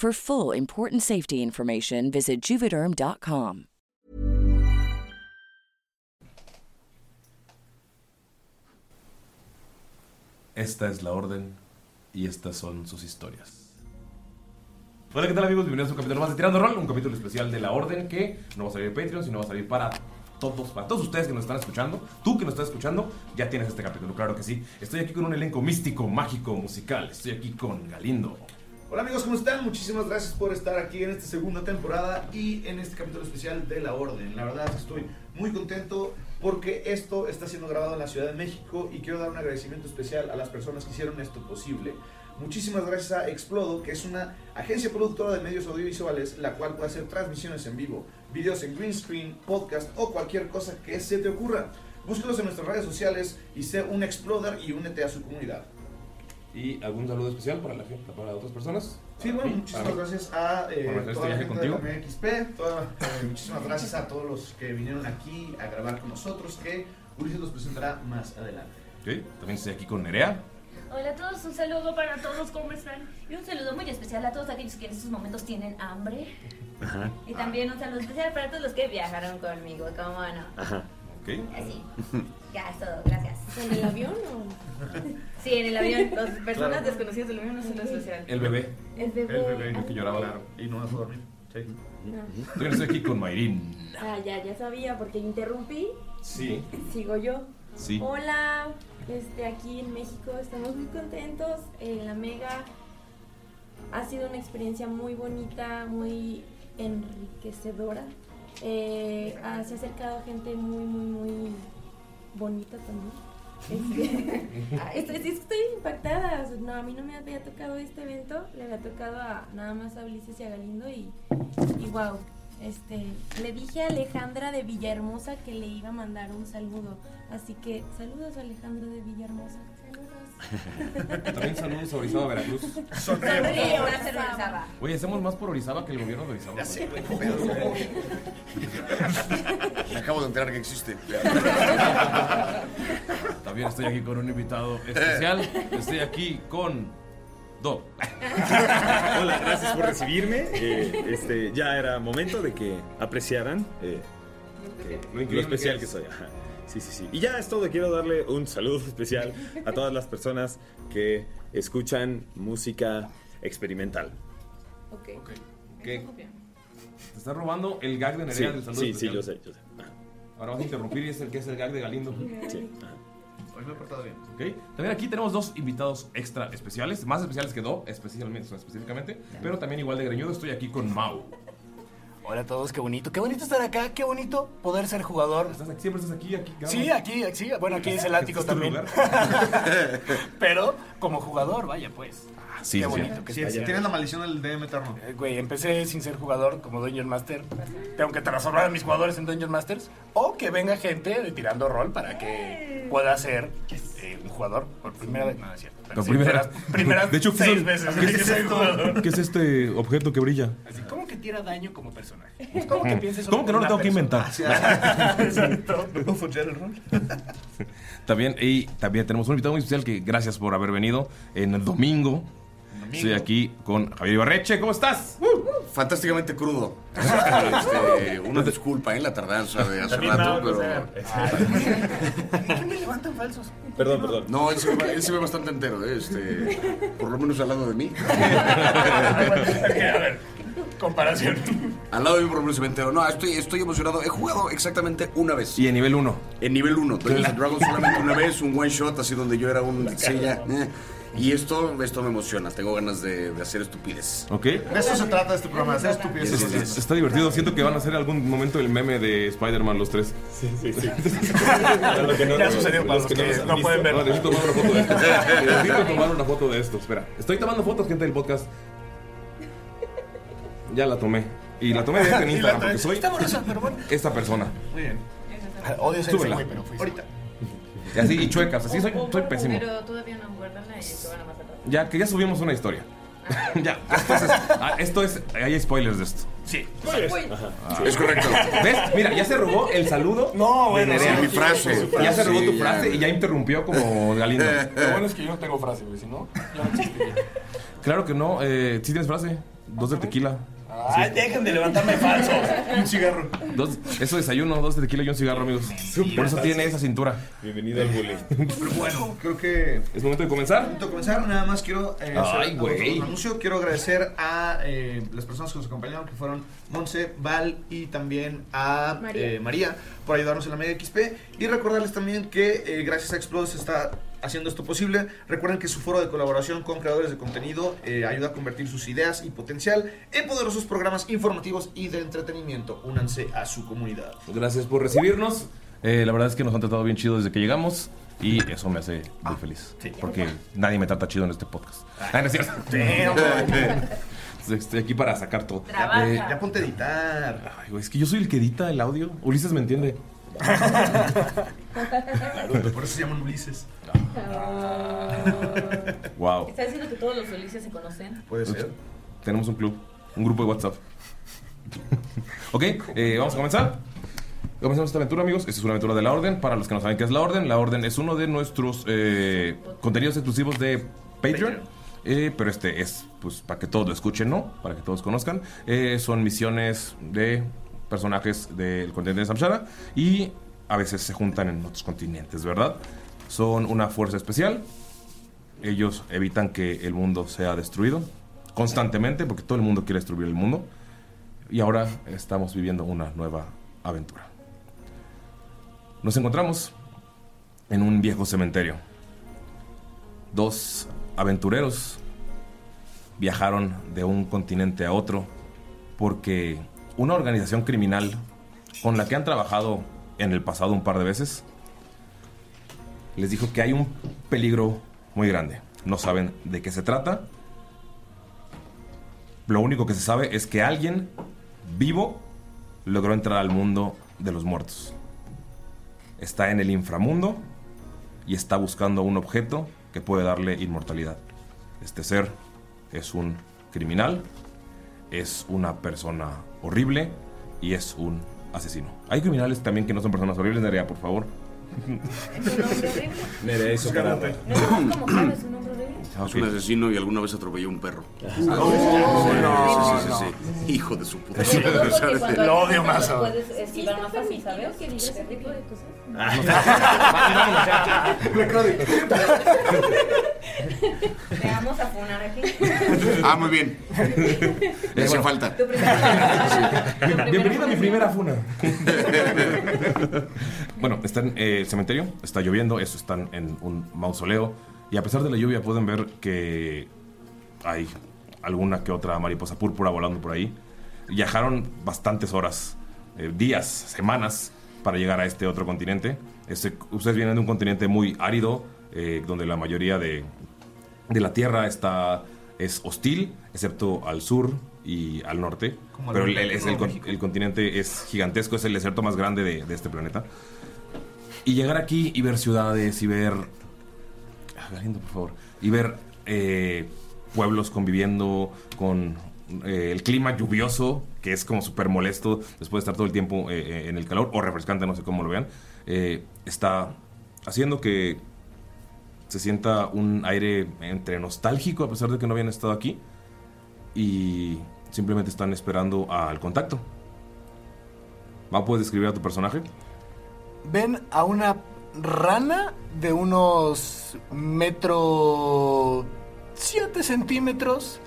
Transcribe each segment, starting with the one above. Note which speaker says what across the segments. Speaker 1: For full important safety information, visit juvederm.com.
Speaker 2: Esta es la orden y estas son sus historias. Hola, ¿qué tal amigos? Bienvenidos a un capítulo más de Tirando Rol, un capítulo especial de la orden que no va a salir en Patreon, sino va a salir para todos, para todos ustedes que nos están escuchando. Tú que nos estás escuchando, ya tienes este capítulo, claro que sí. Estoy aquí con un elenco místico, mágico, musical. Estoy aquí con Galindo.
Speaker 3: Hola amigos, ¿cómo están? Muchísimas gracias por estar aquí en esta segunda temporada y en este capítulo especial de La Orden. La verdad es que estoy muy contento porque esto está siendo grabado en la Ciudad de México y quiero dar un agradecimiento especial a las personas que hicieron esto posible. Muchísimas gracias a Explodo, que es una agencia productora de medios audiovisuales, la cual puede hacer transmisiones en vivo, videos en green screen, podcast o cualquier cosa que se te ocurra. Búscalos en nuestras redes sociales y sé un exploder y únete a su comunidad.
Speaker 2: ¿Y algún saludo especial para, la, gente- para otras personas?
Speaker 3: Sí, bueno,
Speaker 2: Para mí,
Speaker 3: muchísimas
Speaker 2: para mí.
Speaker 3: gracias a eh,
Speaker 2: Por hacer
Speaker 3: toda la
Speaker 2: este
Speaker 3: gente
Speaker 2: viaje
Speaker 3: de la MXP, toda- eh, muchísimas gracias a todos los que vinieron aquí a grabar con nosotros, que Ulises los presentará más adelante.
Speaker 2: Sí, también estoy aquí con Nerea.
Speaker 4: Hola a todos, un saludo para todos, ¿cómo están? Y un saludo muy especial a todos aquellos que en estos momentos tienen hambre. Y también un saludo especial para todos los que viajaron conmigo, ¿cómo no?
Speaker 2: Ok.
Speaker 4: Así. Ya, es todo, gracias.
Speaker 5: ¿En el avión o...?
Speaker 4: Sí, en el avión.
Speaker 5: Las personas desconocidas del avión no son especial.
Speaker 2: El bebé.
Speaker 5: El bebé. Ah.
Speaker 2: El que lloraba.
Speaker 3: Y no vas a dormir. Sí.
Speaker 2: También estoy aquí con Mayrin.
Speaker 5: Ah, ya, ya sabía, porque interrumpí.
Speaker 2: Sí.
Speaker 5: Sigo yo.
Speaker 2: Sí.
Speaker 5: Hola, este, aquí en México estamos muy contentos. En la Mega ha sido una experiencia muy bonita, muy enriquecedora. Eh, ah, se ha acercado gente muy, muy, muy bonita también. Este, ah, estoy, sí, estoy impactada. o sea, No, a mí no me había tocado este evento, le había tocado a nada más a Ulises y a Galindo y, y wow. Este, le dije a Alejandra de Villahermosa que le iba a mandar un saludo. Así que saludos a Alejandra de Villahermosa. Saludos.
Speaker 2: También saludos a Orizaba, Veracruz.
Speaker 4: Sí, ahora se regresaba.
Speaker 2: Oye, hacemos más por Orizaba que el gobierno de Orizaba.
Speaker 6: Me acabo de enterar que existe.
Speaker 2: También estoy aquí con un invitado especial. Estoy aquí con Dob.
Speaker 7: Hola, gracias por recibirme. Eh, este, ya era momento de que apreciaran eh, que- lo,
Speaker 2: increíble
Speaker 7: especial
Speaker 2: que
Speaker 7: que,
Speaker 2: es.
Speaker 7: soy. Ajá. Sí, sí, sí. Y ya es todo. Quiero darle un saludo especial a todas las personas que escuchan música experimental.
Speaker 5: ok.
Speaker 2: ¿Qué? Te está robando el gag de Nerea
Speaker 7: Sí,
Speaker 2: del saludo
Speaker 7: sí, sí,
Speaker 2: especial.
Speaker 7: yo sé, yo sé. Ajá,
Speaker 2: Ahora vas a interrumpir y es el que es el gag de Galindo.
Speaker 7: sí, ajá.
Speaker 3: Hoy me he portado bien.
Speaker 2: ¿Ok? También aquí tenemos dos invitados extra especiales, más especiales que Dob, especialmente, o sea, específicamente, pero también igual de greñudo. Estoy aquí con Mau.
Speaker 8: Hola a todos, qué bonito. Qué bonito estar acá, qué bonito poder ser jugador.
Speaker 2: siempre estás aquí, aquí. cabrón.
Speaker 8: Sí, aquí, aquí. Bueno, aquí es el ático
Speaker 2: Este es tu
Speaker 8: también. Pero como jugador, vaya pues.
Speaker 2: Ah, sí,
Speaker 8: qué
Speaker 2: sí.
Speaker 8: bonito.
Speaker 2: Sí, sí, tienes
Speaker 8: la maldición del DM eterno. Eh, güey, empecé sin ser jugador como Dungeon Master. Tengo que transformar a mis jugadores en Dungeon Masters. O que venga gente de tirando rol para que pueda ser eh, un jugador por primera vez. No, no es cierto. Pero
Speaker 2: Por
Speaker 8: sí,
Speaker 2: primera-
Speaker 8: primeras- primeras
Speaker 2: de hecho, ¿qué
Speaker 8: seis
Speaker 2: son-
Speaker 8: veces.
Speaker 2: ¿qué es
Speaker 8: que soy
Speaker 2: esto?
Speaker 8: jugador.
Speaker 2: ¿Qué es este objeto que brilla?
Speaker 8: Así, ¿Cómo que tira daño como personaje? ¿Cómo que piensas
Speaker 2: Mm. ¿Cómo que no lo tengo que inventar?
Speaker 8: Exacto.
Speaker 3: ¿No puedo forjar el rol?
Speaker 2: También, y también tenemos un invitado muy especial que gracias por haber venido en el domingo. Estoy aquí con Javier Ibarreche. ¿Cómo estás? ¡Uh!
Speaker 6: Fantásticamente crudo. Este, una disculpa en la tardanza de hace
Speaker 9: También
Speaker 6: rato,
Speaker 9: no, o
Speaker 6: pero.
Speaker 9: sea,
Speaker 8: ¿Por qué me levantan falsos?
Speaker 6: Perdón, perdón. No, él se, ve, él se ve bastante entero, eh, este, por lo menos al lado de mí.
Speaker 8: a ver, comparación.
Speaker 6: Al lado de mí por lo menos se ve entero. No, estoy, estoy emocionado. He jugado exactamente una vez.
Speaker 2: Y en nivel 1.
Speaker 6: En nivel 1. Dungeons and Dragons solamente una vez, un one shot, así donde yo era un sella. eh. Y esto, esto me emociona. Tengo ganas de, de hacer estupidez.
Speaker 2: ¿Ok?
Speaker 3: De eso se trata este programa, de ser
Speaker 2: Es-
Speaker 3: estúpidos.
Speaker 2: es- es- está divertido. Siento que van a hacer algún momento el meme de Spider-Man los tres. Sí, sí, sí.
Speaker 8: Ya sucedió para los que no pueden ver.
Speaker 2: Necesito tomar una foto de esto. Necesito tomar una foto de esto. Espera. Estoy tomando fotos, gente del podcast. Ya la tomé. Y la tomé de este en
Speaker 8: Y la
Speaker 2: Instagram
Speaker 8: tomé.
Speaker 2: porque soy
Speaker 8: Está borrosa, pero bueno.
Speaker 2: esta persona.
Speaker 8: Muy bien. Odio ser ese
Speaker 2: Súbela.
Speaker 8: güey, pero fuiste. Ahorita.
Speaker 2: Y así, y chuecas. Así soy, soy pésimo.
Speaker 10: Pero todavía no guardan la y van a más atrás.
Speaker 2: Ya que ya subimos una historia. ya. Entonces, ah, esto es. Hay spoilers de esto. Ah,
Speaker 8: Sí.
Speaker 6: Es correcto.
Speaker 2: ¿Ves? Mira, ya se robó el saludo.
Speaker 8: No,
Speaker 6: bueno, sí, mi frase.
Speaker 2: Ya se robó
Speaker 6: Sí,
Speaker 2: tu
Speaker 6: ya.
Speaker 2: frase y ya interrumpió como Galindo.
Speaker 8: Lo bueno es que yo no tengo frase, güey, si no, yo no existiría.
Speaker 2: Claro que no. Eh, sí tienes frase. Dos de tequila.
Speaker 8: Ay, dejen de levantarme falsos. Un cigarro.
Speaker 2: Dos, eso desayuno, dos de tequila y un cigarro, amigos. Por eso tiene esa cintura.
Speaker 9: Bienvenido al bullying.
Speaker 3: Pero bueno, creo que
Speaker 2: ¿Es momento de comenzar?
Speaker 3: Antes de comenzar, nada más quiero eh, hacer
Speaker 2: Ay,
Speaker 3: un-
Speaker 2: güey.
Speaker 3: un anuncio. Quiero agradecer a eh, las personas que nos acompañaron, que fueron Monse, Val y también a
Speaker 11: María.
Speaker 3: eh, María por ayudarnos en la media XP. Y recordarles también que eh, gracias a Explode se está haciendo esto posible. Recuerden que su foro de colaboración con creadores de contenido eh, ayuda a convertir sus ideas y potencial en poderosos programas informativos y de entretenimiento. Únanse a su comunidad.
Speaker 2: Gracias por recibirnos. Eh, la verdad es que nos han tratado bien chido desde que llegamos. Y eso me hace
Speaker 3: Ah,
Speaker 2: muy feliz. Porque nadie me trata chido en este podcast. Ah, no es cierto. Estoy aquí para sacar todo.
Speaker 3: Trabaja.
Speaker 2: Eh,
Speaker 3: Ya ponte a editar.
Speaker 2: ay, güey, es que yo soy el que edita el audio. Ulises me entiende.
Speaker 3: Por eso se llaman Ulises.
Speaker 2: Wow.
Speaker 10: ¿Estás diciendo que todos los Ulises se conocen?
Speaker 3: Puede
Speaker 2: ser. Tenemos un club, un grupo de WhatsApp. ok, eh, vamos a comenzar. Comenzamos esta aventura, amigos. Esta es una aventura de la Orden. Para los que no saben qué es la Orden, la Orden es uno de nuestros eh, contenidos exclusivos de Patreon. Eh, pero este es, pues, para que todos lo escuchen, ¿no? Para que todos conozcan. Eh, son misiones de personajes del continente de Samshara. Y a veces se juntan en otros continentes, ¿verdad? Son una fuerza especial ellos evitan que el mundo sea destruido constantemente porque todo el mundo quiere destruir el mundo y ahora estamos viviendo una nueva aventura. Nos encontramos en un viejo cementerio. Dos aventureros viajaron de un continente a otro porque una organización criminal con la que han trabajado en el pasado un par de veces les dijo que hay un peligro muy grande. No saben de qué se trata. Lo único que se sabe es que alguien vivo logró entrar al mundo de los muertos. Está en el inframundo y está buscando un objeto que puede darle inmortalidad. Este ser es un criminal, es una persona horrible y es un asesino. Hay criminales también que no son personas horribles, Nerea, por favor.
Speaker 9: Nerea hizo karate.
Speaker 10: ¿Cómo sabes un nombre de
Speaker 6: Es un asesino y alguna vez atropelló un perro.
Speaker 10: Ah, Oh, no,
Speaker 6: sí, sí, sí, sí, sí. Hijo de su puta.
Speaker 10: Porque
Speaker 6: ¿sabes?
Speaker 10: cuando haces cosas Puedes esquivar más fácil, ¿sabes? que digas ese tipo de cosas? Te vamos a funar aquí.
Speaker 6: Ah, muy bien. Le hacía falta.
Speaker 2: Bienvenido a mi primera funa. bueno, están en eh, el cementerio, está lloviendo, eso están en un mausoleo. Y a pesar de la lluvia pueden ver que hay alguna que otra mariposa púrpura volando por ahí. viajaron bastantes horas, eh, días, semanas para llegar a este otro continente. Este- ustedes vienen de un continente muy árido, eh, donde la mayoría de, de la tierra está, es hostil, excepto al sur y al norte.
Speaker 7: Como al
Speaker 2: Pero el,
Speaker 7: norte,
Speaker 2: el- es
Speaker 7: ¿no?
Speaker 2: el con- el continente es gigantesco, es el desierto más grande de, de este planeta. Y llegar aquí y ver ciudades y ver. Ah, Galindo, por favor. Y ver eh, pueblos conviviendo con eh, el clima lluvioso, que es como súper molesto después de estar todo el tiempo eh, eh, en el calor, o refrescante, no sé cómo lo vean, eh, está haciendo que se sienta un aire entre nostálgico, a pesar de que no habían estado aquí, y simplemente están esperando al contacto. ¿Va puedes describir a tu personaje?
Speaker 8: Ven a una rana de unos metro 7 centímetros,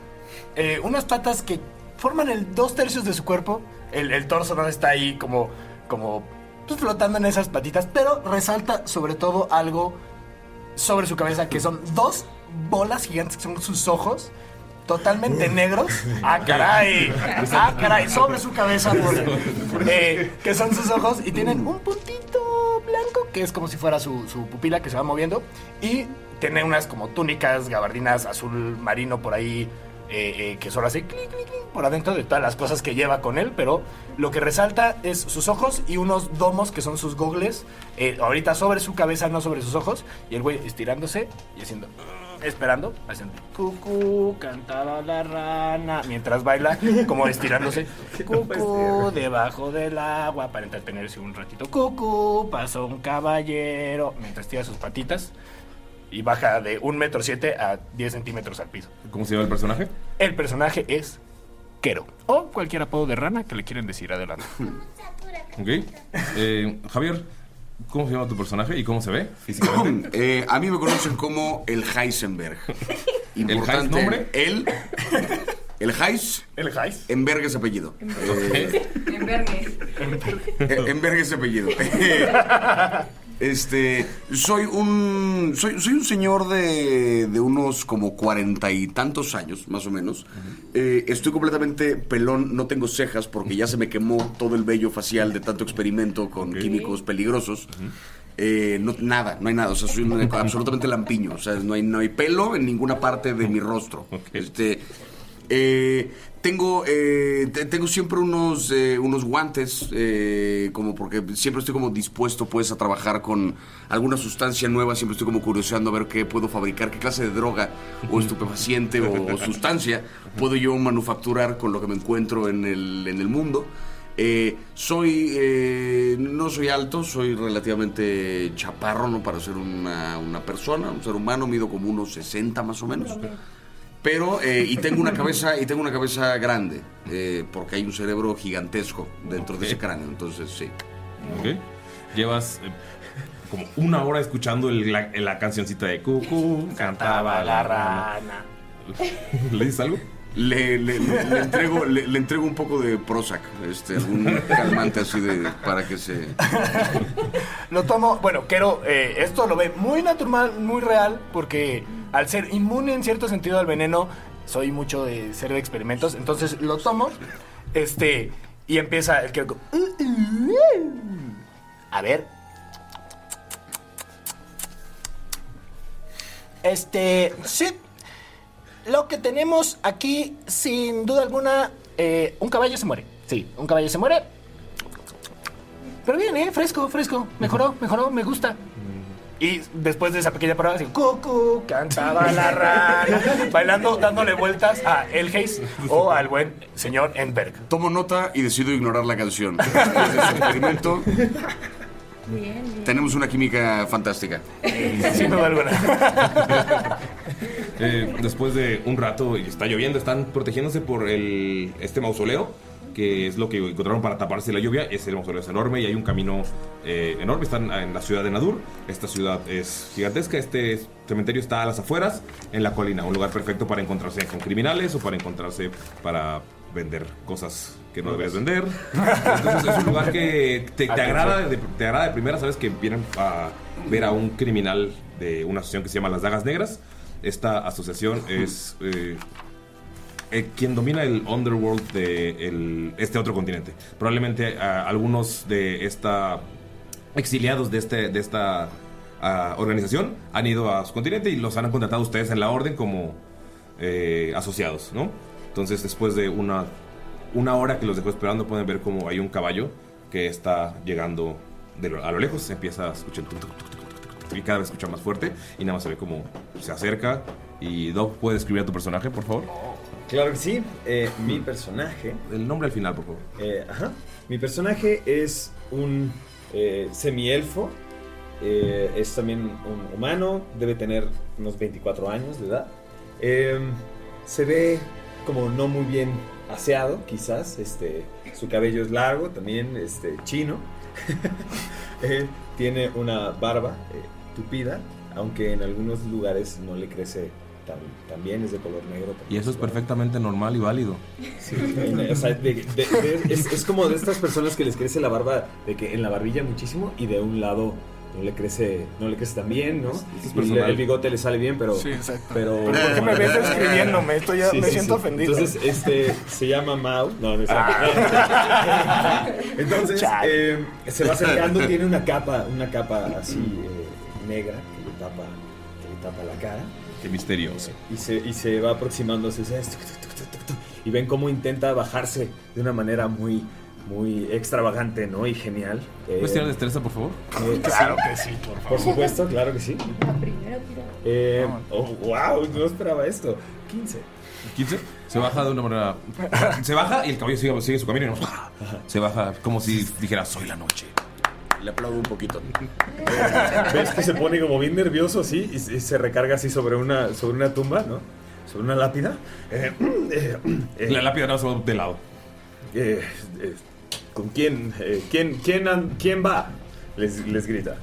Speaker 8: eh, unas patas que forman el dos tercios de su cuerpo, el, el torso no está ahí como, como pues, flotando en esas patitas, pero resalta sobre todo algo sobre su cabeza, que son dos bolas gigantes que son sus ojos. Totalmente negros. ¡Ah, caray! ¡Ah, caray! Sobre su cabeza, por- eh, que son sus ojos y tienen un puntito blanco que es como si fuera su, su pupila que se va moviendo. Y tiene unas como túnicas gabardinas azul marino por ahí eh, eh, que solo hace clic, clic, clic por adentro de todas las cosas que lleva con él. Pero lo que resalta es sus ojos y unos domos que son sus gogles. eh, ahorita sobre su cabeza, no sobre sus ojos. Y el güey estirándose y haciendo. Esperando, haciendo cucú, cantaba la rana, mientras baila, como estirándose. Cucú, debajo del agua, para entretenerse un ratito. Cucú, pasó un caballero, mientras tira sus patitas y baja de un metro siete a 10 centímetros al piso.
Speaker 2: ¿Cómo se llama el personaje?
Speaker 8: El personaje es Quero, o cualquier apodo de rana que le quieren decir adelante.
Speaker 2: Ok. Eh, Javier, ¿cómo se llama tu personaje y cómo se ve físicamente?
Speaker 6: Eh, a mí me conocen como el Heisenberg.
Speaker 2: Heisenberg nombre?
Speaker 6: El. El Heis.
Speaker 8: El Heis.
Speaker 6: Enberg es apellido. Eh, eh, Enberg es apellido. Este. Soy un. Soy, soy un señor de, de unos como cuarenta y tantos años, más o menos. Eh, estoy completamente pelón, no tengo cejas porque ya se me quemó todo el vello facial de tanto experimento con químicos peligrosos. Eh, no, nada, no hay nada. O sea, soy un- absolutamente lampiño. O sea, no hay, no hay pelo en ninguna parte de mi rostro. Este, eh, tengo, eh, te- tengo siempre unos, eh, unos guantes, eh, como porque siempre estoy como dispuesto pues a trabajar con alguna sustancia nueva, siempre estoy como curioseando a ver qué puedo fabricar, qué clase de droga o estupefaciente o, o sustancia puedo yo manufacturar con lo que me encuentro en el, en el mundo. Eh, soy, eh, no soy alto, soy relativamente chaparro, ¿no? Para ser una, una persona, un ser humano, mido como unos 60 más o menos. Pero, eh, y tengo una cabeza, y tengo una cabeza grande, eh, porque hay un cerebro gigantesco dentro de ese cráneo, entonces sí.
Speaker 2: Ok. Llevas eh, como una hora escuchando el- la, la cancioncita de Cucú, cantaba la rana. ¿Le dices algo?
Speaker 6: Le, le- le- le entrego, le, le entrego un poco de Prozac, este, algún calmante así de, para que se...
Speaker 8: Lo tomo, bueno, Quero, eh, esto lo ve muy natural, muy real, porque al ser inmune en cierto sentido al veneno, soy mucho de ser de experimentos, entonces lo tomo, este, y empieza el Quero. con, A ver. Este, sí. Lo que tenemos aquí, sin duda alguna, eh, un caballo se muere. Sí, un caballo se muere. Pero bien, ¿eh? Fresco, fresco. Mejoró, mejoró, me gusta. Y después de esa pequeña parada, así, cucu, cantaba la rana, bailando, dándole vueltas a El Hayes o al buen señor Enberg.
Speaker 6: Tomo nota y decido ignorar la canción. Después de ese experimento, tenemos una química fantástica.
Speaker 8: Sin duda alguna.
Speaker 2: Eh, después de un rato y está lloviendo, están protegiéndose por el, este mausoleo, que es lo que encontraron para taparse la lluvia. Ese mausoleo es enorme y hay un camino eh, enorme. Están en la ciudad de Nadur. Esta ciudad es gigantesca. Este cementerio está a las afueras, en la colina. Un lugar perfecto para encontrarse con criminales o para encontrarse para vender cosas que no debes vender. Entonces es un lugar que te, te agrada, de, te agrada de primera, sabes que vienen a ver a un criminal de una asociación que se llama Las Dagas Negras. Esta asociación es eh, eh, quien domina el underworld de el- este otro continente. Probablemente ah, algunos de esta exiliados de, este, de esta ah, organización han ido a su continente y los han contratado ustedes en la orden como eh, asociados, ¿no? Entonces, después de una, una hora que los dejó esperando, pueden ver como hay un caballo que está llegando de lo- a lo lejos. Se empieza a escuchar el tuc, tuc, tuc, tuc, tuc, tuc, y cada vez escucha más fuerte y nada más se ve como se acerca. Y Doc, ¿puedes describir a tu personaje, por favor?
Speaker 7: Claro que sí. Eh, mi personaje.
Speaker 2: El nombre al final, por favor.
Speaker 7: Eh, ajá. Mi personaje es un eh, semielfo. eh, es también un humano. Debe tener unos 24 años de edad. Eh, se ve como no muy bien aseado, quizás. Este, su cabello es largo, también este, chino. Eh, tiene una barba eh, tupida, aunque en algunos lugares no le crece tan, tan bien. Es de color negro.
Speaker 2: Y eso es perfectamente normal y válido.
Speaker 7: Sí, o sea, de- de- de- es, es como de estas personas que les crece la barba, de que en la barbilla muchísimo y de un lado no le crece, no le crece tan bien, ¿no?
Speaker 2: es
Speaker 7: Y le-
Speaker 2: personal.
Speaker 7: el bigote le sale bien, pero.
Speaker 2: Sí, exacto.
Speaker 7: Pero,
Speaker 8: ¿Pero por qué me ves describiéndome? Esto ya- me siento ofendido.
Speaker 7: Entonces, este se llama Mau. No, no es cierto.
Speaker 2: Ah.
Speaker 7: Entonces, eh, se va acercando, tiene una capa, una capa así eh, negra que le tapa, que le tapa la cara
Speaker 2: Qué misterioso.
Speaker 7: y se, y se va aproximando así, ¿sabes? Tuc, tuc, tuc, tuc, tuc. y ven cómo intenta bajarse de una manera muy muy extravagante, ¿no? Y genial.
Speaker 2: ¿Puedes tirar
Speaker 7: Eh,
Speaker 2: destreza, por favor?
Speaker 7: eh,
Speaker 8: sí, por
Speaker 7: Por supuesto, claro que sí. Eh, oh, wow, no esperaba esto. 15.
Speaker 2: 15. Se baja de una manera. Se baja y el caballo sigue, sigue su camino. y no- Se baja como si dijera: Soy la noche.
Speaker 6: Le aplaudo un poquito.
Speaker 7: Ves que se pone como bien nervioso así y, se- y se recarga así sobre una sobre una tumba, ¿no? Sobre una lápida. Eh, eh, eh,
Speaker 2: La lápida no se va de lado.
Speaker 7: Eh, eh, ¿Con quién, eh, quién, quién, an- quién va? Les, les grita.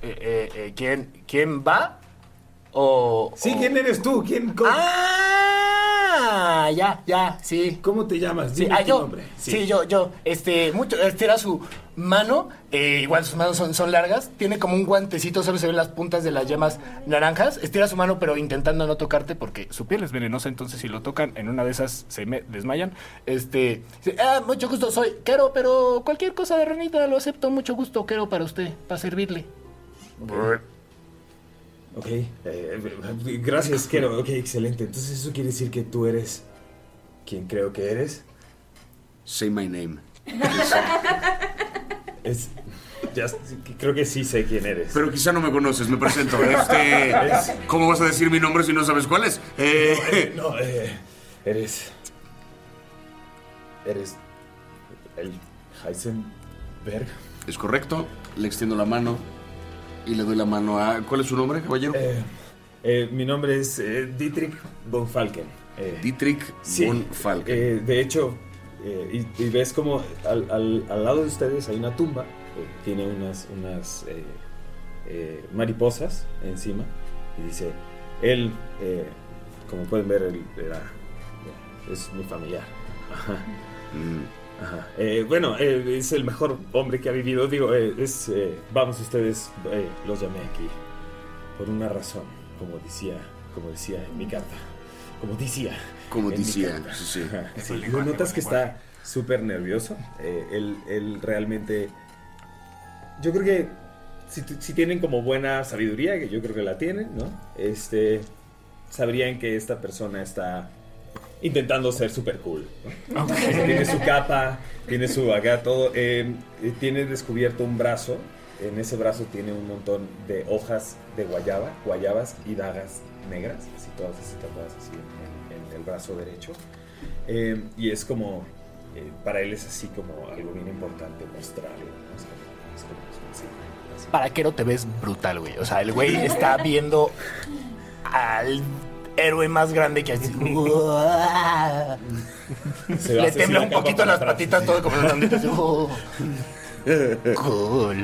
Speaker 8: eh, eh, ¿quién, ¿Quién va? ¿O.?
Speaker 7: Sí,
Speaker 8: o-
Speaker 7: ¿quién eres tú? ¿Quién?
Speaker 8: ¡Ah! Ya, ya, sí.
Speaker 7: ¿Cómo te llamas?
Speaker 8: Sí,
Speaker 7: Dime
Speaker 8: ah,
Speaker 7: tu
Speaker 8: yo.
Speaker 7: nombre.
Speaker 8: Sí.
Speaker 7: Sí.
Speaker 8: yo, yo. Este, mucho, este era su mano. eh, igual sus manos son, son largas. Tiene como un guantecito, solo se ven las puntas de las yemas naranjas. Estira su mano, pero intentando no tocarte porque su piel es venenosa. Entonces, si lo tocan, en una de esas se me desmayan. Este, dice, ah, mucho gusto, soy Quero, pero cualquier cosa de ranita lo acepto. Mucho gusto, Quero, para usted, para servirle.
Speaker 7: Ok, eh, gracias, Kero. Ok, excelente. Entonces eso quiere decir que tú eres quien creo que eres.
Speaker 6: Say my name.
Speaker 7: Es, ya, creo que sí sé quién eres.
Speaker 6: Pero quizá no me conoces, me presento. Este, ¿Cómo vas a decir mi nombre si no sabes cuál es? Eh,
Speaker 7: No, eh, eres. Eres. El Heisenberg.
Speaker 6: Es correcto, le extiendo la mano y le doy la mano a... ¿Cuál es su nombre, caballero?
Speaker 7: Eh, eh, mi nombre es eh, Dietrich von Falken. Eh,
Speaker 6: Dietrich
Speaker 7: sí,
Speaker 6: von Falken.
Speaker 7: eh, de hecho, eh, y, y ves como al, al- al lado de ustedes hay una tumba. eh, tiene unas, unas eh, eh, mariposas encima. Y dice, él, eh, como pueden ver, él era- eh, es mi familiar. Ajá. Ajá. Eh, bueno, eh, es el mejor hombre que ha vivido. Digo, eh, es. eh, vamos, ustedes eh, los llamé aquí por una razón, como decía, como decía en mi carta, como decía.
Speaker 6: Como
Speaker 7: en mi
Speaker 6: decía,
Speaker 7: carta.
Speaker 6: sí, sí.
Speaker 7: Ajá. Sí, lo notas que está súper nervioso. eh, él, él realmente. Yo creo que si, tu- si tienen como buena sabiduría, que yo creo que la tienen, ¿no? Este. Sabrían que esta persona está intentando ser súper cool. ¿no? Tiene su capa, tiene su acá todo. eh, eh, tiene descubierto un brazo. En ese brazo tiene un montón de hojas de guayaba, guayabas y dagas negras, así todas así tapadas así en, en el brazo derecho. Eh, y es como, eh, para él es así como algo bien importante mostrarlo. ¿no? Es como- es como- es como así, así.
Speaker 8: Para Quero te ves brutal, güey. O sea, el güey está viendo al héroe más grande que hay.
Speaker 7: Se va
Speaker 8: Le
Speaker 7: así
Speaker 8: tembla
Speaker 7: la
Speaker 8: un
Speaker 7: capa
Speaker 8: poquito
Speaker 7: para
Speaker 8: las
Speaker 7: atrás,
Speaker 8: patitas,
Speaker 7: así.
Speaker 8: todo como las banditas. Oh, cool.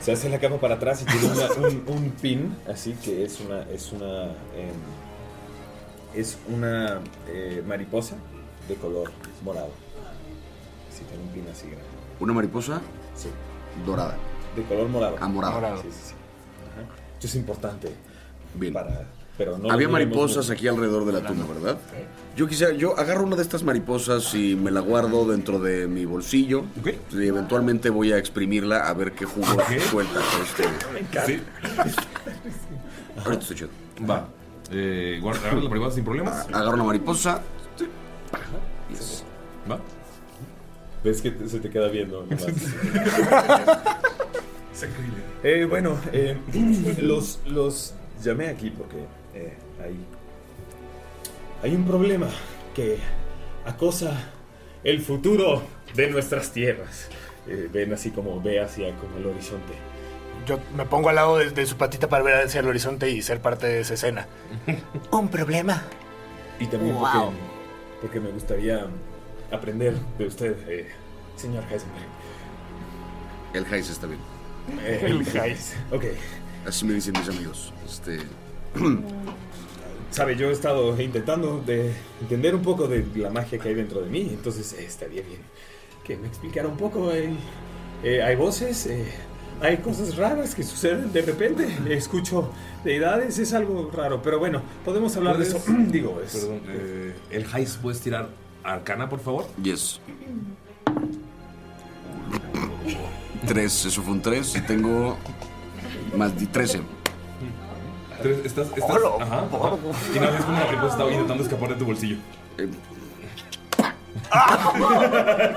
Speaker 7: Se hace la capa para atrás y tiene una- un, un pin, así que es una es una em, es una eh, mariposa de color morado. Sí, tiene un pin así grande.
Speaker 6: Una mariposa
Speaker 7: Sí,
Speaker 6: dorada.
Speaker 7: de color morado.
Speaker 6: Ah, morada.
Speaker 7: Sí, sí, sí. Ajá. Esto es importante
Speaker 6: Bien.
Speaker 7: para pero no.
Speaker 6: Había
Speaker 7: lo diremos
Speaker 6: mariposas
Speaker 7: mucho.
Speaker 6: aquí alrededor de la tumba, ¿verdad? Yo quisiera, yo agarro una de estas mariposas y me la guardo dentro de mi bolsillo. Y eventualmente voy a exprimirla a ver qué jugo suelta. Este.
Speaker 2: Sí.
Speaker 6: Ahorita estoy chido.
Speaker 2: Va. Eh, guarda, agarra la mariposa sin problemas.
Speaker 6: Agarro Ah, una mariposa.
Speaker 2: Va.
Speaker 7: Ves que te- se te queda viendo. nomás.
Speaker 2: Sacrile.
Speaker 7: Eh, bueno, eh, los, los llamé aquí porque eh, hay, hay un problema que acosa el futuro de nuestras tierras. Eh, ven así como ve hacia como el horizonte.
Speaker 8: Yo me pongo al lado de, de su patita para ver hacia el horizonte y ser parte de esa escena. Un problema.
Speaker 7: Y también
Speaker 8: Wow.
Speaker 7: porque, porque me gustaría aprender de usted, eh, señor Heisenberg.
Speaker 6: El Heis está bien.
Speaker 7: Eh, El Heis. Ok.
Speaker 6: Así me dicen mis amigos. Este.
Speaker 7: Sabe, yo he estado intentando de entender un poco de la magia que hay dentro de mí, entonces eh, estaría bien que me explicara un poco. eh, eh, hay voces, eh, hay cosas raras que suceden de repente. Escucho deidades, es algo raro, pero bueno, podemos hablar de eso. Digo, es.
Speaker 2: Perdón, eh, el Heis, ¿puedes tirar arcana, por favor?
Speaker 6: Yes. Tres, eso fue un tres. Y tengo. Más de trece.
Speaker 2: Tres, estás, estás, ajá, ajá. Y nada, es como la mariposa estaba intentando escapar de tu bolsillo.
Speaker 6: Eh,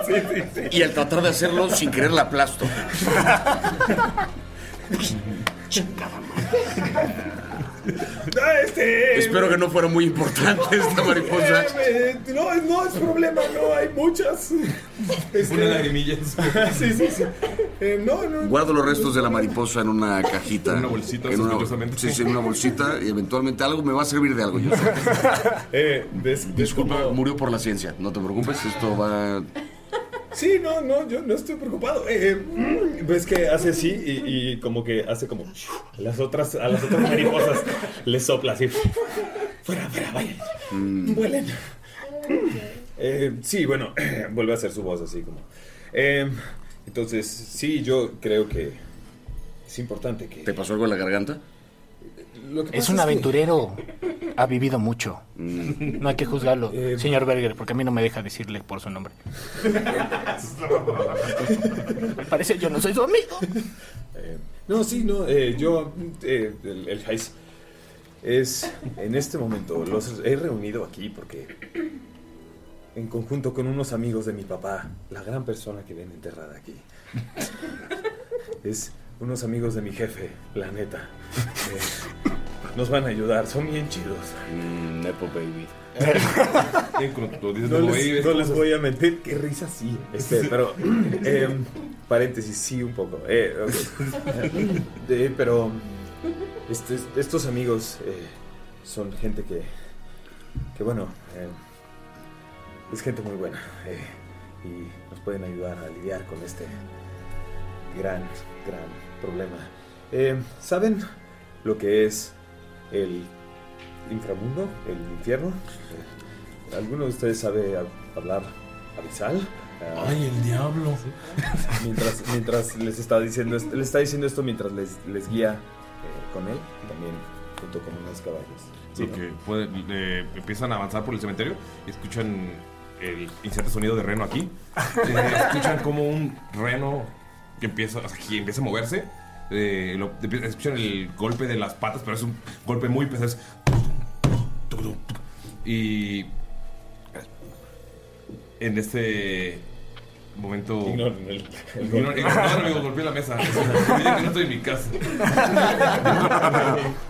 Speaker 2: sí, sí, sí.
Speaker 6: Y al tratar de hacerlo, sin querer la aplasto.
Speaker 7: este,
Speaker 6: Espero que no fuera muy importante esta mariposa.
Speaker 7: Eh, eh, no, no es problema, no, hay muchas.
Speaker 2: Una lagrimilla.
Speaker 7: sí, sí, sí. Eh, no, no.
Speaker 6: Guardo los restos de la mariposa en una cajita. En una
Speaker 2: bolsita,
Speaker 6: sospechosamente. Sí, sí, en una bolsita. Y eventualmente algo me va a servir de algo. yo sé.
Speaker 7: Eh, ves- ves
Speaker 6: Disculpa,
Speaker 7: como-
Speaker 6: murió por la ciencia. No te preocupes, esto va.
Speaker 7: Sí, no, no, yo no estoy preocupado. Eh, eh, mm, ves que hace así y, y como que hace como a las otras, a las otras mariposas les sopla así. Fuera, fuera, vayan.
Speaker 5: Mm.
Speaker 7: Vuelen. Eh, sí, bueno, vuelve a hacer su voz así como. eh, entonces, sí, yo creo que es importante que.
Speaker 6: ¿Te pasó algo en la garganta?
Speaker 7: lo que
Speaker 8: Es
Speaker 7: pasa
Speaker 8: un
Speaker 7: que-
Speaker 8: aventurero. Ha vivido mucho. Eh, No hay que juzgarlo, señor Berger, porque a mí no me deja decirle por su nombre. Parece yo no soy su amigo.
Speaker 7: Eh, no, sí, no, eh, yo, eh, el, el Heis es, en este momento, los he reunido aquí porque, en conjunto con unos amigos de mi papá, la gran persona que ven enterrada aquí, es unos amigos de mi jefe, la neta. Eh, nos van a ayudar, son bien chidos.
Speaker 6: Mm, Nepo Baby.
Speaker 2: Y cuando dices,
Speaker 7: No
Speaker 2: "Te voy",
Speaker 7: les,
Speaker 2: ves
Speaker 7: no
Speaker 2: cómo
Speaker 7: les
Speaker 2: se-
Speaker 7: voy a mentir, qué risa sí. Este, pero, em, paréntesis, sí, un poco. Eh, ok. Eh, pero, este- estos amigos eh, son gente que, que bueno, eh, es gente muy buena. eh, y nos pueden ayudar a lidiar con este gran, gran problema. Eh, ¿Saben lo que es el inframundo, el infierno? Eh, ¿Alguno de ustedes sabe a- hablar abisal? Ah,
Speaker 2: Ay, el diablo.
Speaker 7: mientras, mientras les está diciendo est- le está diciendo esto mientras les, les guía eh, con él también junto con unos caballos Sí, ¿no?
Speaker 2: Ok, puede- eh, empiezan a avanzar por el cementerio y escuchan el incierto sonido de reno aquí. Eh, escuchan como un reno que empieza, o sea, que empieza a moverse. Eh, lo- empie- escuchan el golpe de las patas, pero es un golpe muy pesado. es Y en este momento...
Speaker 7: Ignoren el- el
Speaker 2: Ignoran-
Speaker 7: golpe.
Speaker 2: ignoran, amigo, golpeé la mesa. Miren que no estoy en mi casa.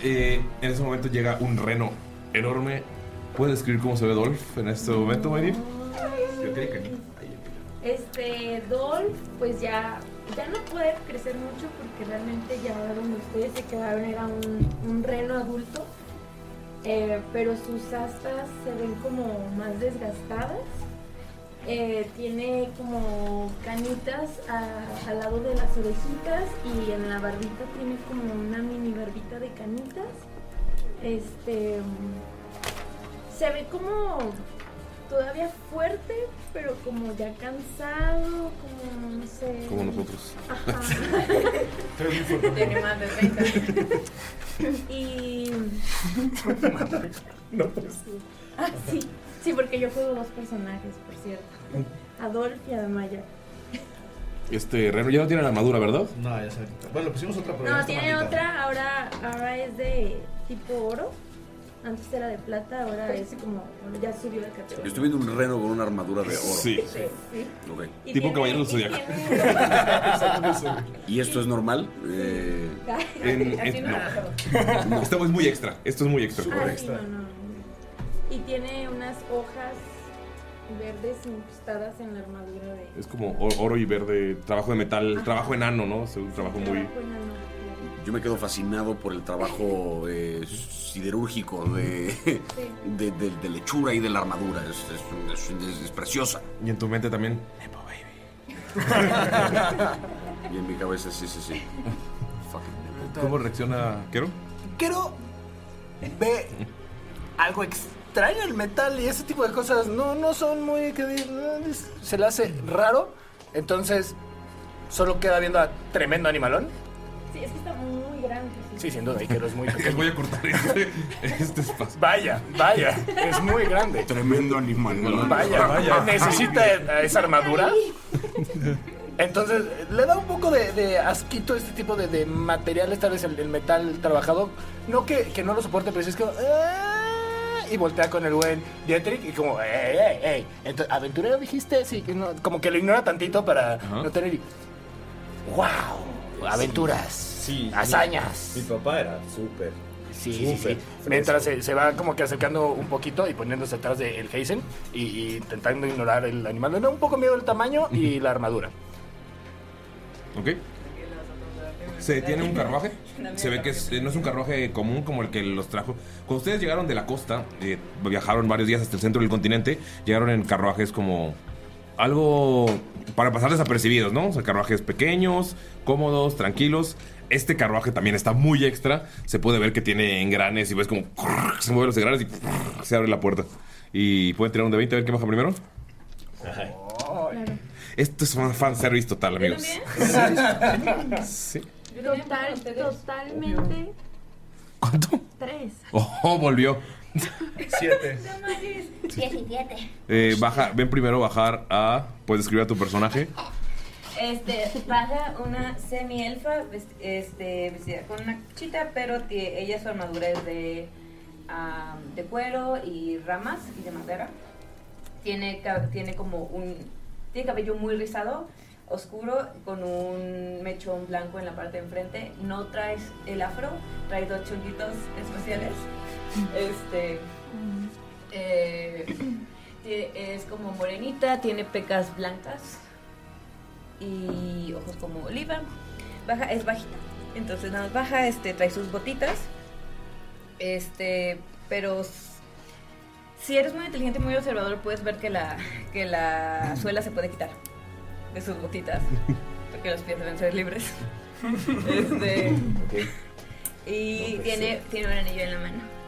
Speaker 2: Eh, en ese momento llega un reno enorme. ¿Puedes describir cómo se ve Dolph en este momento, Mayri? Yo quería que
Speaker 5: Este, Dolph, pues ya, ya no puede crecer mucho porque realmente ya donde ustedes se quedaron era un, un reno adulto, Eh, pero sus astas se ven como más desgastadas. Eh, tiene como canitas a- al lado de las orejitas y en la barbita tiene como una mini barbita de canitas. Este, se ve como todavía fuerte, pero como ya cansado, como no sé.
Speaker 2: Como nosotros.
Speaker 5: Ajá.
Speaker 10: Tiene más de 30.
Speaker 5: y.
Speaker 2: pues.
Speaker 5: Ah, sí. Sí, porque yo juego dos personajes, por cierto. Adolf y Adamaya.
Speaker 2: Este reno ya no tiene la armadura, ¿verdad?
Speaker 12: No, ya se Bueno, pusimos otra
Speaker 5: No, tiene otra, ahora, ahora es de tipo oro. Antes era de plata, ahora es como. bueno, ya subió la
Speaker 6: Yo
Speaker 5: categoría.
Speaker 6: estoy viendo un reno con una armadura de oro.
Speaker 2: Sí.
Speaker 5: Sí.
Speaker 6: Ok.
Speaker 5: Y tiene-
Speaker 2: Tipo caballero del
Speaker 5: y
Speaker 2: zodiaco.
Speaker 5: tiene-
Speaker 6: ¿Y esto es normal? Eh,
Speaker 2: En-
Speaker 5: Así
Speaker 2: en-
Speaker 5: no
Speaker 2: no.
Speaker 5: la acabo.
Speaker 2: Esto es muy extra. Esto es muy extra.
Speaker 5: Ah, sí, no, no, no. Y tiene unas hojas verdes incrustadas en la armadura de.
Speaker 2: Es como o- oro y verde, trabajo de metal, trabajo enano, ¿no? Es un trabajo Ah, muy.
Speaker 5: Trabajo en la armadura.
Speaker 6: Yo me quedo fascinado por el trabajo eh, siderúrgico de, de, de- de lechura y de la armadura. Es, es- es- es- es preciosa.
Speaker 2: Y en tu mente también.
Speaker 6: Y en mi cabeza, sí, sí, sí. Fucking
Speaker 2: ¿Cómo reacciona Kero?
Speaker 8: Quiero ve algo extraño el metal y ese tipo de cosas no, no son muy que di- no, es- se le hace raro. Entonces, solo queda viendo a tremendo animalón.
Speaker 5: Sí, es que está muy grande.
Speaker 8: Sí, sin duda, y que lo es muy
Speaker 2: Les
Speaker 8: pequeño.
Speaker 2: voy a cortar este, este espacio.
Speaker 8: Vaya, vaya, es muy grande.
Speaker 6: Tremendo animal.
Speaker 8: Vaya, vaya. Necesita esa armadura. Entonces, le da un poco de, de asquito este tipo de, de materiales, tal vez el, el metal trabajado. No que, que no lo soporte, pero sí es que. y voltea con el buen Dietrich y como, ¡ey, ey, ey! Entonces, aventurero dijiste, sí, que no- como que lo ignora tantito para no tener. y- ¡Wow! Aventuras.
Speaker 7: Sí.
Speaker 8: Hazañas.
Speaker 7: Mi papá era súper.
Speaker 8: Sí, sí,
Speaker 7: súper
Speaker 8: sí.
Speaker 7: fresco.
Speaker 8: Mientras se, se va como que acercando un poquito y poniéndose atrás del Heisen y, y intentando ignorar el animal. Le da un poco miedo el tamaño y la armadura.
Speaker 2: ¿Ok? Se detiene un carruaje. Se ve que es- eh, no es un carruaje común como el que los trajo. Cuando ustedes llegaron de la costa, eh, viajaron varios días hasta el centro del continente, llegaron en carruajes como algo para pasar desapercibidos, ¿no? O sea, carruajes pequeños, cómodos, tranquilos. Este carruaje también está muy extra. Se puede ver que tiene engranes y ves como se mueven los engranes y se abre la puerta. Y pueden tirar un de 20 a ver qué baja primero. Esto es un fanservice total, amigos. Sí.
Speaker 5: Total, totalmente.
Speaker 2: ¿Cuánto?
Speaker 5: Tres.
Speaker 2: Oh, volvió.
Speaker 12: Siete.
Speaker 2: Eh, baja, ven primero bajar a. Puedes escribir a tu personaje.
Speaker 10: Este, baja una semielfa vest- este, vestida con una chita, pero tie- ella su armadura es de, am, de cuero y ramas y de madera. Tiene, ca- tiene como un. Tiene cabello muy rizado, oscuro, con un mechón blanco en la parte de enfrente. No traes el afro, traes dos chonguitos especiales. Este. eh, tie- es como morenita, tiene pecas blancas y ojos como oliva. Baja, es bajita. Entonces nada más baja, este, trae sus botitas. Este, pero s- si eres muy inteligente y muy observador, puedes ver que la, que la suela se puede quitar de sus botitas. Porque los pies deben ser libres. Este, y tiene, tiene un anillo en la mano.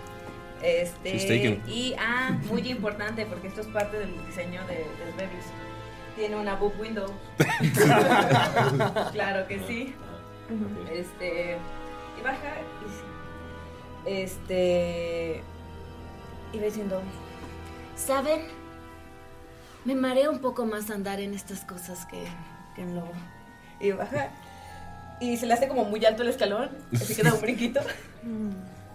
Speaker 2: She's
Speaker 10: Este,
Speaker 2: taken.
Speaker 10: y ah, muy importante, porque esto es parte del diseño de, de Rebels. Tiene una book window. claro que sí. Este. Y baja y sí. Este. Iba diciendo. ¿Saben? Me marea un poco más andar en estas cosas que, que en lo. Y baja. Y se le hace como muy alto el escalón. Así que da un brinquito.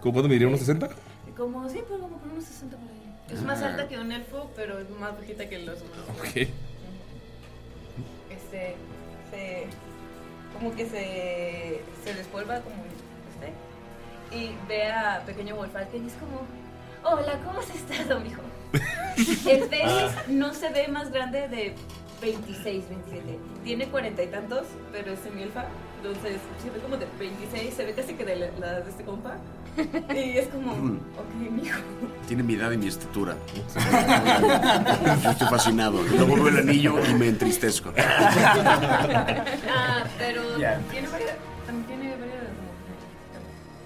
Speaker 2: ¿Cómo cuánto mediría? ¿Unos 60?
Speaker 10: Como, sí, pero como con unos 60 por ahí. Es más alta que un elfo, pero es más bajita que los humanos.
Speaker 2: Ok.
Speaker 10: Este. Se. Como que se. Se despolva como este. Y ve a pequeño Wolfalken y es como. Hola, ¿cómo has estado, mijo? El pez no se ve más grande de 26, 27. Tiene cuarenta y tantos, pero es semielfa. Entonces se ve como de 26, se ve casi que de la, la de este compa. Y es como, ok, mijo.
Speaker 6: Tiene mi edad y mi estatura. Yo estoy fascinado. Luego veo el anillo y me entristezco.
Speaker 10: Ah, pero
Speaker 8: Ya.
Speaker 10: tiene varias. También tiene varias.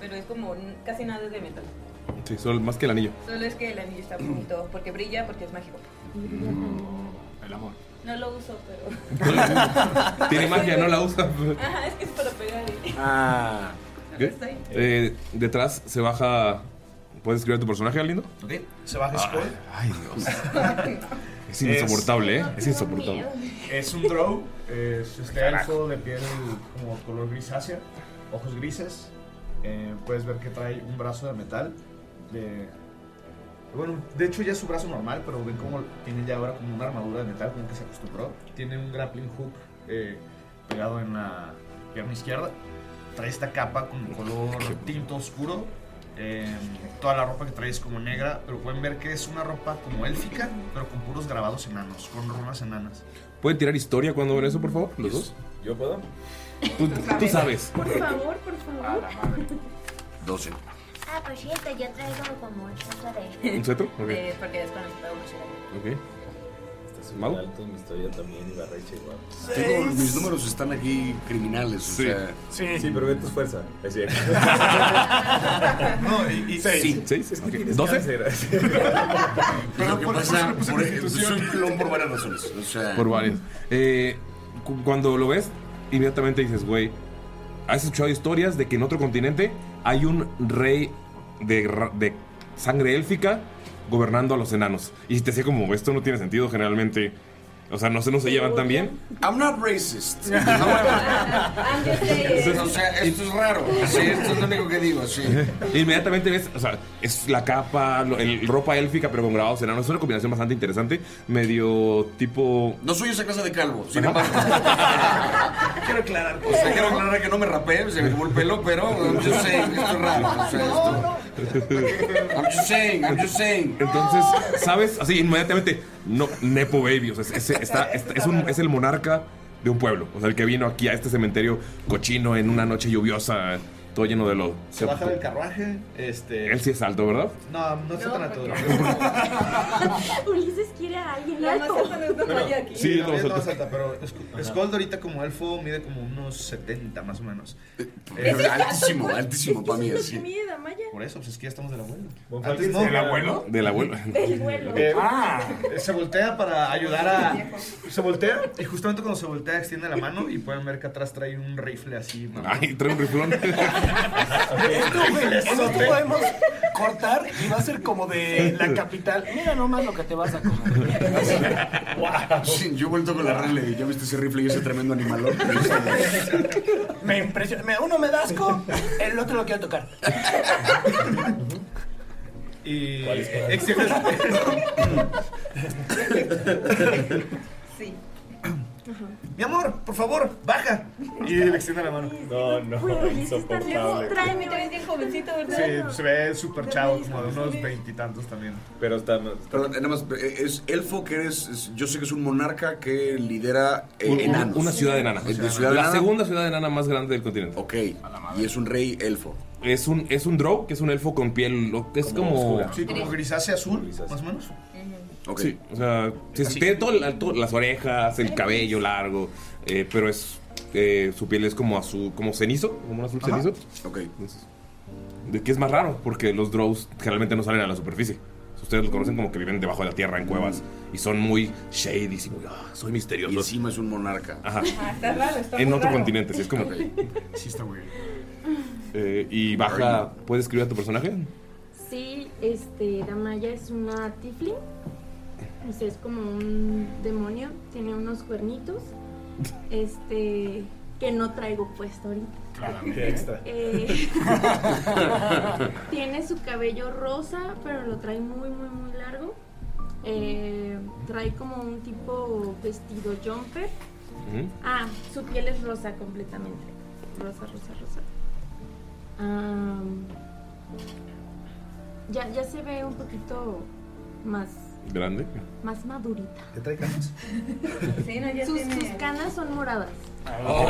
Speaker 10: Pero es como n- casi nada es de metal.
Speaker 2: Sí, solo, más que el anillo.
Speaker 10: Solo es que el anillo está bonito porque brilla, porque es mágico.
Speaker 2: Mm, El amor.
Speaker 10: No lo uso, pero.
Speaker 2: Tiene magia, no la usa.
Speaker 10: Ajá, es que es para pegar. y-
Speaker 2: Ah. Eh, detrás se baja. ¿Puedes escribir a tu personaje, lindo?
Speaker 13: Ok. Se baja Skull.
Speaker 2: Ay, Dios. Es insoportable, ¿eh? Es insoportable.
Speaker 3: Es un drow, es este elfo de piel como color grisácea, ojos grises. eh, puedes ver que trae un brazo de metal. De, bueno, de hecho ya es su brazo normal, pero ven como tiene ya ahora como una armadura de metal, como que se acostumbró. Tiene un grappling hook eh, pegado en la pierna izquierda. Trae esta capa con color tinto oscuro. eh, toda la ropa que trae es como negra, pero pueden ver que es una ropa como élfica, pero con puros grabados enanos, con runas enanas.
Speaker 2: ¿Pueden tirar historia cuando ven eso, por favor? ¿Los dos?
Speaker 7: ¿Yo puedo?
Speaker 2: Tú, tú sabes.
Speaker 5: Por favor, por
Speaker 2: Ah,
Speaker 5: favor.
Speaker 6: 12.
Speaker 4: Ah, por cierto, yo traigo como un cetro de.
Speaker 2: ¿Un cetro? Ok.
Speaker 10: Eh, porque desconectado mucho.
Speaker 2: Ok.
Speaker 7: Está súper alto mi historia también y barrecha igual.
Speaker 6: Tengo- mis números están aquí criminales.
Speaker 7: Sí.
Speaker 6: O sea,
Speaker 7: Sí. Sí, pero ve tu fuerza. Es cierto.
Speaker 6: no, y,
Speaker 7: seis.
Speaker 6: Sí.
Speaker 2: ¿Seis?
Speaker 7: Es que
Speaker 6: Ok.
Speaker 7: tienes
Speaker 6: ¿Doce?
Speaker 7: cáncer.
Speaker 6: Pero lo que
Speaker 2: por eso
Speaker 6: pasa,
Speaker 2: le puse
Speaker 6: por,
Speaker 2: constitución.
Speaker 6: soy clon por varias razones. O sea,
Speaker 2: Por varias. Eh, cu- cuando lo ves, inmediatamente dices, güey, has escuchado historias de que en otro continente hay un rey de, ra- de sangre élfica gobernando a los enanos. Y si te decía como, esto no tiene sentido generalmente. O sea, no se, no se llevan tan bien.
Speaker 6: I'm not racist.
Speaker 10: I'm just
Speaker 6: o sea, esto es raro. Sí, esto es lo único que digo, sí.
Speaker 2: Inmediatamente ves, o sea, es la capa, lo- el, ropa élfica, pero con grabados enanos. Es una combinación bastante interesante. Medio tipo.
Speaker 6: No soy esa casa de calvo, sin embargo. quiero aclarar.
Speaker 3: pues,
Speaker 6: O sea, quiero aclarar que no me rapé, se me quemó el pelo, pero um, yo sé, esto es raro. O sea, esto. I'm just saying, I'm just saying.
Speaker 2: Entonces, ¿sabes? Así, inmediatamente, no, Nepo Baby. O sea, es, es- está- está- es un- es el monarca de un pueblo. O sea, el que vino aquí a este cementerio cochino en una noche lluviosa, todo lleno de lodo.
Speaker 3: Se baja del carruaje. Este.
Speaker 2: Él sí es alto, ¿verdad?
Speaker 3: No, no está tan alto.
Speaker 5: Ulises quiere a alguien
Speaker 10: La
Speaker 5: alto.
Speaker 10: mascota no es normal ya aquí.
Speaker 3: Sí,
Speaker 2: Sí,
Speaker 3: la
Speaker 2: lo
Speaker 3: mía es
Speaker 2: soltó.
Speaker 3: más alta, pero Scold ahorita como elfo mide como unos 70 más o menos. Eh,
Speaker 6: Es altísimo, altísimo para mí, así.
Speaker 5: Mide Damaya.
Speaker 3: Por eso, pues es que ya estamos del abuelo.
Speaker 7: falta que sea- ¿Del abuelo?
Speaker 2: Del abuelo.
Speaker 5: Del vuelo.
Speaker 3: Eh, Se voltea para ayudar a. Se voltea y justamente cuando se voltea extiende la mano y pueden ver que atrás trae un rifle así. mamón.
Speaker 2: Ay, trae un riflón.
Speaker 8: Esto podemos cortar y va a ser como de la capital. Mira nomás lo que te vas a comer.
Speaker 6: Sí, yo he vuelto con la Rale, ya viste ese rifle y ese tremendo animalón.
Speaker 8: Me impresiona. me- Uno me da asco, el otro lo quiero tocar.
Speaker 3: Y
Speaker 8: ¿Cuál es cuál?
Speaker 3: extiende
Speaker 10: Sí.
Speaker 3: Mi amor, por favor, baja. Y le extiende la mano.
Speaker 7: No, no,
Speaker 10: Tráeme, te ves bien jovencito, ¿verdad?
Speaker 3: Sí, se ve súper chavo, como de unos veintitantos también.
Speaker 7: Pero está más.
Speaker 6: Perdón, nada más, eh, es elfo que eres, es- yo sé que es un monarca que lidera eh,
Speaker 2: Un- un-
Speaker 6: enanos.
Speaker 2: Una ciudad enana.
Speaker 6: Eh, de ciudad
Speaker 2: la
Speaker 6: enana.
Speaker 2: segunda ciudad enana más grande del continente.
Speaker 6: Ok. Y es un rey elfo.
Speaker 2: Es un, es un drow, que es un elfo con piel. lo- Es
Speaker 6: Como
Speaker 2: como.
Speaker 6: oscura.
Speaker 3: Sí, como grisácea azul, más o menos.
Speaker 2: Sí, o sea, sí, sí, tiene todo, el- todo- las orejas, el cabello largo, eh, pero es eh, su piel es como azul, como cenizo, como un azul
Speaker 6: Ajá.
Speaker 2: cenizo.
Speaker 6: Ok.
Speaker 2: de que es más raro, porque los drows generalmente no salen a la superficie. Ustedes los
Speaker 6: Mm.
Speaker 2: conocen como que viven debajo de la tierra en cuevas y son muy shady, y muy, "Ah, soy misterioso. Y
Speaker 6: encima es un monarca.
Speaker 2: Ajá.
Speaker 10: Ah, está raro, está
Speaker 2: En
Speaker 10: muy
Speaker 2: otro
Speaker 10: raro.
Speaker 2: continente, sí, es como.
Speaker 3: Sí, está weird.
Speaker 2: Eh, y baja, ¿puedes escribir a tu personaje?
Speaker 5: Sí, este, Damaya es una tifling. O sea, es como un demonio. Tiene unos cuernitos. Este, que no traigo puesto ahorita.
Speaker 3: Claramente. Extra.
Speaker 5: Eh, tiene su cabello rosa, pero lo trae muy, muy, muy largo. Eh, trae como un tipo vestido jumper.
Speaker 2: ¿Mm?
Speaker 5: Ah, su piel es rosa completamente. Rosa, rosa, rosa. Am, ya, ya se ve un poquito más,
Speaker 2: Grande.
Speaker 5: más madurita.
Speaker 3: ¿Te trae canas?
Speaker 10: Sí, no, ya
Speaker 5: Sus,
Speaker 10: tiene-
Speaker 5: sus canas son moradas.
Speaker 8: Oh,
Speaker 5: Oh.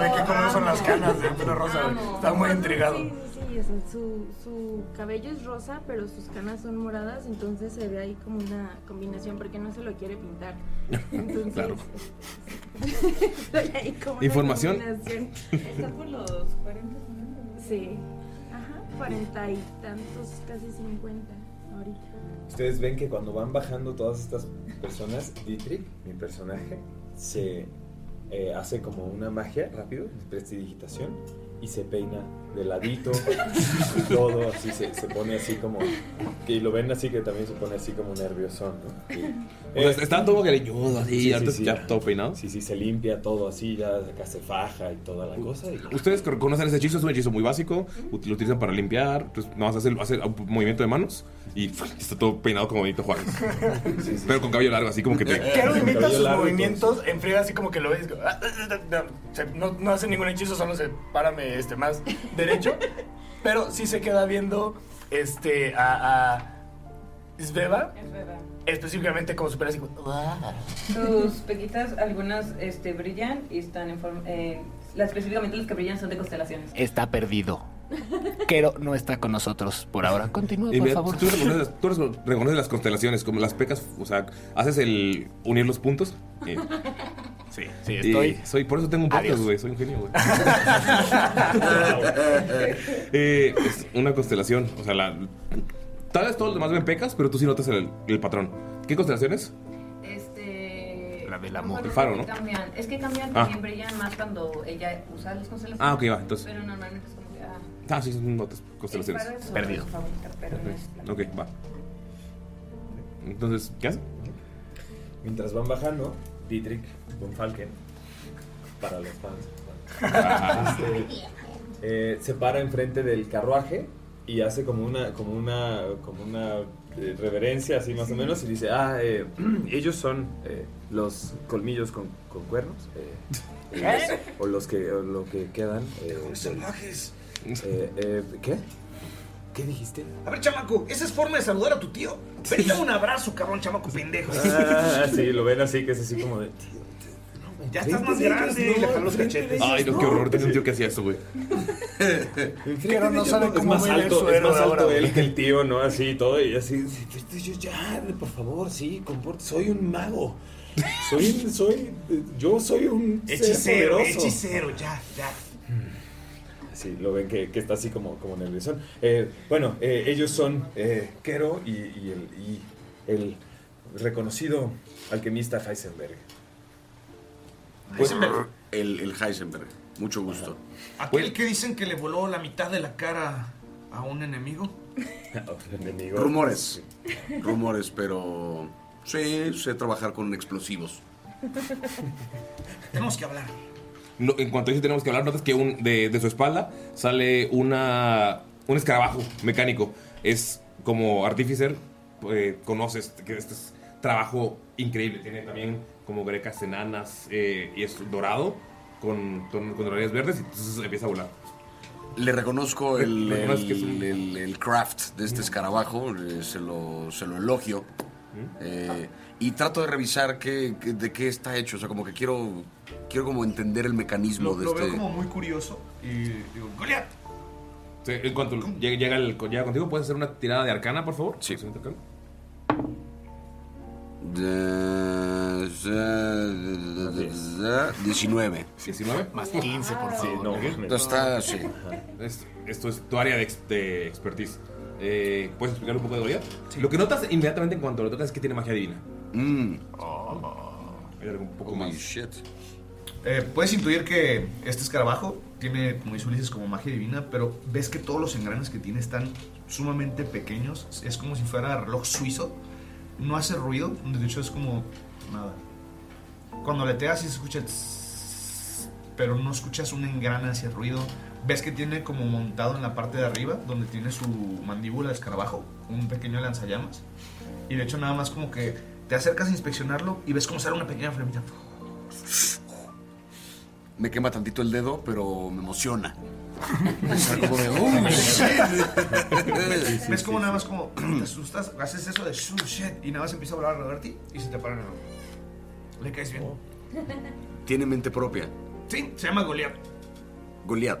Speaker 8: ¿De qué color son las canas de pelo rosa? güey? Está muy intrigado.
Speaker 5: Sí, sí, sí, o sea, su, su cabello es rosa, pero sus canas son moradas, entonces se ve ahí como una combinación, porque no se lo quiere pintar. Entonces,
Speaker 2: Claro.
Speaker 5: estoy ahí como una
Speaker 2: Información.
Speaker 5: combinación.
Speaker 10: Está por los 40
Speaker 5: Sí. Ajá. cuarenta y tantos, casi cincuenta ahorita.
Speaker 7: Ustedes ven que cuando van bajando todas estas personas, Dietrich, mi personaje, se eh, hace como una magia rápido, prestidigitación, y se peina de ladito, y todo así, se, se pone así como. Que lo ven así que también se pone así como nervioso. ¿no? Y-
Speaker 2: O sea, está todo greñudo, así, antes ya
Speaker 7: todo peinado. Eh, Sí, sí, se limpia todo así, ya acá se faja y toda la cosa. y-
Speaker 2: Ustedes cor- conocen ese hechizo, es un hechizo muy básico, ut- lo utilizan para limpiar, entonces nada más hace, hace un movimiento de manos y pff, está todo peinado como Benito Juárez. Pero con cabello largo, así como que te...
Speaker 8: Claro, Eh, imita
Speaker 2: Cabello
Speaker 8: sus
Speaker 2: largo y
Speaker 8: movimientos en frío, así como que lo ves. como, ah, ah, ah, ah, se- No, no hace ningún hechizo, solo se párame este, más derecho. pero sí se queda viendo este, a, a Sveva, específicamente como super así. como, "Ah".
Speaker 10: Sus pequitas, algunas este, brillan y están en forma. eh, las, específicamente las que brillan son de constelaciones.
Speaker 14: Está perdido. Quero no está con nosotros por ahora. Continúa,
Speaker 2: Y
Speaker 14: por
Speaker 2: mira,
Speaker 14: favor.
Speaker 2: Tú reconoces, las- tú reconoces- reconoces las constelaciones, como las pecas, o sea, haces el unir los puntos. y-
Speaker 8: Sí, sí,
Speaker 2: y
Speaker 8: estoy.
Speaker 2: soy, por eso tengo un podcast,
Speaker 8: Adiós.
Speaker 2: güey, soy un genio, güey. Eh, es una constelación, o sea, la, tal vez todos los demás ven pecas, pero tú sí notas el, el patrón. ¿Qué constelación es?
Speaker 10: Este.
Speaker 2: La del
Speaker 10: no
Speaker 2: amor.
Speaker 10: me acuerdo
Speaker 2: El faro,
Speaker 10: que
Speaker 2: ¿no?
Speaker 10: Cambian. Es que cambian
Speaker 2: Ah.
Speaker 10: también, brillan más cuando ella usa las constelaciones.
Speaker 2: Ah, ok, va, entonces.
Speaker 10: Pero normalmente es como que. ah,
Speaker 2: Ah, sí, son notas, constelaciones.
Speaker 10: El faro es Perdido. su favorita, pero no es
Speaker 2: Ok, va. Entonces, ¿qué hace?
Speaker 7: Mientras van bajando, Dietrich von Falken, para los fans, este, eh, se para enfrente del carruaje y hace como una, como una, como una eh, reverencia, así más o menos, y dice, ah, eh, ellos son eh, los colmillos con, con cuernos, eh,
Speaker 8: ¿Qué?
Speaker 7: o los que, o lo que quedan. eh, del- eh, eh, ¿Qué? ¿Qué dijiste?
Speaker 15: A ver, chamaco, esa es forma de saludar a tu tío. Ven y dame un abrazo, cabrón, chamaco pendejo.
Speaker 7: Ah, sí, lo ven así, que es así como de...
Speaker 15: Ya estás más grande. y le jaló los cachetes.
Speaker 2: Ay, no, qué horror, tenía un tío que hacía eso, güey.
Speaker 8: Pero no sabe
Speaker 7: es
Speaker 8: cómo
Speaker 7: más
Speaker 8: voy a leer
Speaker 7: alto,
Speaker 8: su
Speaker 7: es
Speaker 8: héroe
Speaker 7: más
Speaker 8: ahora,
Speaker 7: alto
Speaker 8: güey.
Speaker 7: él que el tío, ¿no? Así y todo, y así, "Vete, yo ya, por favor, sí, comport- soy un mago. Soy, soy, eh, yo soy un ser
Speaker 15: Hechicero,
Speaker 7: poderoso".
Speaker 15: hechicero, ya, ya.
Speaker 7: Sí, lo ven que, que está así como, como nervioso. bueno, eh, ellos son eh, Kero y, y el, y el reconocido alquimista Heisenberg.
Speaker 6: Heisenberg. El, el Heisenberg. Mucho gusto.
Speaker 15: Aquel que dicen que le voló la mitad de la cara a un enemigo.
Speaker 6: Rumores. Rumores, pero. Sí, sé trabajar con explosivos.
Speaker 15: Tenemos que hablar.
Speaker 2: No, en cuanto dice tenemos que hablar, notas que un, de, de su espalda sale una, un escarabajo mecánico. Es como artificer, eh, conoces que este es trabajo increíble. Tiene también como grecas enanas eh, y es dorado con, ton- con tonalidades verdes y entonces empieza a volar.
Speaker 6: Le reconozco el,
Speaker 2: Le reconozco que es
Speaker 6: el, el- el craft de este escarabajo, eh, se lo, se lo elogio. Eh, y trato de revisar qué, qué- de qué está hecho. O sea, como que quiero, quiero como entender el mecanismo de
Speaker 3: Lo
Speaker 6: este.
Speaker 3: veo como muy curioso y digo, Goliat.
Speaker 2: Sí, en cuanto llegue- llega, el- llega contigo, ¿puedes hacer una tirada de arcana, por favor? Pues, Sí.
Speaker 6: De- de- de- de- 19.
Speaker 2: 19.
Speaker 6: Más
Speaker 2: 15,
Speaker 6: por favor.
Speaker 2: no,
Speaker 6: Esto está, sí.
Speaker 2: Esto, esto es tu área de, ex- de expertise. Eh, ¿Puedes explicar un poco de Goliath? Lo que notas inmediatamente en cuanto lo tocas es que tiene magia divina. Hay algo un poco más.
Speaker 3: Eh, puedes intuir que este escarabajo tiene, como dice Ulises, como magia divina, pero ves que todos los engranes que tiene están sumamente pequeños. Es como si fuera reloj suizo. No hace ruido, de hecho es como nada. Cuando leteas y se escucha el tss, pero no escuchas un engrane hacia ruido. Ves que tiene como montado en la parte de arriba, donde tiene su mandíbula de escarabajo, un pequeño lanzallamas. Y de hecho nada más como que te acercas a inspeccionarlo y ves como sale una pequeña flamita.
Speaker 6: Me quema tantito el dedo, pero me emociona. O sea, como de, "Oh, shit".
Speaker 3: Ves como nada más como te asustas, haces eso de "Shoo, shit y nada más empieza a volar alrededor de ti y se te paran en el ojo. ¿Le caes bien?
Speaker 6: Oh. Tiene mente propia.
Speaker 3: Sí, se llama Goliath.
Speaker 6: Goliath.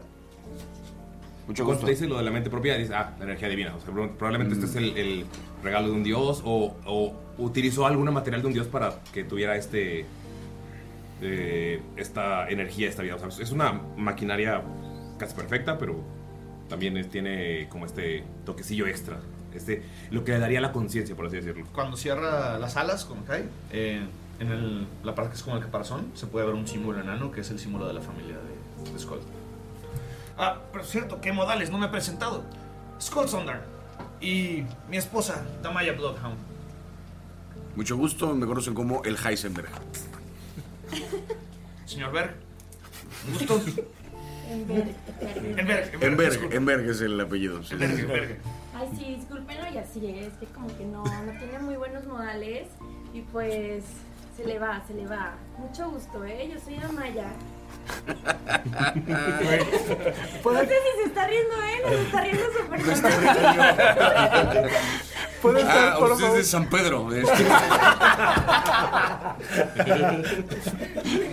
Speaker 6: Mucho
Speaker 2: Cuando
Speaker 6: gusto.
Speaker 2: te dice lo de la mente propia, dices, ah, la energía divina. O sea, prob- probablemente este es el, el regalo de un dios o, o utilizó algún material de un dios para que tuviera este eh, esta energía, esta vida. O sea, es una maquinaria casi perfecta, pero también es- tiene como este toquecillo extra. Este, lo que le daría la conciencia, por así decirlo.
Speaker 16: Cuando cierra las alas, como cae, eh, en el- la parte que es como el caparazón, se puede ver un símbolo enano que es el símbolo de la familia de, de Skull.
Speaker 3: Ah, pero es cierto, ¿qué modales? No me he presentado. Skull Sonder y mi esposa, Damaya Bloodhound.
Speaker 6: Mucho gusto, me conocen como el Heisenberg.
Speaker 3: Señor Berg, un gusto. Enberg,
Speaker 6: Enberg, Enberg es el apellido. sí, sí, sí.
Speaker 5: Ay, sí, discúlpenlo y así es, que como que no, no tiene muy buenos modales y pues se le va, se le va. Mucho gusto, ¿eh? Yo soy Amaya.
Speaker 7: Pues,
Speaker 5: No sé si se está riendo él o se está riendo su personaje.
Speaker 6: ¿Puedo estar, ah, usted es de San Pedro. este.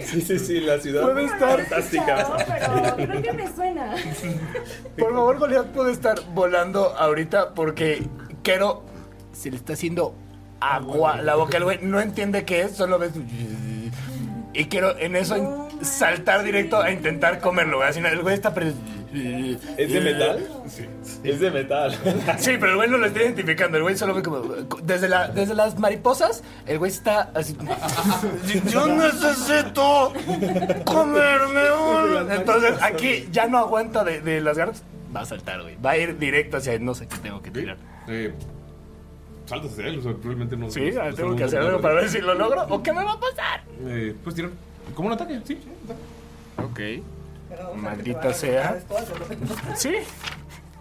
Speaker 7: Sí, sí, sí, la ciudad.
Speaker 8: Puede estar-
Speaker 7: Fantástica.
Speaker 5: Creo que me suena.
Speaker 8: Por favor, Goliath puede estar volando ahorita porque Kero se le está haciendo agua la boca al güey. No entiende qué es, solo ves. Y quiero en eso in- saltar directo a intentar comerlo. güey. Así, el güey está. pre-
Speaker 7: ¿Es
Speaker 2: Ah,
Speaker 7: de metal? Sí. Es de metal.
Speaker 8: Sí, pero el güey no lo está identificando. El güey solo ve como. Desde, la, desde las mariposas, el güey está así. Yo necesito comerme un. Entonces aquí ya no aguanta de, de las garras. Va a saltar, güey. Va a ir directo hacia no sé qué tengo que tirar.
Speaker 2: Eh, saltas hacia él, o sea, realmente no
Speaker 8: Sí,
Speaker 2: no-
Speaker 8: ah,
Speaker 2: no
Speaker 8: tengo
Speaker 2: sé
Speaker 8: que hacer
Speaker 2: cómo-
Speaker 8: algo para ver si lo logro o qué me va a pasar.
Speaker 2: Eh, pues tirar como un ataque, sí.
Speaker 8: Ok. Maldita sea. Sí.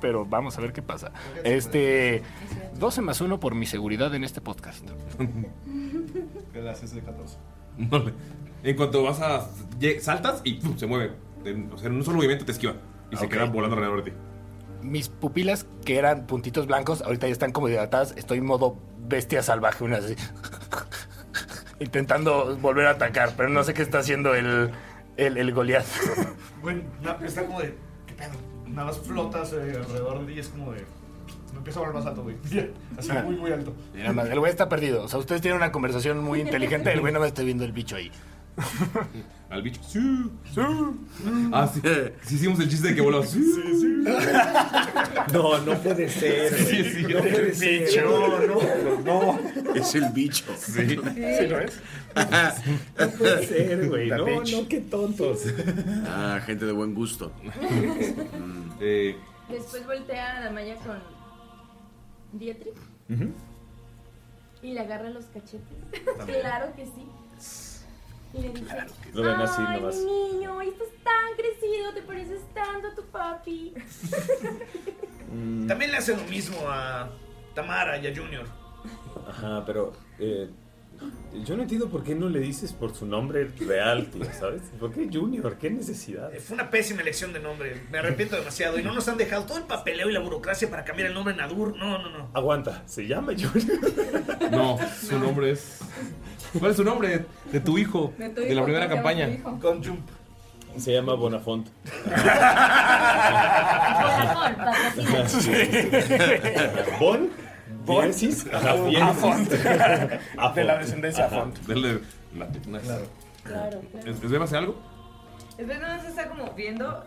Speaker 8: Pero vamos a ver qué pasa. Este.
Speaker 7: pues.
Speaker 8: 12 más 1 por mi seguridad en este podcast.
Speaker 17: Que la haces de 14.
Speaker 2: No le- En cuanto vas a. lle- saltas y ¡pum! se mueve. En- O sea, en un solo movimiento te esquiva. Y se
Speaker 8: Ok.
Speaker 2: queda volando alrededor de ti.
Speaker 8: Mis pupilas, que eran puntitos blancos, ahorita ya están como dilatadas. Estoy en modo bestia salvaje, una así. Intentando volver a atacar, pero no sé qué está haciendo el, el, el Goliath.
Speaker 17: Bueno, na- está como de. ¿Qué pedo? Nada más flotas eh, alrededor de ti y es como de. Me empiezo a hablar más alto, güey. Así,
Speaker 2: Ah.
Speaker 17: muy, muy alto.
Speaker 8: Y nada más, el güey está perdido. O sea, ustedes tienen una conversación muy inteligente. El güey nada más está viendo el bicho ahí.
Speaker 2: Al bicho. Sí, sí. Ah, sí. Sí hicimos el chiste de que volaba. Sí, sí.
Speaker 7: No, no puede ser.
Speaker 2: Sí, sí,
Speaker 7: no puede ser. No, no, no.
Speaker 6: Es el bicho. Sí.
Speaker 7: Sí, ¿no es? No puede ser, güey. No, no, qué tontos.
Speaker 6: Ah, gente de buen gusto. Mm.
Speaker 2: eh,
Speaker 5: Después voltea a Damaya con Dietrich y le agarra los cachetes.
Speaker 7: También.
Speaker 5: Claro que sí. Y le dice,
Speaker 7: Lo ven así
Speaker 5: ay
Speaker 7: nomás.
Speaker 5: niño, estás tan crecido, te pareces tanto a tu papi.
Speaker 3: Mm. También le hace lo mismo a Tamara y a Junior.
Speaker 7: Ajá, pero. eh, yo no entiendo por qué no le dices por su nombre real, tío, ¿sabes? ¿Por qué Junior? ¿Qué necesidad?
Speaker 3: Fue una pésima elección de nombre, me arrepiento demasiado. Y no nos han dejado todo el papeleo y la burocracia para cambiar el nombre en Adur. No, no, no.
Speaker 7: Aguanta, se llama Junior.
Speaker 2: No, su nombre es. ¿Cuál es su nombre? De tu hijo. De, la primera campaña.
Speaker 7: Con Jump. Se llama Bonafont. Bon. Bon. Ajá, Biensis. Ah,
Speaker 18: De la descendencia
Speaker 2: Ajá,
Speaker 18: Font.
Speaker 2: de la- la- la-
Speaker 10: Claro, claro.
Speaker 2: ¿Es, es Beba hace algo?
Speaker 10: Después nada más está como viendo.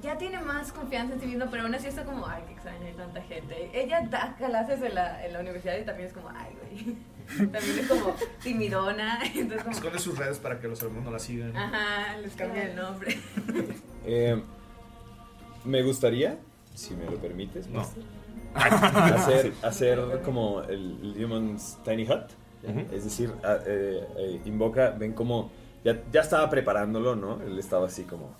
Speaker 10: Ya tiene más confianza en sí misma, pero aún así está como, ay, qué extraño, hay tanta gente. Ella da clases en la, en la universidad y también es como, ay, güey. También es como timidona. Entonces, como,
Speaker 16: Esconde sus redes para que los alumnos la sigan.
Speaker 10: Ah, ajá, les cambia el nombre.
Speaker 7: Eh, me gustaría, si me lo permites,
Speaker 18: No.
Speaker 7: Master, hacer, hacer como el Human's Tiny Hut.
Speaker 18: Ujú.
Speaker 7: Es decir, a- eh, eh, invoca, ven como. Ya, ya estaba preparándolo, ¿no? Él estaba así como.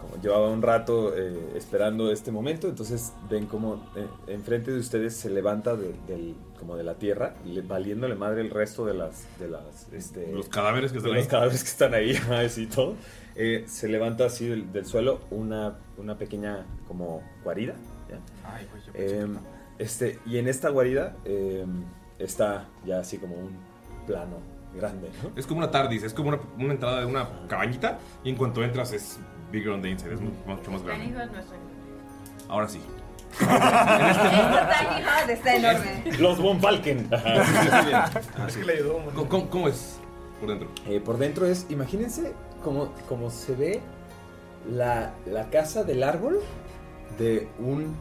Speaker 7: como llevaba un rato eh, esperando este momento, entonces ven como eh, enfrente de ustedes se levanta de, del- como de la tierra, le- valiéndole madre el resto de las, de las, este,
Speaker 2: Los cadáveres que
Speaker 7: de
Speaker 2: están
Speaker 7: los
Speaker 2: ahí.
Speaker 7: cadáveres que están ahí, ajá, así y todo. Eh, se levanta así del, del suelo una, una pequeña como guarida, ¿ya?
Speaker 18: Ay, güey, yo
Speaker 7: Eh, este, y en esta guarida eh, está ya así como un plano grande, ¿no?
Speaker 2: Es como una tardis, es como una, una entrada de una cabañita. Y en cuanto entras es bigger on the inside, es mucho más grande.
Speaker 10: Tiny Hut no es Tiny Hut.
Speaker 2: Ahora sí.
Speaker 10: Este Tiny Hut está enorme.
Speaker 2: este,
Speaker 7: Los Von Falken.
Speaker 2: ¿Cómo, cómo, cómo es por dentro?
Speaker 7: Eh, por dentro es, imagínense como, como se ve la, la casa del árbol de un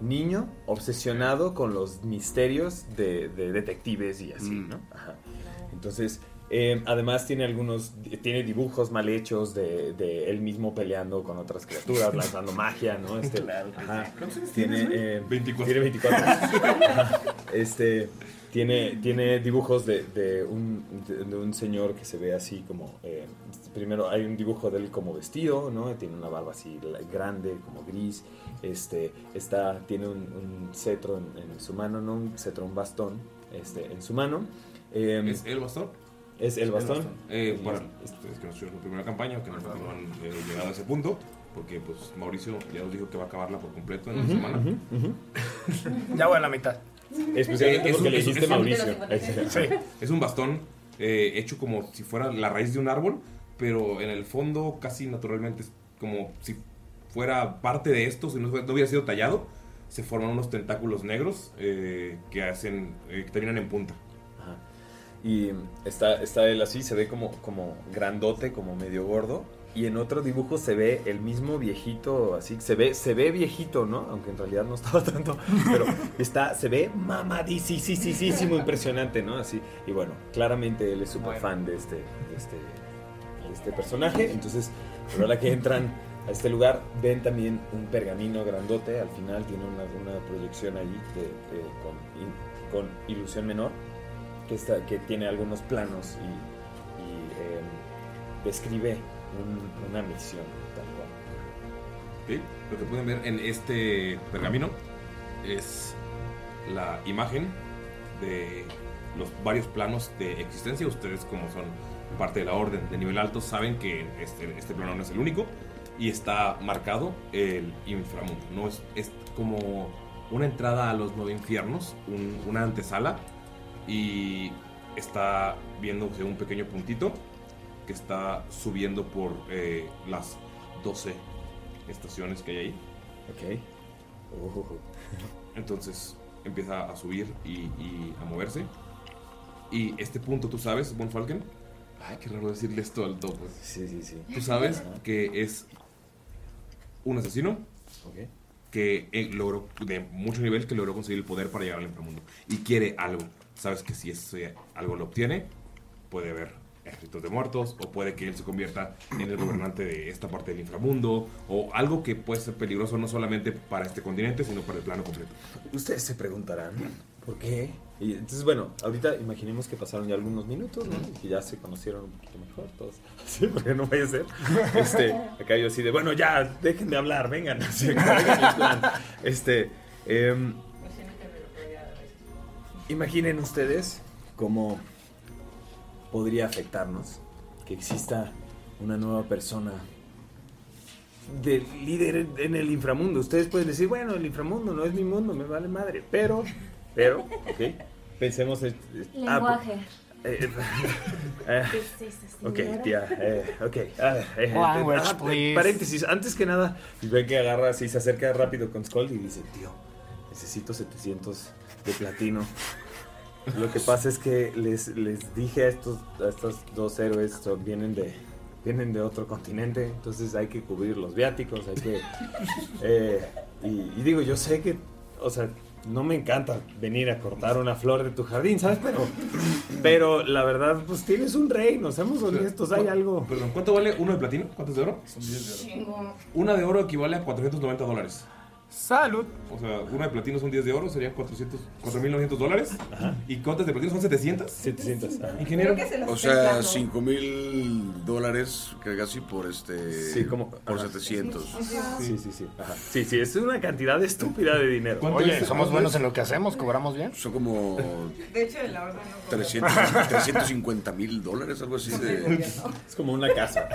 Speaker 7: niño obsesionado con los misterios de, de detectives y así,
Speaker 2: Mm.
Speaker 7: ¿no? Ajá. Entonces, eh, además tiene algunos, tiene dibujos mal hechos de, de él mismo peleando con otras criaturas, lanzando magia, ¿no? Este, ajá. tiene, eh, tiene 24. Ajá. este, tiene, tiene dibujos de, de un, de- de un señor que se ve así como, eh, primero hay un dibujo de él como vestido, ¿no? Tiene una barba así la- grande, como gris, este, está, tiene un, un cetro en, en su mano, ¿no? Un cetro, un bastón, este, en su mano. Em,
Speaker 2: ¿Es el bastón?
Speaker 7: Es el bastón.
Speaker 2: Eh,
Speaker 7: Y
Speaker 2: bueno,
Speaker 7: es-
Speaker 2: es es que no es la primera campaña, que no no han eh, llegado a ese punto, porque pues Mauricio ya nos dijo que va a acabarla por completo en
Speaker 7: Ujú,
Speaker 2: la semana.
Speaker 7: ujú, ujú.
Speaker 19: Ya voy a la mitad.
Speaker 2: Eh,
Speaker 7: Especialmente
Speaker 2: un-
Speaker 7: porque le dijiste
Speaker 2: un-
Speaker 7: Mauricio.
Speaker 2: Sí. Es un bastón eh, hecho como si fuera la raíz de un árbol, pero en el fondo casi naturalmente es como si fuera parte de esto, si no, fue- no hubiera sido tallado, se forman unos tentáculos negros eh, que hacen eh, que terminan en punta.
Speaker 7: Ajá. Y está, está él así, se ve como, como grandote, como medio gordo. Y en otro dibujo se ve el mismo viejito, así, se ve, se ve viejito, ¿no? Aunque en realidad no estaba tanto, pero está, se ve mamadísimo, impresionante, ¿no? Así, y bueno, claramente él es súper fan de este, de este, de este personaje. Entonces, a la hora que entran a este lugar, ven también un pergamino grandote. Al final tiene una, una proyección ahí de- de- con, in- con ilusión menor que, está, que tiene algunos planos y, y, eh, describe un- una misión tal cual.
Speaker 2: Ok, Lo que pueden ver en este pergamino es la imagen de los varios planos de existencia. Ustedes como son parte de la orden de nivel alto saben que este, este plano no es el único y está marcado el inframundo. No es, es como una entrada a los nueve infiernos, un- una antesala y está viéndose un pequeño puntito que está subiendo por eh, las 12 estaciones que hay ahí. Oh.
Speaker 7: Ok.
Speaker 2: Entonces empieza a subir y, y a moverse. Y este punto, tú sabes, Von Falken. Ay, qué raro decirle esto al topo.
Speaker 7: Sí, sí, sí.
Speaker 2: Tú sabes que es un asesino
Speaker 7: Ok.
Speaker 2: que eh, logró, de mucho nivel, que logró conseguir el poder para llegar al inframundo. Y quiere algo. Sabes que si ese algo lo obtiene, puede haber escritos de muertos, o puede que él se convierta en el gobernante de esta parte del inframundo, o algo que puede ser peligroso no solamente para este continente, sino para el plano completo.
Speaker 7: Ustedes se preguntarán, ¿por qué? Y entonces, bueno, ahorita imaginemos que pasaron ya algunos minutos, ¿no? Y que ya se conocieron un poquito mejor todos. Sí, porque no vaya a ser. Este, acá yo así de, bueno, ya, dejen de hablar, vengan. Así, traigan el plan. Este, em, imaginen ustedes cómo podría afectarnos que exista una nueva persona de líder en el inframundo. Ustedes pueden decir, bueno, el inframundo no es mi mundo, me vale madre. Pero, pero, ok. Pensemos en. ah,
Speaker 4: Lenguaje.
Speaker 7: eh, eh, eh,
Speaker 4: ¿Qué es eso,
Speaker 7: ok,
Speaker 4: señora?
Speaker 7: tía. eh, ok. a ver, eh,
Speaker 19: Language,
Speaker 7: ah,
Speaker 19: please.
Speaker 7: Paréntesis. Antes que nada, y ven que agarra así, se acerca rápido con Skull y dice, tío, necesito 700 de platino. Lo que pasa es que les, les dije a estos, a estos dos héroes, son- vienen de, vienen de otro continente, entonces hay que cubrir los viáticos, hay que... eh, y, y digo, yo sé que, o sea, no me encanta venir a cortar una flor de tu jardín, ¿sabes? Pero, pero la verdad, pues tienes un reino, seamos honestos, hay algo...
Speaker 2: Perdón, ¿cuánto vale uno de platino? ¿Cuántos de oro? Son Una de oro equivale a 490 dólares.
Speaker 19: Salud.
Speaker 2: O sea, una de platino son 10 de oro, serían 400, 4.900 dólares. ¿Y cuántas de platino son 700?
Speaker 7: 700.
Speaker 2: Ingeniero.
Speaker 20: O sea, 5 mil dólares que casi por este.
Speaker 7: Sí, como-
Speaker 20: Por 700.
Speaker 7: Sí, sí, sí. Ajá. Ah, Sí, sí, es una cantidad estúpida de dinero.
Speaker 8: Oye, somos buenos en lo que hacemos,
Speaker 7: cobramos bien.
Speaker 20: Son como
Speaker 8: De hecho, la orden
Speaker 20: 300, 350 mil dólares, algo así de.
Speaker 7: Es como una casa.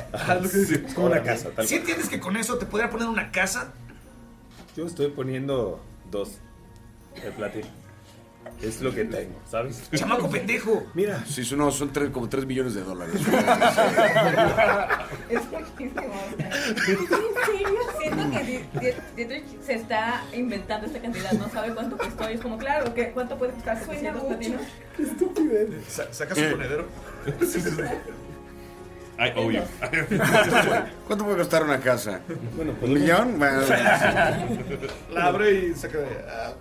Speaker 7: Es como una casa, tal
Speaker 3: ¿Sí entiendes que con eso te podría poner una casa?
Speaker 7: Yo estoy poniendo dos de platino. Es lo que tengo, ¿sabes?
Speaker 20: Chamaco
Speaker 7: pendejo. Mira.
Speaker 20: Sí, son, no, son tres- como 3 millones de dólares.
Speaker 21: Es muchísimo. o sea. Siento que Die- Die- Dietrich se está inventando
Speaker 10: este
Speaker 21: esta cantidad, no sabe cuánto costó y es como, claro, ¿qué- ¿cuánto puede costar?
Speaker 5: Suena
Speaker 21: 700
Speaker 5: mucho.
Speaker 4: Eh.
Speaker 21: platinos?
Speaker 3: Sa- Saca su monedero.
Speaker 2: I owe you.
Speaker 20: ¿Cuánto puede costar una casa?
Speaker 7: Bueno, pues
Speaker 20: ¿Un millón? Bueno,
Speaker 3: La abre y saca de. ah,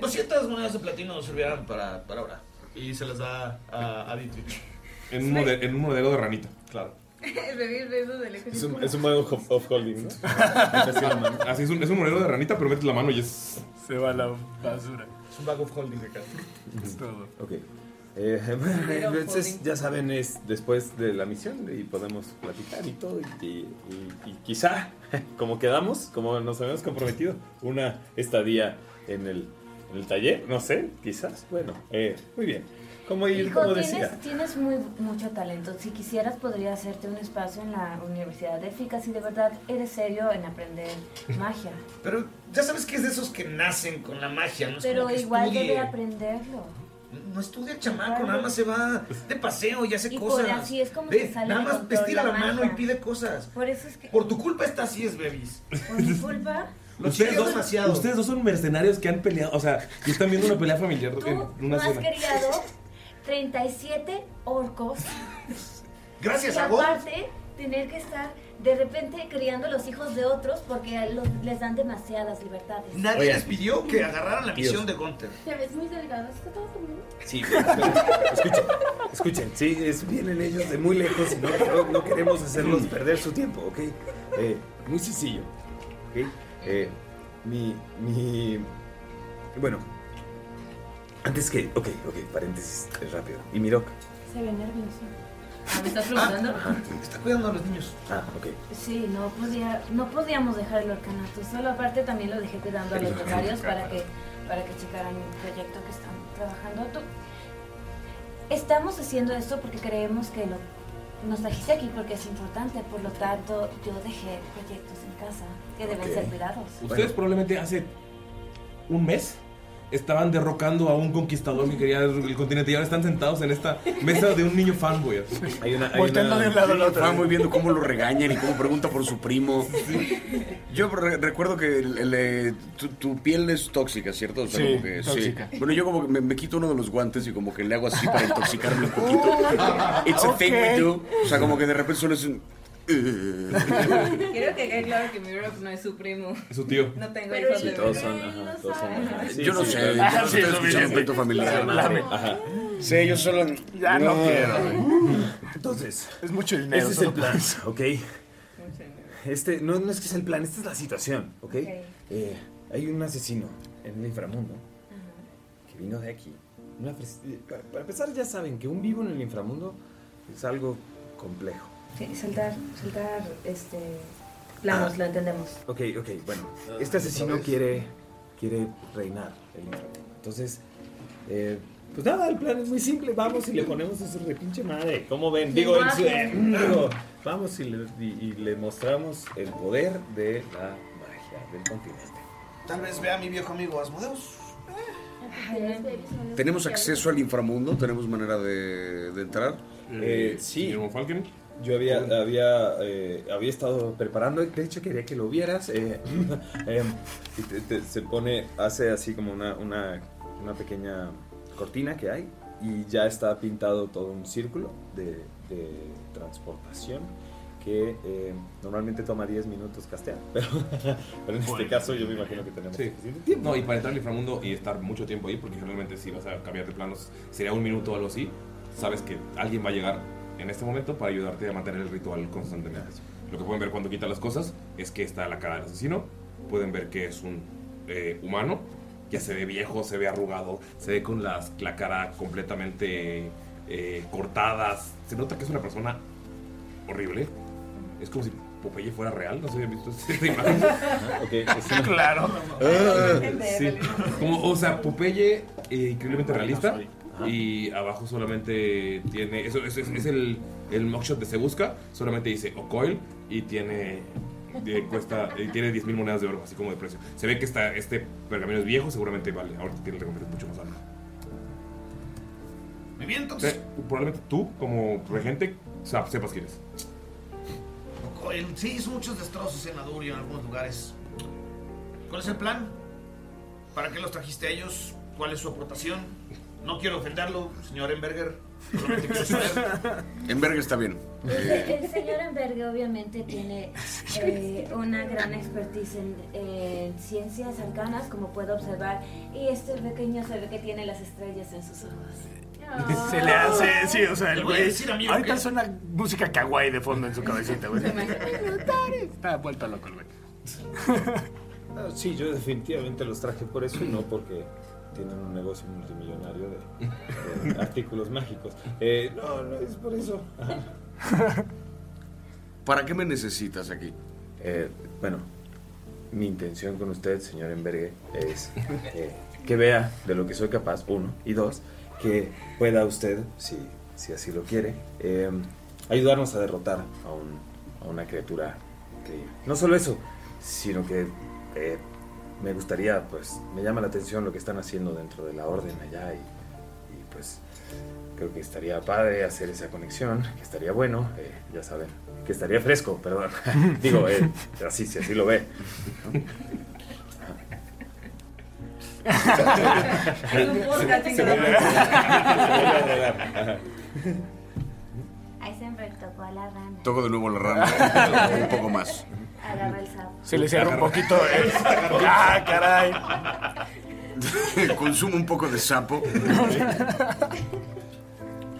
Speaker 3: 200 monedas de platino servirán para, para ahora. Y se las da a, a Dietrich.
Speaker 2: En un, mode- en un modelo de ranita. Claro.
Speaker 21: El bebé es de esos del
Speaker 7: Es un, es un modelo of, of holding, ¿no?
Speaker 2: Así es un, es un modelo de ranita, pero metes la mano y es.
Speaker 8: Se va a la basura.
Speaker 3: Es un bag of holding acá.
Speaker 8: Es todo.
Speaker 7: Ok. Eh, entonces, ya saben, es después de la misión y podemos platicar y todo. Y, y- y quizá, como quedamos, como nos habíamos comprometido, una estadía en el, en el taller, no sé, quizás. Bueno, eh, muy bien. Como,
Speaker 4: Hijo,
Speaker 7: como decía.
Speaker 4: tienes, tienes muy, mucho talento. Si quisieras, podría hacerte un espacio en la Universidad de Ficas si de verdad eres serio en aprender magia.
Speaker 3: Pero ya sabes que es de esos que nacen con la magia, ¿no? Es
Speaker 4: Pero
Speaker 3: como que
Speaker 4: igual
Speaker 3: estudie.
Speaker 4: debe aprenderlo.
Speaker 3: No estudia chamaco, nada más se va de paseo y hace
Speaker 4: Y por
Speaker 3: cosas.
Speaker 4: así es como
Speaker 3: Ve,
Speaker 4: que sale
Speaker 3: Nada
Speaker 4: de
Speaker 3: más
Speaker 4: control
Speaker 3: estira
Speaker 4: la
Speaker 3: la mano y
Speaker 4: magia.
Speaker 3: pide cosas.
Speaker 4: Por eso es que,
Speaker 3: Por tu culpa está así es, babies.
Speaker 4: por mi culpa,
Speaker 3: Lo chillas demasiado.
Speaker 2: ustedes dos son mercenarios que han peleado, o sea, y están viendo una pelea familiar en
Speaker 4: no
Speaker 2: una
Speaker 4: has
Speaker 2: cena.
Speaker 4: criado 37 orcos.
Speaker 2: Gracias
Speaker 4: y
Speaker 2: a vos.
Speaker 4: aparte, tener que estar de repente criando los hijos de otros porque los- les dan demasiadas libertades.
Speaker 3: Nadie les pidió que agarraran la misión de Gunther.
Speaker 5: Te ves muy delgado, ¿está todo conmigo?
Speaker 7: Sí, escuchen, escuchen, sí, es- vienen ellos de muy lejos y no, no- no queremos hacerlos perder su tiempo, ¿ok? Eh, muy sencillo, ¿ok? Eh, mi, mi, bueno, antes que, ok, ok, paréntesis eh, rápido. Y Mirok,
Speaker 5: Se ve nervioso. Ah,
Speaker 4: ¿Me estás preguntando?
Speaker 3: Está cuidando a los niños.
Speaker 7: ah, ok.
Speaker 4: Sí, no, podía, no podíamos dejar el orcanato. Solo aparte también lo dejé cuidando a los becarios para que, para que checaran el proyecto que están trabajando. Tú- Estamos haciendo esto porque creemos que lo, nos trajiste aquí porque es importante. Por lo tanto, yo dejé proyectos en casa que deben
Speaker 2: Ok.
Speaker 4: ser cuidados.
Speaker 2: Ustedes probablemente hace un mes estaban derrocando a un conquistador que quería el continente y ahora están sentados en esta mesa de un niño fanboy.
Speaker 7: Hay una,
Speaker 20: hay Volteando una- de un lado al otro. fanboy viendo cómo lo regañan y cómo pregunta por su primo. Yo re- recuerdo que le- tu, tu piel es tóxica, ¿cierto? O
Speaker 19: Sí,
Speaker 20: como que,
Speaker 19: tóxica.
Speaker 20: Bueno, yo como que me, me quito uno de los guantes y como que le hago así para intoxicarme un poquito. It's a thing we do. O sea, como que de repente suena un...
Speaker 21: Quiero que quede claro que Mirok no es su primo.
Speaker 20: Es su tío.
Speaker 21: No tengo
Speaker 20: Pero
Speaker 21: hijos
Speaker 20: sí,
Speaker 21: de
Speaker 20: todos
Speaker 21: verdad.
Speaker 20: son,
Speaker 7: ajá, todos son, ajá.
Speaker 20: yo no
Speaker 7: sí,
Speaker 20: sé,
Speaker 7: sí.
Speaker 20: yo
Speaker 7: Ah,
Speaker 20: no
Speaker 7: sí,
Speaker 20: estoy
Speaker 7: lo
Speaker 20: escuchando
Speaker 7: vi.
Speaker 20: aspecto familiar.
Speaker 7: Lame. Ajá.
Speaker 20: Sí, yo solo...
Speaker 7: Ya no quiero. Mm. Entonces,
Speaker 8: Ah, es mucho dinero.
Speaker 7: Ese es el
Speaker 8: solo
Speaker 7: plan, ¿ok? Este, no, no es que es el plan, esta es la situación, ¿ok? Eh, hay un asesino en el inframundo que vino de aquí. Una fres- eh, para, para empezar, ya saben que un vivo en el inframundo es algo complejo.
Speaker 21: Sí, saltar, saltar, este. Planos,
Speaker 7: Ah.
Speaker 21: lo entendemos.
Speaker 7: Ok, ok, bueno. Este asesino quiere, quiere reinar el inframundo. Entonces, eh, pues nada, el plan es muy simple. Vamos y le ponemos a su repinche madre. ¿Cómo ven? Digo, en su-
Speaker 19: Lenguaje.
Speaker 7: mm, digo, vamos y le, y- y le mostramos el poder de la magia del continente.
Speaker 3: Tal vez vea a mi viejo amigo Asmodeus.
Speaker 6: Eh.
Speaker 20: ¿Tenemos acceso al inframundo? ¿Tenemos manera de, de entrar?
Speaker 7: Eh, sí. Yo había, había, eh, había estado preparando, de hecho quería que lo vieras. eh, em, y te- te- se pone, hace así como una, una, una pequeña cortina que hay y ya está pintado todo un círculo de, de transportación que eh, normalmente toma 10 minutos castear, pero, pero en este
Speaker 2: Bueno.
Speaker 7: caso yo me imagino que tenemos
Speaker 2: Sí.
Speaker 7: suficiente tiempo.
Speaker 2: No, y para entrar al inframundo y estar mucho tiempo ahí, porque generalmente si vas a cambiar de planos, sería un minuto o algo así, sabes que alguien va a llegar en este momento para ayudarte a mantener el ritual constantemente. Lo que pueden ver cuando quita las cosas es que está la cara del asesino, pueden ver que es un eh, humano, ya se ve viejo, se ve arrugado, se ve con las, la cara completamente eh, cortadas, se nota que es una persona horrible, es como si Popeye fuera real, no sé si han visto esta imagen.
Speaker 8: Claro.
Speaker 2: Ah, sí. Como, o sea, Popeye eh, increíblemente realista. Y abajo solamente tiene. Eso, eso es, es el, el mockshot de Se Busca. Solamente dice O'Coil y tiene. de- cuesta, y tiene 10.000 monedas de oro, así como de precio. Se ve que está, este pergamino es viejo, seguramente vale. Ahora tiene el recompensa mucho más alto.
Speaker 3: Muy bien,
Speaker 2: entonces.
Speaker 19: Eh.
Speaker 2: probablemente tú, como regente, sa- sepas quién es.
Speaker 3: Oye, Sí, hizo muchos destrozos en Adurio en algunos lugares. ¿Cuál es el plan? ¿Para qué los trajiste a ellos? ¿Cuál es su aportación? No quiero ofenderlo, señor Emberger. Solamente quiero saber.
Speaker 20: Envergue está bien. Eh,
Speaker 4: El, el señor Enbergue obviamente tiene eh, una gran expertise en, en ciencias arcanas, como puedo observar, y este pequeño se ve que tiene las estrellas en sus ojos.
Speaker 19: Se le hace, sí, o sea, el
Speaker 4: Te voy a
Speaker 19: güey.
Speaker 4: decir, amigo,
Speaker 19: Ahorita
Speaker 4: que-
Speaker 19: suena música kawaii de fondo en su cabecita, güey. Está vuelto loco el güey.
Speaker 7: Ah, sí, yo definitivamente los traje por eso y no porque tienen un negocio multimillonario de, de artículos mágicos. Eh, no, no es por eso.
Speaker 20: ¿Para qué me necesitas aquí?
Speaker 7: Eh, bueno, mi intención con usted, señor Envergue, es eh, que vea de lo que soy capaz, uno, y dos, que pueda usted, si, si así lo quiere, eh, ayudarnos a derrotar a, un- a una criatura increíble. No solo eso, sino que eh, me gustaría, pues, me llama la atención lo que están haciendo dentro de la orden allá y y pues creo que estaría padre hacer esa conexión, que estaría bueno, eh, ya saben, que estaría fresco, perdón. Digo, eh, así, si así lo ve.
Speaker 4: podcast,
Speaker 7: Se vuelve a- se vuelve a rodar. Ajá.
Speaker 4: Eisenberg tocó a la rana,
Speaker 20: Toco de nuevo la rama, un poco más.
Speaker 4: agarra el sapo.
Speaker 20: Se le cierra un
Speaker 19: poquito.
Speaker 20: ¡Ah, caray! Consumo un poco de sapo.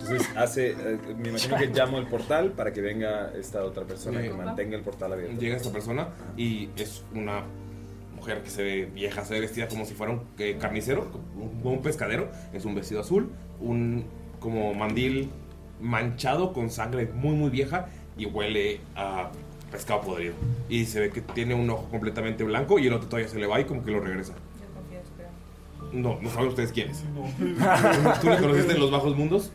Speaker 7: Entonces hace, eh, me imagino que llamo el portal para que venga esta otra persona que
Speaker 2: Sí.
Speaker 7: mantenga el portal abierto.
Speaker 2: Llega esta persona y es una mujer que se ve vieja, se ve vestida como si fuera un eh, carnicero, como un pescadero. Es un vestido azul, un como mandil manchado con sangre muy muy vieja y huele a pescado podrido. Y se ve que tiene un ojo completamente blanco y el otro todavía se le va y como que lo regresa. No, no saben ustedes quién es. Tú le conociste en los bajos mundos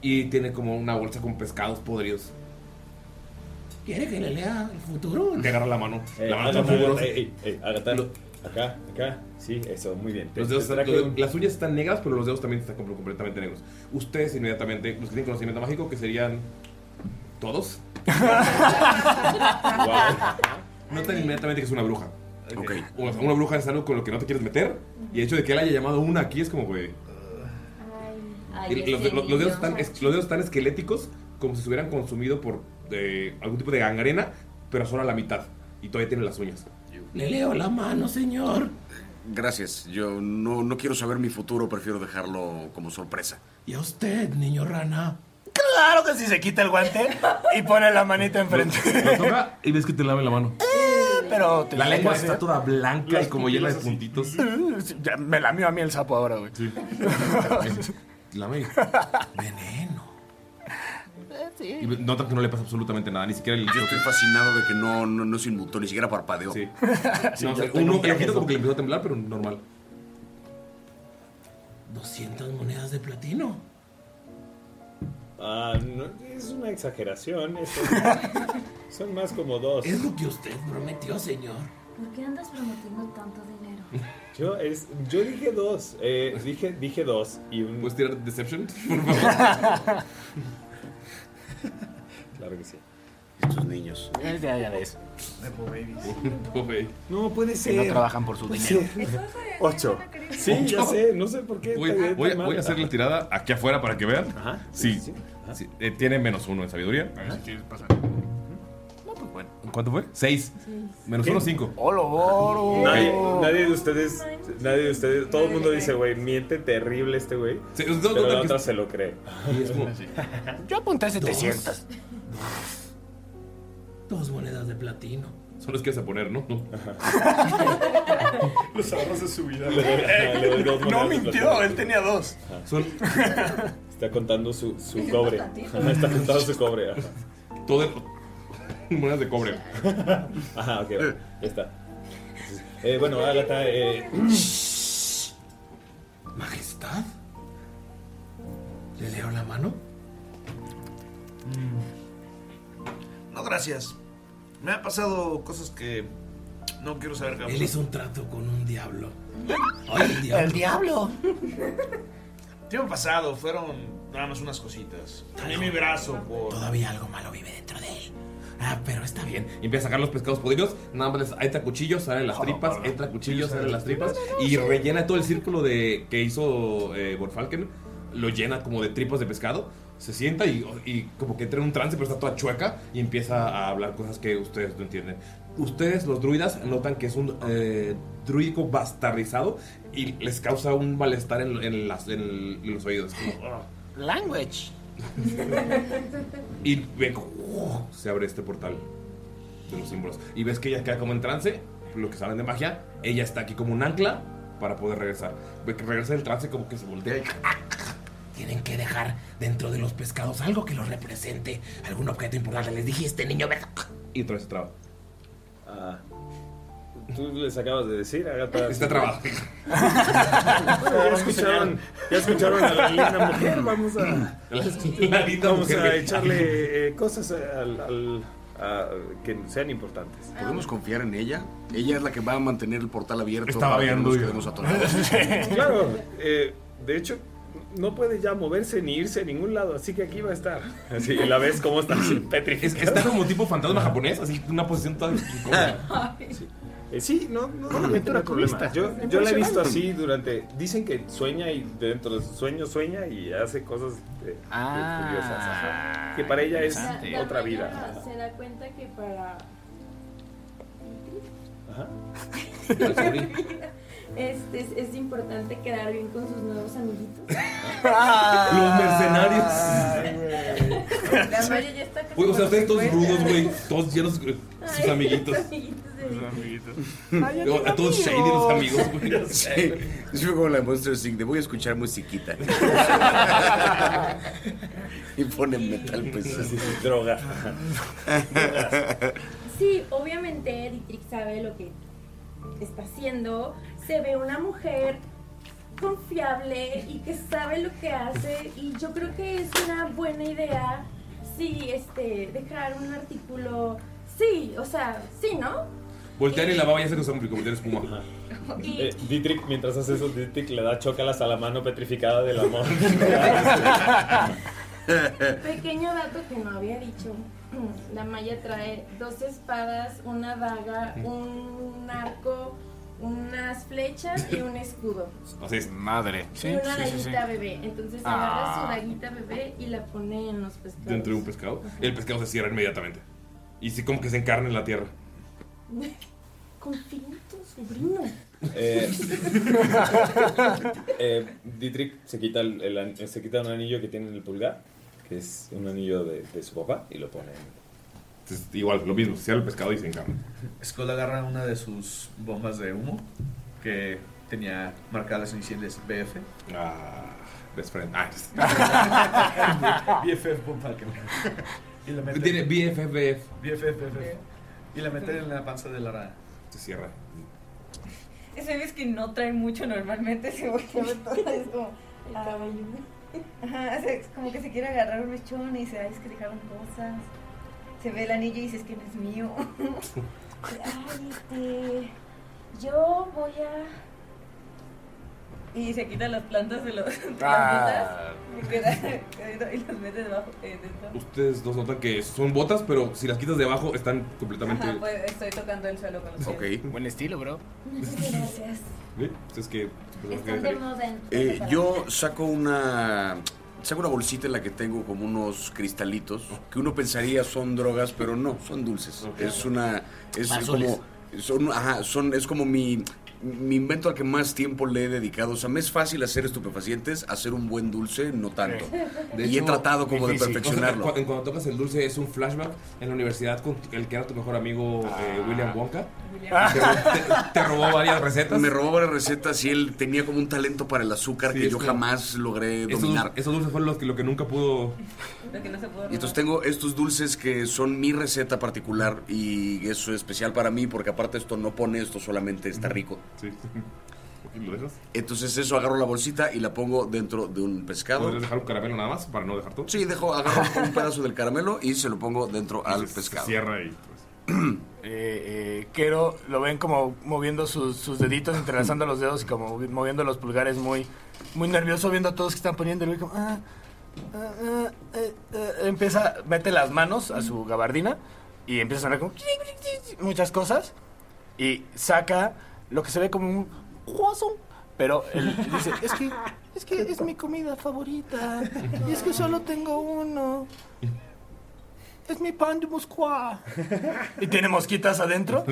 Speaker 2: y tiene como una bolsa con pescados podridos.
Speaker 19: ¿Quiere que le lea el futuro?
Speaker 2: Te agarra la mano.
Speaker 7: Eh,
Speaker 2: la mano está
Speaker 7: Agatha,
Speaker 2: mugrosa.
Speaker 7: Agatha, ey, ey, Agatha, acá, acá, sí, eso, muy bien.
Speaker 2: Los
Speaker 7: Te-
Speaker 2: dedos
Speaker 7: te
Speaker 2: están-
Speaker 7: traje
Speaker 2: los- las uñas están negras, pero los dedos también están como completamente negros. Ustedes inmediatamente, los que tienen conocimiento mágico, que serían todos, notan inmediatamente que es una bruja.
Speaker 20: Ok.
Speaker 2: O sea, una bruja es algo con lo que no te quieres meter. Y el hecho de que él haya llamado una aquí es como, güey.
Speaker 4: Ay,
Speaker 2: Y los,
Speaker 4: ese
Speaker 2: los- los
Speaker 4: niño.
Speaker 2: dedos están, es- los dedos están esqueléticos, como si se hubieran consumido por eh, algún tipo de gangrena, pero solo a la mitad. Y todavía tienen las uñas.
Speaker 19: Le leo la mano, señor.
Speaker 20: Gracias, yo no, no quiero saber mi futuro, prefiero dejarlo como sorpresa.
Speaker 19: ¿Y a usted, niño rana?
Speaker 8: Claro que si se quita el guante y pone la manita enfrente.
Speaker 2: Y ves que te lave la mano.
Speaker 8: Pero te
Speaker 2: La lengua
Speaker 8: ¿sí?
Speaker 2: está toda blanca y como llena de
Speaker 8: pupilas así.
Speaker 2: puntitos.
Speaker 8: Ya Me lamió a mí el sapo ahora, güey.
Speaker 2: Lame. Y notas que no le pasa absolutamente nada, ni siquiera el Yo
Speaker 20: estoy fascinado de que no, no, no se inmutó, ni siquiera parpadeó.
Speaker 2: Sí.
Speaker 20: Sí,
Speaker 2: no, o
Speaker 20: ya
Speaker 2: sea,
Speaker 20: tengo
Speaker 2: uno
Speaker 20: un
Speaker 2: el ojito
Speaker 20: traje.
Speaker 2: como que le empezó a temblar, pero normal.
Speaker 19: 200 monedas de platino.
Speaker 7: Ah, no, es una exageración. eso- son más como dos.
Speaker 19: Es lo que usted prometió, señor.
Speaker 4: ¿Por qué andas prometiendo tanto dinero?
Speaker 7: Yo, es, yo dije dos. eh, dije, dije dos y un.
Speaker 2: ¿Puedes tirar Deception? Por
Speaker 7: favor. claro que sí.
Speaker 20: Estos niños.
Speaker 7: Ya, ya ves.
Speaker 19: No puede
Speaker 7: ser.
Speaker 19: no trabajan por su
Speaker 7: Puede
Speaker 19: dinero.
Speaker 7: Ocho. Pues Sí, ya sé, no sé por qué.
Speaker 2: Voy,
Speaker 7: está bien,
Speaker 2: voy a-
Speaker 7: está mal.
Speaker 2: voy a hacer la tirada aquí afuera para que vean. Sí. Sí, eh, tiene menos uno en sabiduría. A ver si quieres pasar. pues ¿Cuánto fue? Seis. Menos
Speaker 7: ¿Qué?
Speaker 2: uno, cinco.
Speaker 8: ¡Hola, oro!
Speaker 7: Nadie, nadie de ustedes, nadie de ustedes, todo el mundo dice, güey, miente terrible este güey. pero
Speaker 2: no,
Speaker 7: la
Speaker 2: que-
Speaker 7: otra se lo cree.
Speaker 2: Y es como-
Speaker 19: Yo apunté
Speaker 7: 700.
Speaker 19: Dos monedas de platino.
Speaker 2: Son los que vas a poner, ¿no?
Speaker 8: Los ahorros de su vida.
Speaker 7: Le doy- ajá, le doy dos
Speaker 8: no
Speaker 7: monedas de
Speaker 8: mintió,
Speaker 7: platino.
Speaker 8: él tenía dos.
Speaker 2: Son-
Speaker 7: Está contando su, su
Speaker 8: Es
Speaker 7: cobre.
Speaker 8: bastantito.
Speaker 7: Ajá, Está contando su cobre. ajá.
Speaker 2: Todo el- monedas de cobre.
Speaker 7: Ajá, ok, bueno, ya está. Eh, bueno, Agatha, eh,
Speaker 19: Majestad. ¿Le leo la mano?
Speaker 3: No, gracias. Me han pasado cosas que no quiero saber.
Speaker 19: Él hizo un trato con un diablo. Ay, el diablo.
Speaker 3: ¿Eh? Tiempo pasado fueron nada más unas cositas. Tenía mi brazo por.
Speaker 19: Todavía algo malo vive dentro de él.
Speaker 2: Ah, pero está bien. Y empieza a sacar los pescados podridos. Nada más les entra cuchillo, salen las tripas, entra cuchillo, salen las tripas. Y rellena todo el círculo de que hizo eh, Von Falken. Lo llena como de tripas de pescado. Se sienta y, y como que entra en un trance, pero está toda chueca. Y empieza a hablar cosas que ustedes no entienden. Ustedes, los druidas, notan que es un eh, druidico bastardizado. Y les causa un malestar en, en las- en los oídos. Como, "Ah".
Speaker 8: Language.
Speaker 2: Y ve como, ¡uh! se abre este portal de los símbolos. Y ves que ella queda como en trance, lo que saben de magia. Ella está aquí como un ancla para poder regresar. Ve que regresa del trance como que se voltea y ah,
Speaker 22: Tienen que dejar dentro de los pescados algo que los represente, algún objeto importante. Les
Speaker 2: este
Speaker 22: dijiste, niño, ¿verdad?
Speaker 2: y otra vez se traba.
Speaker 7: Ah, Tú les acabas de decir, Agatha.
Speaker 2: Está trabado.
Speaker 7: Bueno, ya escucharon, ya escucharon a la linda mujer. Vamos a,
Speaker 2: La linda
Speaker 7: vamos
Speaker 2: mujer.
Speaker 7: a echarle eh, cosas al- al- a- que sean importantes.
Speaker 6: ¿Podemos confiar en ella? Ella es la que va a mantener el portal abierto.
Speaker 7: Estaba
Speaker 6: para que
Speaker 7: bien
Speaker 6: no nos
Speaker 7: duro.
Speaker 6: quedemos atorados.
Speaker 7: Claro, eh, de hecho, no puede ya moverse ni irse a ningún lado, así que aquí va a estar. Así, y la ves cómo está así, petrificada.
Speaker 2: Está como tipo fantasma japonés, así una posición toda.
Speaker 7: Eh, sí, no, no,
Speaker 2: Una
Speaker 7: no
Speaker 2: aventura
Speaker 7: tengo problema.
Speaker 2: turista.
Speaker 7: Yo, yo la he visto
Speaker 2: Impresionante.
Speaker 7: así durante. Dicen que sueña y dentro de su sueño sueña y hace cosas eh,
Speaker 8: Ah,
Speaker 7: curiosas. ajá. Que para ella es
Speaker 5: La- la
Speaker 7: otra
Speaker 5: mañana
Speaker 7: vida.
Speaker 5: Se da cuenta que para.
Speaker 7: Ajá.
Speaker 5: Este, es, es importante quedar bien con sus nuevos amiguitos.
Speaker 2: Ah.
Speaker 10: La Maya ya está
Speaker 2: Güey, o sea, ustedes todos
Speaker 10: casada con
Speaker 2: rudos, güey. Todos llenos de sus
Speaker 10: Ay,
Speaker 2: amiguitos.
Speaker 10: sus amiguitos de mí.
Speaker 2: Ay, yo tengo A todos shady los amigos, güey.
Speaker 6: Sí, sí, fue como la de Monster Inc. de voy a escuchar musiquita. y ponen metal, pues.
Speaker 7: Droga.
Speaker 5: Sí, obviamente Editric sabe lo que está haciendo. Se ve una mujer confiable y que sabe lo que hace. Y yo creo que es una buena idea, sí, este, dejar un artículo. Sí, o sea, sí, ¿no?
Speaker 2: Voltean y la baba ya se nos como voltean espuma.
Speaker 5: Y-
Speaker 7: Eh, Dietrich, mientras hace eso, Dietrich le da chócalas a la mano petrificada del amor.
Speaker 5: Pequeño dato que no había dicho. La Maya trae dos espadas, una daga, un arco, unas flechas y un escudo.
Speaker 8: Pues,
Speaker 23: Madre.
Speaker 5: y una daguita bebé. Entonces
Speaker 2: Ah.
Speaker 5: agarra su daguita bebé y la pone en los pescados.
Speaker 2: Dentro de un pescado. El pescado se cierra inmediatamente. Y sí, como que se encarna en la tierra.
Speaker 5: Confía en tu sobrino.
Speaker 7: Eh, eh, Dietrich se quita, el, el an- se quita un anillo que tiene en el pulgar, que es un anillo de, de su papá, y lo pone.
Speaker 2: igual, lo mismo, se cierra el pescado y se encarna.
Speaker 3: Skull agarra una de sus bombas de humo que tenía marcadas las iniciales BF.
Speaker 2: Ah, best friend.
Speaker 3: BFF Von Falken. Y la mete-
Speaker 2: Tiene BFF,
Speaker 3: BFF. Y la mete en la panza de la rana.
Speaker 2: Se cierra.
Speaker 10: Ese es que no trae mucho normalmente, se voltea a ver todo, es como... ah, Ajá, hace- es como que se quiere agarrar un mechón y dice, ay, es que dejaron cosas. Se ve el anillo y dice, es que no es mío.
Speaker 24: Ay, este, yo voy a...
Speaker 10: Y se quita las plantas de los
Speaker 2: Ah.
Speaker 10: plantitas y queda- y las mete debajo. eh, dentro.
Speaker 2: Ustedes dos notan que son botas, pero si las quitas de abajo están completamente.
Speaker 10: Ajá, pues estoy tocando el suelo con los pies.
Speaker 2: Buen estilo, bro.
Speaker 24: Gracias.
Speaker 2: Es que.
Speaker 6: pues,
Speaker 24: Están de moda en...
Speaker 6: Eh, yo saco una. Saco una bolsita en la que tengo como unos cristalitos que uno pensaría son drogas, pero no, son dulces. Es una. Es
Speaker 22: Azules.
Speaker 6: como. Son, ajá, son, es como mi, mi invento al que más tiempo le he dedicado. O sea, me es fácil hacer estupefacientes, hacer un buen dulce, no tanto.
Speaker 2: De
Speaker 6: y he
Speaker 2: hecho,
Speaker 6: tratado como
Speaker 2: difícil.
Speaker 6: de perfeccionarlo.
Speaker 2: O sea, cu- cuando, tocas el dulce es un flashback en la universidad con el que era tu mejor amigo
Speaker 6: Ah.
Speaker 2: eh, William Wonka. Ah. Te ro- Te, te robó varias recetas.
Speaker 6: Me robó varias recetas y él tenía como un talento para el azúcar
Speaker 2: Sí,
Speaker 6: que
Speaker 2: es
Speaker 6: yo
Speaker 2: como-
Speaker 6: jamás logré
Speaker 2: Esos,
Speaker 6: dominar.
Speaker 2: esos dulces fueron los que, lo que nunca pudo.
Speaker 10: Lo que no se pudo
Speaker 6: Y entonces tengo estos dulces que son mi receta particular y eso es especial para mí porque aparte esto no pone esto, solamente está rico.
Speaker 2: Sí. ¿Lo dejas?
Speaker 6: Entonces eso agarro la bolsita y la pongo dentro de un pescado.
Speaker 2: ¿Podrías dejar un caramelo nada más para no dejar todo?
Speaker 6: Sí, dejo, agarro un pedazo del caramelo y se lo pongo dentro al pescado.
Speaker 2: cierra y
Speaker 8: Eh, eh, Quero lo ven como moviendo sus, sus deditos, entrelazando los dedos y como moviendo los pulgares muy, muy nervioso, viendo a todos que están poniendo. Y como, ah, ah, ah, eh, eh, empieza, mete las manos a su gabardina Y empieza a sonar como muchas cosas. Y saca lo que se ve como un guaso. Pero él dice,
Speaker 19: Es que, es que es mi comida favorita. Y es que solo tengo uno. Es mi pan de Moscú.
Speaker 8: y tiene mosquitas adentro.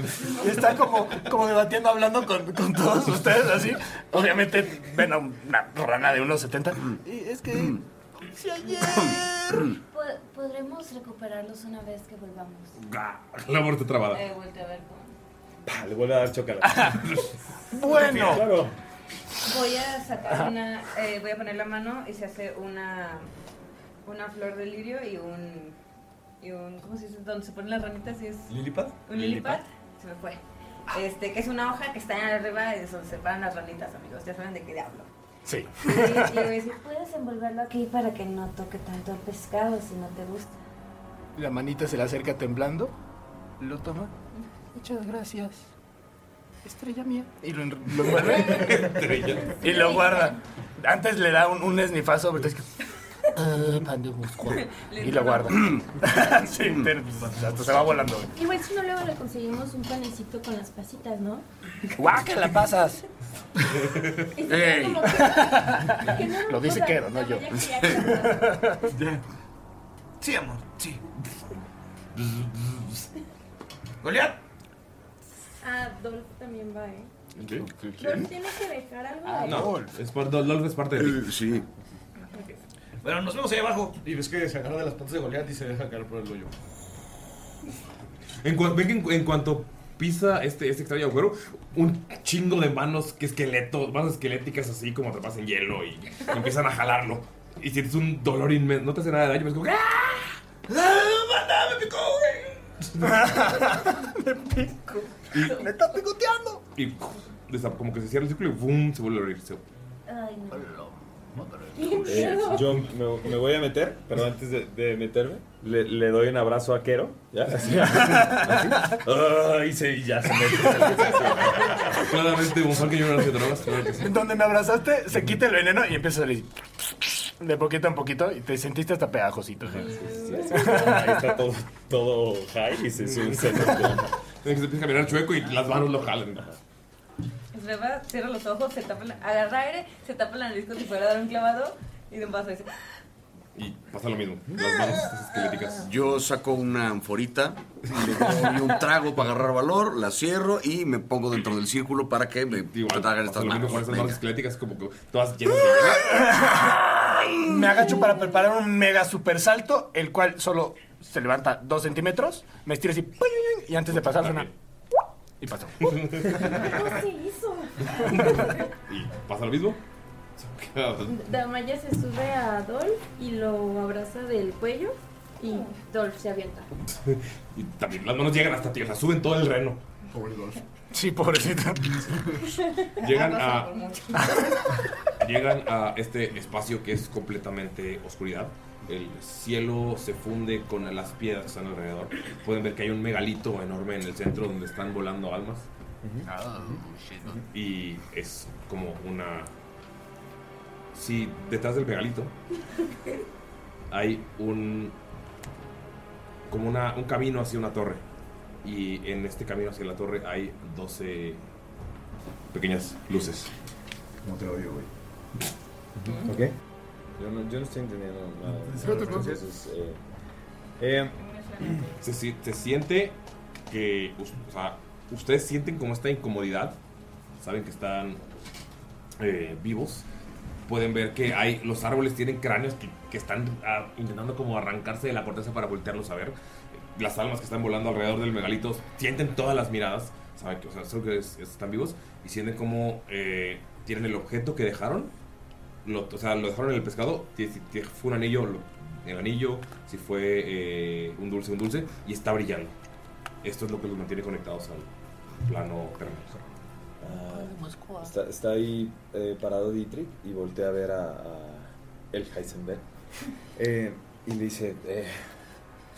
Speaker 8: Y está como, como debatiendo, hablando con, con todos ustedes, así. Obviamente, ven a una rana de unos 70.
Speaker 4: Y es
Speaker 2: Mm.
Speaker 4: que.
Speaker 19: Si ayer.
Speaker 4: Podremos recuperarlos una vez que volvamos.
Speaker 2: La muerte trabada.
Speaker 4: Eh, vuelta a ver cómo.
Speaker 7: le vuelve a dar chocala.
Speaker 8: Bueno.
Speaker 7: Claro.
Speaker 21: Voy a sacar
Speaker 7: Ajá.
Speaker 21: una, eh, voy a poner la mano y se hace una, una flor de lirio y un, y un, ¿cómo se dice? Donde se ponen las ranitas y es
Speaker 8: ¿Lilipad?
Speaker 21: un lilipad. Se me fue. Este, que es una hoja que está arriba y es donde se paran las ranitas, amigos. Ya saben de qué hablo.
Speaker 8: Sí.
Speaker 4: Y le voy a decir, Pues, puedes envolverlo aquí para que no toque tanto el pescado si no te gusta.
Speaker 8: La manita se le acerca temblando. Lo toma. Muchas gracias. Estrella mía. Y lo, enr- lo envuelve. y lo guarda. Antes le da un, un esnifazo, pero es que. "Ah, pan de Moscú". Y lo guarda. sí, pero pues, hasta se va volando.
Speaker 5: Igual si no luego le conseguimos un panecito con las pasitas, ¿no?
Speaker 8: ¡Guaca, la pasas!
Speaker 5: Que no
Speaker 8: Lo
Speaker 5: nos
Speaker 8: dice
Speaker 5: ocurra
Speaker 8: Kero, no
Speaker 5: la
Speaker 8: yo.
Speaker 5: bella criatura.
Speaker 3: Sí, amor, sí. Goliat.
Speaker 5: Ah, Dolph también va, ¿eh?
Speaker 2: ¿Qué?
Speaker 5: Dolph tiene que dejar algo. ahí.
Speaker 2: Ah, No, es por- Dolph es parte de
Speaker 6: Eh,
Speaker 2: ti. Sí.
Speaker 3: Bueno, nos vemos ahí abajo. Y ves que se agarra de las patas de Goliat y se deja caer por el hoyo.
Speaker 2: En cuan- ven que en, en cuanto pisa este, este extraño agujero, un chingo de manos que esqueletos, manos esqueléticas así como atrapadas en hielo y empiezan a jalarlo. Y sientes un dolor inmenso. No te hace nada de daño, pero es como. ¡Ah!
Speaker 19: ¡Ah, me picó, güey! me pico. ¡Me está picoteando!
Speaker 2: Y ¡puf! desa- como que se cierra el círculo y ¡bum! se vuelve a abrir. se-
Speaker 4: Ay, no.
Speaker 7: Eh, yo me, me voy a meter, pero antes de, de meterme, le, le doy un abrazo a Kero. ¿Ya? Así, así. Ah, y, se- y ya se mete.
Speaker 2: Claramente, un Este que yo no hacía drogas. claro que sí.
Speaker 8: Donde me abrazaste, se quita el veneno y empieza a salir. De poquito en poquito y te sentiste hasta pegajosito.
Speaker 7: Ahí está todo, todo high y se sube. Se
Speaker 2: Ven Mm. que se empieza a caminar chueco y las manos lo jalan.
Speaker 21: Reba cierra los ojos, se tapa la, agarra aire, se tapa la nariz como si fuera a dar un clavado y de un vaso dice, "Ah,
Speaker 2: Y pasa lo mismo. Las manos estas esqueléticas.
Speaker 20: Yo saco una anforita, le doy un trago para agarrar valor, la cierro y me pongo dentro del círculo para que me tragan
Speaker 2: Pasa
Speaker 20: estas
Speaker 2: lo mismo
Speaker 20: manos.
Speaker 2: con esas
Speaker 20: Venga.
Speaker 2: manos esqueléticas, como que todas llenas
Speaker 8: Me agacho para preparar un mega super salto, el cual solo se levanta dos centímetros, me estiro así, ¡puyuyuy! y antes de pasar suena. Y pasó.
Speaker 5: ¿Cómo se hizo?
Speaker 2: de. Y pasa lo mismo.
Speaker 5: Damaya se sube a Dolph y lo abraza del cuello y Dolph se avienta.
Speaker 2: Y también las manos llegan hasta ti, o sea, suben todo el reno.
Speaker 8: Pobre Dolph. Sí, pobrecita.
Speaker 2: Llegan
Speaker 19: Ah,
Speaker 2: a-
Speaker 19: no sé por
Speaker 2: Llegan a este espacio que es completamente oscuridad. El cielo se funde con las piedras que están alrededor. Pueden ver que hay un megalito enorme en el centro donde están volando almas. Y es como una... Sí, detrás del megalito hay un... como una- un camino hacia una torre. Y en este camino hacia la torre hay 12 pequeñas luces.
Speaker 25: ¿Cómo te odio, güey?
Speaker 7: ¿Ok? Yo no, yo no estoy entendiendo nada.
Speaker 25: No te preocupes.
Speaker 7: Entonces, eh, eh,
Speaker 2: se, si- se siente que us- o sea, ustedes sienten como esta incomodidad. Saben que están eh, vivos. Pueden ver que hay los árboles tienen cráneos que, que están ah, intentando como arrancarse de la corteza para voltearlos a ver. Las almas que están volando alrededor del megalito sienten todas las miradas. Saben que, o sea, saben que es- están vivos y sienten como eh, tienen el objeto que dejaron lo, o sea, lo dejaron en el pescado, si, si- si fue un anillo, lo- el anillo, si fue eh, un dulce, un dulce, y está brillando. Esto es lo que los mantiene conectados al plano térmico.
Speaker 7: ah, está, está ahí eh, parado Dietrich y voltea a ver a, a el Heisenberg. Eh, y le dice, eh,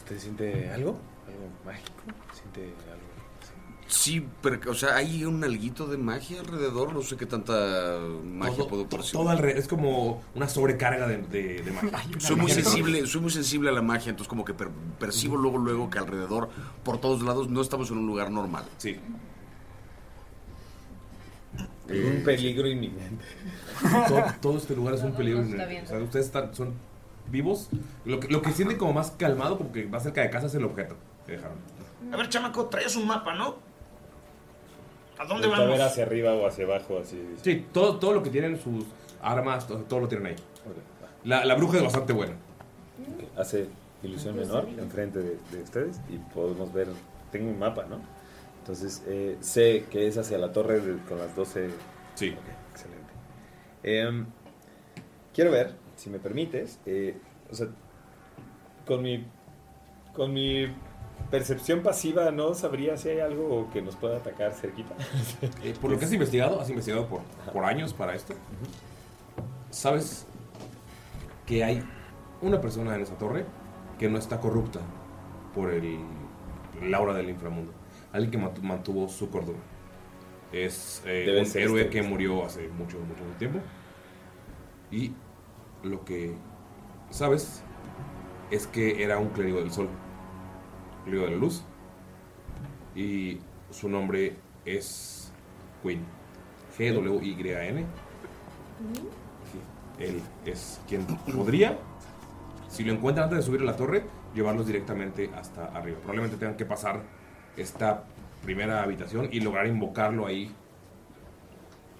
Speaker 7: ¿usted siente algo? ¿Algo mágico? ¿Siente algo? así?"
Speaker 20: Sí, pero, o sea, hay un alguito de magia alrededor. No sé qué tanta magia puedo percibir.
Speaker 2: Todo alrededor. Es como una sobrecarga de, de- de magia.
Speaker 20: Soy muy sensible, soy muy sensible a la magia, entonces como que per- percibo luego luego que alrededor, por todos lados, no estamos en un lugar normal.
Speaker 2: Sí.
Speaker 20: Eh,
Speaker 7: Un peligro inminente.
Speaker 2: todo, todo este lugar es un peligro.
Speaker 7: está
Speaker 2: inminente.
Speaker 7: bien.
Speaker 2: O sea, ustedes están- son vivos. Lo que, lo que sienten como más calmado, porque más cerca de casa es el objeto que dejaron.
Speaker 3: A ver, chamaco, traes un mapa, ¿no? ¿A dónde
Speaker 7: Está
Speaker 3: vamos?
Speaker 7: ver hacia arriba o hacia abajo, así.
Speaker 2: Sí, todo, todo lo que tienen, sus armas, todo, todo lo tienen ahí. La, la bruja es bastante buena.
Speaker 7: Hace ilusión menor enfrente de, de ustedes y podemos ver. Tengo un mapa, ¿no? Entonces eh, sé que es hacia la torre de- con las 12.
Speaker 2: Sí.
Speaker 7: excelente. Em, quiero ver, si me permites, eh, o sea, con mi, con mi percepción pasiva, ¿no sabría si hay algo que nos pueda atacar cerquita?
Speaker 2: Eh, por lo que has investigado, has investigado por, por años para esto. Sabes que hay una persona en esa torre que no está corrupta por el, el aura del inframundo. Alguien que matu- mantuvo su cordura. Es eh,
Speaker 7: Debe
Speaker 2: un
Speaker 7: ser
Speaker 2: héroe
Speaker 7: este.
Speaker 2: que murió hace mucho, mucho tiempo. Y lo que sabes es que era un clérigo del sol, clérigo de la luz. Y su nombre es Quinn. G-W-Y-N. Él es quien podría, si lo encuentran antes de subir a la torre, llevarlos directamente hasta arriba. Probablemente tengan que pasar esta primera habitación y lograr invocarlo ahí.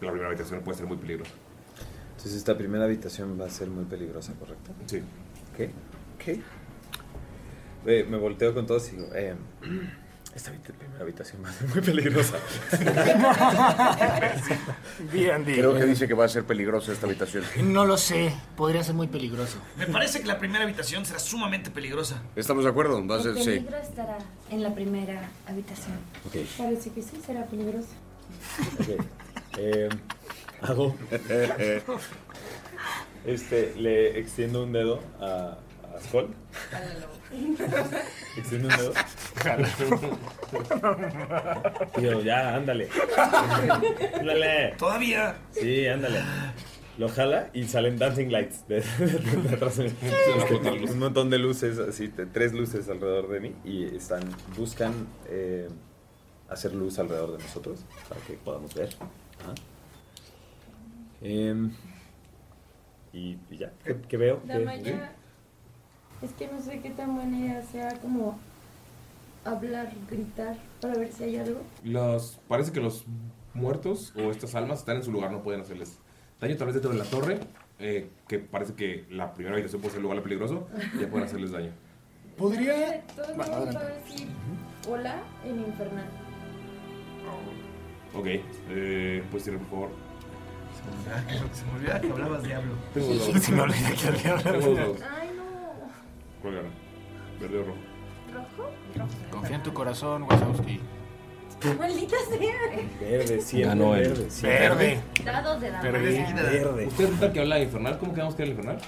Speaker 2: La primera habitación puede ser muy peligrosa.
Speaker 7: Entonces esta primera habitación va a ser muy peligrosa, ¿correcto?
Speaker 2: Sí.
Speaker 7: ¿Qué? ¿Qué? Eh, me volteo con todos y digo, eh, esta habit- primera habitación va a ser muy peligrosa.
Speaker 19: Bien,
Speaker 20: Creo que dice que va a ser peligrosa esta habitación.
Speaker 19: No lo sé, podría ser muy peligroso.
Speaker 3: Me parece que la primera habitación será sumamente peligrosa.
Speaker 20: ¿Estamos de acuerdo? Va a
Speaker 3: ser,
Speaker 4: El peligro estará en la primera habitación.
Speaker 7: Ok.
Speaker 5: Parece que sí será peligroso.
Speaker 7: Ok. Eh, hago. Eh. este, le extiendo un dedo a, a Skull. Extiendo un dedo. Tío, ya, ándale. ándale.
Speaker 3: Todavía.
Speaker 7: Sí, ándale. Lo jala y salen dancing lights de, de atrás de mí. Este, Un montón de luces, así, te- tres luces alrededor de mí y están, buscan eh, hacer luz alrededor de nosotros para que podamos ver. Ajá. Em, y, y ya, ¿qué, qué veo? ¿Qué-
Speaker 5: Damaya, es que no sé qué tan buena idea sea como hablar, gritar, para ver si hay algo.
Speaker 2: Los, parece que los muertos o estas almas están en su lugar, no pueden hacerles daño. Tal vez dentro de la torre, eh, que parece que la primera habitación puede ser el lugar peligroso, ya pueden hacerles daño.
Speaker 5: ¿Podría? Todo el mundo
Speaker 2: Bueno,
Speaker 5: va a
Speaker 2: adelante.
Speaker 5: decir hola en infernal.
Speaker 2: Ok, eh, puedes tirar por favor.
Speaker 3: Se me olvidaba que hablabas diablo.
Speaker 2: Tengo dos dados.
Speaker 3: Se me olvidaba que hablabas diablo.
Speaker 2: Tengo dos dados.
Speaker 5: Ay, no.
Speaker 2: ¿Cuál gana? Verde o rojo.
Speaker 5: ¿Rojo?
Speaker 19: Confía en tu corazón, Wazowski.
Speaker 4: Maldita sea.
Speaker 7: Verde, siempre
Speaker 2: Ganó él.
Speaker 7: verde.
Speaker 2: Verde.
Speaker 4: Dados de la
Speaker 7: Verde.
Speaker 2: ¿Usted resulta que habla de infernal? ¿Cómo quedamos que era el infernal?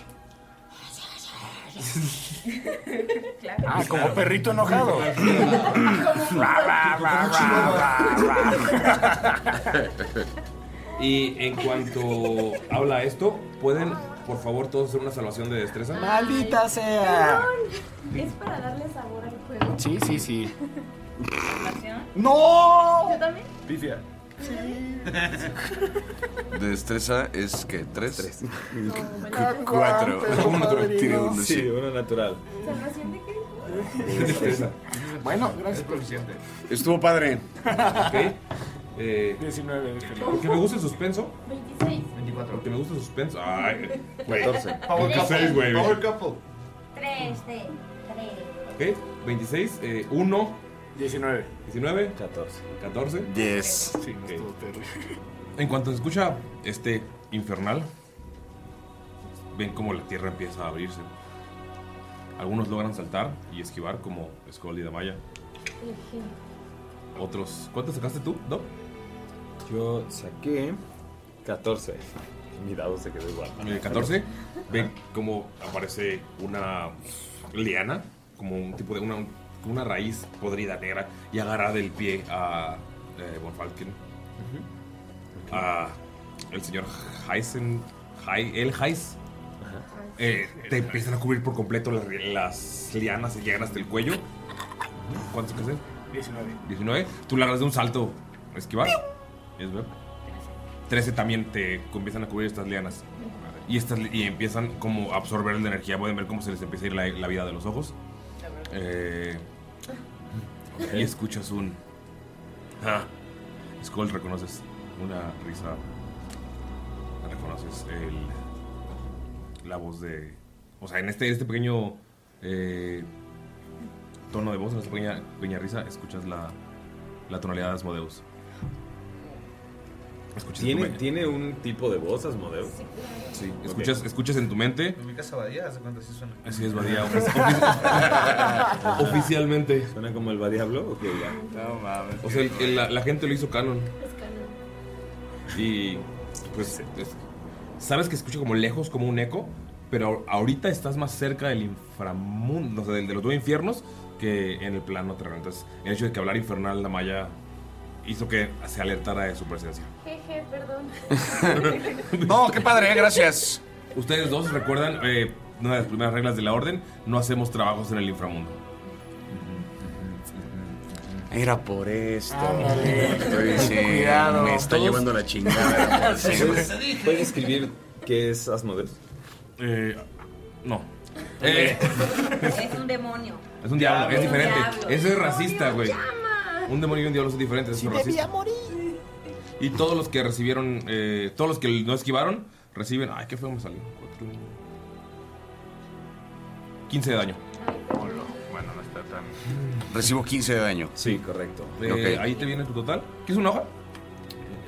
Speaker 4: Claro.
Speaker 19: Ah, como perrito enojado.
Speaker 2: Y en cuanto habla esto, pueden, por favor, todos hacer una salvación de destreza.
Speaker 19: Maldita sea.
Speaker 5: Perdón. Es para darle sabor al juego.
Speaker 19: Sí, sí, sí.
Speaker 5: ¡No! Yo también.
Speaker 20: Pifia. De destreza es que tres.
Speaker 5: Cu-
Speaker 20: cuatro.
Speaker 19: pero
Speaker 20: Uno natural. Tiene uno,
Speaker 7: Sí,
Speaker 20: sí.
Speaker 7: uno natural.
Speaker 5: ¿Salvación de qué?
Speaker 19: Bueno, gracias por
Speaker 20: Estuvo padre.
Speaker 2: Ok. Eh,
Speaker 19: 19.
Speaker 2: Porque me gusta el suspenso.
Speaker 5: 26.
Speaker 2: 24. Porque me gusta el suspenso. Ay, güey.
Speaker 7: 14.
Speaker 2: Power 26, güey.
Speaker 26: Power
Speaker 2: Couple.
Speaker 4: Tres de tres.
Speaker 2: Ok, eh, 26, 1. 19. 19.
Speaker 7: 14.
Speaker 2: 14.
Speaker 20: 10.
Speaker 2: Sí, no estuvo terrible. En cuanto se escucha este infernal, ven como la tierra empieza a abrirse. Algunos logran saltar y esquivar como Skull y Damaya. Otros... ¿Cuántos sacaste tú, Doc?
Speaker 7: Yo saqué 14. Mi dado se quedó igual.
Speaker 2: En el 14 ven cómo aparece una liana, como un tipo de una, como una raíz podrida negra, y agarra del pie a, eh, Von Falken. Ah, el señor Heisen. Hei- el Heis. eh, te empiezan a cubrir por completo las, las lianas y llegan hasta el cuello. ¿Cuántos que hacer?
Speaker 8: 19.
Speaker 2: 19. Tú le agarras de un salto a esquivar. Es ver. 13 también te empiezan a cubrir estas lianas. Y, estas, li- y empiezan como a absorber la energía. Pueden ver cómo se les empieza a ir la, la vida de los ojos. Eh, Y escuchas un. Ah, Skull, reconoces una risa. La Reconoces el, la voz de. O sea, en este, este pequeño eh, tono de voz, en esta pequeña, pequeña risa, escuchas la, la tonalidad de Asmodeus. Escuchas en tu
Speaker 7: ¿Tiene,
Speaker 2: me-
Speaker 7: ¿Tiene un tipo de voz, Asmodeo?
Speaker 2: Sí, escuchas, escuchas en tu mente.
Speaker 3: En mi casa Badía, hace cuánto así suena.
Speaker 2: Así es, Badía. ofici- Oficialmente.
Speaker 7: ¿Suena como el Badiablo o qué ya?
Speaker 2: No mames. O sea, el- el- la, la gente lo hizo canon. Y pues es- sabes que escucha como lejos, como un eco, pero a- ahorita estás más cerca del inframundo, o sea, del- de los dos infiernos que en el plano terreno. Entonces, el hecho de que hablar infernal la Maya hizo que se alertara de su presencia.
Speaker 5: Jeje, perdón.
Speaker 2: no, qué padre, eh, gracias. Ustedes dos recuerdan eh, una de las primeras reglas de la orden, no hacemos trabajos en el inframundo.
Speaker 6: Era por esto.
Speaker 2: Ah,
Speaker 7: Ándale.
Speaker 6: Estoy diciendo,
Speaker 7: Cuidado.
Speaker 6: me está
Speaker 7: Todos-
Speaker 6: llevando la chingada.
Speaker 7: Sí, ¿Puedes, puedes escribir qué es Asmodeus?
Speaker 2: no. Eh,
Speaker 27: Es un demonio.
Speaker 2: es un diablo, es
Speaker 27: Un
Speaker 2: diferente.
Speaker 27: diablo.
Speaker 2: Eso es racista, güey.
Speaker 27: llama.
Speaker 2: Un demonio y un diablo son diferentes, eso es racista.
Speaker 27: morir.
Speaker 2: Y todos los que recibieron, eh, todos los que no esquivaron, reciben. Ay, qué feo me salió. Cuatro- 15 de daño.
Speaker 28: Bueno, no está tan.
Speaker 6: Recibo 15 de daño.
Speaker 7: Sí, correcto.
Speaker 2: Eh, Ahí te viene tu total. ¿Quieres una hoja?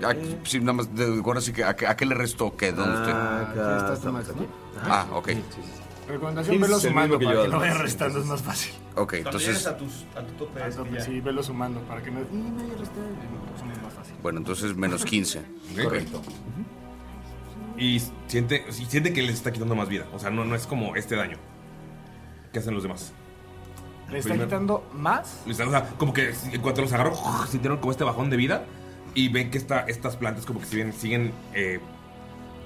Speaker 6: ah, sí, nada más, de- ahora sí que, ¿a, qué- a qué le restó? ¿Qué? ¿Dónde usted?
Speaker 7: acá Aquí está tu
Speaker 6: Max, Ah, ok.
Speaker 8: Recomendación,
Speaker 6: Es
Speaker 8: velo
Speaker 6: el mismo
Speaker 8: sumando
Speaker 6: que
Speaker 8: para
Speaker 6: yo,
Speaker 8: que no vaya
Speaker 6: además.
Speaker 8: restando, es más fácil.
Speaker 6: Ok, entonces,
Speaker 8: a, tus, a tu tope. sí, velo sumando para que no... Y no haya restado, no, son más fácil.
Speaker 6: bueno, entonces menos 15.
Speaker 2: Ok.
Speaker 6: Correcto.
Speaker 2: Y siente, y siente que les está quitando más vida. O sea, no, no es como este daño. ¿Qué hacen los demás?
Speaker 8: Le está
Speaker 2: Primero-
Speaker 8: quitando más.
Speaker 2: Les- o sea, como que en cuanto los agarró, sintieron como este bajón de vida. Y ven que esta, estas plantas como que siguen, siguen eh,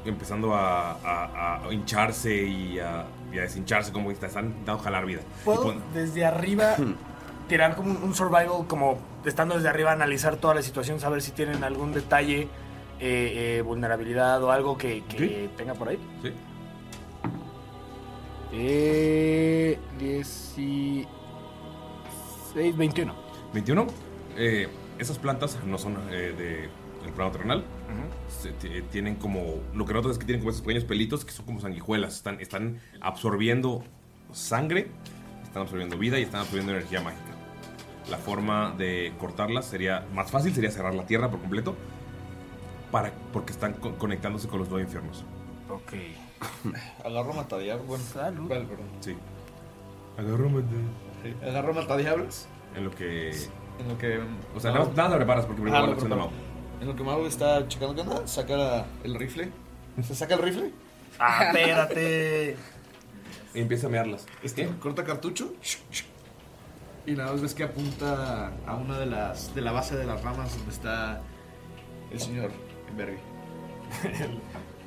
Speaker 2: empezando a, a- a hincharse y a, y a deshincharse, como que están dando jalar vida. Y
Speaker 8: ¿Puedo
Speaker 2: pon-
Speaker 8: desde arriba tirar como un, un survival, como estando desde arriba, analizar toda la situación, saber si tienen algún detalle, eh, eh, vulnerabilidad o algo que, que tenga por ahí?
Speaker 2: Sí.
Speaker 29: Eh, 16, 21.
Speaker 2: 21. eh, esas plantas no son eh, de, del plano terrenal. Se- t- eh, tienen como. Lo que notas es que tienen como esos pequeños pelitos que son como sanguijuelas. Están, están absorbiendo sangre, están absorbiendo vida y están absorbiendo energía mágica. La forma de cortarlas sería. Más fácil sería cerrar la tierra por completo. Para, porque están co- conectándose con los nueve infiernos.
Speaker 8: Ok.
Speaker 3: Agarro matadiablos. Bueno, ¿cuál, perdón?
Speaker 2: Sí. Agarro
Speaker 3: Sí, Agarro matadiablos.
Speaker 2: En lo que.
Speaker 3: En lo que.
Speaker 2: O sea, nada, nada lo preparas porque primero
Speaker 3: Ajá,
Speaker 2: la
Speaker 3: lo
Speaker 2: acción de Mau.
Speaker 3: preparo. En lo que Mau está checando qué onda, saca la- el rifle. ¿Se saca el rifle?
Speaker 8: Ah, espérate.
Speaker 2: Y empieza a mearlas.
Speaker 3: Este, corta cartucho. Y nada más ves que apunta a una de las. de la base de las ramas donde está el señor Envergue.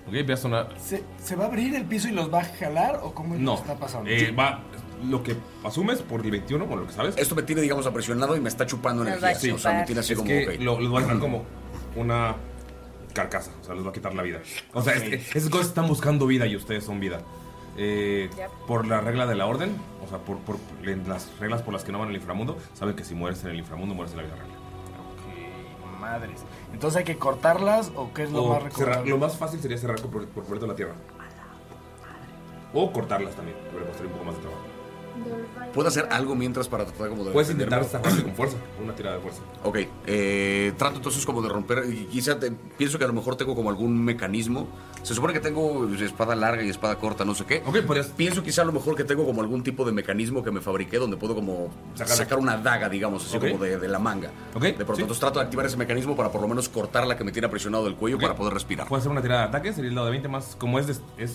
Speaker 2: Ok, empieza a sonar.
Speaker 8: ¿Se, se va a abrir el piso y los va a jalar o cómo
Speaker 2: No.
Speaker 8: está pasando?
Speaker 2: Eh, va, lo que asumes por el 21, por lo que sabes.
Speaker 6: Esto me tiene, digamos, apresionado y me está chupando
Speaker 2: Los
Speaker 6: energía.
Speaker 2: va a
Speaker 6: sí, o sea, me
Speaker 2: chupar.
Speaker 6: tiene así
Speaker 2: Es
Speaker 6: como.
Speaker 2: que
Speaker 6: ok.
Speaker 2: lo- los va a dejar como una carcasa. O sea, les va a quitar la vida. O sea, es- es- esos cosas están buscando vida y ustedes son vida. Eh, Por la regla de la orden, o sea, por, por en las reglas por las que no van al inframundo, saben que si mueres en el inframundo, mueres en la vida real.
Speaker 8: Madres. Entonces hay que cortarlas o qué es lo
Speaker 2: O
Speaker 8: más
Speaker 2: cerrar-
Speaker 8: recomendable.
Speaker 2: lo más fácil sería cerrar por, por completo la tierra. O cortarlas también, pero costaría un poco más de trabajo.
Speaker 6: ¿Puedo hacer algo mientras para tratar como de.
Speaker 2: Puedes intentar
Speaker 6: defenderme?
Speaker 2: zafarte con fuerza, una tirada de fuerza.
Speaker 6: Ok, eh, trato entonces como de romper, y quizá te- pienso que a lo mejor tengo como algún mecanismo. Se supone que tengo pues, espada larga y espada corta, no sé qué.
Speaker 2: Ok, podrías...
Speaker 6: Pienso quizá a lo mejor que tengo como algún tipo de mecanismo que me fabriqué donde puedo como
Speaker 2: Sacar-
Speaker 6: sacar una daga, digamos, así
Speaker 2: Ok.
Speaker 6: como de, de la manga.
Speaker 2: de
Speaker 6: pronto, entonces trato de activar ese mecanismo para por lo menos cortar la que me tiene aprisionado del cuello para poder respirar.
Speaker 2: Puedes hacer una tirada de ataque,
Speaker 8: Eh,
Speaker 2: sería el lado de 20 más. Como es, de- es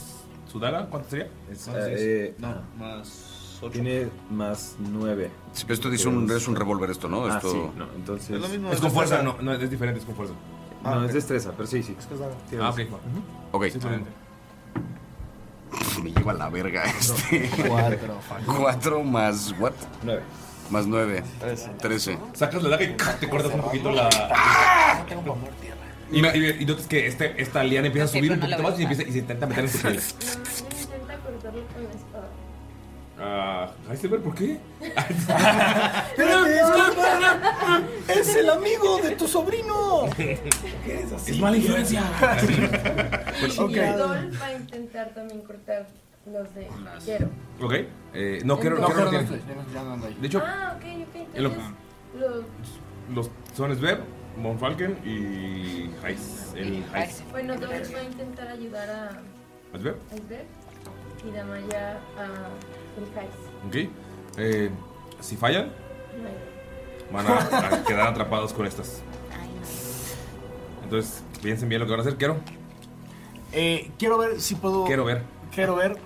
Speaker 2: su daga, ¿cuánto sería?
Speaker 3: Más diez. no, más ocho.
Speaker 7: Tiene más 9.
Speaker 6: Esto dice un- es un revólver esto, ¿no?
Speaker 7: Ah,
Speaker 6: Esto-
Speaker 7: sí, no, entonces...
Speaker 6: Es lo mismo, Es con es fuerza, destreza.
Speaker 7: no, es diferente, es con fuerza.
Speaker 6: Ah, ok.
Speaker 7: no,
Speaker 2: este.
Speaker 7: es destreza, pero sí, sí.
Speaker 6: que es daga.
Speaker 7: Tienes-
Speaker 6: Ah, ok.
Speaker 7: Ujú.
Speaker 6: Ok.
Speaker 7: Es diferente.
Speaker 6: Me lleva la verga este.
Speaker 7: Cuatro,
Speaker 6: Cuatro más, ¿what?
Speaker 7: Nueve.
Speaker 6: Más nueve. Trece.
Speaker 2: Sacas la daga y ¡ca! te cortas un poquito la. Y, y- y notas que este, esta liana empieza a subir un poquito más y, empieza, y se intenta meter en tu piel.
Speaker 5: Intenta cortarlo con la espada.
Speaker 2: Ah, Heisenberg, ¿por qué?
Speaker 8: Pero es que- es el amigo de tu sobrino.
Speaker 2: Es mala influencia.
Speaker 5: Y Dolph va a intentar también cortar los de Jero.
Speaker 2: Ok. Eh, no, quiero no,
Speaker 8: No,
Speaker 2: quiero
Speaker 8: Jero no
Speaker 2: tiene.
Speaker 8: estoy, ya no ando ahí.
Speaker 2: De hecho,
Speaker 5: ah, ok, ok.
Speaker 2: el-
Speaker 5: Entonces, lo-
Speaker 2: los son Sveb, Monfalken y Heis. El Heis.
Speaker 5: bueno, Dolph va a intentar ayudar a
Speaker 2: ¿Sveb?
Speaker 5: Iceberg y Damaya a el Heist.
Speaker 2: Ok. Eh, si fallan,
Speaker 5: No hay-
Speaker 2: van a, a quedar atrapados con estas. Entonces, piensen bien lo que van a hacer. Quiero,
Speaker 8: Eh, quiero ver si puedo.
Speaker 2: quiero ver.
Speaker 8: Quiero ver.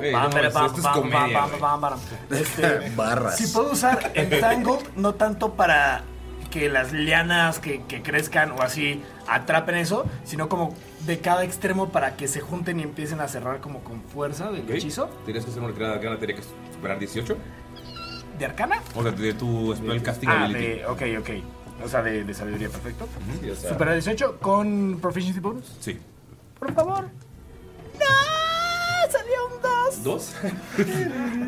Speaker 2: Ey,
Speaker 8: Pam,
Speaker 2: no,
Speaker 8: pere,
Speaker 2: esto-
Speaker 8: pam,
Speaker 2: esto es
Speaker 8: pam,
Speaker 2: comedia,
Speaker 8: pam,
Speaker 2: güey.
Speaker 8: pam, pam, pam. Este,
Speaker 2: Barras.
Speaker 8: Si puedo usar el tango, no tanto para que las lianas que, que crezcan o así atrapen eso, sino como de cada extremo para que se junten y empiecen a cerrar como con fuerza del
Speaker 2: Ok.
Speaker 8: hechizo.
Speaker 2: Tienes que hacer una retirada de arcana, tienes que superar 18.
Speaker 8: ¿De arcana?
Speaker 2: O sea, de tu spell casting
Speaker 8: Ah,
Speaker 2: ability.
Speaker 8: de, ok, ok. O sea, de, de sabiduría, perfecto.
Speaker 2: Sí, o sea-
Speaker 8: Superar 18 con proficiency bonus.
Speaker 2: Sí.
Speaker 8: Por favor. ¡No! Salió un 2.
Speaker 2: ¿Dos?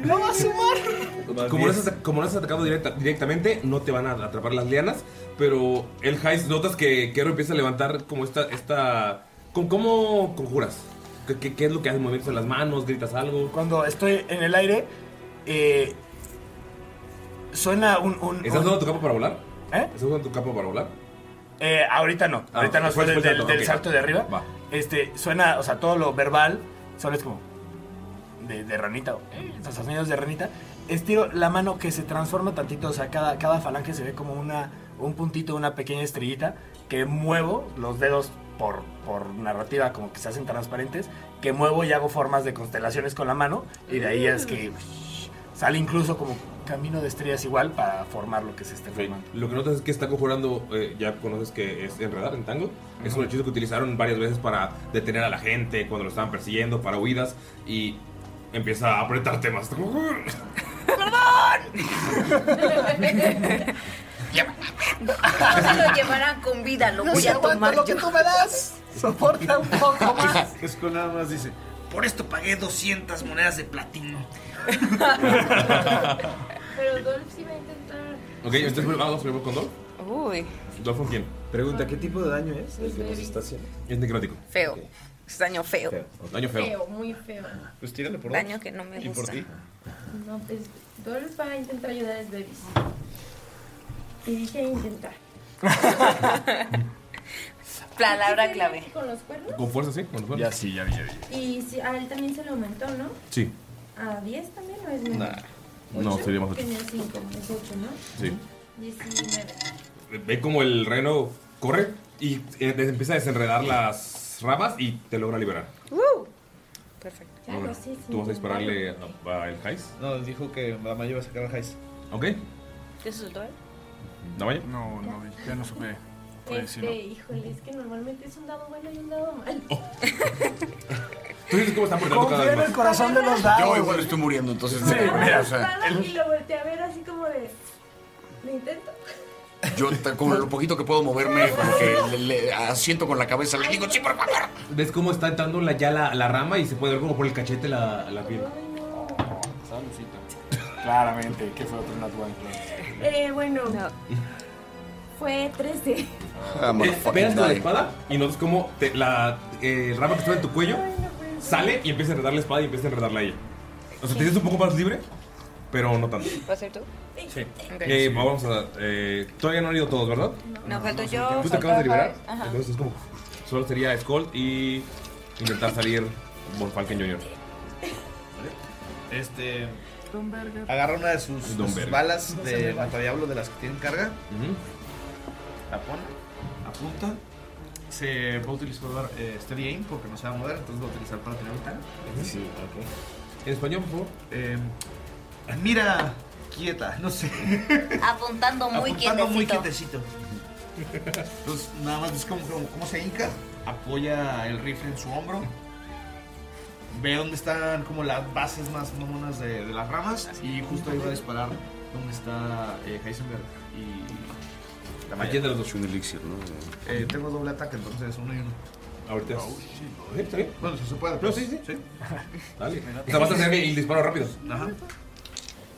Speaker 8: ¡No va a sumar!
Speaker 2: Como no, estás, como no estás atacado directa- directamente, no te van a atrapar las lianas. Pero el Heist, notas que Kero empieza a levantar como esta. esta ¿con, ¿Cómo conjuras? ¿Qué, qué, qué es lo que haces? ¿Movimientos en las manos? ¿Gritas algo?
Speaker 8: Cuando estoy en el aire, eh, suena un... un-
Speaker 2: ¿Estás
Speaker 8: un-
Speaker 2: usando tu capa para volar?
Speaker 8: ¿Eh?
Speaker 2: ¿Estás usando tu capa para volar?
Speaker 8: Eh, ahorita no,
Speaker 2: Ah,
Speaker 8: ahorita no,
Speaker 2: después
Speaker 8: suena del,
Speaker 2: del salto,
Speaker 8: del
Speaker 2: ok.
Speaker 8: salto de arriba.
Speaker 2: Va.
Speaker 8: Este, suena, o sea, todo lo verbal, solo es como de, de ranita, o, eh, los sonidos de ranita. Estiro la mano que se transforma tantito, o sea, cada, cada falange se ve como una, un puntito, una pequeña estrellita, que muevo los dedos por, por narrativa, como que se hacen transparentes, que muevo y hago formas de constelaciones con la mano, y de ahí es que uff, sale incluso como camino de estrellas igual para formar lo que este se esté formando.
Speaker 2: Lo que notas es que está conjurando, eh, ya conoces que es enredar en tango. Es
Speaker 8: Ajá.
Speaker 2: un hechizo que utilizaron varias veces para detener a la gente cuando lo estaban persiguiendo, para huidas. Y empieza a apretarte más.
Speaker 4: No se lo llevarán con vida, lo
Speaker 8: No
Speaker 4: voy
Speaker 8: se
Speaker 4: a
Speaker 8: aguanta
Speaker 4: tomar
Speaker 8: lo
Speaker 4: yo.
Speaker 8: que tú me das. Soporta un poco más.
Speaker 3: Es con nada más dice. Por esto pagué 200 monedas de platino.
Speaker 5: Pero Dolph sí va a intentar.
Speaker 2: Ok, entonces vamos primero con Dolph.
Speaker 10: Uy,
Speaker 2: ¿Dolph con quién?
Speaker 7: Pregunta, ¿qué tipo de daño es el que nos está haciendo?
Speaker 2: Es necrótico.
Speaker 10: feo. Es daño feo.
Speaker 2: Daño
Speaker 5: Feo, muy feo.
Speaker 2: Pues tírale
Speaker 10: por dos. Daño que no me ¿Y por gusta. ti?
Speaker 5: No, pues Dolph va a intentar ayudar a Sbebis. Y dije intentar.
Speaker 10: Palabra
Speaker 5: ¿Sí
Speaker 10: clave.
Speaker 5: sería Con los cuernos.
Speaker 2: Con fuerza, sí. Con fuerza. Ya sí, ya vi, ya vi.
Speaker 5: Y si, a él también se le aumentó, ¿no?
Speaker 2: Sí.
Speaker 5: ¿A 10 también o es menos?
Speaker 2: Nah. No, sería más ocho.
Speaker 5: Tenía 5, es 8, ¿no?
Speaker 2: Sí.
Speaker 5: 19.
Speaker 2: Ve como el reno corre y eh, des- empieza a desenredar las ramas y te logra liberar.
Speaker 10: Uh, perfecto.
Speaker 2: Ahora, ¿Tú vas a dispararle a, a el Heist?
Speaker 3: No, dijo que la mayor iba a sacar a Heis.
Speaker 2: Ok.
Speaker 10: ¿Qué es el duelo?
Speaker 2: ¿Damaya?
Speaker 30: No, no, ya no supe.
Speaker 5: Este, híjole, es que normalmente es un dado bueno y un dado malo.
Speaker 3: Oh,
Speaker 2: ¿Tú dices cómo están portando cada
Speaker 8: Confía
Speaker 2: vez
Speaker 8: en
Speaker 2: más?
Speaker 8: el corazón de los dados.
Speaker 6: Yo igual estoy muriendo, entonces.
Speaker 8: Sí, mira,
Speaker 6: o sea,
Speaker 5: Nada, Y lo volteé a ver así como de. Lo intento.
Speaker 6: yo ta- con lo poquito que puedo moverme, como que le, le asiento con la cabeza, le digo, sí, por favor.
Speaker 2: ¿Ves cómo está entrando la, ya la, la rama y se puede ver como por el cachete la, la piel?
Speaker 8: Claramente, que fue otro Nat One.
Speaker 5: Eh, bueno. Fue 13.
Speaker 2: Eh, Pegas con la espada y notas como te- la eh, rama que estaba en tu cuello sale y empieza a enredar la espada y empieza a enredarla a ella. O sea, te sientes un poco más libre, pero no tanto.
Speaker 10: ¿Vas a ser tú?
Speaker 2: Sí.
Speaker 10: Ok.
Speaker 2: Eh, vamos a. eh, todavía no han ido todos, ¿verdad?
Speaker 10: No, falto yo.
Speaker 2: Tú te
Speaker 10: faltó
Speaker 2: acabas de liberar.
Speaker 10: Javi. Ajá.
Speaker 2: Entonces es como. Solo sería Skull y intentar salir Von Falken Jr.
Speaker 3: Este. Agarra una de sus, de
Speaker 2: Don
Speaker 3: sus
Speaker 2: Verga.
Speaker 3: balas de
Speaker 2: Ujú.
Speaker 3: matadiablo de las que tienen carga. La pone, apunta. Se va a utilizar eh, Steady Aim porque no se va a mover, entonces va a utilizar para tener ventaja.
Speaker 2: En español, por favor.
Speaker 3: Eh, Mira, quieta, no sé.
Speaker 4: Apuntando muy
Speaker 3: apuntando muy
Speaker 4: quietecito.
Speaker 3: quietecito. Entonces, nada más ves cómo, cómo- cómo se hinca, apoya el rifle en su hombro, ve dónde están como las bases más monas de, de las ramas y justo ahí va a disparar donde está eh, Heisenberg y...
Speaker 6: ¿A quién de los dos? Un elixir, ¿no?
Speaker 3: Eh, tengo doble ataque, entonces uno y uno.
Speaker 2: Ahorita es-
Speaker 3: Oh, shit,
Speaker 2: Sí, está bien.
Speaker 3: Bueno, si se puede.
Speaker 2: No,
Speaker 3: pues,
Speaker 2: sí, sí. Dale.
Speaker 3: Sí.
Speaker 2: O sea, vas a hacer el disparo rápido.
Speaker 3: Ajá.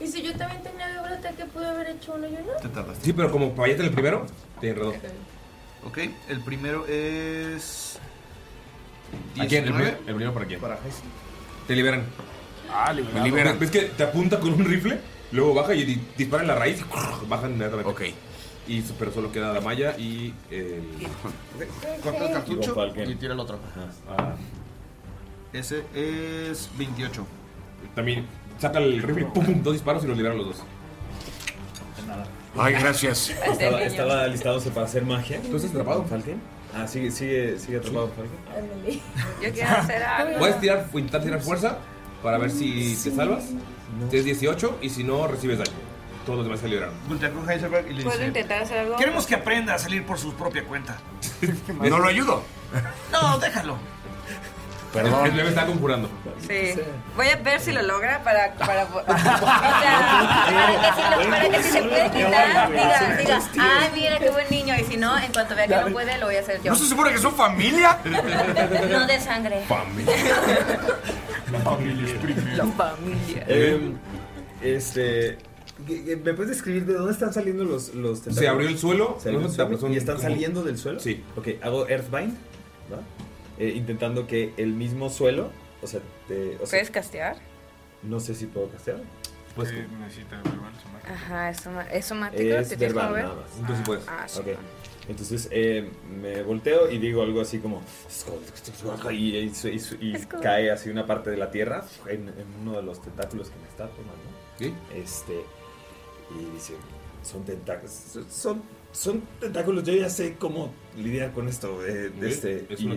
Speaker 5: Y si yo también tenía doble ataque, pude haber hecho uno y uno.
Speaker 2: Sí, pero como fallaste en el primero, te enredó.
Speaker 3: Ok, el primero es.
Speaker 2: ¿A quién?
Speaker 3: 19?
Speaker 2: ¿El, primer- el primero para quién?
Speaker 3: Para Heisenberg.
Speaker 2: Te liberan.
Speaker 3: Ah,
Speaker 2: Me liberan. ¿Ves que te apunta con un rifle? Luego baja y di- dispara en la raíz y ¡crrr! bajan inmediatamente. Ok. Y, pero solo queda la malla y el.
Speaker 3: Corta el
Speaker 2: Y bomba
Speaker 3: cartucho
Speaker 2: al Ken.
Speaker 3: y tira el otro.
Speaker 2: Ah.
Speaker 3: Ese es 28.
Speaker 2: También saca el rifle, pum, pum, dos disparos y los liberan los dos.
Speaker 6: Ay, gracias.
Speaker 4: Este
Speaker 7: Estaba, estaba listándose para hacer magia.
Speaker 2: ¿Tú estás atrapado?
Speaker 7: Falken? Ah, sigue, sigue, sigue atrapado Falken.
Speaker 10: Yo quiero hacer algo.
Speaker 2: Puedes tirar, intentar tirar fuerza para ver si te salvas. Tienes 18 y si no, recibes daño. Todos los demás se liberaron.
Speaker 3: Voltea con Heisenberg y le
Speaker 10: Puedo
Speaker 3: dice:
Speaker 10: intentar hacer algo.
Speaker 3: Queremos que aprenda a salir por su propia cuenta.
Speaker 6: ¿No lo ayudo?
Speaker 3: No, déjalo.
Speaker 2: Perdón. El plebe está conjurando.
Speaker 10: Sí. Voy a ver si lo logra para. para, para, o sea, para que si, lo- para que si se puede quitar, diga, diga, ay, mira qué buen niño. Y si no, en cuanto vea que no puede, lo voy a hacer yo.
Speaker 6: ¿No se supone que son familia?
Speaker 10: No de sangre.
Speaker 7: La familia. Eh, este. ¿qué- qué- ¿Me puedes describir de dónde están saliendo los, los tentáculos?
Speaker 2: Se abrió el suelo,
Speaker 7: Se abrió el
Speaker 2: unos
Speaker 7: suelo,
Speaker 2: tentáculos son
Speaker 7: ¿Y están
Speaker 2: como-
Speaker 7: saliendo del suelo? Sí. Ok, hago Earthbind, ¿va? Eh, intentando que el mismo suelo. O sea, te- o sea,
Speaker 10: ¿Puedes castear?
Speaker 7: no sé si puedo castear. Pues
Speaker 8: Sí, necesita verbal su magia.
Speaker 10: Ajá, es, soma- es somático,
Speaker 7: Es
Speaker 10: te tienes que
Speaker 7: verbal,
Speaker 10: mover.
Speaker 7: nada más. pues,
Speaker 10: Entonces puedes. Ah, sí.
Speaker 7: Ok. Entonces eh, me volteo y digo algo así como. Y, y- y- y cae así una parte de la tierra en, en uno de los tentáculos que me está tomando. Este. Y dice: Son tentáculos. son- Son, son tentáculos. Yo ya sé cómo lidiar con esto. eh, de
Speaker 2: Ok,
Speaker 7: este,
Speaker 2: es
Speaker 7: y,
Speaker 2: una-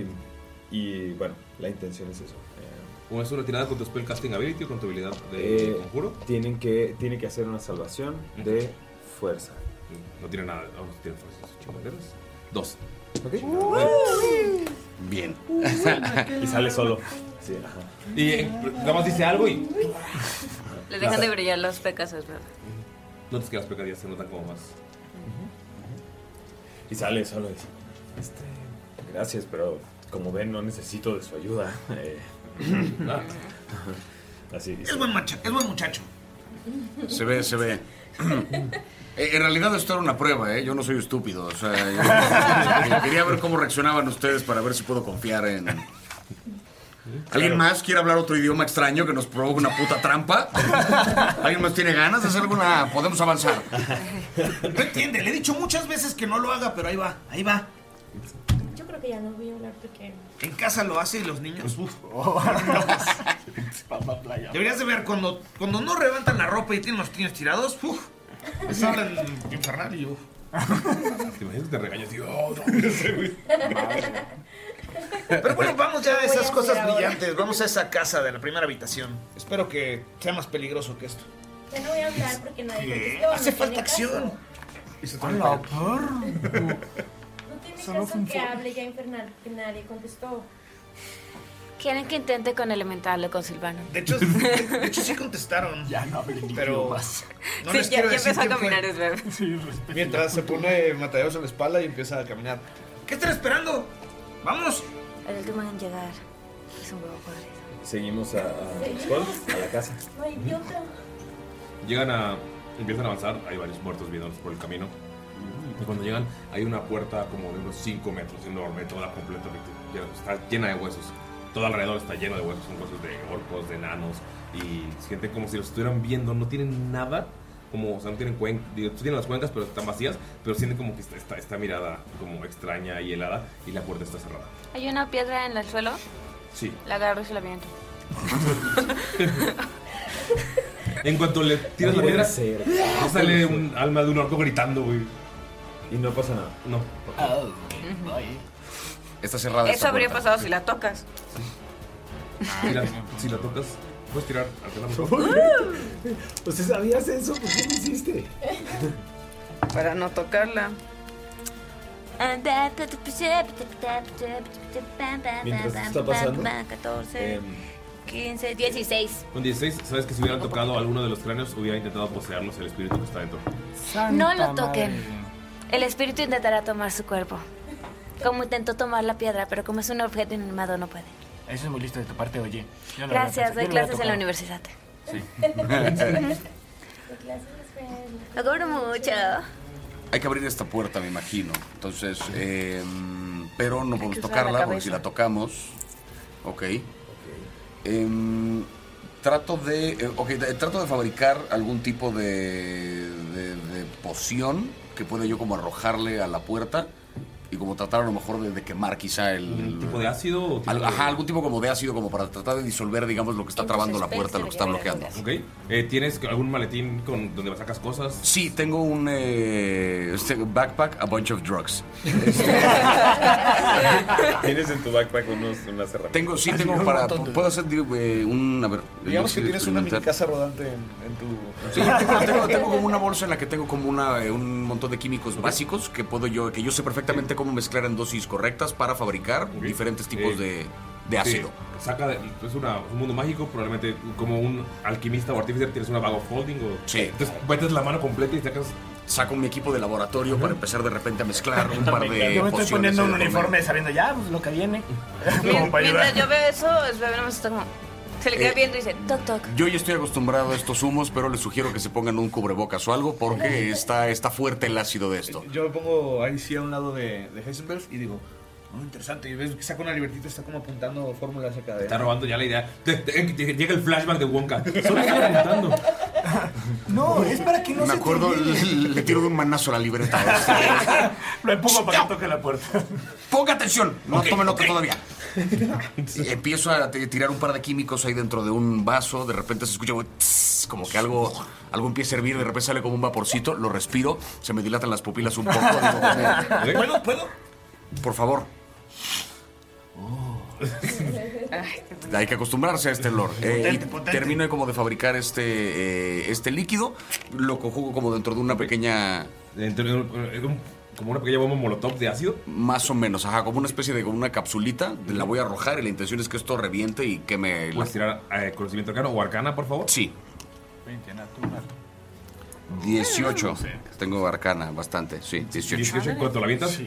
Speaker 7: y, bueno, la intención es eso. Eh,
Speaker 2: ¿O es una tirada con pues, tu spellcasting ability o con tu habilidad de
Speaker 7: eh,
Speaker 2: conjuro?
Speaker 7: Tienen que, tiene que hacer una salvación de fuerza.
Speaker 2: No tiene nada. Vamos a tirar fuerzas chingaderas. Dos.
Speaker 7: Uh.
Speaker 6: Bien.
Speaker 7: y sale solo. Sí, ajá.
Speaker 2: Y eh, nada más dice algo y
Speaker 10: Le dejan de brillar los pecas, es verdad.
Speaker 2: notas que las pecadillas se notan como más.
Speaker 7: Y sale solo y dice, este, gracias, pero como ven no necesito de su ayuda. Eh,
Speaker 2: Ah.
Speaker 7: Así dice.
Speaker 3: Es buen, macha- es buen muchacho.
Speaker 6: Se ve, se ve. Eh, En realidad esto era una prueba, ¿eh? Yo no soy estúpido. O sea, yo- eh, quería ver cómo reaccionaban ustedes para ver si puedo confiar en... ¿Alguien más quiere hablar otro idioma extraño que nos provoque una puta trampa? ¿Alguien más tiene ganas de hacer alguna? Podemos avanzar.
Speaker 3: No entiende, le he dicho muchas veces que no lo haga, pero ahí va, ahí va.
Speaker 5: Yo creo que ya no voy a hablar porque.
Speaker 3: En casa lo hace y los niños. Uf. Deberías de ver cuando, cuando no levantan la ropa y tienen los niños tirados. Uf. Les hablan infernal y uf.
Speaker 2: Te imaginas que te regañas, tío. Oh, no.
Speaker 3: Pero bueno, vamos ya a
Speaker 31: ¿Qué voy a
Speaker 3: esas
Speaker 31: hacer
Speaker 3: cosas
Speaker 31: ahora?
Speaker 3: brillantes. Vamos a esa casa de la primera habitación. Espero que sea más peligroso que esto.
Speaker 5: Ya no voy a hablar porque nadie
Speaker 3: ¿Qué?
Speaker 5: contestó, no
Speaker 3: Hace falta
Speaker 5: tiene caso.
Speaker 3: acción. Y se
Speaker 5: Hola,
Speaker 3: para-
Speaker 5: No tiene
Speaker 3: Solo fue
Speaker 5: caso
Speaker 3: un
Speaker 5: que
Speaker 3: fo-
Speaker 5: hable ya infernal porque nadie contestó.
Speaker 4: ¿Quieren que intente con elemental o con silvano?
Speaker 3: De hecho, de hecho sí contestaron. Ya no Pero no
Speaker 4: Sí,
Speaker 3: les
Speaker 4: ya-
Speaker 3: quiero
Speaker 4: ya empezó
Speaker 3: decir
Speaker 4: a
Speaker 3: quién fue.
Speaker 4: caminar, es
Speaker 3: Mientras se pone Matadeos en la espalda y empieza a caminar. ¿Qué están esperando? ¡Vamos!
Speaker 4: El último en llegar es un huevo podrido.
Speaker 7: Seguimos a, a Skull, a la casa.
Speaker 5: No hay idiota.
Speaker 2: Llegan a. Empiezan a avanzar. Hay varios muertos viéndolos por el camino. Y cuando llegan, hay una puerta como de unos 5 metros, enorme, toda completamente. llena- Está llena de huesos. Todo alrededor está lleno de huesos. Son huesos de orcos, de enanos. Y sienten como si los estuvieran viendo. No tienen nada. Como, o sea, no tienen cuencas. Tienen las cuencas, pero están vacías. Pero sienten como que está, está- esta mirada como extraña y helada. Y la puerta está cerrada.
Speaker 4: Hay una piedra en el suelo,
Speaker 2: Sí.
Speaker 4: la agarro y se la viento.
Speaker 2: En cuanto le tiras la
Speaker 7: Puede
Speaker 2: piedra,
Speaker 7: ser.
Speaker 2: sale un alma de un orco gritando, güey.
Speaker 7: Y no pasa nada. Ah,
Speaker 2: No.
Speaker 6: Está cerrada.
Speaker 10: Eso habría pasado si la tocas.
Speaker 6: Ah.
Speaker 2: Mira, si la tocas, Puedes tirar arcana, por favor.
Speaker 8: Pues,
Speaker 7: ¿Usted sabías eso? ¿Por qué lo hiciste?
Speaker 10: Para no tocarla.
Speaker 4: Ah,
Speaker 2: Mientras esto está pasando,
Speaker 10: 14,
Speaker 2: em,
Speaker 10: 15, 16.
Speaker 2: Con 16, sabes que si hubieran tocado alguno de los cráneos, hubiera intentado poseerlos el espíritu que está dentro.
Speaker 4: No lo toquen.
Speaker 8: Eh,
Speaker 4: El espíritu intentará tomar su cuerpo. Como intentó tomar la piedra, pero como es un objeto inanimado no puede.
Speaker 8: Eso es muy listo de tu parte, oye. Yo no
Speaker 4: Gracias,
Speaker 8: lo
Speaker 4: doy
Speaker 8: había pensado.
Speaker 4: clases en la universidad.
Speaker 8: Yo no lo había pensado. Sí.
Speaker 4: Lo cobro mucho.
Speaker 6: Hay que abrir esta puerta, me imagino. Entonces, eh, pero no podemos
Speaker 4: usar la
Speaker 6: tocarla porque
Speaker 4: cabeza.
Speaker 6: si la tocamos. Ok. Em, trato de. eh, ok, de- trato de fabricar algún tipo de, de- de poción que pueda yo como arrojarle a la puerta. Y como tratar a lo mejor de, de quemar quizá el...
Speaker 2: tipo de ácido? o tipo
Speaker 6: Al-
Speaker 2: de-
Speaker 6: ajá, algún tipo como de ácido como para tratar de disolver, digamos, lo que está trabando la puerta, lo que está bloqueando.
Speaker 2: Ok. Eh, ¿Tienes algún maletín con, donde sacas cosas?
Speaker 6: Sí, tengo un eh, este backpack, a bunch of drugs.
Speaker 7: Tienes en tu backpack unos, unas herramientas.
Speaker 6: Tengo, sí,
Speaker 7: Ah,
Speaker 6: tengo
Speaker 7: sí, un
Speaker 6: para.
Speaker 7: montón de-
Speaker 6: Puedo hacer digo, eh, un. A ver,
Speaker 32: Digamos que
Speaker 6: yo sí
Speaker 32: tienes una mini
Speaker 6: experimentar.
Speaker 32: casa rodante en, en tu.
Speaker 6: Sí, tengo, tengo- tengo como una bolsa en la que tengo como una, eh, un montón de químicos básicos que puedo yo, que yo sé perfectamente cómo mezclar en dosis correctas para fabricar diferentes tipos de, de ácido.
Speaker 2: Sí, saca de- es una- un mundo mágico, probablemente como un alquimista o artificer tienes una bag of holding o...
Speaker 6: Sí.
Speaker 2: Entonces metes la mano completa y sacas...
Speaker 6: Saco mi equipo de laboratorio para empezar de repente a mezclar un par de
Speaker 8: Yo me estoy
Speaker 6: pociones
Speaker 8: poniendo
Speaker 6: ahí de por
Speaker 8: un
Speaker 6: medio.
Speaker 8: uniforme sabiendo ya pues, lo que viene. Como para ayudar.
Speaker 10: Mientras yo veo eso, el bebé nomás está como. Se le queda
Speaker 6: Eh.
Speaker 10: viendo y dice: Toc, toc.
Speaker 6: Yo ya estoy acostumbrado a estos humos, pero les sugiero que se pongan un cubrebocas o algo porque está, está fuerte el ácido de esto.
Speaker 32: Yo me pongo ahí sí a un lado de, de Heisenberg y digo, muy interesante. Y ves que saca una libertita, está como apuntando fórmulas acá. de-
Speaker 2: Está robando ya la idea. Te- te- te- Llega el flashback de Wonka. Solo estoy preguntando.
Speaker 8: No, es para que no
Speaker 6: Me
Speaker 8: se
Speaker 6: acuerdo, le, le tiro de un manazo a la libreta.
Speaker 8: Lo empujo para que toque la puerta.
Speaker 6: Ponga atención, no tome nota todavía. Empiezo a t- tirar un par de químicos ahí dentro de un vaso, de repente se escucha como tss, como que algo, algo empieza a hervir, de repente sale como un vaporcito, lo respiro, se me dilatan las pupilas un poco. digo,
Speaker 3: ¿Puedo? ¿Puedo?
Speaker 6: Por favor,
Speaker 10: Ay,
Speaker 6: hay que acostumbrarse a este olor. Eh, y
Speaker 10: Potente, potente.
Speaker 6: termino de como de fabricar este, eh, este líquido, lo conjugo como dentro de una pequeña...
Speaker 2: eh, como una pequeña bomba molotov de ácido.
Speaker 6: Más o menos, ajá, como una especie de como una capsulita, la voy a arrojar y la intención es que esto reviente y que me...
Speaker 2: ¿Puedes tirar eh, conocimiento arcano o arcana, por favor?
Speaker 6: Sí. 18.
Speaker 10: Ah,
Speaker 6: Tengo arcana, bastante, sí, 18.
Speaker 2: 18 en cuanto la avientas.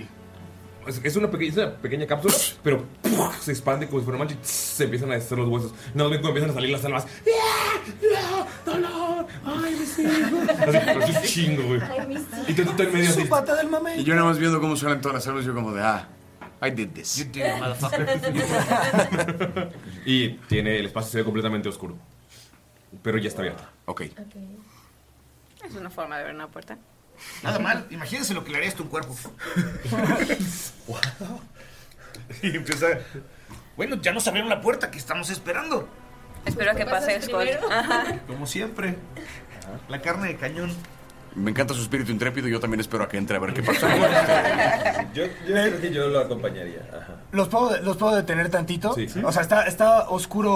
Speaker 2: Es, es una pequeña, es una pequeña cápsula, pero ¡puf! se expande como si fuera una mancha y ¡tss! se empiezan a deshacer los huesos. No, ven cómo empiezan a salir las almas. ¡Dolor! ¡Ay, me Así, pero es un chingo, güey. Y tú, tú, tú en medio así.
Speaker 8: pata del mame.
Speaker 6: Y yo nada más viendo cómo salen todas las almas, yo como de, ah, I did this. You
Speaker 3: it,
Speaker 6: motherfucker.
Speaker 2: Y tiene el espacio se ve completamente oscuro. Pero ya está abierto.
Speaker 6: Ok.
Speaker 10: Es una forma de ver una puerta.
Speaker 3: Nada mal, imagínense lo que le harías a tu cuerpo. y empieza. Bueno, ya nos abrieron la puerta que estamos esperando.
Speaker 10: Espero que pase Scott. Ajá.
Speaker 6: Como siempre. La carne de cañón. Me encanta su espíritu intrépido y yo también espero a que entre a ver qué pasa.
Speaker 7: yo, yo creo que yo lo acompañaría. Ajá.
Speaker 8: ¿Los puedo, ¿Los puedo detener tantito?
Speaker 7: Sí.
Speaker 8: O sea, está, está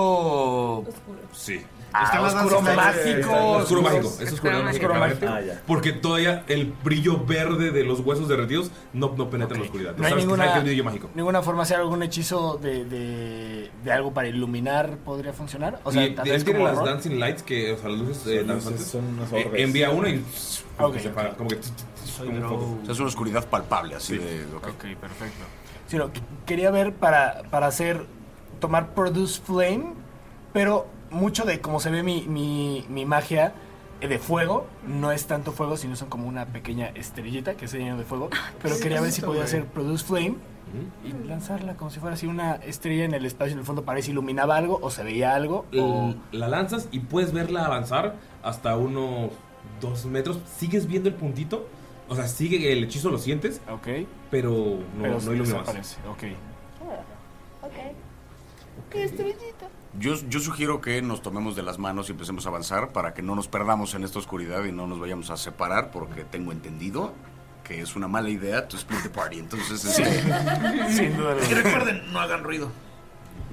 Speaker 8: oscuro.
Speaker 2: Sí.
Speaker 8: Ah,
Speaker 2: Está más
Speaker 8: oscuro
Speaker 2: denso, está-
Speaker 8: mágico,
Speaker 2: está- está- Oscuro
Speaker 8: oscuro-
Speaker 2: mágico. Es oscuro,
Speaker 8: oscuro
Speaker 2: mágico.
Speaker 8: mágico.
Speaker 2: claramente, Porque todavía el brillo verde de los huesos derretidos no, no penetra en la oscuridad.
Speaker 8: No hay
Speaker 2: sabes que sabe
Speaker 8: ninguna,
Speaker 2: que es brillo mágico.
Speaker 8: ninguna forma de hacer algún hechizo de, de, de algo para iluminar podría funcionar. O sea,
Speaker 2: y
Speaker 8: tal
Speaker 2: él
Speaker 8: vez
Speaker 2: tiene
Speaker 8: como
Speaker 2: las
Speaker 8: horror.
Speaker 2: dancing lights que, o sea, las luces eh,
Speaker 8: Son luces,
Speaker 2: danzantes.
Speaker 8: son unas
Speaker 2: Eh,
Speaker 8: orbes.
Speaker 2: envía una y
Speaker 8: Ok,
Speaker 2: se
Speaker 8: ok.
Speaker 2: para, como que tss, tss, como un foco.
Speaker 6: O sea, es una oscuridad palpable, así de.
Speaker 8: ok, perfecto. Sí, no, qu- quería ver para, para hacer, tomar Produce Flame, pero mucho de cómo se ve mi, mi, mi magia eh, de fuego, no es tanto fuego, sino son como una pequeña estrellita que se llena de fuego, pero
Speaker 33: Ah, sí,
Speaker 8: quería ver si
Speaker 33: está
Speaker 8: podía
Speaker 33: bueno.
Speaker 8: hacer Produce Flame y lanzarla como si fuera así una estrella en el espacio en el fondo para ver si iluminaba algo o se veía algo. o-
Speaker 2: La lanzas y puedes verla avanzar hasta unos dos metros. Sigues viendo el puntito. O sea, sigue el hechizo, lo sientes. Pero no,
Speaker 8: Pero
Speaker 2: no ilumina más.
Speaker 8: desaparece, ok.
Speaker 6: Yo, yo sugiero que nos tomemos de las manos y empecemos a avanzar para que no nos perdamos en esta oscuridad y no nos vayamos a separar, porque tengo entendido que es una mala idea to split the party. Entonces, este,
Speaker 3: Y recuerden, no hagan ruido.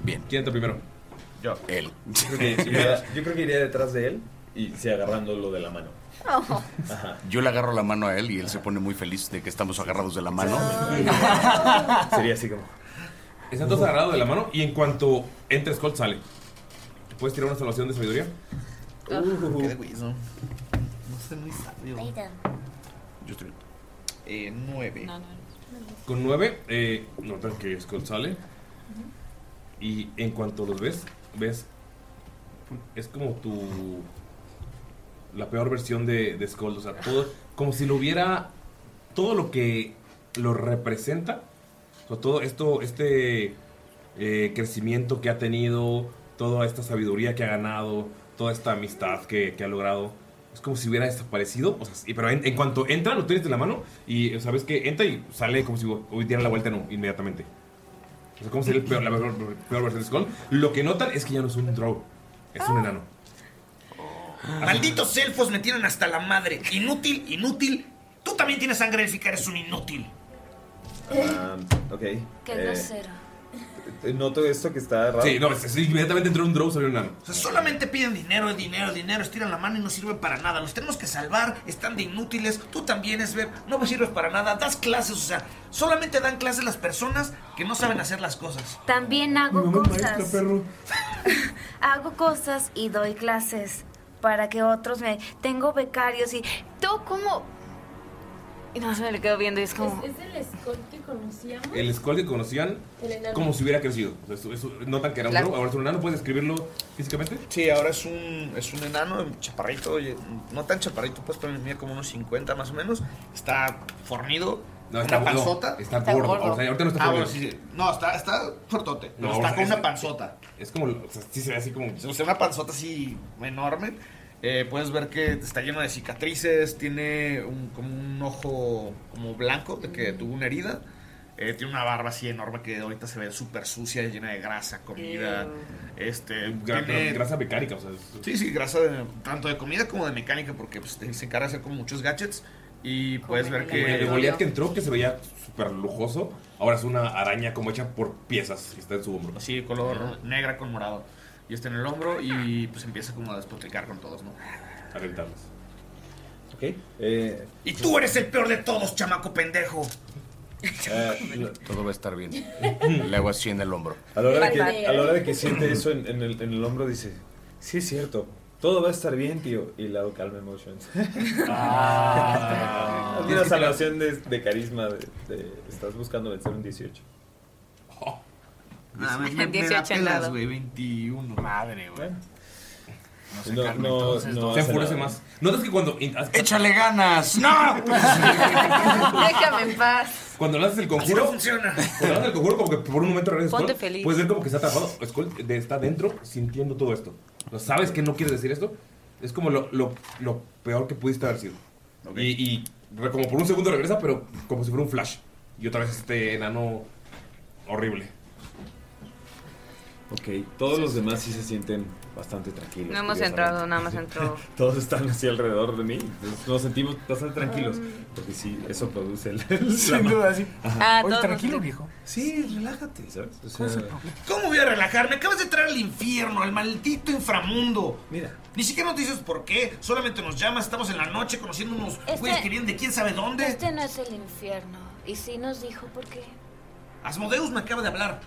Speaker 6: Bien.
Speaker 2: ¿Quién entra primero?
Speaker 7: Yo.
Speaker 20: Él.
Speaker 7: Yo creo, que iría, yo creo que iría detrás de él y sí, agarrándolo de la mano. Ajá.
Speaker 20: Yo le agarro la mano a él y él se pone muy feliz de que estamos agarrados de la mano.
Speaker 7: Sería así como.
Speaker 2: Están todos agarrados de la mano y en cuanto entra Scott sale. ¿Puedes tirar una salvación de sabiduría?
Speaker 3: Uh, Qué de güey, no. No soy muy sabio.
Speaker 20: Yo estoy
Speaker 3: Eh, nueve.
Speaker 2: Con 9, notas que Skull sale. Y en cuanto los ves, ves. Es como tu. La peor versión de, de Skull. O sea, todo. Como si lo hubiera. Todo lo que lo representa. O sea, todo esto. Este. eh, crecimiento que ha tenido. Toda esta sabiduría que ha ganado. Toda esta amistad que, que ha logrado. Es como si hubiera desaparecido. O sea, sí, pero en, en cuanto entra, lo tienes de la mano. Y sabes que entra y sale como si hoy diera la vuelta no, inmediatamente. O sea, como sería el peor, la peor, peor versión de Skull. Lo que notan es que ya no es un drow. Es un enano.
Speaker 3: Malditos elfos me tienen hasta la madre. Inútil, inútil. Tú también tienes sangre élfica, eres un inútil.
Speaker 7: Um, ok.
Speaker 3: Qué
Speaker 7: Eh,
Speaker 3: grosero.
Speaker 7: Noto esto que está raro.
Speaker 2: Sí, no, es- es- inmediatamente entró un drow, salió un enano.
Speaker 3: O sea, solamente piden dinero, dinero, dinero, estiran la mano y no sirven para nada. Los tenemos que salvar, están de inútiles. Tú también, Esber, no me sirves para nada. Das clases, o sea, solamente dan clases las personas que no saben hacer las cosas.
Speaker 34: También hago cosas. hago cosas y doy clases para que otros me... Tengo becarios y... ¿Tú cómo...? Y no se me le quedo viendo y es
Speaker 10: Oh.
Speaker 34: como...
Speaker 5: ¿Es, es el Scott que conocíamos?
Speaker 2: El Skull que conocían,
Speaker 5: El enano.
Speaker 2: como si hubiera crecido. O sea, eso- eso- notan que era un
Speaker 5: Claro.
Speaker 2: drow, ahora es un enano. ¿Puedes describirlo físicamente?
Speaker 3: Sí, ahora es un, es un enano, un chaparrito, oye, no tan chaparrito, pues, pero mide como unos 50 más o menos. Está fornido,
Speaker 2: No,
Speaker 3: con
Speaker 2: está
Speaker 3: una
Speaker 2: gordo,
Speaker 3: panzota.
Speaker 2: está Está gordo, gordo. o sea, ahorita no está
Speaker 3: Ah,
Speaker 2: fornido.
Speaker 3: bueno, sí, sí. No, está, está fuertote, pero
Speaker 2: No,
Speaker 3: está
Speaker 2: o sea,
Speaker 3: con
Speaker 2: es-
Speaker 3: una panzota.
Speaker 2: Es como, o sea, sí se ve así como...
Speaker 3: O sea, una panzota así enorme. Eh, puedes ver que está lleno de cicatrices, tiene un- como un ojo como blanco de que tuvo una herida. Eh, tiene una barba así enorme que ahorita se ve súper sucia, llena de grasa, comida. Este, tiene-
Speaker 2: Gra- pero grasa mecánica, o sea, es-
Speaker 3: Sí, sí, grasa de- tanto de comida como de mecánica, porque pues, te- se encarga de hacer como muchos gadgets. Y puedes ver
Speaker 2: Como
Speaker 3: que.
Speaker 2: el de Goliath que entró, que se veía súper lujoso, ahora es una araña como hecha por piezas que está en su hombro.
Speaker 3: Sí, color negra con morado. Y está en el hombro y pues empieza como a despotricar con todos, ¿no?
Speaker 2: A rentarlos.
Speaker 7: Ok. Eh,
Speaker 3: Y tú eres el peor de todos, chamaco pendejo.
Speaker 20: Todo va a estar bien. Le hago así en el hombro.
Speaker 7: Eh, A la hora de que, a la hora de que siente eso en, en el, en el hombro, dice: Sí, es cierto. Todo va a estar bien, tío. Y le hago calm emotions.
Speaker 2: Ah.
Speaker 7: Tiene una salvación de, de carisma. de- de- estás buscando vencer un 18.
Speaker 3: Ah, me- me- me la
Speaker 10: 18
Speaker 3: pelas,
Speaker 10: andado.
Speaker 3: güey, 21. Madre, güey. No sé,
Speaker 7: No,
Speaker 3: Carmen,
Speaker 7: no,
Speaker 3: entonces,
Speaker 7: no
Speaker 3: dos.
Speaker 2: se enfurece más. Notas que cuando.
Speaker 20: ¡Échale ganas! ¡No!
Speaker 10: Déjame en paz.
Speaker 2: Cuando lanzas el conjuro.
Speaker 3: funciona.
Speaker 2: Cuando lanzas el conjuro, como que por un momento regresas.
Speaker 10: Ponte
Speaker 2: Skull,
Speaker 10: feliz.
Speaker 2: Puedes ver como que está atrapado. Skull de- está dentro sintiendo todo esto. O sea, sabes que no quieres decir esto. Es como lo, lo- lo peor que pudiste haber sido. Y, y re- como por un segundo regresa, pero como si fuera un flash. Y otra vez este enano horrible.
Speaker 7: Ok. Todos los demás sí se sienten bastante tranquilos.
Speaker 10: No hemos
Speaker 7: curiosamente.
Speaker 10: entrado, nada más entró.
Speaker 7: Todos están así alrededor de mí. entonces nos sentimos bastante tranquilos. Porque sí, eso produce el. el
Speaker 19: Sin
Speaker 7: drama.
Speaker 19: duda, sí.
Speaker 10: Ah,
Speaker 7: Ajá.
Speaker 19: Oye, tranquilo, viejo.
Speaker 3: Sí, relájate.
Speaker 7: ¿Sabes? O
Speaker 3: ¿Cuál es el
Speaker 7: sea,
Speaker 3: ¿Cómo voy a relajarme? Acabas de entrar al infierno, al maldito inframundo.
Speaker 7: Mira.
Speaker 3: Ni siquiera nos dices por qué, solamente nos llamas, estamos en la noche conociendo unos güeyes que vienen de quién sabe dónde.
Speaker 34: Este no es el infierno. Y sí nos dijo por qué.
Speaker 3: Asmodeus me acaba de hablar.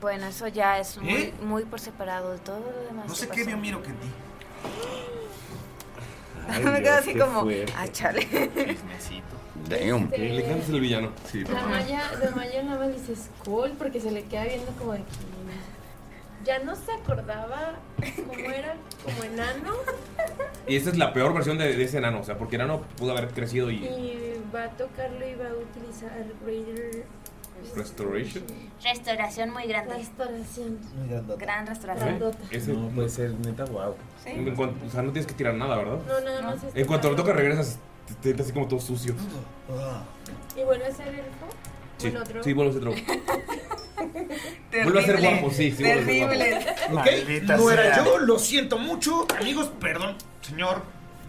Speaker 34: Bueno, eso ya es muy,
Speaker 3: ¿Eh?
Speaker 34: muy por separado de todo lo demás. que
Speaker 3: No
Speaker 4: Este
Speaker 3: sé qué
Speaker 34: pasó.
Speaker 3: vio miro que en ti.
Speaker 7: Ay,
Speaker 10: Me quedo
Speaker 7: Dios,
Speaker 10: así
Speaker 7: qué
Speaker 10: como,
Speaker 7: fuerte.
Speaker 10: ah, chale.
Speaker 20: Damn.
Speaker 5: Sí.
Speaker 2: Elegante es el villano. Sí,
Speaker 5: Damaya, Damaya nada más dice Skull porque se le queda viendo como de que ya no se acordaba cómo era, como enano
Speaker 2: Y esta es la peor versión de, de ese enano. O sea, porque enano pudo haber crecido y.
Speaker 5: y va a tocarlo y va a utilizar Raider
Speaker 2: Restoration.
Speaker 34: Restauración muy grande.
Speaker 5: Restauración.
Speaker 34: Gran
Speaker 2: ¿Eh?
Speaker 34: restauración.
Speaker 2: Ese
Speaker 7: pues,
Speaker 2: no puede ser neta, wow. En cuanto- o sea, no tienes que tirar nada, ¿verdad?
Speaker 5: No, nada más es
Speaker 2: En cuanto lo toca, regresas, te, te sientes así como todo sucio.
Speaker 7: ah.
Speaker 5: Y vuelve a ser elfo.
Speaker 2: Sí,
Speaker 5: Bueno, otro.
Speaker 2: sí, vuelve a ser otro. Vuelve a ser guapo, sí, sí, vuelve a ser guapo.
Speaker 3: Ok,
Speaker 2: Maldita
Speaker 3: no era
Speaker 2: sea.
Speaker 3: yo, lo siento mucho. Amigos, perdón, señor.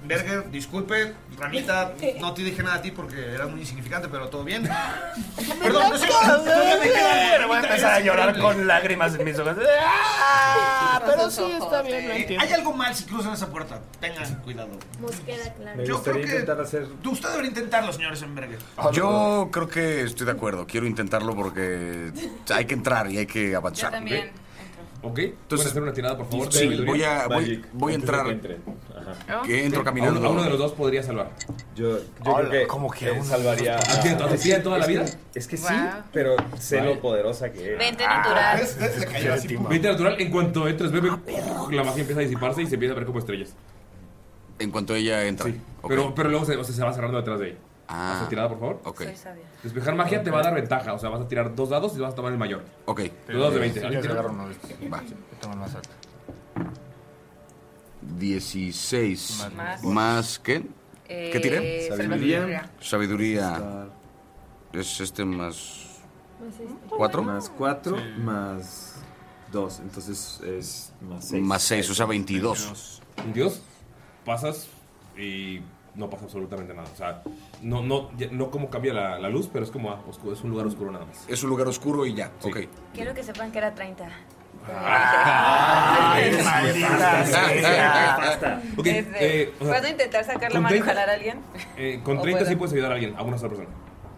Speaker 3: Berger, disculpe, Ramita, no te dije nada a ti porque eras muy insignificante, pero todo bien. Perdón, no sé.
Speaker 19: Pero voy a empezar a llorar con lágrimas en mis ojos.
Speaker 3: Ah,
Speaker 19: pero sí, está bien, lo entiendo.
Speaker 3: Hay algo mal si cruzan esa puerta. Tengan cuidado.
Speaker 5: Mosqueda, claro.
Speaker 7: Me
Speaker 3: Yo creo
Speaker 7: gustaría
Speaker 3: que
Speaker 7: intentar hacer.
Speaker 3: usted debería intentarlo, señores Emberger.
Speaker 2: "Ah,
Speaker 20: Yo creo que estoy de acuerdo. Quiero intentarlo porque hay que entrar y hay que avanzar.
Speaker 2: Ok, entonces hacer una tirada, por favor.
Speaker 20: Sí, voy a, voy,
Speaker 2: Magic,
Speaker 20: voy a
Speaker 2: antes
Speaker 20: entrar.
Speaker 2: de que entren.
Speaker 5: Ah,
Speaker 20: Ajá. Que entro caminando.
Speaker 2: A uno, a uno de los dos podría salvar.
Speaker 7: Yo, Yo creo que. ¿Cómo que salvaría.
Speaker 2: ¿A ti en- a ti en toda la
Speaker 7: Es que-
Speaker 2: vida?
Speaker 7: Es que sí,
Speaker 2: Wow.
Speaker 7: pero sé
Speaker 2: Vale.
Speaker 7: lo poderosa que Ah, es.
Speaker 4: Veinte natural.
Speaker 7: ¿ves? ¿Ves? Le cayó así, pum.
Speaker 2: 20 natural, en cuanto entres, bebe,
Speaker 20: Ah,
Speaker 2: la magia empieza a disiparse y se empieza a ver como estrellas.
Speaker 20: En cuanto ella entra. Sí,
Speaker 2: pero, pero luego se, o sea, se va cerrando detrás de ella.
Speaker 20: Ah.
Speaker 2: Haz la tirada, por favor.
Speaker 20: Ok. Soy
Speaker 2: sabia. Despejar magia te va a dar ventaja. O sea, vas a tirar dos dados y vas a tomar el mayor.
Speaker 20: Ok.
Speaker 2: Los dados de 20.
Speaker 20: Sí,
Speaker 2: ¿Alguien
Speaker 20: yo
Speaker 2: tira?
Speaker 20: agarro uno de Va. 16.
Speaker 10: Más.
Speaker 20: ¿Más qué?
Speaker 10: Eh,
Speaker 20: ¿Qué tiré?
Speaker 10: Sabiduría.
Speaker 20: Sabiduría. Es este más.
Speaker 5: Más este.
Speaker 20: ¿Cuatro?
Speaker 7: Más 4, más 2. Entonces es más 6.
Speaker 20: Más seis, o sea, 22.
Speaker 2: 22. Pasas y no pasa absolutamente nada. O sea, no, no, ya- no como cambia la, la luz, pero es como ah, oscuro, es un lugar oscuro nada más.
Speaker 20: Es un lugar oscuro y ya. Ok.
Speaker 4: Quiero que sepan que era 30.
Speaker 2: Ay,
Speaker 10: Ah, maldita
Speaker 2: sea. Ok,
Speaker 10: Desde-
Speaker 2: eh,
Speaker 10: Este,
Speaker 2: o sea,
Speaker 10: ¿Puedo intentar sacar la
Speaker 2: con
Speaker 10: mano y
Speaker 2: 30,
Speaker 10: jalar a alguien?
Speaker 2: eh, con
Speaker 10: ¿O
Speaker 2: 30 sí
Speaker 10: puedo?
Speaker 2: puedes ayudar a alguien, a una sola persona.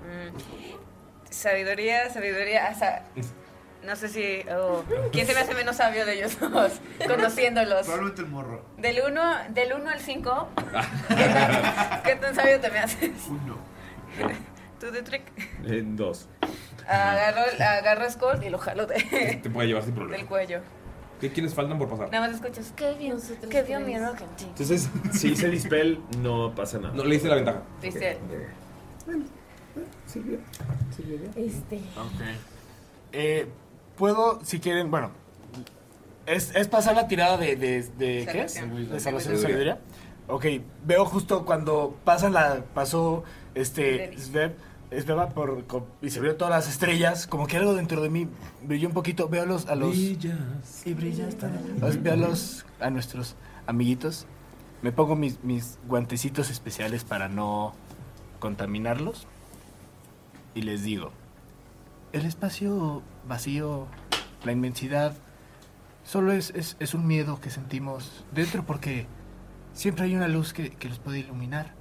Speaker 10: Mm. Sabiduría, sabiduría. o sea, no sé si. oh, ¿Quién se me hace menos sabio de ellos dos? Conociéndolos.
Speaker 3: Probablemente el morro.
Speaker 10: Del 1 del uno al 5.
Speaker 19: Ah.
Speaker 10: ¿Qué tan sabio te me haces?
Speaker 3: Uno.
Speaker 10: Tú de trick.
Speaker 7: En 2.
Speaker 10: Agarro, agarro a Skull y lo jalo de-
Speaker 2: Te puede llevar sin
Speaker 10: del
Speaker 2: problema.
Speaker 10: cuello.
Speaker 2: ¿Qué quienes faltan por pasar?
Speaker 10: Nada más escuchas. ¿Qué vio? ¿Qué vio miedo que en ti?
Speaker 7: Entonces, si hice dispel, no pasa nada.
Speaker 2: No, le hice la ventaja.
Speaker 10: Dice.
Speaker 7: Silvia.
Speaker 5: Este.
Speaker 8: Ok. Eh, Puedo, si quieren, bueno. Es, es pasar la tirada de. de, de ¿Qué es?
Speaker 19: Salvación.
Speaker 8: De salvación
Speaker 19: Sabiduría.
Speaker 8: de sabiduría. Ok, veo justo cuando pasan la, pasó este Sveb, Sveba por, co- y se vio todas las estrellas, como que algo dentro de mí brilló un poquito, veo a los, a los, Y brillas también. los- veo a los- a nuestros amiguitos, me pongo mis, mis guantecitos especiales para no contaminarlos y les digo, el espacio vacío, la inmensidad, solo es, es, es un miedo que sentimos dentro porque siempre hay una luz que, que los puede iluminar.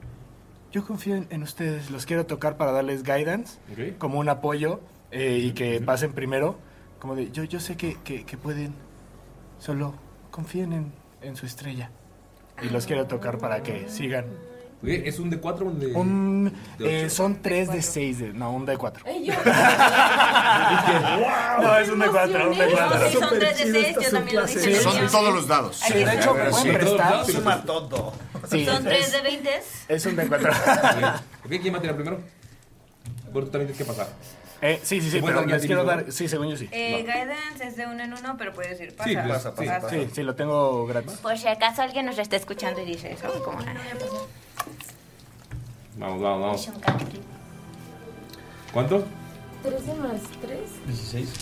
Speaker 8: Yo confío en, en ustedes, los quiero tocar para darles guidance,
Speaker 2: Ok.
Speaker 8: como un apoyo eh, y que pasen primero. Como de, yo, yo sé que, que- que pueden, solo confíen en, en su estrella. Y los quiero tocar para que sigan.
Speaker 2: Ok, ¿Es un de 4 o un de.?
Speaker 8: Un,
Speaker 2: de ocho?
Speaker 8: eh, son tres de seis, de- no, un de cuatro.
Speaker 2: No,
Speaker 8: No, es un de cuatro, un de cuatro.
Speaker 4: No, sí, son tres de seis, yo también lo dije.
Speaker 8: Sí,
Speaker 4: Son
Speaker 8: todos los
Speaker 20: dados.
Speaker 8: Sí, de hecho, me pueden prestar.
Speaker 3: Suma todo.
Speaker 8: Sí,
Speaker 4: Son 3
Speaker 8: es-
Speaker 4: de 20.
Speaker 8: Es un de cuatro.
Speaker 2: Ok, ¿quién va a tirar primero? Bueno, tú también tienes que pasar.
Speaker 8: Eh, sí, sí, sí,
Speaker 2: Bueno,
Speaker 8: pero
Speaker 2: ya
Speaker 8: les quiero
Speaker 2: dividido.
Speaker 8: dar. Sí, según yo sí.
Speaker 4: Eh, guidance es de uno en uno, pero puedes ir.
Speaker 2: pues,
Speaker 8: Sí, pasa, pasa, pasa. Sí, sí, lo tengo gratis.
Speaker 4: Por si acaso alguien nos está escuchando y dice eso. Como, ah,
Speaker 2: Vamos, vamos, vamos.
Speaker 4: es un country.
Speaker 2: ¿Cuánto?
Speaker 5: 13 más 3.
Speaker 2: 16.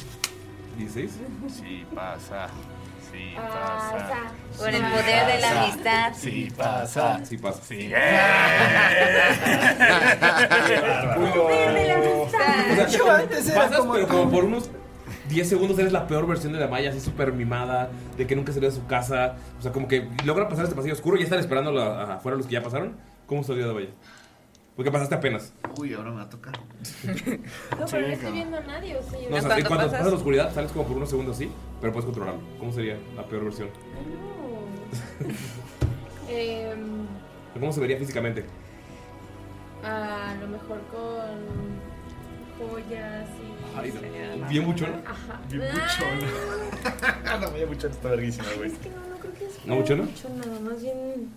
Speaker 2: ¿16?
Speaker 35: Sí pasa. Sí
Speaker 5: Pasa.
Speaker 35: pasa.
Speaker 4: Por el poder de la amistad.
Speaker 35: Sí pasa.
Speaker 2: Sí pasa. Sí.
Speaker 8: eh.
Speaker 19: Yo antes era
Speaker 2: Pasas,
Speaker 19: como-
Speaker 2: pero como por unos 10 segundos eres la peor versión de la Maya, así súper mimada, de que nunca salió de su casa. O sea, como que logra pasar este pasillo oscuro y ya están esperando la- afuera los que ya pasaron. ¿Cómo salió de la Maya? Porque pasaste apenas.
Speaker 3: Uy, ahora me va a tocar.
Speaker 5: No, pero no estoy
Speaker 2: cabrón.
Speaker 5: viendo a nadie. O sea, yo
Speaker 2: No, o sea, en cuanto pasas la oscuridad, sales como por unos segundos así, pero puedes controlarlo. ¿Cómo sería la peor versión?
Speaker 5: No. Em,
Speaker 2: ¿Cómo se vería físicamente?
Speaker 5: a lo mejor con joyas y.
Speaker 2: Ay, no. Bien buchona.
Speaker 5: Ajá. Ah.
Speaker 2: Bien
Speaker 5: buchona.
Speaker 3: La media muchacha está verguísima, güey.
Speaker 5: No creo que es
Speaker 2: ¿No buchona?
Speaker 5: buchona, más bien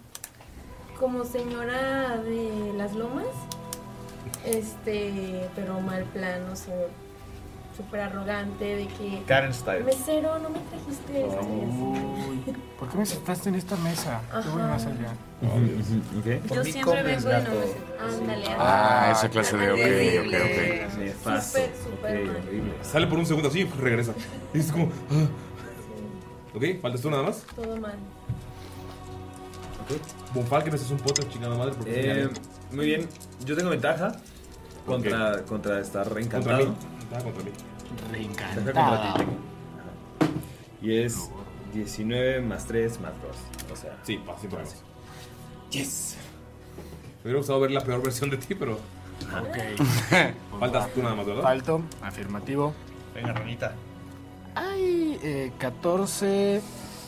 Speaker 5: como señora de las lomas. Este, pero mal plan, o sea, súper arrogante de que.
Speaker 8: Karen style.
Speaker 5: Mesero, no me trajiste esto. y así.
Speaker 8: ¿Por qué me sentaste en esta mesa? Yo voy
Speaker 5: Ajá.
Speaker 8: más allá.
Speaker 5: Yo
Speaker 8: Por mí
Speaker 5: siempre
Speaker 8: comes,
Speaker 5: vengo de
Speaker 8: gato.
Speaker 5: noche. Ándale.
Speaker 20: Ah, esa clase de. Ok, ok,
Speaker 5: Terrible.
Speaker 20: ok.
Speaker 7: Súper,
Speaker 5: súper mal.
Speaker 2: Sale por un segundo así y regresa. Y es como. ah. Ok, faltas tú nada más.
Speaker 5: Todo mal.
Speaker 2: Ok, Bonfal, que me haces un pote, chingada madre. Porque
Speaker 7: Eh, muy bien, yo tengo ventaja contra, contra estar reencantado.
Speaker 2: Contra mí. Ventaja contra mí.
Speaker 7: Ventaja
Speaker 2: Reencantado.
Speaker 7: contra ti tengo. Ajá. Y es 19 más 3 más 2. O sea,
Speaker 2: sí, pasa, Yes. Me hubiera gustado ver la peor versión de ti, pero.
Speaker 8: Ok.
Speaker 2: Faltas tú nada más, ¿verdad?
Speaker 8: Falto, afirmativo.
Speaker 3: Venga, ranita.
Speaker 8: Ay, eh, 14.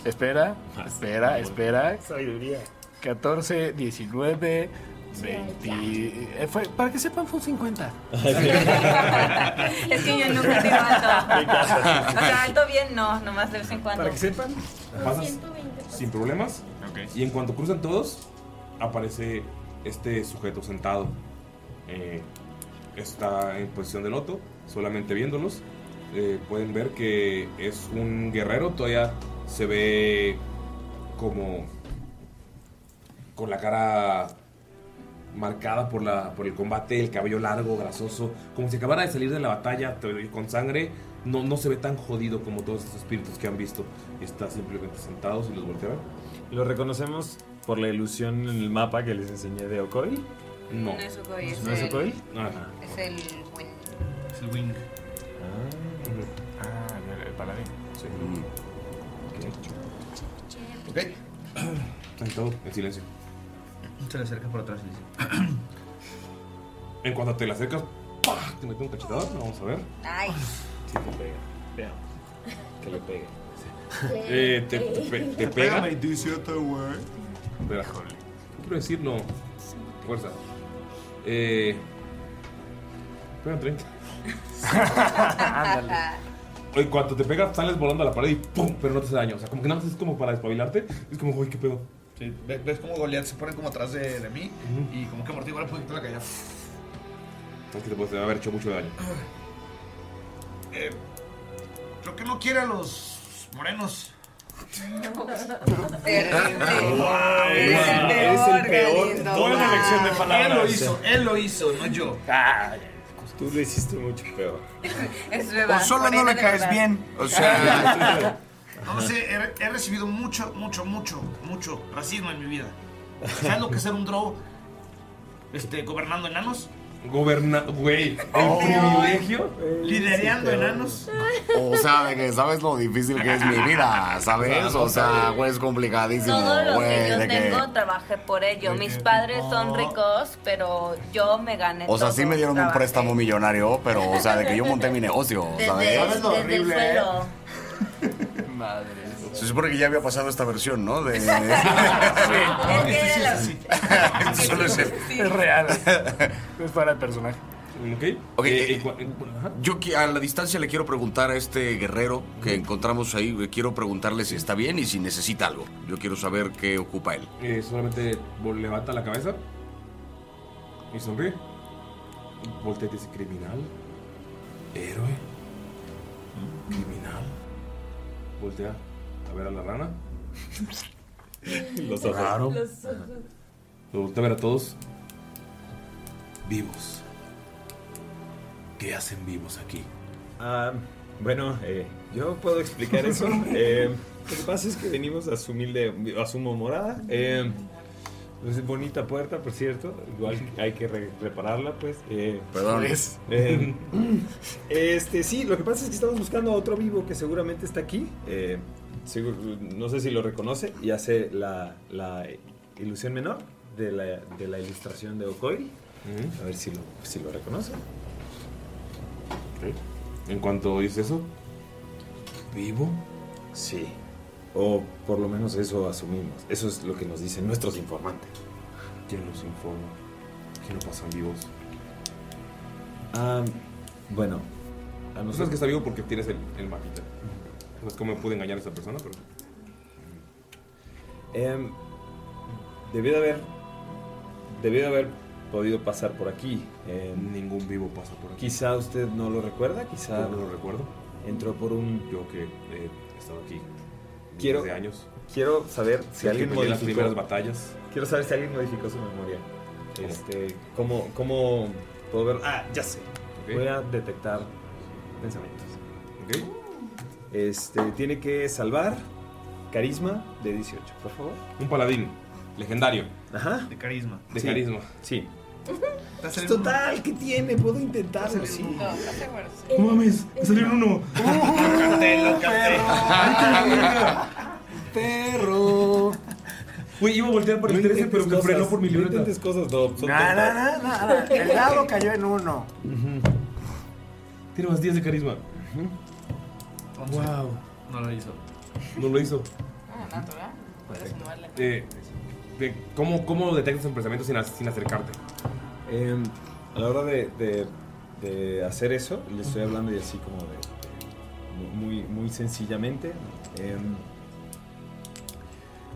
Speaker 8: Espera, espera, espera. Sabiduría. 14, 19, 20. eh, fue- para que sepan, fue un 50.
Speaker 10: Es que yo nunca tiro alto.
Speaker 8: Mi casa.
Speaker 10: O sea, alto bien no, nomás de vez en cuando.
Speaker 2: Para que sepan. Pasas sin problemas. Y en cuanto cruzan todos, aparece este sujeto sentado. Eh, está en posición de loto, solamente viéndolos. Eh, pueden ver que es un guerrero, todavía se ve como con la cara marcada por, la, por el combate, el cabello largo, grasoso, como si acabara de salir de la batalla te- con sangre, no, no se ve tan jodido como todos estos espíritus que han visto. Está simplemente sentado, si los voltearon.
Speaker 7: ¿Lo reconocemos por la ilusión en el mapa que les enseñé de Okoy?
Speaker 2: No.
Speaker 10: No es Okoy, es
Speaker 7: ¿No es
Speaker 10: el-
Speaker 7: Okoy?
Speaker 2: Ajá.
Speaker 10: Es el buen.
Speaker 3: Es el wing.
Speaker 7: Ah, el, paladín.
Speaker 2: Sí. Ok. Sentado, en silencio.
Speaker 3: Se le acerca por atrás y dice:
Speaker 2: En cuanto te le acercas, ¡pah! te mete un cachetador, vamos a ver.
Speaker 10: Ay.
Speaker 2: Si te pega. Veamos. Que le pegue.
Speaker 10: Eh,
Speaker 2: te, te pe- te pega.
Speaker 10: Pégame,
Speaker 2: Espera. Quiero decirlo. Fuerza. Eh. Pega 30. En cuanto te pega, sales volando a la pared y ¡pum! Pero no te hace daño. O sea, como que nada más es como para despabilarte. Es como, uy, qué pedo.
Speaker 3: Sí, ve- ¿Ves cómo Goliath se pone como atrás de, de mí? Y como que amortigua un poquito la caída.
Speaker 2: Es que te puede haber hecho mucho daño.
Speaker 3: Eh, creo que no quiere a los morenos.
Speaker 7: Guau, eres el peor, Galindo, guau.
Speaker 3: Él lo hizo, él lo hizo, no yo.
Speaker 7: Tú lo hiciste mucho peor.
Speaker 10: Es verdad.
Speaker 7: O solo no
Speaker 10: morena
Speaker 7: le
Speaker 10: de
Speaker 7: caes
Speaker 10: verdad.
Speaker 7: bien, o sea-
Speaker 3: No sé, he, he recibido mucho, mucho, mucho, mucho racismo en mi vida. ¿Sabes lo que es ser un drow este, gobernando enanos?
Speaker 2: Goberna. Güey.
Speaker 3: Oh.
Speaker 2: El privilegio.
Speaker 3: eh, Lidereando
Speaker 2: Sí,
Speaker 3: enanos.
Speaker 6: O sea, de que sabes lo difícil que es mi vida, ¿sabes? O sea, güey, es complicadísimo,
Speaker 5: Todos los
Speaker 6: güey,
Speaker 5: que yo
Speaker 6: de que-
Speaker 5: tengo trabajé por ello. Mis padres son ricos, pero yo me gané
Speaker 6: O sea, sí
Speaker 5: todo.
Speaker 6: me dieron un
Speaker 5: Trabajé
Speaker 6: préstamo millonario, pero, o sea, de que yo monté mi negocio,
Speaker 5: Desde,
Speaker 6: ¿sabes?
Speaker 5: desde el
Speaker 2: ¿eh?
Speaker 5: suelo.
Speaker 6: Se supone que ya había pasado esta versión, ¿no? De... Solo es él.
Speaker 8: Es real. Es para el personaje.
Speaker 2: Ok.
Speaker 6: Ok, eh, yo qui- a la distancia le quiero preguntar a este guerrero que encontramos ahí, güey, quiero preguntarle si está bien y si necesita algo. Yo quiero saber qué ocupa él.
Speaker 2: Eh, solamente vol- levanta la cabeza y sonríe. Voltea y te dice criminal, héroe, criminal. Voltea a ver a la rana. Los ojos. Raro.
Speaker 36: Los ojos.
Speaker 2: Lo voltea a ver a todos. Vivos. ¿Qué hacen vivos aquí?
Speaker 7: Ah, bueno, eh, yo puedo explicar eso. Eh, lo que pasa es que venimos a su humilde, a su morada. Eh, pues, bonita puerta, por cierto. Igual hay que re- repararla, pues. Eh,
Speaker 6: Perdón.
Speaker 7: pues, eh, este, sí, lo que pasa es que estamos buscando a otro vivo que seguramente está aquí. Eh, seguro- no sé si lo reconoce y hace la, la ilusión menor de la, de la ilustración de Okoy. A ver si lo, si lo reconoce.
Speaker 2: En cuanto dice eso, ¿vivo?
Speaker 7: Sí. O por lo menos eso asumimos. Eso es lo que nos dicen nuestros informantes.
Speaker 2: ¿Quién nos informa? ¿Qué no pasan vivos?
Speaker 7: Ah, bueno. A
Speaker 2: No
Speaker 7: nosotros
Speaker 2: sabes que está vivo porque tienes el, el mapita. No es cómo pude engañar a esa persona, pero.
Speaker 7: Em, debió de haber. Debió de haber podido pasar por aquí. em,
Speaker 2: Ningún vivo pasa por aquí.
Speaker 7: Quizá usted no lo recuerda, quizá.
Speaker 2: Yo no lo recuerdo.
Speaker 7: Entró por un.
Speaker 2: Yo que eh, he estado aquí.
Speaker 7: Quiero.
Speaker 2: de años.
Speaker 7: Quiero saber si
Speaker 2: Yo
Speaker 7: alguien
Speaker 2: que peleé las
Speaker 7: modificó-
Speaker 2: primeras batallas.
Speaker 7: Quiero saber si alguien modificó su memoria. Este. ¿Cómo. cómo puedo ver? Ah, ya sé. Voy a detectar pensamientos. Este. Tiene que salvar. Carisma de 18, por favor.
Speaker 2: Un paladín. Legendario.
Speaker 7: Ajá.
Speaker 3: De carisma.
Speaker 2: De
Speaker 7: Sí.
Speaker 2: carisma.
Speaker 7: Sí.
Speaker 3: Pues
Speaker 7: total, ¿qué tiene? Puedo intentarlo, sí.
Speaker 35: No mames, me salió un uno.
Speaker 7: Eh,
Speaker 2: Perro. Güey, iba a voltear por el 13, pero me frenó por mi libreta. No
Speaker 7: cosas, no. Son
Speaker 8: Nada, nada, nada. El dado cayó en uno.
Speaker 2: Tiene más 10 de carisma. Wow.
Speaker 3: No lo hizo. Pues
Speaker 2: No lo hizo.
Speaker 10: Ah, natural. Puedes sumarle.
Speaker 2: Eh, de- ¿cómo, ¿Cómo detectas el pensamiento sin, ac- sin acercarte?
Speaker 7: Em, a la hora de, de- de hacer eso, le estoy hablando y así como de, de- muy, muy sencillamente. Em,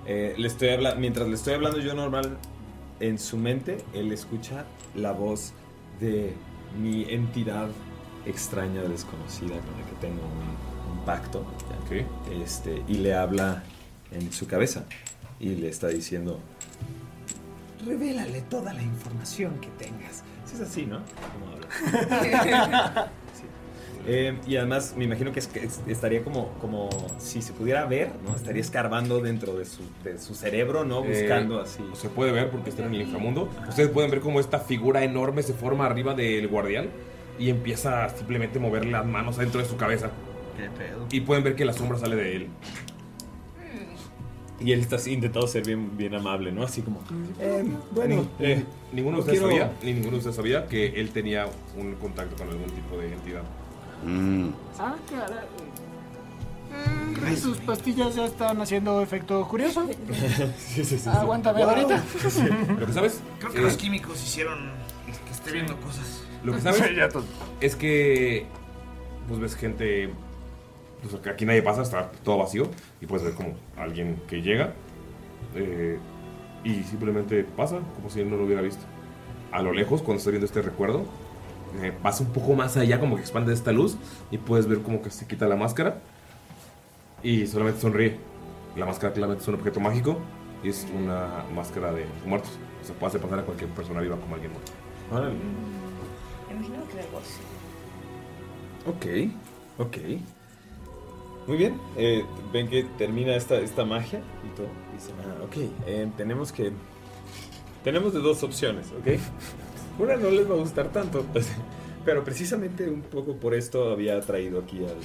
Speaker 7: eh, le estoy habla- mientras le estoy hablando yo normal, en su mente, él escucha la voz de mi entidad extraña, desconocida, con la que tengo un, un pacto. ¿ya? Este, y le habla en su cabeza y le está diciendo...
Speaker 37: Revélale toda la información que tengas.
Speaker 7: Si es así, ¿no? Como Eh, y además me imagino que, es- que es- estaría como, como si se pudiera ver, ¿no? Estaría escarbando dentro de su, de su cerebro, ¿no? Buscando
Speaker 2: Eh,
Speaker 7: así.
Speaker 2: Se puede ver porque está en el inframundo. Ustedes pueden ver cómo esta figura enorme se forma arriba del guardián y empieza a simplemente mover las manos dentro de su cabeza.
Speaker 3: Qué pedo.
Speaker 2: Y pueden ver que la sombra sale de él.
Speaker 7: Mm. Y él está así, intentado ser bien, bien amable, ¿no? Así como...
Speaker 2: Bueno,
Speaker 7: eh,
Speaker 2: ninguno de
Speaker 7: no
Speaker 2: ustedes
Speaker 7: quiero-
Speaker 2: sabía, ni ninguno de ustedes sabía que él tenía un contacto con algún tipo de entidad.
Speaker 6: Mm.
Speaker 8: Ah, caray. Mm, Sus pastillas ya están haciendo efecto curioso.
Speaker 7: sí, sí, sí.
Speaker 8: Aguántame
Speaker 3: Wow.
Speaker 8: ahorita.
Speaker 2: Lo que sabes,
Speaker 3: Creo que
Speaker 2: eh,
Speaker 3: los químicos hicieron que esté viendo cosas.
Speaker 2: Lo que sabes es que pues ves gente, pues acá- aquí nadie pasa, está todo vacío y puedes ver como alguien que llega eh, y simplemente pasa como si él no lo hubiera visto. A lo lejos, cuando estás viendo este recuerdo, eh, pasa un poco más allá, como que expande esta luz y puedes ver como que se quita la máscara y solamente sonríe. La máscara claramente es un objeto mágico y es una máscara de muertos. Se puede hacer pasar a cualquier persona viva como alguien muerto.
Speaker 10: Me imagino que negocio.
Speaker 7: Ok, ok. Muy bien, eh, ven que termina esta, esta magia y todo. Dicen, ah, ok, eh, tenemos que... Tenemos de dos opciones, ¿ok? Una no les va a gustar tanto, pero precisamente un poco por esto había traído aquí al...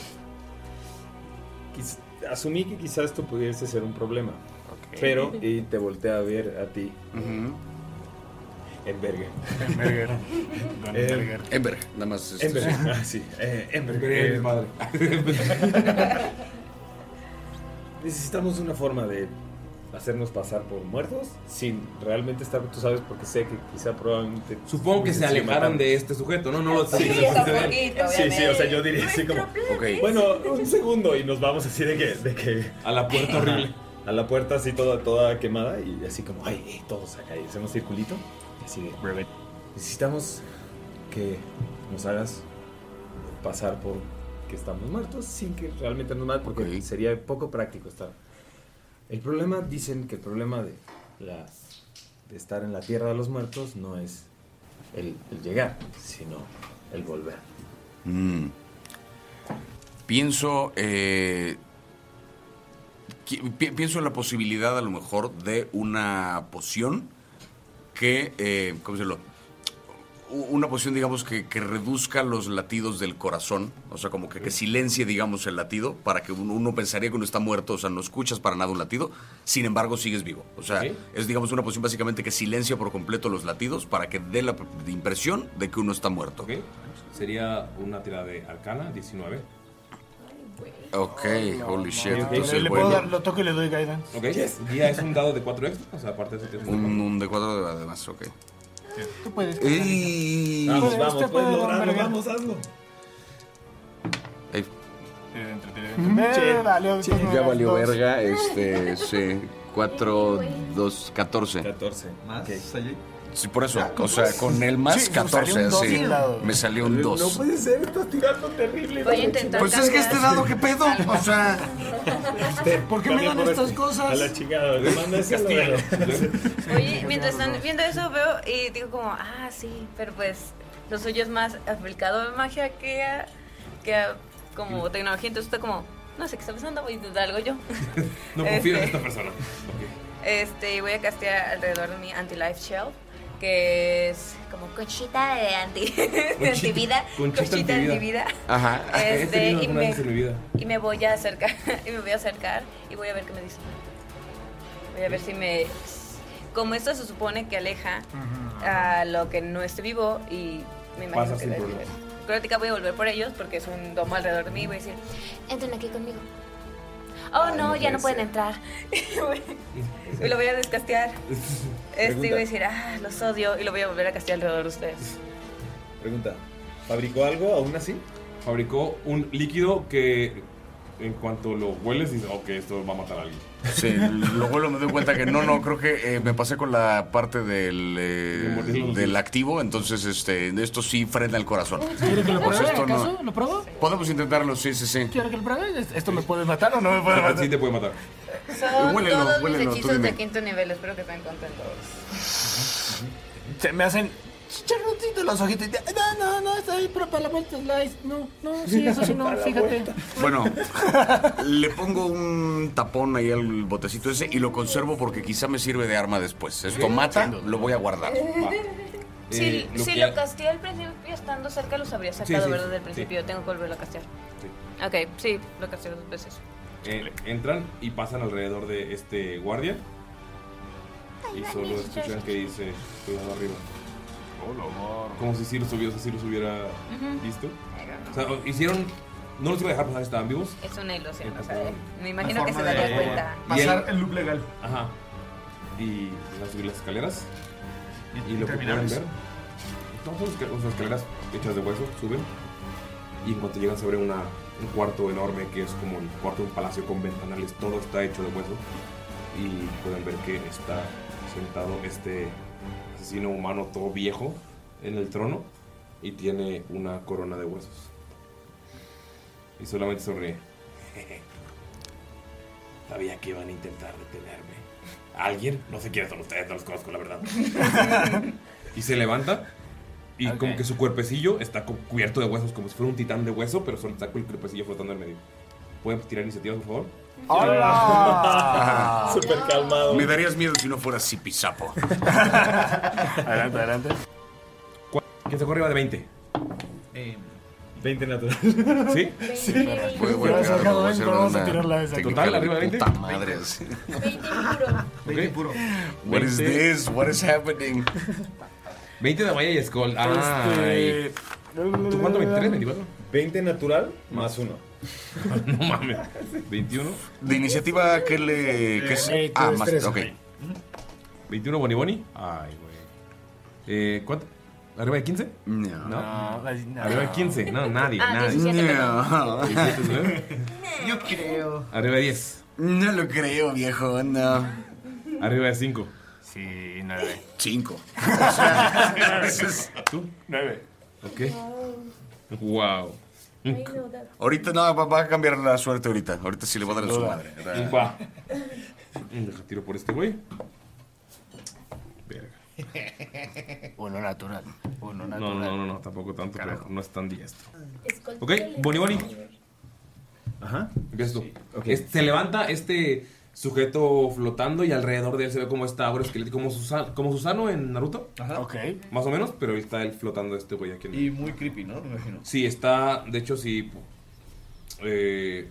Speaker 7: Quis- Asumí que quizás esto pudiese ser un problema, pero y te volteé a ver a ti. Envergue.
Speaker 8: Envergue. Don
Speaker 7: Eh,
Speaker 8: Envergue.
Speaker 6: Ember, nada más. es-
Speaker 7: Ember, ah, sí. Eh, Ember, eh, Necesitamos una forma de hacernos pasar por muertos sin realmente estar, tú sabes, porque sé que quizá probablemente...
Speaker 2: Supongo que se alejaron de este sujeto, ¿no? No lo
Speaker 7: Sí,
Speaker 2: sí,
Speaker 7: sí, sí, sí, o sea, yo diría así como... Bueno, un segundo y nos vamos así de que... De que
Speaker 2: a la puerta horrible.
Speaker 7: A la puerta así toda, toda quemada y así como, ay, eh, todos acá y hacemos circulito. y Así de... Necesitamos que nos hagas pasar por que estamos muertos sin que realmente nos maten, porque sería poco práctico estar. El problema, dicen que el problema de, la, de estar en la tierra de los muertos no es el, el llegar, sino el volver.
Speaker 6: Mm. Pienso. eh, qui- pi- pienso en la posibilidad, a lo mejor, de una poción que. eh, ¿Cómo decirlo? U- Una poción, digamos, que, que reduzca los latidos del corazón. O sea, como que, que silencie, digamos, el latido. Para que uno, uno pensaría que uno está muerto. O sea, no escuchas para nada un latido. Sin embargo, sigues vivo. O sea, es, digamos, una poción básicamente que silencia por completo los latidos. Para que dé la p- impresión de que uno está muerto.
Speaker 2: Sería una tirada de arcana, 19.
Speaker 6: Ok, holy shit.
Speaker 2: mames.
Speaker 6: Entonces,
Speaker 2: Le
Speaker 8: Le
Speaker 6: bueno,
Speaker 8: puedo dar, lo toco y le doy guidance.
Speaker 2: Ok, guía es un dado de 4 extra, o sea, aparte de eso tienes
Speaker 6: un, un de cuatro de además, ok.
Speaker 8: Tú puedes.
Speaker 6: Y-
Speaker 8: Vamos, Usted vamos, puede puedes lograrlo, volver.
Speaker 7: vamos, hazlo.
Speaker 8: Me valió estos
Speaker 6: Ya
Speaker 8: nuevos
Speaker 6: valió
Speaker 8: Eh, dos.
Speaker 6: verga, este, sí. 4, 2, 14.
Speaker 7: 14.
Speaker 6: ¿Más? Sí, por eso. O sea, con el
Speaker 8: pues. Sí,
Speaker 6: más
Speaker 8: me salió
Speaker 6: 14,
Speaker 8: un dos
Speaker 6: así.
Speaker 8: del lado. pues,
Speaker 6: Me salió un 2.
Speaker 7: puede ser, estás tirando terrible.
Speaker 10: Voy a intentar
Speaker 6: Pues es que este
Speaker 10: cambiar.
Speaker 6: dado, ¿qué pedo? O sea.
Speaker 8: Este, ¿Por qué me dan estas cosas?
Speaker 7: A la chingada, le mandas eso.
Speaker 10: Oye, mientras están viendo eso veo y digo como, ah, sí, pero pues lo suyo es más aplicado a magia que a, que a como tecnología, entonces está como, No sé qué está pasando, voy a intentar algo yo.
Speaker 2: No
Speaker 10: Este-
Speaker 2: confío en esta persona.
Speaker 10: Este, y voy a castear alrededor de mi anti-life shell, que es como conchita de anti, de antivida. Conchita antivida.
Speaker 2: Ajá.
Speaker 5: Ah,
Speaker 10: Este,
Speaker 2: He tenido
Speaker 10: y
Speaker 2: alguna
Speaker 10: me-
Speaker 2: vez en mi vida.
Speaker 10: Y me voy a acercar, y me voy a acercar y voy a ver qué me dice. Voy a ver si me... Como esto se supone que aleja a lo que no esté vivo y me imagino
Speaker 2: Pasa
Speaker 10: que
Speaker 2: sin
Speaker 10: debe
Speaker 2: problema.
Speaker 10: ser. Croática voy a volver por ellos porque es un domo alrededor de mí y voy a decir, entren aquí conmigo. Oh,
Speaker 34: Ay,
Speaker 10: no,
Speaker 34: no
Speaker 10: ya no
Speaker 34: puede
Speaker 10: pueden entrar. y lo voy a descastear. Este, y voy a decir, ah, los odio y lo voy a volver a castear alrededor de ustedes.
Speaker 7: Pregunta. ¿Fabricó algo aún así?
Speaker 2: Fabricó un líquido que en cuanto lo hueles dices, ok, esto va a matar a alguien.
Speaker 6: Sí, lo vuelo me doy cuenta que no, no, creo que eh, me pasé con la parte del, eh, del activo, entonces este, esto sí frena el corazón.
Speaker 8: ¿Quieren que lo
Speaker 6: Pues
Speaker 8: pruebe?
Speaker 6: esto no-
Speaker 8: ¿Acaso? ¿Lo pruebo?
Speaker 6: Podemos intentarlo, sí, sí, sí.
Speaker 8: ¿Quieren que lo pruebe?
Speaker 6: Este,
Speaker 8: ¿Es- ¿Esto me puede matar o no me puede matar?
Speaker 2: Sí, te puede matar.
Speaker 10: Son
Speaker 6: Huélelo,
Speaker 10: todos
Speaker 6: huélelo, tú
Speaker 10: mis hechizos
Speaker 6: dime.
Speaker 10: de quinto nivel, espero que estén contentos.
Speaker 8: Se me hacen chicharroncito los ojitos.
Speaker 19: No, no, no, está ahí, pero para la vuelta slice. No, no, sí, eso sí, no,
Speaker 8: Para la
Speaker 19: fíjate.
Speaker 6: Bueno, le pongo un tapón ahí al botecito ese y lo conservo porque quizá me sirve de arma después. Esto mata, lo voy a guardar.
Speaker 10: Si,
Speaker 6: Eh, lo
Speaker 10: si
Speaker 6: que-
Speaker 10: lo casteé al principio estando cerca, los habría sacado,
Speaker 2: sí,
Speaker 10: ¿verdad? Del
Speaker 2: sí.
Speaker 10: principio, tengo que volverlo a castear. Ok, sí, lo casteé dos veces.
Speaker 2: Eh, entran y pasan alrededor de este guardia. Y solo escuchan que dice, cuidado arriba. Como si Sirius hubiera, Sirius hubiera
Speaker 10: Ujú.
Speaker 2: visto. O sea, o- hicieron... No los iba a dejar pasar, estaban vivos.
Speaker 10: Es una ilusión, o sea,
Speaker 2: Entonces,
Speaker 10: me imagino que se
Speaker 2: forma de-
Speaker 10: daría cuenta.
Speaker 2: Y él-
Speaker 26: Pasar el loop legal.
Speaker 2: Ajá. Y van a subir las escaleras. Y lo que pueden
Speaker 26: Interminables.
Speaker 2: ver. Todas las escal- las escaleras hechas de hueso suben. Y en cuanto llegan se abre una, un cuarto enorme que es como el cuarto de un palacio con ventanales. Todo está hecho de hueso. Y pueden ver que está sentado este asesino humano todo viejo en el trono. Y tiene una corona de huesos. Y solamente sonríe.
Speaker 37: Sabía que iban a intentar detenerme. ¿Alguien? No sé quiénes son ustedes, no los conozco, la verdad.
Speaker 2: Y se levanta. Y como que su cuerpecillo está cu- cubierto de huesos, como si fuera un titán de hueso, pero solo está con el cuerpecillo flotando en medio. ¿Pueden tirar iniciativas, por favor?
Speaker 6: ¡Hola!
Speaker 7: Súper calmado.
Speaker 6: Me darías miedo si no fuera Zipizapo.
Speaker 8: adelante, adelante.
Speaker 2: ¿Quién se corre arriba de 20?
Speaker 3: Eh,
Speaker 7: 20 natural.
Speaker 2: ¿Sí?
Speaker 7: Sí.
Speaker 6: Voy, voy a
Speaker 7: Gracias,
Speaker 6: tirarlo, voy a
Speaker 7: Jaden,
Speaker 6: hacer
Speaker 7: vamos a
Speaker 6: una
Speaker 7: tirarla esa.
Speaker 6: técnica
Speaker 7: Total, arriba de 20.
Speaker 6: Puta madre. así.
Speaker 26: 20 puro.
Speaker 6: What is
Speaker 2: 20.
Speaker 6: this? What is happening?
Speaker 2: 20 de Maya y Skull. Ah,
Speaker 7: Este-
Speaker 2: ¿Tú cuánto? ¿23? ¿24?
Speaker 7: 20 natural más 1.
Speaker 2: no mames. 21.
Speaker 6: De iniciativa, ¿qué le.? qué
Speaker 7: Eh,
Speaker 6: es?
Speaker 8: Eh,
Speaker 6: ah, más. Ok.
Speaker 2: 21 Boni Boni. Ay, güey. Eh, ¿Cuánto? ¿Arriba de 15?
Speaker 6: No.
Speaker 8: No.
Speaker 2: ¿Arriba de 15? No, nadie.
Speaker 6: Ah,
Speaker 2: nadie.
Speaker 6: 17, perdón. No.
Speaker 2: 17 es nueve.
Speaker 6: Yo creo.
Speaker 2: Arriba de 10.
Speaker 6: No lo creo, viejo, no.
Speaker 2: Arriba de 5.
Speaker 8: Sí, 9.
Speaker 6: 5.
Speaker 2: ¿Tú?
Speaker 8: 9.
Speaker 2: Ok. Wow.
Speaker 6: Ahorita no, va, va a cambiar la suerte ahorita. Ahorita sí le voy a dar a su
Speaker 2: Duda.
Speaker 6: madre.
Speaker 2: Va. Deja tiro por este güey. Verga.
Speaker 8: Uno natural. Uno
Speaker 2: No,
Speaker 8: natural.
Speaker 2: no, no, no, no, tampoco tanto, pero no es tan diestro.
Speaker 8: Skull
Speaker 2: Ok, Boni Boni. Ajá. Empiezas tú. Es- se levanta este sujeto flotando y alrededor de él se ve como esta aura esquelética, como, Susa- como Susano en Naruto. Ajá.
Speaker 8: Ok.
Speaker 2: Más o menos, pero ahí está él flotando este güey aquí. en-
Speaker 3: Y muy creepy, ¿no? Me imagino.
Speaker 2: Sí, está. De hecho, sí. eh,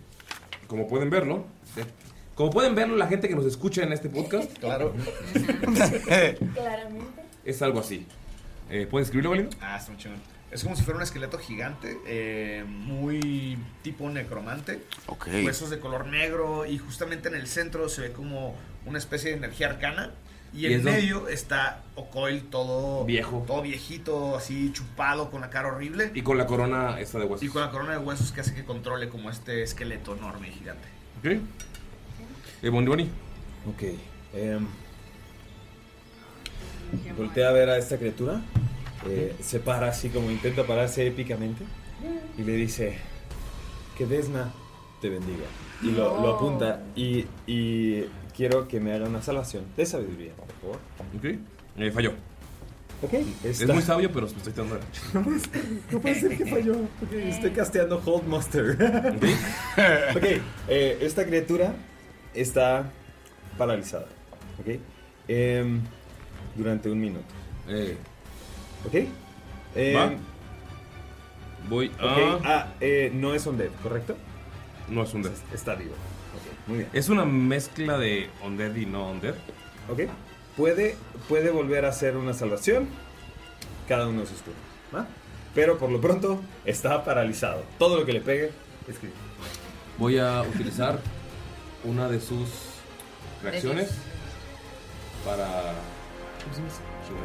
Speaker 2: como pueden verlo. eh, Como pueden verlo, la gente que nos escucha en este podcast. Claro.
Speaker 5: Claramente.
Speaker 2: es algo así. Eh, ¿Puedes escribirlo, Valindo?
Speaker 3: Ah, está muy chingón. Es como si fuera un esqueleto gigante, eh, muy tipo necromante.
Speaker 6: Ok.
Speaker 3: Huesos de color negro y justamente en el centro se ve como una especie de energía arcana. Y,
Speaker 2: Y
Speaker 3: en
Speaker 2: es donde-
Speaker 3: medio está Ocoil todo
Speaker 2: Viejo.
Speaker 3: todo viejito, así chupado, con la cara horrible.
Speaker 2: Y con la corona esta de huesos.
Speaker 3: Y con la corona de huesos que hace que controle como este esqueleto enorme y gigante.
Speaker 2: Ok. Eh, Boni Boni.
Speaker 7: Ok. em, voltea a ver a esta criatura. eh, se para así como intenta pararse épicamente. Y le dice: Que Desna te bendiga. Y lo, lo
Speaker 26: No.
Speaker 7: apunta. Y, y quiero que me haga una salvación de sabiduría, por favor.
Speaker 2: Ok. Eh, falló.
Speaker 7: Ok,
Speaker 2: Es
Speaker 7: está-
Speaker 2: muy sabio, pero me estoy dando
Speaker 7: No puede ser, no puede ser que falló. este- Ok, estoy casteando Hold Monster. ok, eh, esta criatura está paralizada. Ok. em, durante un minuto. Ok. em,
Speaker 2: Eh. Va. Voy a.
Speaker 7: ok, ah, eh, no es Undead, ¿correcto?
Speaker 2: No es Undead.
Speaker 7: Está vivo. Ok, muy bien.
Speaker 2: Es una mezcla de Undead y no Undead.
Speaker 7: Ok. Puede, puede volver a hacer una salvación cada uno de sus turnos. ¿va? Pero por lo pronto está paralizado. Todo lo que le pegue es que.
Speaker 2: Voy a utilizar una de sus reacciones para.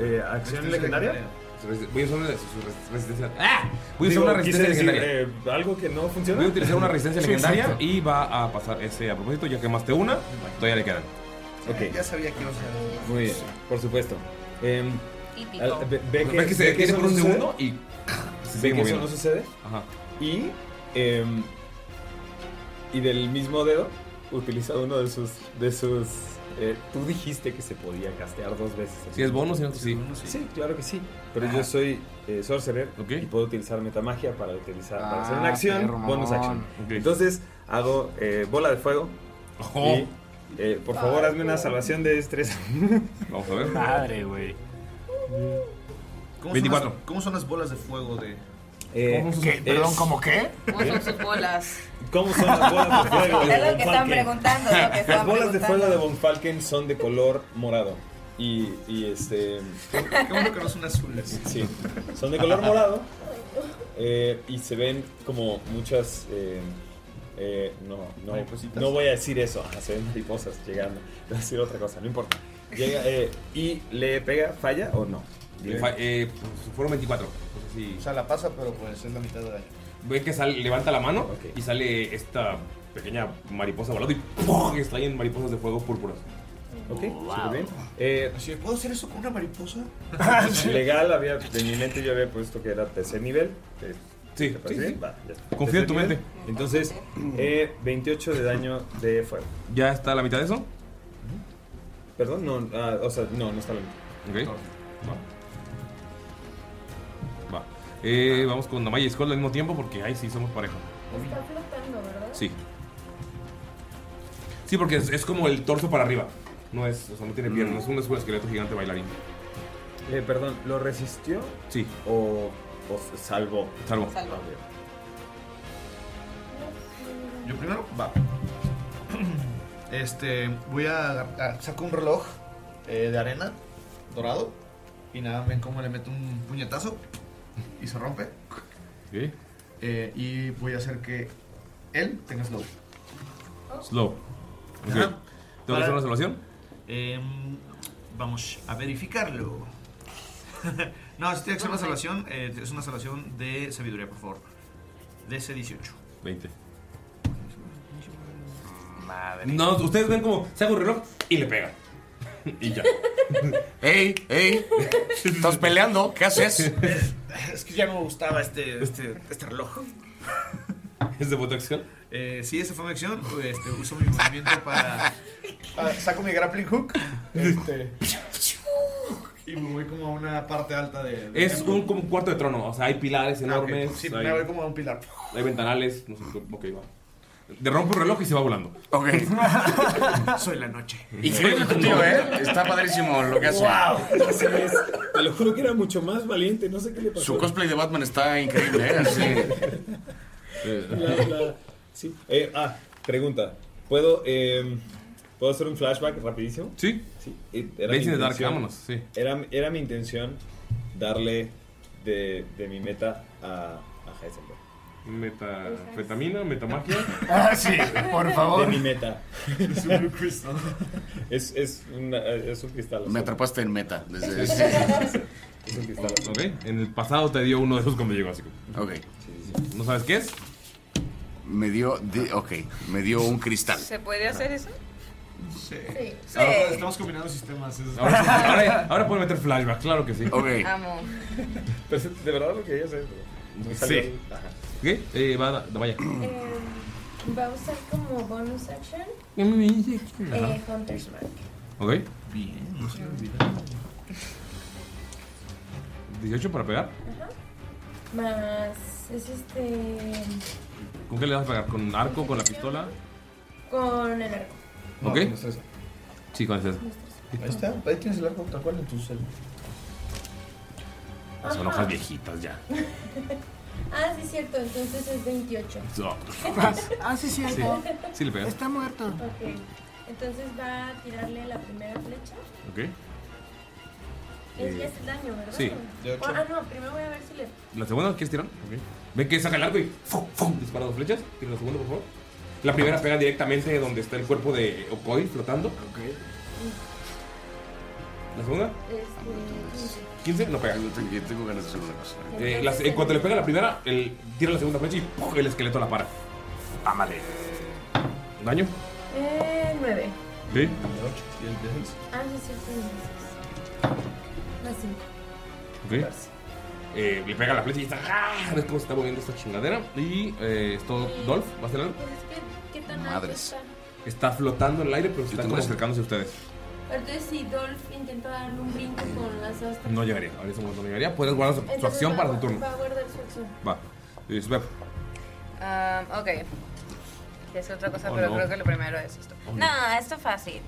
Speaker 7: Eh, ¿acción legendaria?
Speaker 2: Voy a usar una de sus res- resistencias. ¡Ah! Voy a usar
Speaker 7: Digo,
Speaker 2: una resistencia
Speaker 7: quise decir,
Speaker 2: legendaria.
Speaker 7: eh, algo que no funciona.
Speaker 2: Voy a utilizar una resistencia
Speaker 7: Sí,
Speaker 2: legendaria
Speaker 7: exacto.
Speaker 2: y va a pasar ese a propósito, ya que más te una, todavía le quedan.
Speaker 7: Ok.
Speaker 3: Ya sabía que iba a ser.
Speaker 7: Muy bien, por supuesto. Em,
Speaker 3: Típico.
Speaker 7: al- ve, ve
Speaker 2: Ves que se
Speaker 7: ve
Speaker 2: detiene
Speaker 7: eso
Speaker 2: por
Speaker 7: no
Speaker 2: un
Speaker 7: sucede.
Speaker 2: segundo y se
Speaker 7: ve
Speaker 2: sigue
Speaker 7: que eso
Speaker 2: moviendo.
Speaker 7: no sucede.
Speaker 2: Ajá.
Speaker 7: Y, em, y del mismo dedo utiliza uno de sus. De sus eh, tú dijiste que se podía castear dos veces.
Speaker 2: Si es bonus, si no, sí. Ah.
Speaker 7: Sí, claro que sí. Pero yo soy eh, sorcerer y puedo utilizar metamagia para utilizar para hacer una
Speaker 8: Ah,
Speaker 7: acción,
Speaker 8: perrón.
Speaker 7: bonus action. Entonces hago eh, bola de fuego.
Speaker 8: Ojo.
Speaker 7: Y, eh, por favor, hazme una salvación de estrés.
Speaker 2: Vamos a ver.
Speaker 7: Madre, güey.
Speaker 3: ¿Cómo
Speaker 7: 24.
Speaker 3: Son las, ¿Cómo son las bolas de fuego de.?
Speaker 7: ¿Qué?
Speaker 3: Perdón, ¿cómo qué?
Speaker 10: ¿Cómo son sus bolas?
Speaker 7: ¿Cómo son las bolas de fuego? de
Speaker 10: Es lo que
Speaker 7: Von
Speaker 10: están
Speaker 7: Falken?
Speaker 10: preguntando, es lo que
Speaker 7: Las
Speaker 10: están
Speaker 7: bolas de
Speaker 10: preguntando.
Speaker 7: fuego de Von Falken son de color morado. Y, y este.
Speaker 3: Qué bueno que no son azules.
Speaker 7: Sí, son de color morado. eh, y se ven como muchas. eh, eh, no, no,
Speaker 3: Maripositas.
Speaker 7: no voy a decir eso. Ajá, se ven mariposas llegando. Voy a decir otra cosa, no importa. Llega, eh, ¿Y le pega, falla o no?
Speaker 2: Le fa- eh, pues, fueron 24. No sé si-
Speaker 3: O sea, la pasa, pero pues es la mitad de daño.
Speaker 2: Ve que sale, levanta la mano y sale esta pequeña mariposa volando y ¡pum! estallan mariposas de fuego púrpuras.
Speaker 7: Ok, súper bien. Eh,
Speaker 3: ¿Puedo hacer eso con una mariposa?
Speaker 7: legal, había, de mi mente yo había puesto que era tercer nivel. Eh,
Speaker 2: Sí,
Speaker 7: ¿te parece
Speaker 2: sí,
Speaker 7: bien?
Speaker 2: sí.
Speaker 7: Va, ya está.
Speaker 2: Confío en
Speaker 7: Tercer
Speaker 2: tu
Speaker 7: nivel.
Speaker 2: mente.
Speaker 7: Entonces, eh, 28 de daño de fuego.
Speaker 2: ¿Ya está la mitad de eso?
Speaker 7: Perdón, no, ah, o sea, no, no está la mitad.
Speaker 2: Ok. Va. Eh, vamos con Namaya y Skull al mismo tiempo porque ahí sí somos pareja.
Speaker 5: Está flotando, ¿verdad?
Speaker 2: Sí. Sí, porque es, es como el torso para arriba. No es, o sea, no tiene
Speaker 7: Mm.
Speaker 2: piernas. Es un es un esqueleto gigante bailarín.
Speaker 7: Eh, perdón, ¿lo resistió?
Speaker 2: Sí.
Speaker 7: O, o salvó.
Speaker 2: Salvó.
Speaker 7: Salvo.
Speaker 3: Yo primero, va. Este, voy a, agarrar- saco un reloj eh, de arena dorado y nada, ven cómo le meto un puñetazo y se rompe.
Speaker 2: Ok.
Speaker 3: Eh, y voy a hacer que él tenga slow.
Speaker 2: Slow. Ok.
Speaker 3: Ajá.
Speaker 2: ¿Tengo que hacer una salvación?
Speaker 3: Em, vamos a verificarlo. no, si tiene que ser una salvación, eh, es una salvación de sabiduría, por favor. DC 18.
Speaker 2: 20. No, ustedes ven como se hago un reloj y le pega. y ya.
Speaker 6: ¡Ey! ¡Ey! ¿Estás peleando? Oh, ¿Qué haces?
Speaker 3: Es que ya no me gustaba este, este, este reloj.
Speaker 2: ¿Es de bota acción?
Speaker 3: Eh, sí, esa fue mi acción. Este, uso mi movimiento para. para- saco mi grappling hook. Este, y me voy como a una parte alta de. de-
Speaker 2: Es un, como un cuarto de trono. O sea, hay pilares enormes.
Speaker 3: Ah, Sí,
Speaker 2: hay,
Speaker 3: me voy como a un pilar.
Speaker 2: hay ventanales. No sé, qué- ok, va. Le rompe un reloj y se va volando.
Speaker 6: Ok.
Speaker 3: Soy la noche.
Speaker 6: Increíble tu tío, ¿eh? Está padrísimo lo que hace.
Speaker 7: ¡Wow! Así es. Te lo juro que era mucho más valiente. No sé qué le pasó.
Speaker 6: Su cosplay de Batman está increíble, ¿eh? Así.
Speaker 7: La- la- sí. Eh, ah, pregunta. ¿Puedo, em, ¿Puedo hacer un flashback rapidísimo?
Speaker 2: Sí.
Speaker 7: Eh,
Speaker 2: Days in the Dark,
Speaker 7: intención-
Speaker 2: vámonos, sí.
Speaker 7: Era, era mi intención darle de, de mi meta a, a Heisenberg.
Speaker 2: Metafetamina, metamagia.
Speaker 7: Ah, sí,
Speaker 2: por favor.
Speaker 7: De mi meta.
Speaker 2: Es
Speaker 6: un
Speaker 3: cristal.
Speaker 7: Es, es, una- es un cristal.
Speaker 6: Me atrapaste en meta. Desde...
Speaker 7: Sí, sí, sí. Es un cristal. azul.
Speaker 2: Ok. En el pasado te dio uno de esos cuando llegó así. como-
Speaker 6: Ok.
Speaker 2: ¿No sabes qué es?
Speaker 6: Me dio. di- ok, me dio un cristal.
Speaker 10: ¿Se puede hacer eso?
Speaker 3: Sí.
Speaker 2: Ah,
Speaker 10: Sí.
Speaker 3: Ahora estamos combinando sistemas. es-
Speaker 2: Ahora, sí, ahora, ahora puedo meter flashback, claro que sí.
Speaker 10: Amo.
Speaker 7: Pero sí, Pues, de verdad lo quería hacer. pero no salió.
Speaker 2: Sí.
Speaker 7: Ajá.
Speaker 2: Ok, eh, va, da- vaya.
Speaker 5: Em, va a usar como bonus action eh, Hunter's Mark.
Speaker 2: Ok.
Speaker 3: Bien, no se me olvida.
Speaker 2: ¿18 para pegar?
Speaker 5: Ajá. Más, es este,
Speaker 2: ¿Con qué le vas a pegar? ¿Con arco? ¿Con la pistola?
Speaker 5: con el arco.
Speaker 2: ¿Ok? Sí, con destreza.
Speaker 25: Ahí está, ahí tienes el arco tal cual en tu cel.
Speaker 2: Son
Speaker 5: Ajá.
Speaker 2: hojas viejitas ya.
Speaker 5: ah, sí, cierto, entonces es 28.
Speaker 2: No.
Speaker 5: ah, sí,
Speaker 2: cierto. Sí, sí le pegas.
Speaker 5: Está muerto. Ok, entonces va a tirarle la primera flecha.
Speaker 2: ¿Ok?
Speaker 5: Ella
Speaker 2: Eh,
Speaker 5: hace daño, ¿verdad?
Speaker 2: sí, de ocho.
Speaker 5: Ah, no, primero voy a ver si le.
Speaker 2: ¿La segunda quieres tirar? Ok. Ven que saca el arco y ¡fum, fum! dispara dos flechas. Tira la segunda, por favor. La primera pega directamente donde está el cuerpo de Okoi flotando. La segunda,
Speaker 5: Este.
Speaker 2: 15, no pega.
Speaker 6: Yo tengo ganas de hacer una cosa.
Speaker 2: Eh, las- en cuanto le pega la primera, él tira la segunda flecha y ¡pum! el esqueleto la para. Ámale. ¿Daño?
Speaker 5: Eh, 9.
Speaker 25: Y
Speaker 2: Sí.
Speaker 25: el defense.
Speaker 5: Ah, sí, cierto, 16. Más 5.
Speaker 2: Ok. Eh, le pega la flecha y está. ¡ah! ¿Ves cómo se está moviendo esta chingadera? Y eh, es todo. Dolph, ¿vas a hacer algo?
Speaker 5: ¿Qué tan
Speaker 2: Madres.
Speaker 5: alto está?
Speaker 2: Está flotando en el aire, pero está como acercándose a ustedes.
Speaker 5: Pero Entonces, si Dolph intenta darle un brinco con las ostras.
Speaker 2: No llegaría. Ahora ese momento no llegaría. Puedes guardar su- su,
Speaker 5: Entonces
Speaker 2: acción
Speaker 5: va-
Speaker 2: para tu turno.
Speaker 5: Va a guardar su acción.
Speaker 2: Va. Eh, Sveb.
Speaker 10: Ah, ok. Es otra cosa,
Speaker 2: Oh,
Speaker 10: pero
Speaker 2: no.
Speaker 10: creo que lo primero es esto.
Speaker 2: Oh,
Speaker 10: no. esto es fácil.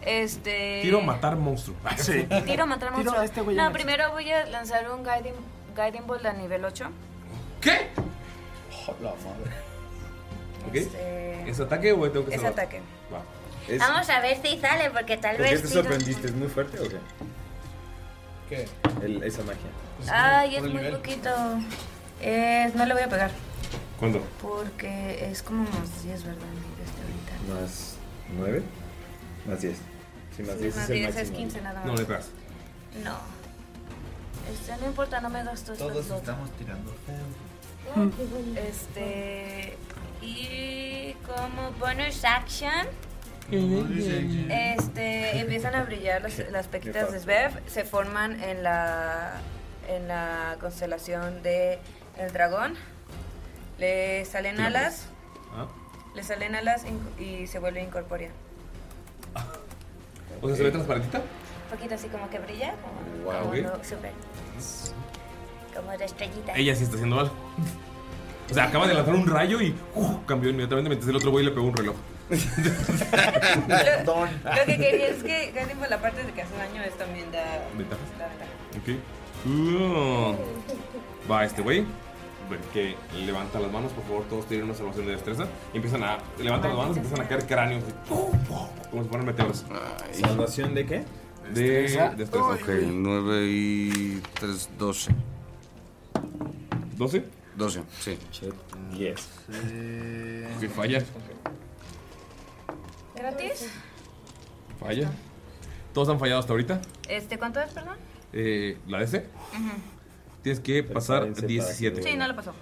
Speaker 10: Este.
Speaker 2: Tiro matar monstruo. Sí.
Speaker 10: Tiro matar
Speaker 2: Tiro a
Speaker 10: monstruo.
Speaker 2: este güey en
Speaker 10: no,
Speaker 2: el-
Speaker 10: primero voy a lanzar un Guiding, guiding Bolt a nivel 8.
Speaker 2: ¿Qué? la madre. ¿Ok? ¿Es ataque o tengo
Speaker 10: Este.
Speaker 2: que
Speaker 10: Es
Speaker 2: salvar?
Speaker 10: ataque.
Speaker 2: Va.
Speaker 10: Vamos a ver si sale, porque tal
Speaker 7: ¿Por qué Pues te sorprendiste? ¿Es muy fuerte o qué?
Speaker 26: ¿Qué?
Speaker 7: esa magia.
Speaker 10: Ay, es
Speaker 7: Por el
Speaker 10: muy
Speaker 7: nivel.
Speaker 10: poquito. Es- no le voy a pegar.
Speaker 2: ¿Cuándo?
Speaker 10: Porque es como unos 10, ¿verdad? Este ahorita.
Speaker 7: Más 9. Más 10. Sí, más
Speaker 10: Sí,
Speaker 7: 10
Speaker 10: más
Speaker 7: es el
Speaker 10: 10 es
Speaker 7: máximo.
Speaker 10: 15 nada más.
Speaker 7: No le pegas.
Speaker 10: No. Este, no importa, no me gasto estos
Speaker 25: Todos
Speaker 10: dos.
Speaker 25: estamos tirando
Speaker 10: Este. Y como bonus action. Este, empiezan a brillar las, las pequitas de Svev, se forman en la en la constelación de el dragón. Le salen
Speaker 2: Tira,
Speaker 10: alas,
Speaker 2: Ah.
Speaker 10: le salen alas inc- y se vuelve incorpórea.
Speaker 2: O sea, se ve transparentita.
Speaker 10: poquito así como que brilla, como,
Speaker 2: Wow,
Speaker 10: como
Speaker 2: ok.
Speaker 10: lo- súper, como de estrellita.
Speaker 2: Ella sí está haciendo mal. O sea, acaba de lanzar un rayo y ¡uh! cambió inmediatamente mientras el otro güey le pegó un reloj.
Speaker 10: Lo que quería es que ganen por la parte de que hace daño, es también da
Speaker 2: Ventajas.
Speaker 10: da ventaja.
Speaker 2: Ok. Uh. Va este güey. Ven que levanta las manos, por favor, todos tienen una salvación de destreza. Y empiezan a. Levantan las manos y empiezan a caer cráneos. así, ¡pum! ¡pum! Como si fueran meteoros.
Speaker 7: ¿Salvación de qué?
Speaker 2: De
Speaker 8: Este,
Speaker 2: destreza.
Speaker 7: Destreza.
Speaker 6: Ok, 9 y 3, 12.
Speaker 2: ¿12?
Speaker 6: 12, sí.
Speaker 7: 10.
Speaker 2: Que falla.
Speaker 10: ¿Gratis?
Speaker 2: Falla. Todos han fallado hasta ahorita.
Speaker 10: Este, ¿cuánto es, perdón?
Speaker 2: Eh, la DC.
Speaker 10: Ujú.
Speaker 2: Tienes que pasar
Speaker 7: Prepárense para
Speaker 2: 17.
Speaker 10: Sí, no lo pasó.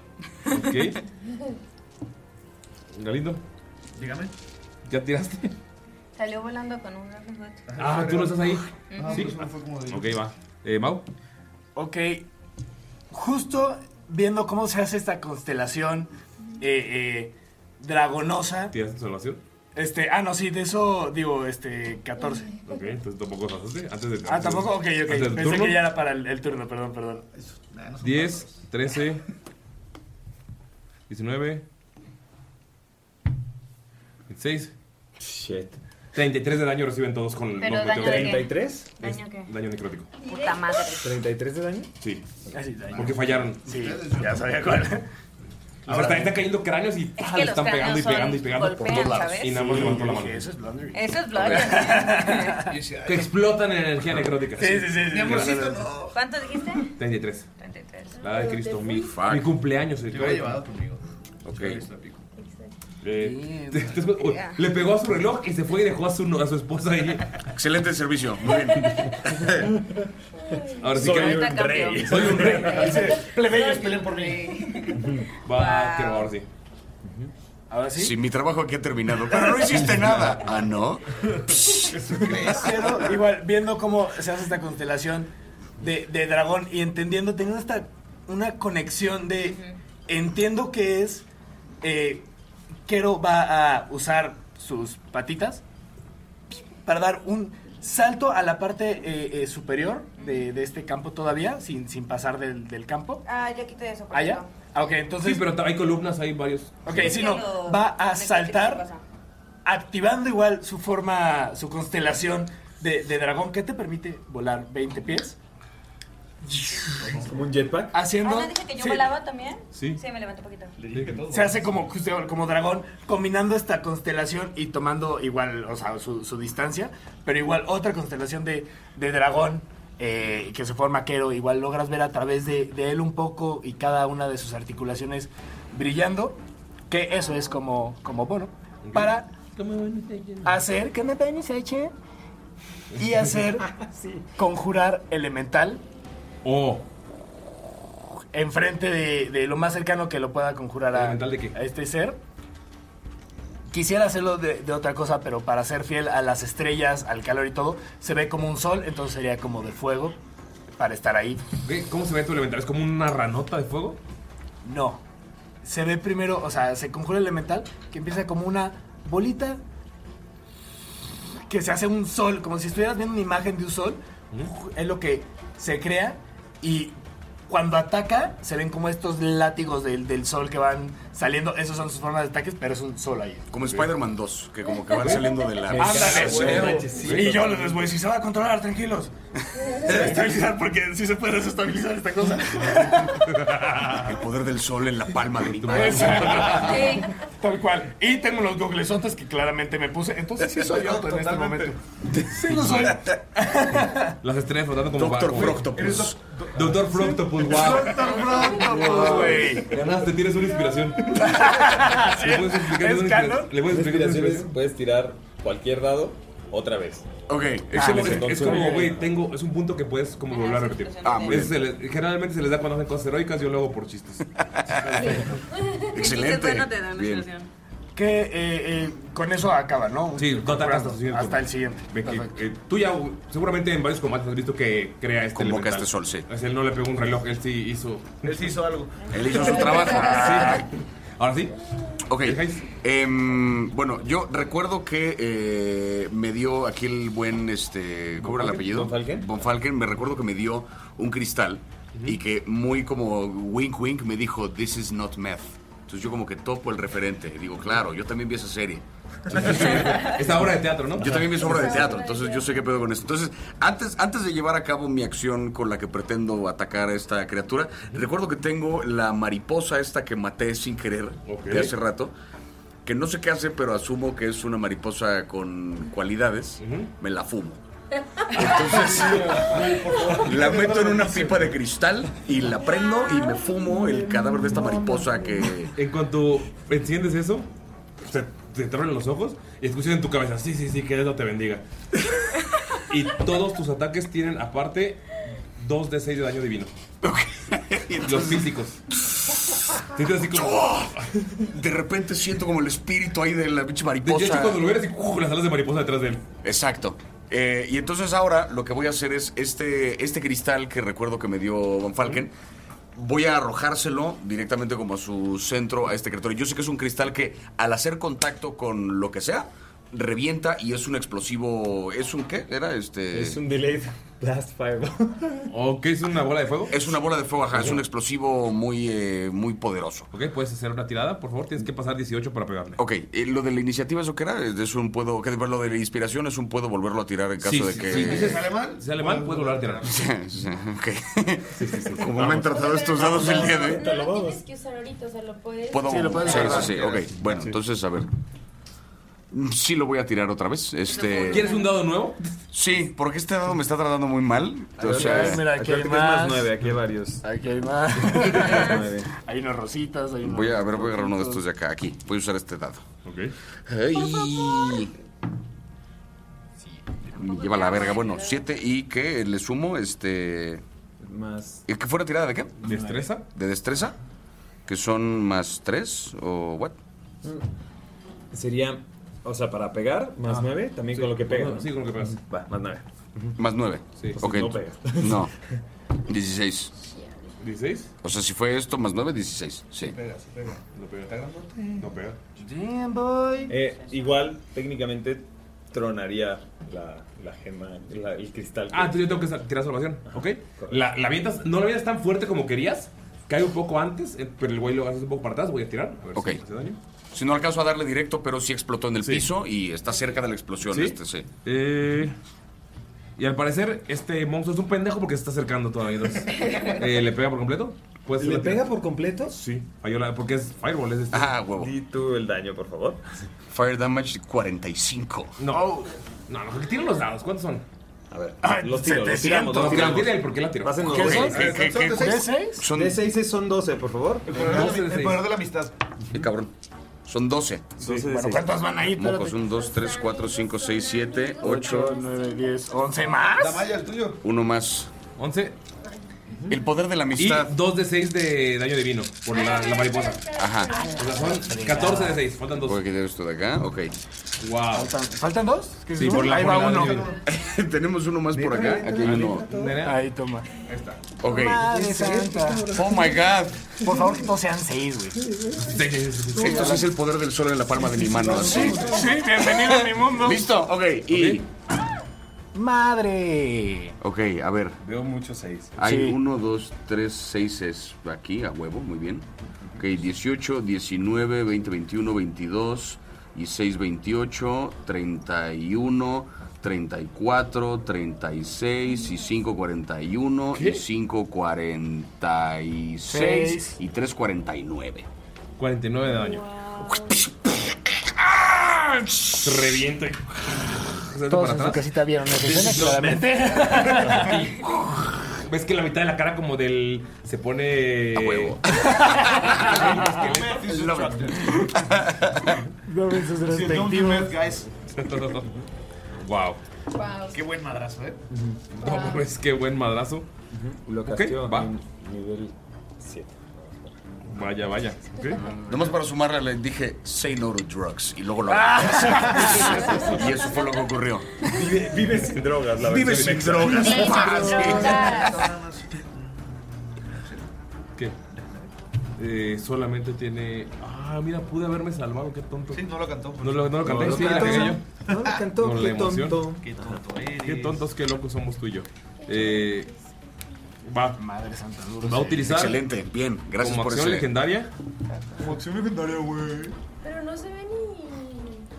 Speaker 2: Eh, Ok. Galindo.
Speaker 25: Dígame.
Speaker 2: ¿Ya tiraste?
Speaker 10: Salió volando con un Grappling Hook.
Speaker 2: Ah, tú no estás ahí.
Speaker 10: Ujú.
Speaker 2: Sí. Ok, va. Eh, Mau.
Speaker 8: Ok. Justo viendo cómo se hace esta constelación eh, eh, dragonosa.
Speaker 2: ¿Tiraste tu salvación?
Speaker 8: Este, ah, no, sí, de eso digo, este, 14.
Speaker 2: Ok, entonces Pues tampoco pasaste. Antes de
Speaker 8: Ah, tampoco, ok, ok.
Speaker 2: Antes del
Speaker 8: Pensé
Speaker 2: turno.
Speaker 8: que ya era para el, el turno, perdón, perdón.
Speaker 2: 10, 13, 19, 26.
Speaker 7: Shit.
Speaker 2: 33 de daño reciben todos con
Speaker 10: Pero
Speaker 2: los
Speaker 10: daño
Speaker 2: meteoros.
Speaker 10: de qué? ¿33?
Speaker 2: Es
Speaker 10: ¿Daño qué?
Speaker 2: Daño necrótico.
Speaker 10: Puta madre.
Speaker 7: ¿33 de daño?
Speaker 2: Sí.
Speaker 8: Casi Ah, daño.
Speaker 2: Porque fallaron.
Speaker 8: Sí, ya sabía cuál.
Speaker 2: O sea, están, están cayendo cráneos y ¡pah!
Speaker 10: que
Speaker 2: le
Speaker 10: los
Speaker 2: están pegando
Speaker 10: cráneos
Speaker 2: y pegando y
Speaker 10: son-
Speaker 2: pegando por
Speaker 10: golpean,
Speaker 2: todos lados.
Speaker 10: ¿sabes?
Speaker 2: Y nada más
Speaker 8: Sí,
Speaker 2: levantó la
Speaker 8: yo
Speaker 2: mano.
Speaker 8: dije, "Eso es blundering".
Speaker 10: Eso es blood.
Speaker 2: Que explotan en energía necrótica.
Speaker 8: Sí, sí, sí, sí. Mi amorcito,
Speaker 10: ¿Cuánto dijiste?
Speaker 2: 33.
Speaker 10: 33.
Speaker 2: La edad de Cristo, mi,
Speaker 6: Fuck.
Speaker 2: mi cumpleaños. El
Speaker 6: Yo lo he llevado
Speaker 2: conmigo. Ok. Eh,
Speaker 6: Bien.
Speaker 2: después, uy, le pegó a su reloj y se fue y dejó a su, a su esposa ahí.
Speaker 6: Excelente servicio. Muy bien.
Speaker 2: Ahora sí
Speaker 6: Soy
Speaker 2: que
Speaker 6: un rey. Soy
Speaker 2: un rey.
Speaker 8: Plebeyos, peleen por mí.
Speaker 2: Va, que va, ahora sí.
Speaker 8: Ahora sí.
Speaker 6: mi trabajo aquí ha terminado. Pero no hiciste nada. Ah, no.
Speaker 8: Pero igual, viendo cómo se hace esta constelación de, de dragón y entendiendo, teniendo esta una conexión de entiendo que es eh, Kero va a usar sus patitas para dar un Salto a la parte eh, eh, superior de, de este campo todavía, sin, sin pasar del, del campo.
Speaker 10: Ah, ya quité eso. por
Speaker 8: ¿Ah, ya?
Speaker 10: ejemplo.
Speaker 8: Ah, ok, entonces.
Speaker 2: Sí, pero hay columnas, hay varios.
Speaker 8: Ok,
Speaker 10: Es
Speaker 8: si
Speaker 10: que
Speaker 8: no,
Speaker 10: lo-
Speaker 8: va a
Speaker 10: me
Speaker 8: saltar
Speaker 10: quité
Speaker 8: activando igual su forma, su constelación de, de dragón que te permite volar 20 pies.
Speaker 7: Como un jetpack.
Speaker 8: Haciendo.
Speaker 4: Ah, ¿no dije que yo
Speaker 8: sí,
Speaker 4: volaba también?
Speaker 8: Sí.
Speaker 4: Sí, me levanté un poquito.
Speaker 8: se hace como, justo como dragón, combinando esta constelación y tomando igual, o sea, su, su distancia, pero igual otra constelación de, de dragón eh, que se forma Quero. Igual logras ver a través de, de él un poco y cada una de sus articulaciones brillando, que eso es como, como bono, para hacer que me penes eche y hacer conjurar elemental
Speaker 2: o
Speaker 8: enfrente de, de lo más cercano que lo pueda conjurar a, a este ser. Quisiera hacerlo de, de otra cosa, pero para ser fiel a las estrellas, al calor y todo, se ve como un sol, entonces sería como de fuego para estar ahí.
Speaker 2: ¿Cómo se ve tu elemental? ¿Es como una ranota de fuego?
Speaker 8: No. Se ve primero, o sea, se conjura el elemental que empieza como una bolita que se hace un sol, como si estuvieras viendo una imagen de un sol. Es lo que se crea y cuando ataca se ven como estos látigos del, del sol que van saliendo. Esos son sus formas de ataques, pero es un sol ahí.
Speaker 6: Como Spider-Man 2, que como que van saliendo de la.
Speaker 8: Ándale,
Speaker 6: Sí.
Speaker 8: sí. Y yo les voy a decir, se va a controlar, tranquilos. Se va a estabilizar porque sí se puede desestabilizar esta cosa.
Speaker 6: El poder del sol en la palma de mi mano.
Speaker 8: Exacto. Tal cual. Y tengo los googlesotes que claramente me puse. Entonces sí soy yo en este momento. Sí lo soy.
Speaker 2: Las estrellas flotando como
Speaker 8: Doctor
Speaker 2: barco.
Speaker 8: Froctopus.
Speaker 2: Doctor Froctopus, wow.
Speaker 3: pues,
Speaker 8: Froctopus, güey.
Speaker 2: Ganaste, tienes una inspiración.
Speaker 7: ¿Le
Speaker 2: puedes explicar
Speaker 7: ¿Es
Speaker 2: una
Speaker 7: canon?
Speaker 2: inspira- le puedes explicar una
Speaker 7: Inspiraciones,
Speaker 2: inspiración?
Speaker 7: Puedes tirar cualquier dado otra vez. Ah,
Speaker 6: Ok,
Speaker 2: Es como- es, es como,
Speaker 7: eh,
Speaker 2: güey, tengo, es un punto que puedes como volver a repetir.
Speaker 7: Ah, muy
Speaker 2: Ese se le- generalmente se les da cuando hacen cosas heroicas, yo lo hago por chistes.
Speaker 8: Excelente.
Speaker 4: Entonces, no te dan una
Speaker 2: Bien.
Speaker 4: solución.
Speaker 8: Que eh, eh, con eso acaba, ¿no?
Speaker 2: Sí, no atacas hasta,
Speaker 8: Hasta el siguiente.
Speaker 2: eh, tú ya, güey, seguramente en varios combates has visto que crea este
Speaker 6: Convoca
Speaker 2: elemental.
Speaker 6: este sol, sí.
Speaker 2: Pues él no le pegó un reloj, él sí hizo.
Speaker 38: Él sí hizo algo.
Speaker 6: Él hizo su trabajo.
Speaker 2: Ahora sí.
Speaker 6: Ok. Em, bueno, yo recuerdo que eh, me dio aquí el buen, este, ¿cómo era el
Speaker 7: Bonfalken?
Speaker 6: apellido? Bonfalken. me recuerdo que me dio un cristal y que muy como wink wink me dijo, this is not meth. Entonces yo como que topo el referente. Y digo, claro, yo también vi esa serie.
Speaker 2: Esta obra de teatro, ¿no?
Speaker 6: Yo también vi esa obra de
Speaker 2: Esa
Speaker 6: teatro,
Speaker 2: obra de
Speaker 6: entonces yo sé qué pedo con esto. Entonces, antes, antes de llevar a cabo mi acción con la que pretendo atacar a esta criatura, recuerdo que tengo la mariposa esta que maté sin querer de hace rato, que no sé qué hace, pero asumo que es una mariposa con cualidades. Me la fumo. Entonces, la meto en una pipa de cristal y la prendo y me fumo el cadáver de esta mariposa que...
Speaker 2: En cuanto enciendes eso, se te abren los ojos y escuchas en tu cabeza, sí, sí, sí, que Dios te bendiga. y todos tus ataques tienen aparte 2 de 6 de daño divino. Los físicos. Sientes así como...
Speaker 6: De repente siento como el espíritu ahí de la pinche
Speaker 2: De
Speaker 6: mariposa.
Speaker 2: hecho, cuando lo ves, ¡uh! las alas de mariposa detrás de él.
Speaker 6: Exacto. Eh, y entonces ahora lo que voy a hacer es este, este cristal que recuerdo que me dio Von Falken. Voy a arrojárselo directamente como a su centro, a este criatura. Yo sé que es un cristal que al hacer contacto con lo que sea, revienta y es un explosivo. ¿Es un qué? Era este.
Speaker 7: Es un delayed blast fireball.
Speaker 2: ¿O qué es una bola de fuego?
Speaker 6: Es una bola de fuego, ajá. Es un explosivo muy, eh, muy poderoso.
Speaker 2: Ok, puedes hacer una tirada, por favor, tienes que pasar 18 para pegarle.
Speaker 6: Ok, eh, lo de la iniciativa, ¿eso qué era? Es un puedo. ¿qué? Lo de la inspiración es un puedo volverlo a tirar en caso
Speaker 2: Sí,
Speaker 6: de
Speaker 2: sí,
Speaker 6: que.
Speaker 2: sí, dices, ¿sale mal? Sale mal, puedes volver a tirar.
Speaker 6: Sí, sí, ok. Como me han tratado estos dados el día de.
Speaker 5: No lo tienes que usar ahorita, o sea, lo puedes.
Speaker 6: ¿Puedo? sí,
Speaker 5: usar.
Speaker 6: sí, sí, ok. Bueno, entonces, a ver. Mm, Sí lo voy a tirar otra vez. Este...
Speaker 2: ¿Quieres un dado nuevo?
Speaker 6: Sí, porque este dado me está tratando muy mal.
Speaker 7: A ver,
Speaker 6: O sea,
Speaker 7: mira, aquí hay Acuérdate que es más más. nueve, aquí hay varios.
Speaker 8: Aquí hay más.
Speaker 6: Nueve.
Speaker 8: hay unas rositas, hay unos-
Speaker 6: Voy a, a ver, voy a agarrar uno de estos de acá. Aquí. Voy a usar este dado.
Speaker 2: Ok.
Speaker 6: Ay. Me lleva la verga. Bueno, siete y que le sumo este.
Speaker 7: Más.
Speaker 6: ¿Y que fue una tirada de qué?
Speaker 7: Destreza.
Speaker 6: ¿De destreza? Que son más tres o what?
Speaker 7: Mm. Sería, o sea, para pegar, más
Speaker 6: Ah.
Speaker 7: 9, también
Speaker 6: Sí,
Speaker 7: con lo que pega.
Speaker 6: con- sí,
Speaker 2: con lo que pegas.
Speaker 7: Va, más 9.
Speaker 6: Más nueve.
Speaker 7: Sí.
Speaker 6: Ok.
Speaker 7: No pega.
Speaker 6: No. 16.
Speaker 2: ¿16?
Speaker 6: O sea, si fue esto más 9, 16. Sí.
Speaker 2: Pega, sí, pega. No pega. No pega.
Speaker 7: Eh, igual, técnicamente, tronaría la, la gema, la- el cristal. pues.
Speaker 2: Ah, entonces yo tengo que sa- tirar salvación. Ok. La, la avientas- no la avientas tan fuerte como querías. Cae un poco antes, eh, pero el güey lo haces un poco para atrás. Voy a tirar. A ver
Speaker 6: Ok.
Speaker 2: si hace daño.
Speaker 6: Si no alcanzo a darle directo, pero sí explotó en el piso y está cerca de la explosión.
Speaker 2: ¿Sí?
Speaker 6: Este, sí.
Speaker 2: Eh, y al parecer, este monstruo es un pendejo porque se está acercando todavía. entonces, eh, ¿Le pega por completo? ¿Puedes
Speaker 7: ¿Le
Speaker 2: hacer la
Speaker 7: pega
Speaker 2: tirada?
Speaker 7: por completo?
Speaker 2: Sí. Falló la- porque es Fireball. Es este.
Speaker 6: Ah, huevo.
Speaker 7: Di tú el daño, por favor.
Speaker 6: Fire damage 45.
Speaker 2: No. No, no, que tiren los dados. ¿Cuántos son?
Speaker 6: A ver.
Speaker 7: los tiro, los tiramos, los tiramos.
Speaker 2: Tira él, ¿por qué la tiró?
Speaker 7: Vas en los
Speaker 2: ¿Qué
Speaker 7: dos.
Speaker 2: son?
Speaker 7: Ok,
Speaker 2: ¿Qué-
Speaker 7: ok,
Speaker 2: qué-
Speaker 7: ok.
Speaker 2: qué-
Speaker 7: ¿Son
Speaker 2: D6?
Speaker 7: Son D6 son 12, por favor.
Speaker 25: El poder, de,
Speaker 6: 12 de
Speaker 25: la, el
Speaker 6: seis.
Speaker 25: poder de la amistad.
Speaker 6: Qué cabrón. Son 12.
Speaker 25: de Bueno, seis. ¿cuántas van ahí? Espérate.
Speaker 6: Mocos, 1, 2, 3, 4, 5, 6, 7, 8,
Speaker 8: 9, 10, 11 más.
Speaker 25: Damaya, el tuyo.
Speaker 6: Uno más.
Speaker 2: 11.
Speaker 6: El poder de la amistad.
Speaker 2: Y 2 de 6 de daño divino por la, la mariposa.
Speaker 6: Ajá.
Speaker 2: O sea, son 14 de 6. Faltan 2.
Speaker 6: Voy a quitar esto de acá. Ok.
Speaker 2: Wow.
Speaker 8: ¿Faltan dos? ¿Qué
Speaker 6: Sí,
Speaker 8: es
Speaker 6: por la-
Speaker 8: Ahí
Speaker 6: por
Speaker 8: va
Speaker 6: la-
Speaker 8: uno.
Speaker 6: Tenemos uno más por acá. Aquí hay uno.
Speaker 8: Ahí toma.
Speaker 6: Ahí está. Ok.
Speaker 8: Madre
Speaker 25: Este,
Speaker 8: santa.
Speaker 6: Oh my god.
Speaker 8: Por favor, que no sean seis, güey.
Speaker 6: Esto sí es el poder del sol en la palma de mi mano. Así.
Speaker 8: Sí, bienvenido a mi mundo.
Speaker 6: Listo, ok. Y.
Speaker 8: Madre.
Speaker 6: Ok, a ver.
Speaker 7: Veo muchos 6.
Speaker 6: Hay 1, 2, 3, 6 es aquí, a huevo, muy bien. Ok, 18, 19, 20, 21, 22 y 6, 28, 31, 34, 36 y 5, 41 y 5, 46
Speaker 2: Seis.
Speaker 6: y 3, 49.
Speaker 2: 49 de daño. Revienta.
Speaker 8: Todos en Ah, su casita vieron esa escena, claramente.
Speaker 2: Ves que la mitad de la cara como del se pone pues, a huevo.
Speaker 8: No ven sus
Speaker 25: Sí, don't do
Speaker 8: respectivos.
Speaker 25: math, guys.
Speaker 2: wow.
Speaker 25: Qué buen madrazo, ¿eh?
Speaker 2: No, pues qué buen madrazo.
Speaker 7: Lo
Speaker 2: Ok,
Speaker 7: casteo
Speaker 2: va.
Speaker 7: en nivel 7.
Speaker 2: Vaya, vaya. Ok.
Speaker 6: Nomás para sumarle le dije, say no to drugs. Y luego lo
Speaker 7: Ah.
Speaker 6: Y eso fue lo que ocurrió.
Speaker 7: Vive, vive sin drogas, la
Speaker 6: Vive
Speaker 7: versión
Speaker 6: sin
Speaker 7: mexa.
Speaker 6: drogas. Vive
Speaker 2: sin ¿Qué? Eh, solamente tiene. Ah, mira, pude haberme salvado, qué tonto. Sí,
Speaker 25: no lo cantó.
Speaker 2: No lo, no lo canté,
Speaker 7: No lo
Speaker 2: sí, la
Speaker 7: cantó.
Speaker 2: cagué yo.
Speaker 7: No lo cantó,
Speaker 2: Con
Speaker 7: qué
Speaker 2: la emoción.
Speaker 7: tonto.
Speaker 2: Qué tonto eres. Qué tontos, qué locos somos tú y yo. Eh, va. Madre santa,
Speaker 6: duro.
Speaker 2: Va a utilizar.
Speaker 6: Excelente, bien, gracias
Speaker 2: como
Speaker 6: por
Speaker 2: acción
Speaker 6: ese-
Speaker 2: legendaria.
Speaker 25: Como acción legendaria, güey.
Speaker 5: Pero no se ve ni.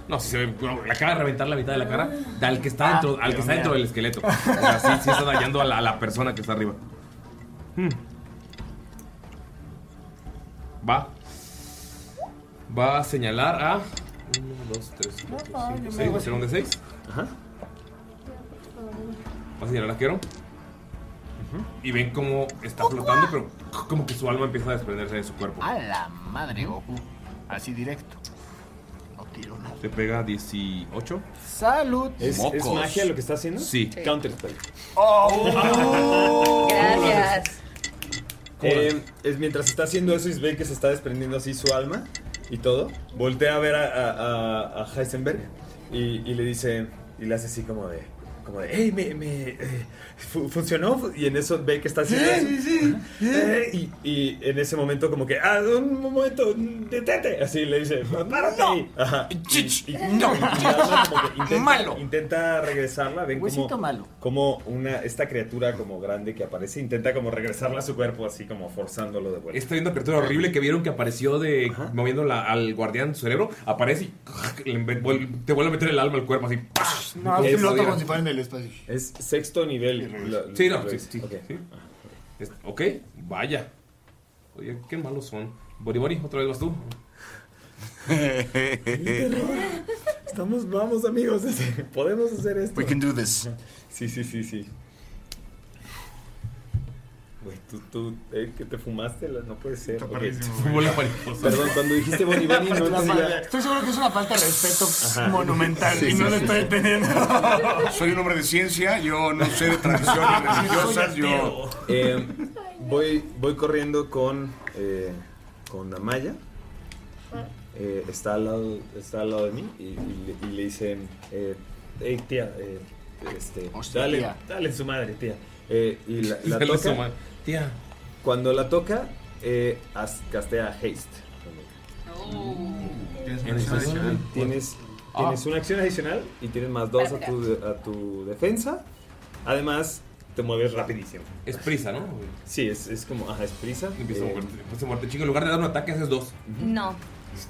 Speaker 2: No, si se ve, bueno, le acaba de reventar la mitad de la cara al que está dentro, al
Speaker 8: Dios
Speaker 2: que está dentro
Speaker 8: mío.
Speaker 2: del esqueleto. O sea, sí, sí está dañando a la, a la persona que está arriba. Hmm. Va. Va a señalar a 1, 2, 3, 4,
Speaker 5: No, yo
Speaker 2: 5,
Speaker 5: me
Speaker 2: 6,
Speaker 5: voy.
Speaker 2: va a ser un de 6. Ajá. Va a señalar a Kero. Y ven cómo está flotando, pero como que su alma empieza a desprenderse de su cuerpo.
Speaker 8: A la madre, Goku. Así directo. No tiro nada.
Speaker 2: Te pega 18.
Speaker 8: Salud.
Speaker 7: ¿Es, ¿Es magia lo que está haciendo?
Speaker 2: Sí.
Speaker 8: Sí.
Speaker 7: Counter spell.
Speaker 8: Oh.
Speaker 10: Gracias.
Speaker 7: Eh, es mientras está haciendo eso y ve que se está desprendiendo así su alma y todo, voltea a ver a, a- a- a Heisenberg y, y le dice, y le hace así como de, como de, hey, me, me, eh, fu- funcionó, fu-". y en eso ve que está haciendo eso. Eh, y, y en ese momento como que, ah, un momento, detente, así le dice, párate. Ajá. Y- y-
Speaker 8: no.
Speaker 7: y la alma como que intenta,
Speaker 8: Malo.
Speaker 7: intenta regresarla, ven
Speaker 8: Huesito
Speaker 7: como,
Speaker 8: malo.
Speaker 7: como una, esta criatura como grande que aparece, intenta como regresarla a su cuerpo, así como forzándolo de vuelta.
Speaker 2: Esta viendo criatura horrible que vieron que apareció de moviendo la- al guardián su cerebro, aparece y le mete- vuel- te vuelve a meter el alma al cuerpo así.
Speaker 8: Ah, No,
Speaker 7: Es-
Speaker 8: floto como si fuera en el espacio.
Speaker 7: Es sexto nivel. Lo-
Speaker 2: Sí,
Speaker 7: lo-
Speaker 2: no, sí, sí,
Speaker 7: ok.
Speaker 2: sí. Es- ok, vaya. Oye, qué malos son. Bori Bori, otra vez vas tú.
Speaker 7: Eh, Estamos, vamos amigos, podemos hacer esto. We can do this. Sí, sí, sí, sí. Güey, tú, tú, eh, que te fumaste, la- no puede ser. Ok.
Speaker 2: perrísimo, güey. Fumó la mariposa.
Speaker 7: Perdón, cuando dijiste Boni Boni no
Speaker 8: La madre.
Speaker 7: entendía.
Speaker 8: Estoy seguro que es una falta de respeto
Speaker 7: Ajá.
Speaker 8: monumental
Speaker 7: Sí,
Speaker 8: y
Speaker 7: sí,
Speaker 8: no lo
Speaker 7: sí.
Speaker 8: estoy entendiendo.
Speaker 6: Soy un hombre de ciencia, yo no sé de tradiciones religiosas, yo...
Speaker 7: Eh, voy, voy corriendo con, eh, con Amaya. Eh, está, al lado, está al lado de mí y, y le- y le dice, eh, "Ey, tía, eh, este,
Speaker 2: Hostia,
Speaker 7: dale,
Speaker 2: tía.
Speaker 7: dale su madre, tía. Eh, y la, la
Speaker 2: Dale su
Speaker 7: toca. Eh,
Speaker 2: madre. Tía.
Speaker 7: Cuando la toca, eh, as- castea haste. Tienes,
Speaker 2: Ah.
Speaker 7: Tienes una acción adicional y tienes más dos a tu, a tu defensa. Además, te mueves rapidísimo.
Speaker 2: Es prisa, ¿no?
Speaker 7: Sí, es, es como, ajá, es prisa.
Speaker 2: Empieza a moverte, empieza a moverte. Chico, en lugar de dar un ataque, haces dos.
Speaker 10: No.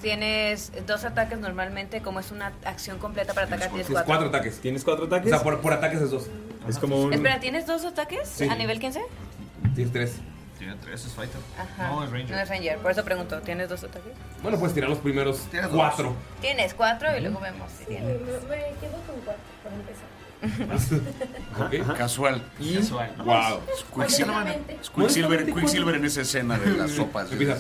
Speaker 10: Tienes dos ataques normalmente, como es una acción completa para atacar, tienes
Speaker 2: Tienes
Speaker 10: cuatro.
Speaker 2: cuatro. ataques.
Speaker 7: ¿Tienes cuatro ataques?
Speaker 2: O sea, por, por ataques es dos.
Speaker 7: Es como
Speaker 10: Espera, ¿tienes dos ataques
Speaker 2: Sí.
Speaker 10: a nivel 15?
Speaker 2: Tienes tres.
Speaker 3: Tiene tres, es fighter.
Speaker 10: Ajá.
Speaker 3: No, es ranger.
Speaker 10: No es Ranger, por eso pregunto, ¿tienes dos ataques?
Speaker 2: Bueno, puedes tirar los primeros
Speaker 3: Tienes dos.
Speaker 2: cuatro.
Speaker 10: Tienes cuatro y luego vemos si
Speaker 5: Me,
Speaker 10: tienes.
Speaker 5: me quedo con cuatro para empezar.
Speaker 6: Ah. Casual.
Speaker 3: Casual.
Speaker 6: Wow. Quicksilver,
Speaker 5: Honestamente.
Speaker 6: Quicksilver, Quicksilver en esa escena de las sopas.
Speaker 2: Empieza,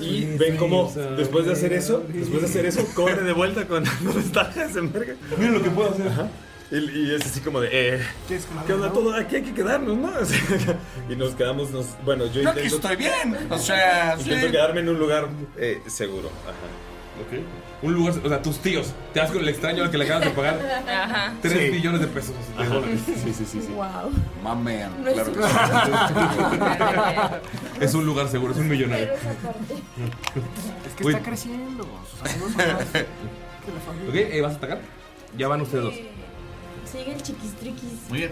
Speaker 7: Y ven cómo después de hacer eso, después de hacer eso, corre de vuelta con las ventajas en verga. Mira lo que puedo hacer. Y, y es así como de, eh, ¿qué, onda todo? Aquí hay que quedarnos, ¿no? O sea, y nos quedamos, nos- bueno, yo
Speaker 6: No,
Speaker 7: intento...
Speaker 6: aquí estoy bien, o sea,
Speaker 7: Intento
Speaker 6: sí.
Speaker 7: quedarme en un lugar eh, seguro. Ajá.
Speaker 2: Un lugar, o sea, tus tíos. Te das con el extraño al que le acabas de pagar
Speaker 10: Ajá.
Speaker 2: tres millones de pesos. De
Speaker 7: Ajá.
Speaker 2: dólares.
Speaker 7: Sí, sí, sí. sí.
Speaker 5: Wow.
Speaker 6: Mamean,
Speaker 5: No es
Speaker 6: claro
Speaker 5: un-
Speaker 6: que sí.
Speaker 2: Es un lugar seguro, es un millonario.
Speaker 8: Es que
Speaker 2: Uy.
Speaker 8: está creciendo. Sus amigos son más que la familia.
Speaker 2: Ok, eh, ¿vas a atacar? Ya van ustedes dos.
Speaker 5: eh, Siguen chiquistriquis.
Speaker 3: Muy bien.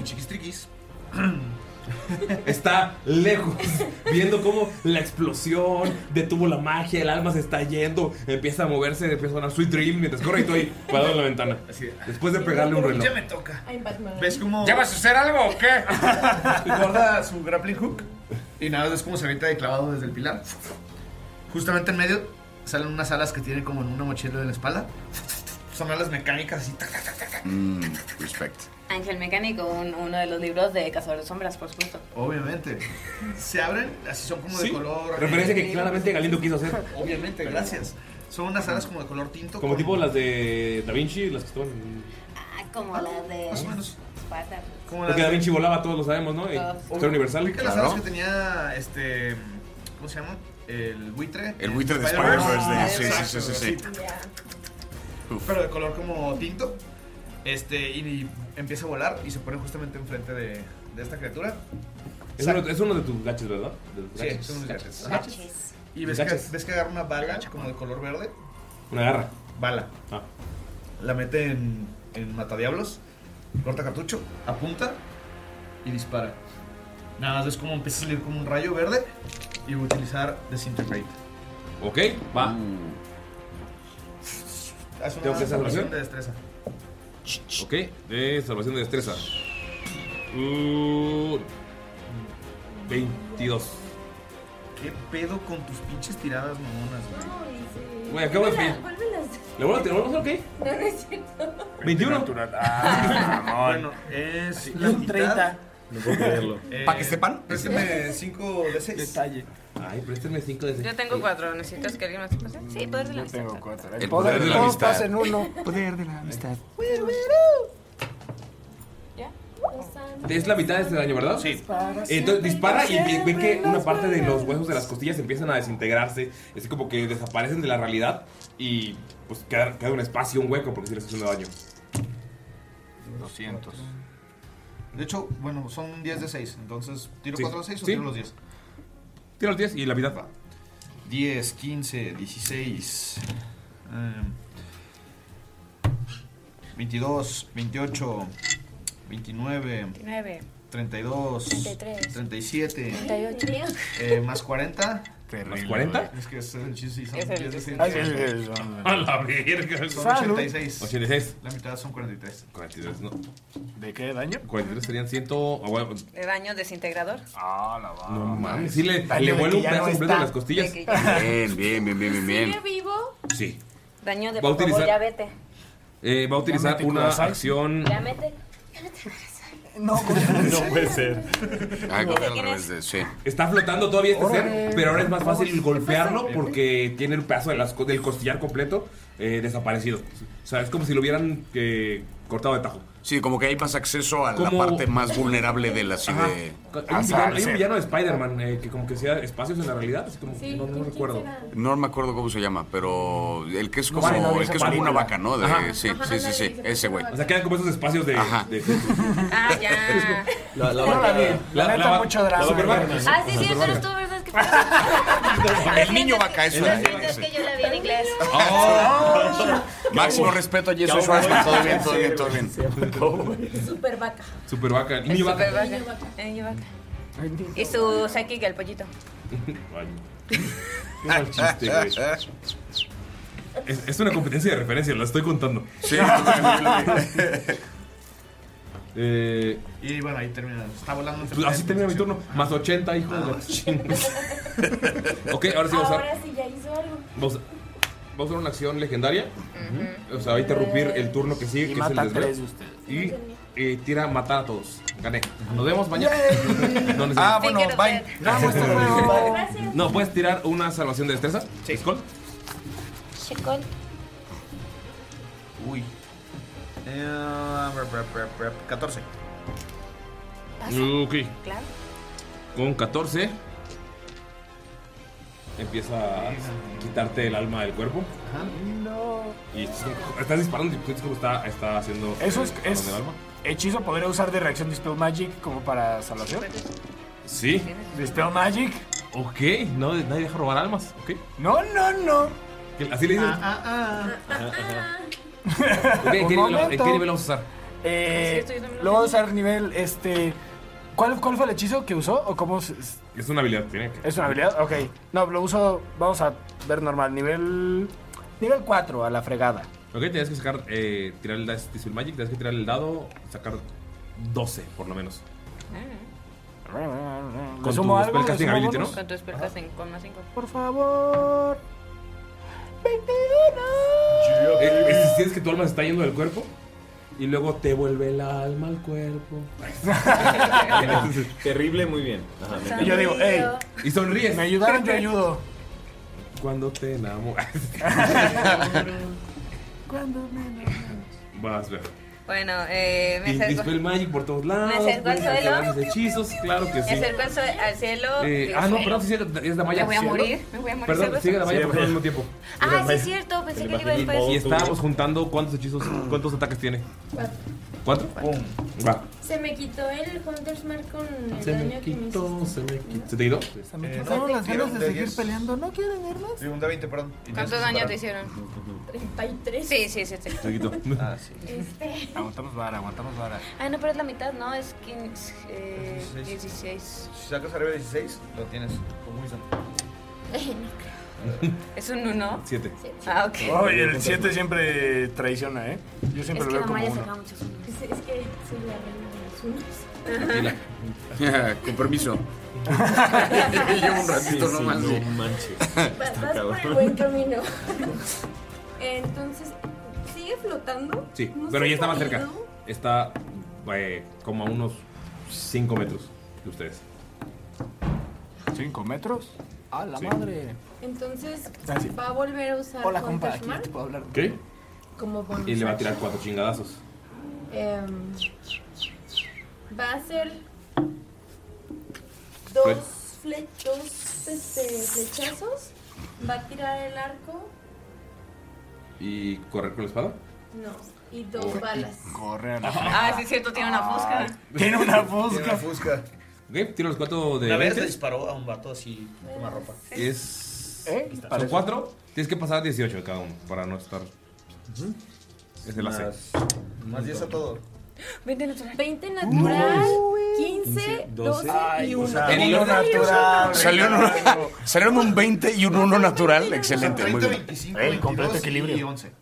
Speaker 3: Y chiquistriquis.
Speaker 2: Está lejos, viendo cómo la explosión detuvo la magia, el alma se está yendo, empieza a moverse, empieza a sonar Sweet Dream mientras corre y tú ahí, parado en la ventana. Después de pegarle un reloj.
Speaker 3: Ya me toca.
Speaker 5: Ay, Batman.
Speaker 3: ¿Ves cómo.?
Speaker 5: ¿Ya vas a
Speaker 3: hacer algo o qué? Guarda su grappling hook. Y nada, ves cómo se avienta de clavado desde el pilar. Justamente en medio salen unas alas que tiene como en una mochila de la espalda. Son alas mecánicas y.
Speaker 6: Mm, respect.
Speaker 10: Ángel Mecánico, un- uno de los libros de Cazador de Sombras, por supuesto.
Speaker 3: Obviamente. Se abren, así son como de
Speaker 2: Sí,
Speaker 3: color.
Speaker 2: referencia que claramente Galindo quiso hacer.
Speaker 3: Obviamente, gracias. Son unas alas como de color tinto.
Speaker 2: Como
Speaker 3: con-
Speaker 2: tipo las de Da Vinci, las que estaban. en-
Speaker 10: Ah, como la de.
Speaker 3: Más o menos.
Speaker 10: Esparta.
Speaker 3: Como las
Speaker 2: Porque Da
Speaker 3: de-
Speaker 2: Vinci volaba, todos lo sabemos, ¿no? Y-
Speaker 10: Ah.
Speaker 2: Historia universal.
Speaker 3: Ubica las alas que tenía este. ¿Cómo se llama? El buitre.
Speaker 6: El buitre de Spider-Verse, de- sí, sí, sí, sí, sí.
Speaker 3: Pero de color como tinto. Este, y, y empieza a volar y se pone justamente enfrente de, de esta criatura.
Speaker 2: Es
Speaker 3: Sa-
Speaker 2: uno, es uno de tus gaches, ¿verdad? De tus
Speaker 3: Sí,
Speaker 2: gaches.
Speaker 3: son unos gaches.
Speaker 2: Ajá.
Speaker 3: Gaches. Y ves
Speaker 2: Los
Speaker 3: que,
Speaker 2: gaches.
Speaker 3: ves que agarra una bala como de color verde.
Speaker 2: Una garra.
Speaker 3: Bala.
Speaker 2: Ah.
Speaker 3: La mete en, en Matadiablos. Corta cartucho, apunta y dispara. Nada más ves cómo empieza a salir como un rayo verde y va a utilizar Disintegrate.
Speaker 2: Ok, va.
Speaker 3: Haz una
Speaker 2: Mm. ¿Tengo que hacer
Speaker 3: salvación
Speaker 2: salvación?
Speaker 3: de destreza.
Speaker 2: Ok, de salvación de destreza. Uh, 22.
Speaker 3: ¿Qué pedo con tus pinches tiradas mamonas, güey?
Speaker 2: Güey, acabo de
Speaker 5: Vuélvela,
Speaker 2: pedir.
Speaker 5: vuélvelas.
Speaker 2: ¿Le vuelvo a tirar? ¿Vamos a hacer
Speaker 5: No, no es cierto.
Speaker 2: ok? 21.
Speaker 3: bueno, es la mitad.
Speaker 2: Ah, No puedo creerlo.
Speaker 3: Pa' que sepan. Préstame 5 de 6. Detalle.
Speaker 2: Ay, préstame 5 de 6.
Speaker 10: Yo tengo cuatro, ¿necesitas que alguien más pase? Sí, poder de la amistad.
Speaker 8: Tengo cuatro. El, poder,
Speaker 2: El poder de la
Speaker 8: todos
Speaker 2: amistad.
Speaker 8: pasen uno. Poder de la amistad.
Speaker 2: Es la mitad de este daño, ¿verdad? Sí. Entonces dispara y empie- ven que una parte de los huesos de las costillas empiezan a desintegrarse. Así como que desaparecen de la realidad y pues queda, queda un espacio, un hueco, porque si les está haciendo daño.
Speaker 3: 200. De hecho, bueno, son 10 de 6. Entonces, ¿tiro
Speaker 2: Sí.
Speaker 3: 4 de 6 o
Speaker 2: Sí.
Speaker 3: tiro los 10?
Speaker 2: Tira los 10 y la mitad.
Speaker 3: 10, 15, 16. em, 22, 28, 29,
Speaker 10: 29,
Speaker 3: 32,
Speaker 10: 33,
Speaker 3: 37,
Speaker 10: 38.
Speaker 3: eh, más 40. ¿Más
Speaker 2: 40?
Speaker 3: Es que ese es el chiste.
Speaker 10: Es el
Speaker 3: chiste.
Speaker 8: Ay, ay, ay, ay.
Speaker 2: A la verga.
Speaker 3: Son
Speaker 8: Salud.
Speaker 3: 86.
Speaker 2: 86.
Speaker 3: La mitad son 43.
Speaker 2: 43, no.
Speaker 8: ¿De qué daño?
Speaker 2: 43 serían 100. ah, bueno,
Speaker 10: ¿De daño desintegrador?
Speaker 8: Ah, la va.
Speaker 2: no mames. Sí, le,
Speaker 8: Daño
Speaker 2: le
Speaker 8: de
Speaker 2: vuelve
Speaker 8: que
Speaker 2: un
Speaker 8: ya
Speaker 2: pedazo
Speaker 8: no
Speaker 2: completo de
Speaker 8: está.
Speaker 2: las costillas.
Speaker 10: De que
Speaker 6: Bien, bien, bien, bien, bien, bien.
Speaker 10: vivo?
Speaker 2: Sí.
Speaker 10: Daño de
Speaker 2: Va a
Speaker 10: por favor,
Speaker 2: utilizar-
Speaker 10: ya vete.
Speaker 2: Eh, va a utilizar
Speaker 8: mete
Speaker 2: una
Speaker 8: corazón.
Speaker 2: acción.
Speaker 10: Ya vete.
Speaker 8: No,
Speaker 2: No puede ser.
Speaker 6: Ah, creo que al revés de- sí.
Speaker 2: Está flotando todavía este
Speaker 6: Órale.
Speaker 2: ser, pero ahora es más fácil golpearlo porque tiene un pedazo de las co- del costillar completo eh, desaparecido. O sea, es como si lo hubieran eh, cortado de tajo.
Speaker 6: Sí, como que ahí pasa acceso a
Speaker 2: Como-
Speaker 6: la parte más vulnerable de la
Speaker 2: Ajá.
Speaker 6: ciudad.
Speaker 7: Ah,
Speaker 2: Hay un villano, hay un villano de Spider-Man eh, que como que sea espacios en la realidad, así como no, no recuerdo.
Speaker 6: No me acuerdo cómo se llama, pero el que es como,
Speaker 2: vale, no,
Speaker 6: el que es
Speaker 2: esa
Speaker 6: como una
Speaker 2: película.
Speaker 6: vaca, ¿no? De-
Speaker 2: Ajá.
Speaker 6: sí, sí, sí, sí, ese güey.
Speaker 2: O sea, quedan como esos espacios de... de-
Speaker 10: Ah, ya.
Speaker 8: la-
Speaker 2: la,
Speaker 8: la- la- la- la- la-
Speaker 2: mucho drama.
Speaker 8: la- la- la-
Speaker 2: La,
Speaker 10: Ah, sí, sí, pero tú verdad es que
Speaker 6: El niño va a caer
Speaker 10: Lo siento, es que yo la vi en inglés.
Speaker 6: Oh.
Speaker 2: Oh.
Speaker 6: Máximo respeto a Jason Schwartzman. Todo bien, todo bien, todo bien.
Speaker 5: Super vaca.
Speaker 2: Super vaca.
Speaker 10: El
Speaker 2: Niño vaca.
Speaker 10: supervaca. El niño vaca. Y su psychic, el pollito.
Speaker 2: Qué mal chiste, güey. Es, es una competencia de referencia, la estoy contando.
Speaker 6: Sí.
Speaker 3: y bueno, ahí termina. Está volando.
Speaker 2: Eh, Pues así termina mi turno. Más 80, hijo
Speaker 3: Ah.
Speaker 2: de la chingada. ok, ahora sí vamos a
Speaker 5: Ahora sí ya hizo algo.
Speaker 2: Vamos a, vamos a hacer una acción legendaria. O sea, va a interrumpir el turno que sigue,
Speaker 8: Y
Speaker 2: que es el
Speaker 8: mata a
Speaker 2: desvelo.
Speaker 8: tres de ustedes.
Speaker 2: Y eh, tira matar a todos. Gané. Nos vemos mañana. ¿Dónde se
Speaker 8: Ah,
Speaker 2: ve?
Speaker 8: bueno, bye. Vamos, hasta luego.
Speaker 2: No, puedes tirar una salvación de destreza. Sí.
Speaker 10: Checol.
Speaker 3: Uy. Eh, rep, rep, rep, rep, 14.
Speaker 2: Ok.
Speaker 10: Claro.
Speaker 2: Con 14 empieza a quitarte el alma del cuerpo.
Speaker 8: No.
Speaker 2: Y estás como- estás disparando y sientes como está, está haciendo.
Speaker 8: Eso es,
Speaker 2: eh, disparando
Speaker 8: es
Speaker 2: el alma.
Speaker 8: hechizo poder usar de reacción Dispel Magic como para salvación.
Speaker 2: Sí.
Speaker 8: Dispel Magic.
Speaker 2: Ok, no, nadie deja robar almas. Ok.
Speaker 8: No, no, no.
Speaker 2: Que- Así le dices.
Speaker 8: ah,
Speaker 2: Ajá, ajá. Ok, ¿en qué nivel- en qué nivel vamos a usar?
Speaker 8: Eh,
Speaker 2: Sí, estoy viendo-
Speaker 8: lo vamos a usar nivel, este... ¿Cuál, ¿Cuál fue el hechizo que usó o cómo...? se- se-
Speaker 2: Es una habilidad, tiene que.
Speaker 8: ¿Es una habilidad? Ok. No, lo uso... Vamos a ver normal. Nivel... Nivel 4, a la fregada.
Speaker 2: Ok, tienes que sacar, eh, tirar el dice Dice Magic, tienes que tirar el dado, sacar 12 por lo menos.
Speaker 8: ¿Le
Speaker 2: Con
Speaker 8: sumo
Speaker 2: tu
Speaker 8: algo? ¿Le
Speaker 2: spellcasting
Speaker 8: sumo
Speaker 2: ability, ¿no?
Speaker 8: bonus?
Speaker 10: Con tu spellcasting con más 5.
Speaker 8: Por favor.
Speaker 2: Eh, es- Sientes que tu alma se está yendo del cuerpo y luego te vuelve el alma al cuerpo. Terrible, muy bien.
Speaker 8: Y yo digo, hey.
Speaker 2: Y sonríes.
Speaker 8: Me ayudaron, yo ayudo.
Speaker 2: Cuando te enamoras.
Speaker 8: Cuando me
Speaker 2: Vas, ver.
Speaker 10: Bueno, eh, me
Speaker 2: Y
Speaker 10: acerco.
Speaker 2: Dispel Magic por todos lados.
Speaker 10: acerco al
Speaker 2: puedes hacer
Speaker 10: suelo.
Speaker 2: varios hechizos, claro que
Speaker 10: Me
Speaker 2: sí.
Speaker 10: acerco al so- al cielo.
Speaker 2: Eh,
Speaker 10: digo,
Speaker 2: ah, no,
Speaker 10: "Ay,
Speaker 2: perdón, sí, es la malla.
Speaker 10: Me voy a morir, me voy a morir.
Speaker 2: Perdón,
Speaker 10: ¿sabes?
Speaker 2: sigue la malla porque al mismo tiempo.
Speaker 10: Ah, sí, es cierto, pensé que le iba a después.
Speaker 2: Y estábamos juntando cuántos hechizos, cuántos ataques tiene.
Speaker 5: Cuatro.
Speaker 2: ¿Cuatro? Va.
Speaker 5: Se me quitó el Hunter's Mark con el
Speaker 2: Se me
Speaker 5: daño que me hizo.
Speaker 2: quitó, se me quitó. ¿Se te quitó?
Speaker 8: me
Speaker 3: Eh,
Speaker 8: quitaron
Speaker 3: no,
Speaker 8: las ganas
Speaker 3: tira un
Speaker 8: de
Speaker 3: de
Speaker 8: seguir
Speaker 3: diez.
Speaker 8: peleando. ¿No quieren irnos?
Speaker 3: Sí, un de 20, perdón. Y tienes que
Speaker 10: ¿Cuántos daño
Speaker 3: separar.
Speaker 10: te hicieron? 33. Sí, sí, sí. sí.
Speaker 3: Ah, sí.
Speaker 10: Este.
Speaker 8: Aguantamos vara, aguantamos vara.
Speaker 10: Ah, no, pero es la mitad, ¿no? Es 15, eh,
Speaker 3: 16.
Speaker 10: 16.
Speaker 3: Si sacas arriba de 16, lo tienes como muy
Speaker 10: ¿Es un 1?
Speaker 2: Siete.
Speaker 10: Ah, ok.
Speaker 8: Oye, el 7 siempre traiciona, ¿eh? Yo siempre lo veo como uno.
Speaker 5: muchos Es, es que soy la reina de los unos.
Speaker 6: Tranquila. Con permiso. Llevo un ratito
Speaker 7: Sí, sí,
Speaker 6: nomás.
Speaker 7: no
Speaker 6: sí.
Speaker 5: Va- vas por el buen camino. Entonces, ¿sigue flotando?
Speaker 2: Sí,
Speaker 5: No
Speaker 2: pero
Speaker 5: se
Speaker 2: ya está
Speaker 5: ha
Speaker 2: más cerca.
Speaker 5: caído.
Speaker 2: Está eh, como a unos 5 metros de ustedes.
Speaker 8: ¿5 metros? ¡A la
Speaker 2: Sí.
Speaker 8: madre!
Speaker 5: Entonces,
Speaker 2: Ah, sí.
Speaker 5: ¿va a volver a usar
Speaker 8: Hola, compa,
Speaker 5: Hunter's
Speaker 8: aquí
Speaker 5: Mark?
Speaker 8: te puedo hablar.
Speaker 2: ¿Ok?
Speaker 5: Como bonus
Speaker 2: Y le va a
Speaker 5: action.
Speaker 2: tirar 4 chingadazos.
Speaker 5: Em, va a ser
Speaker 2: Fle-
Speaker 5: dos, fle- dos, este, flechazos. Va a tirar el arco.
Speaker 2: ¿Y correr con la espada?
Speaker 5: No. Y dos
Speaker 2: Oh.
Speaker 5: balas. Ah.
Speaker 8: Corre
Speaker 10: Ah, sí, Ah, es cierto, tiene una fusca.
Speaker 8: Tiene una fusca.
Speaker 3: fusca.
Speaker 2: Ok, tiro los 4 de
Speaker 3: Una vez
Speaker 2: 20.
Speaker 3: le disparó a un vato así con una ropa.
Speaker 2: Es.
Speaker 3: ¿Eh?
Speaker 2: Son
Speaker 3: Parece.
Speaker 2: 4. Tienes que pasar 18 de cada uno para no estar. Es el AC.
Speaker 3: Más 10 a todo.
Speaker 5: 20 natural. 20 natural. 15, 12 y 1.
Speaker 6: En el orden natural. Salió un, salieron un 20 y un 1 natural. Excelente. Muy bien.
Speaker 3: 25,
Speaker 6: El Eh, completo
Speaker 3: equilibrio. Y 11.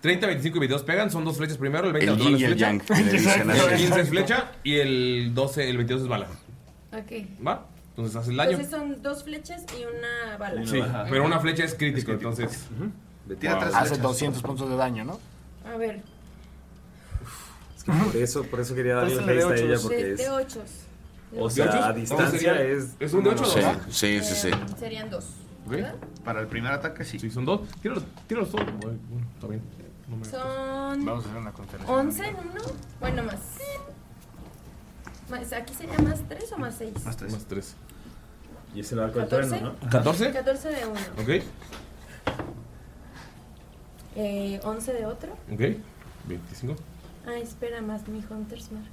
Speaker 2: 30, 25 y 22 pegan, son dos flechas primero, el 20
Speaker 6: El
Speaker 2: natural
Speaker 6: yin y el yang,
Speaker 2: es
Speaker 6: que le
Speaker 2: flecha,
Speaker 6: dicen así.
Speaker 2: el 15 es flecha y el 12, el 22 es bala,
Speaker 5: Ok.
Speaker 2: ¿va? Entonces hace el daño.
Speaker 5: Entonces son dos flechas y una bala.
Speaker 2: Sí, pero una flecha es crítico, entonces.
Speaker 8: Tira
Speaker 2: Wow.
Speaker 8: tres Hace flechas. 200 puntos de daño, ¿no?
Speaker 5: A ver,
Speaker 7: Por eso, por eso quería darle
Speaker 8: Entonces,
Speaker 7: un
Speaker 8: le
Speaker 7: haste a
Speaker 8: doy
Speaker 7: ella
Speaker 8: ochos.
Speaker 7: porque
Speaker 5: de,
Speaker 7: es.
Speaker 5: de ochos.
Speaker 7: O
Speaker 8: ¿De
Speaker 7: sea,
Speaker 8: ochos?
Speaker 7: a distancia
Speaker 8: Entonces,
Speaker 7: es.
Speaker 2: ¿es un de ocho?
Speaker 7: Sí.
Speaker 6: Sí, sí, sí.
Speaker 5: Serían dos.
Speaker 3: Para el primer ataque sí.
Speaker 2: Sí, son dos. Tira tira los dos. Bueno, bueno, está bien. No me-
Speaker 3: pues,
Speaker 5: Son
Speaker 8: Vamos a hacer una constelación.
Speaker 5: 11 en uno. Bueno, más. Más- Aquí sería más 3 o más 6.
Speaker 2: Más tres. Más tres.
Speaker 7: Y es el arco del
Speaker 5: 14.
Speaker 7: trueno, ¿no?
Speaker 2: 14.
Speaker 5: 14 de uno.
Speaker 2: Ok,
Speaker 5: Eh, 11 de otro.
Speaker 2: ok. 25.
Speaker 5: Ah, espera, más mi Hunter's Mark.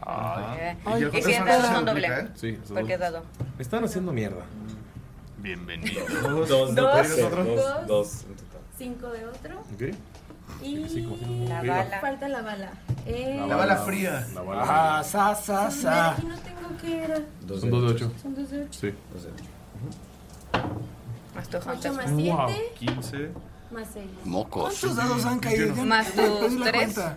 Speaker 2: Ah.
Speaker 5: eh,
Speaker 10: Ay, eh. Y si entrados son doble.
Speaker 2: Sí, son
Speaker 10: Porque
Speaker 2: doble.
Speaker 10: es dado.
Speaker 2: Están haciendo mierda.
Speaker 39: Bienvenido.
Speaker 7: Dos, dos, dos, dos, dos en total.
Speaker 5: Cinco de otro.
Speaker 7: Ok.
Speaker 5: Y
Speaker 7: Sí, como si no-
Speaker 5: la
Speaker 7: Viva.
Speaker 5: bala. Falta la bala. Eh,
Speaker 7: La bala fría. La bala
Speaker 8: Ah, sa, sa, sa.
Speaker 5: Aquí no tengo que era.
Speaker 2: Son dos de ocho.
Speaker 5: Son dos de ocho.
Speaker 2: Sí.
Speaker 10: Más tu
Speaker 5: Ocho más siete.
Speaker 2: Wow. 15.
Speaker 5: Más seis.
Speaker 6: Mocos.
Speaker 8: ¿Cuántos dados han caído? Ya
Speaker 10: Más
Speaker 8: no- perdí
Speaker 10: tus
Speaker 8: la
Speaker 10: tres.
Speaker 8: cuenta.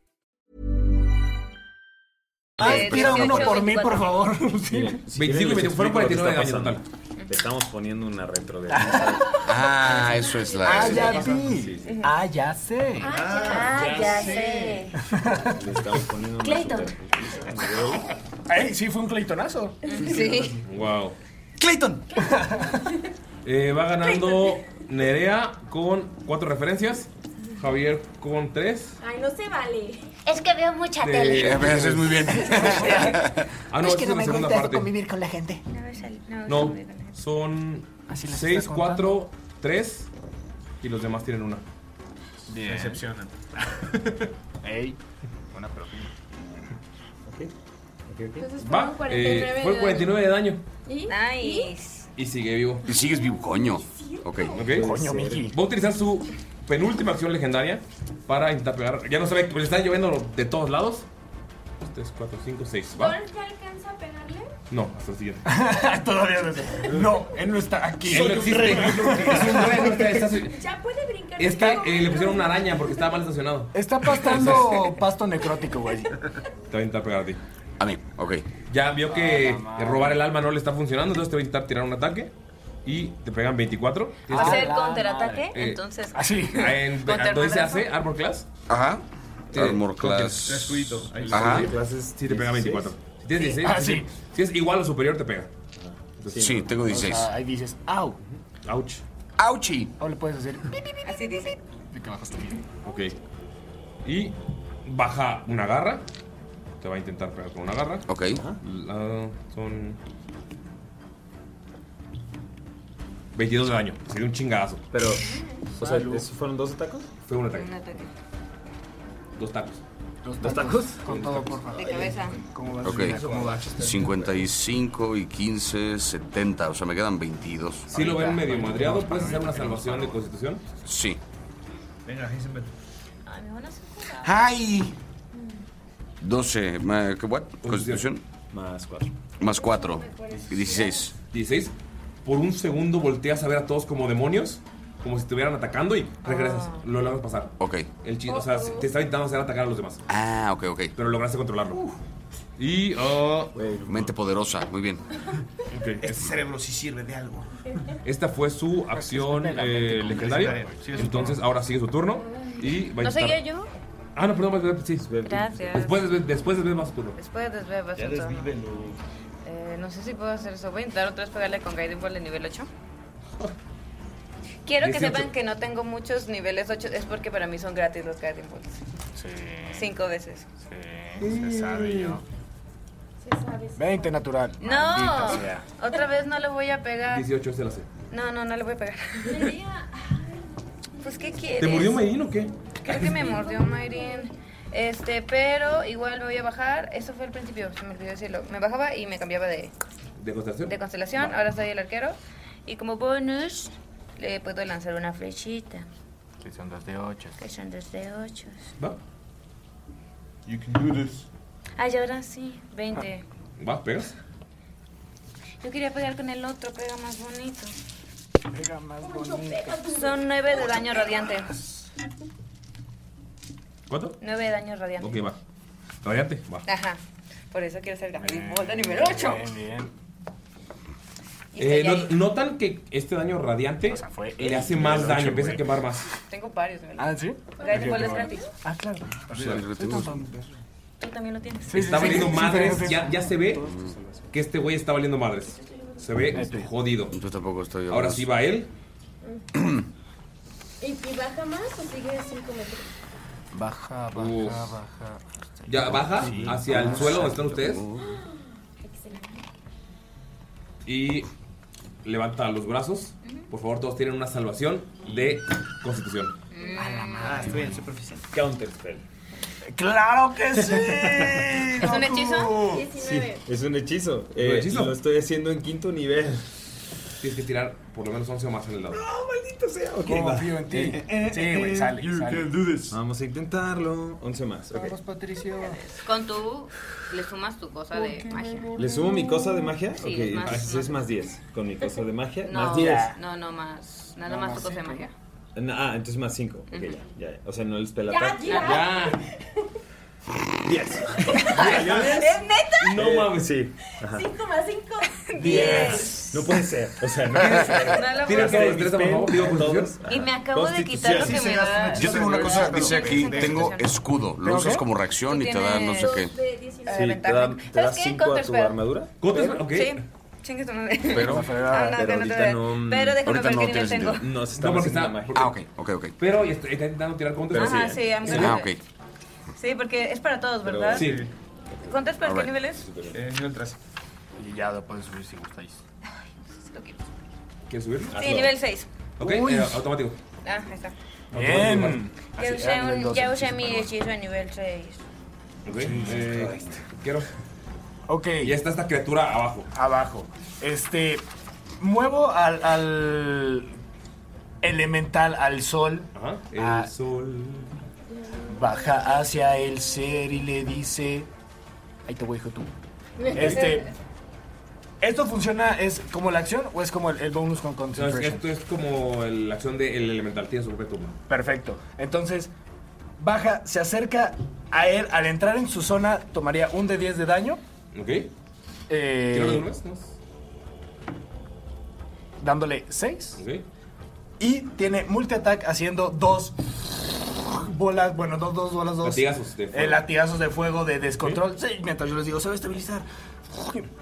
Speaker 8: Ah,
Speaker 40: Eh,
Speaker 8: tira uno
Speaker 40: 18,
Speaker 8: por mí, por
Speaker 40: 24.
Speaker 8: favor.
Speaker 7: Miren,
Speaker 8: 25
Speaker 7: si quieren les
Speaker 8: y fueron
Speaker 7: explico lo que
Speaker 8: 49
Speaker 7: está
Speaker 8: en
Speaker 7: pasando. Le estamos poniendo una retro de. ah,
Speaker 6: eso es
Speaker 8: Ah, ya vi. Ah, ya sé.
Speaker 40: Ah,
Speaker 8: ya
Speaker 40: sé.
Speaker 7: Le estamos poniendo una
Speaker 40: Clayton.
Speaker 8: Ey, sí, fue un Claytonazo.
Speaker 10: Sí.
Speaker 2: Wow.
Speaker 8: Clayton.
Speaker 2: Eh, va ganando Nerea con cuatro referencias. Javier con tres.
Speaker 5: Ay, no se vale.
Speaker 34: Es que veo mucha
Speaker 2: De-
Speaker 34: tele.
Speaker 2: A ver, haces muy bien. Ah,
Speaker 40: Es
Speaker 2: no, esa
Speaker 40: que
Speaker 2: es
Speaker 40: no
Speaker 2: la
Speaker 40: me
Speaker 2: segunda
Speaker 40: gusta
Speaker 2: parte.
Speaker 40: convivir con la gente.
Speaker 2: No, son
Speaker 40: las
Speaker 2: 6, 4, 3 y los demás tienen una.
Speaker 39: Bien.
Speaker 2: Decepcionan.
Speaker 39: Ey, buena pregunta.
Speaker 5: Entonces
Speaker 2: Va,
Speaker 5: fueron
Speaker 2: eh, fue 49 de daño.
Speaker 5: ¿Y?
Speaker 10: Nice.
Speaker 2: Y sigue vivo.
Speaker 6: Y sigues vivo, coño.
Speaker 2: Ok.
Speaker 6: Coño,
Speaker 2: Miki. Va a utilizar su penúltima acción legendaria para intentar pegar. Ya no sabe, pues le están lloviendo de todos lados. 3, 4, 5, 6. Va.
Speaker 5: ¿Golf alcanza a pegarle?
Speaker 2: No, hasta el siguiente.
Speaker 8: Todavía no sé. No, él no está aquí.
Speaker 2: Él no existe. Es un rey, no está- está-
Speaker 5: Ya puede brincar.
Speaker 2: Es que eh, le pusieron una araña porque estaba mal estacionado.
Speaker 8: Está pastando pasto necrótico, güey.
Speaker 2: Te va a intentar pegar a ti. A mí, ok. Ya vio que robar el alma no le está funcionando, entonces te va a intentar tirar un ataque. Y te pegan Este, 24.
Speaker 6: Ah,
Speaker 10: Va a
Speaker 2: Tienes
Speaker 10: ser
Speaker 2: que-
Speaker 10: contraataque,
Speaker 2: Eh,
Speaker 10: entonces.
Speaker 2: Así. En,
Speaker 10: Contra
Speaker 2: entonces se
Speaker 10: Armor.
Speaker 2: hace Armor Class. Este,
Speaker 6: Ajá.
Speaker 2: Sí,
Speaker 6: Armor
Speaker 2: creo que
Speaker 6: class.
Speaker 2: es gratuito. Ahí
Speaker 6: Ajá.
Speaker 2: sí, clases, sí, te pega
Speaker 6: 16.
Speaker 2: 24. Si tienes
Speaker 6: Sí.
Speaker 2: 16,
Speaker 6: Ah, sí.
Speaker 2: Si es igual o superior, te pega.
Speaker 6: Sí, tengo 16.
Speaker 8: O sea, ahí dices, au.
Speaker 2: Ouch.
Speaker 6: Auchi.
Speaker 8: O le puedes hacer.
Speaker 10: Así dice.
Speaker 8: De que bajas tu vida.
Speaker 2: Ok. Y baja una garra. Te va a intentar pegar con una garra.
Speaker 6: Ok.
Speaker 2: La- son. 22 de daño. Sería un chingadazo. Pero.
Speaker 7: O sea, ¿esos fueron dos atacos?
Speaker 2: Fue un ataque. Dos tacos.
Speaker 7: ¿Dos tacos?
Speaker 8: Con todo, por favor.
Speaker 10: De cabeza.
Speaker 8: ¿Cómo vas?
Speaker 6: Ok.
Speaker 8: Mira, ¿Cómo vas?
Speaker 6: 55 y 15, 70. O sea, me quedan 22.
Speaker 2: Si lo ven medio madreado, puedes hacer una salvación de constitución.
Speaker 6: Sí.
Speaker 26: Venga, Heisenberg.
Speaker 10: Ay, me van a hacer jugar.
Speaker 6: ¡Ay! 12. ma- ¿Qué what? ¿Constitución?
Speaker 7: Más 4.
Speaker 6: Más 4. 16.
Speaker 2: 16. Por un segundo volteas a ver a todos como demonios como si estuvieran atacando y regresas.
Speaker 6: Ah.
Speaker 2: Lo logras pasar.
Speaker 6: Ok.
Speaker 2: El chiste, o sea,
Speaker 10: Oh,
Speaker 2: se- te está intentando hacer atacar a los demás. Eh,
Speaker 6: Ah, ok, ok.
Speaker 2: Pero lograste controlarlo.
Speaker 6: Y. oh, mente poderosa, muy bien.
Speaker 3: Este cerebro sí sirve de algo.
Speaker 2: Esta fue su acción eh, legendaria.
Speaker 3: Sí, es su
Speaker 2: Entonces,
Speaker 3: turno.
Speaker 2: ahora sigue su turno. Y va a
Speaker 10: ¿No
Speaker 2: intentar-
Speaker 10: seguía yo?
Speaker 2: Ah, no, perdón, va a- sí.
Speaker 10: Gracias.
Speaker 2: Después, de- después de ver más turno.
Speaker 10: Después desviar
Speaker 2: Ya
Speaker 10: bastante. Eh, no sé si puedo hacer eso. Voy a intentar otra vez pegarle con Guiding Ball de nivel 8. Quiero que
Speaker 21: 18.
Speaker 10: sepan que no tengo muchos niveles 8. Es porque para mí son gratis los Guiding Balls.
Speaker 8: Sí.
Speaker 10: Cinco veces.
Speaker 8: Se sabe yo. 20 natural.
Speaker 10: ¡No!
Speaker 8: Maldita sea.
Speaker 10: Otra vez no le voy a pegar.
Speaker 2: 18 se la hace.
Speaker 10: No, no, no le voy a pegar. pues, ¿qué quieres?
Speaker 2: ¿Te murió Medin o qué?
Speaker 10: Creo que me mordió Mayrin. Este, pero igual me voy a bajar. Eso fue al principio, se me olvidó decirlo. Me bajaba y me cambiaba de,
Speaker 2: ¿De constelación?
Speaker 10: de constelación. Ahora soy el arquero. Y como bonus, le puedo lanzar una flechita.
Speaker 8: Que son dos de ocho.
Speaker 10: Que son dos de ocho.
Speaker 2: Va.
Speaker 8: You can do this.
Speaker 10: Ay, ahora sí, 20.
Speaker 2: Va, pegas.
Speaker 10: Yo quería pegar con el otro, pega más bonito.
Speaker 8: Pega más
Speaker 10: Son 9 de daño radiante.
Speaker 2: ¿Cuánto?
Speaker 10: 9 de daño radiante.
Speaker 2: Ok, va. Radiante, va.
Speaker 10: Ajá. Por eso quiero ser Gravity Ball de nivel 8.
Speaker 8: Bien, bien.
Speaker 2: Eh, no- notan que este daño radiante le hace
Speaker 8: el
Speaker 2: más
Speaker 8: ocho,
Speaker 2: daño,
Speaker 8: güey.
Speaker 2: empieza a quemar más.
Speaker 10: Tengo varios. ¿verdad?
Speaker 8: Ah, ¿sí?
Speaker 10: Gravity Ball es gratis.
Speaker 8: Ah, claro.
Speaker 2: Sí, lo tenemos.
Speaker 10: Tú también lo tienes.
Speaker 2: está valiendo madres, Ya, ya se ve que este güey está valiendo madres. Se ve jodido. Yo
Speaker 6: tampoco estoy.
Speaker 2: Ahora sí va él.
Speaker 5: ¿Y, y baja más o sigue a 5 metros?
Speaker 8: Baja, baja,
Speaker 2: Uf.
Speaker 8: baja.
Speaker 2: Ya baja hacia
Speaker 6: Ah,
Speaker 2: el suelo donde están ustedes. Y levanta los brazos. Por favor, todos tienen una salvación de constitución.
Speaker 10: Mm.
Speaker 3: Ah, estoy bien, superficial.
Speaker 2: Counter spell.
Speaker 8: ¡Claro que sí!
Speaker 10: ¿Es un hechizo?
Speaker 7: es un hechizo.
Speaker 2: ¿Un
Speaker 7: Eh,
Speaker 2: hechizo?
Speaker 7: Lo estoy haciendo en quinto nivel.
Speaker 2: Tienes que tirar por lo menos 11 o más en el lado.
Speaker 7: maldito sea. Ok,
Speaker 2: Confío
Speaker 7: va.
Speaker 2: en ti.
Speaker 7: Eh,
Speaker 2: Sí, güey, sale,
Speaker 7: you
Speaker 2: sale.
Speaker 7: can do this. Vamos a intentarlo. 11 más. ok.
Speaker 8: Patricio.
Speaker 10: Con tu. Le sumas tu cosa de magia.
Speaker 7: ¿Le subo mi cosa de magia?
Speaker 10: Sí,
Speaker 7: ok,
Speaker 10: es más-
Speaker 7: entonces es más 10. Con mi cosa de magia,
Speaker 10: No,
Speaker 7: más 10.
Speaker 10: No, no más. Nada
Speaker 7: No,
Speaker 10: más
Speaker 7: más
Speaker 10: tu cosa de
Speaker 7: cinco.
Speaker 10: magia.
Speaker 7: No, ah, entonces más 5. Ok,
Speaker 10: Ujú.
Speaker 7: ya, ya. O sea, no el spell
Speaker 10: Ya,
Speaker 7: attack.
Speaker 10: ya.
Speaker 7: 10.
Speaker 5: ¿Es neta?
Speaker 7: No mames, sí. Ajá.
Speaker 5: 5 más 5.
Speaker 7: No puede ser. O sea, no puede
Speaker 10: No
Speaker 7: ser.
Speaker 10: lo puedo
Speaker 7: todos
Speaker 10: creer.
Speaker 7: mis spells,
Speaker 6: pues,
Speaker 7: todos.
Speaker 10: Y me acabo de quitar lo que me da.
Speaker 6: Yo tengo una cosa, dice aquí, tengo escudo. Lo
Speaker 10: ¿Pero
Speaker 6: usas
Speaker 10: qué?
Speaker 6: como reacción y te da no sé qué.
Speaker 10: Sí, te da- te da ¿Sabes qué? cinco a tu Counterspell. armadura.
Speaker 6: ¿Counterspell? Ok.
Speaker 10: Sí. Chingue tu madre.
Speaker 6: Pero,
Speaker 10: Ah, no, que no te vea.
Speaker 2: mm,
Speaker 10: Pero déjame ver qué nivel tengo.
Speaker 7: No, se está
Speaker 2: porque
Speaker 7: haciendo
Speaker 2: está.
Speaker 6: Ah, ok, ok, ok.
Speaker 2: Pero y está está intentando tirar contra.
Speaker 10: Ajá, sí, I'm
Speaker 2: Sí.
Speaker 10: gonna-
Speaker 2: Ah, ok.
Speaker 10: Sí, porque es para todos, ¿verdad?
Speaker 2: Sí.
Speaker 10: ¿Cuántas para qué
Speaker 8: Alright.
Speaker 10: nivel es?
Speaker 8: Eh, nivel 3. Y ya lo pueden subir si gustáis.
Speaker 2: ¿Quieres subir?
Speaker 10: Sí, nivel 6.
Speaker 2: Ok,
Speaker 8: Uy.
Speaker 2: eh, automático.
Speaker 10: Ah, ahí está.
Speaker 2: Bien. ah,
Speaker 10: Ya
Speaker 8: ah,
Speaker 10: usé, un- ya usé mi hechizo a nivel 6.
Speaker 2: Ok, eh, quiero.
Speaker 8: Ok.
Speaker 2: Ya está esta criatura abajo.
Speaker 8: Abajo. Este. Muevo al. al elemental, al sol.
Speaker 2: El
Speaker 8: Ah.
Speaker 2: sol.
Speaker 8: Baja hacia el ser y le dice. Ahí te voy, hijo tú. Este. ¿Esto funciona? ¿Es como la acción o es como el, el bonus con
Speaker 2: No, es que
Speaker 8: concentration?
Speaker 2: esto es como el- la acción del elemental. Tiene su propio turno.
Speaker 8: Perfecto. Entonces, baja, se acerca a él. Al entrar en su zona, tomaría un de 10 de daño.
Speaker 2: Ok.
Speaker 8: Eh,
Speaker 2: Tíralo de una vez, ¿no?
Speaker 8: dándole 6.
Speaker 2: Ok.
Speaker 8: Y tiene multi-attack haciendo dos bolas, bueno, dos, dos bolas, dos.
Speaker 2: Latigazos de fuego.
Speaker 8: Eh, latigazos de fuego de descontrol. Sí, mientras yo les digo, se va a estabilizar.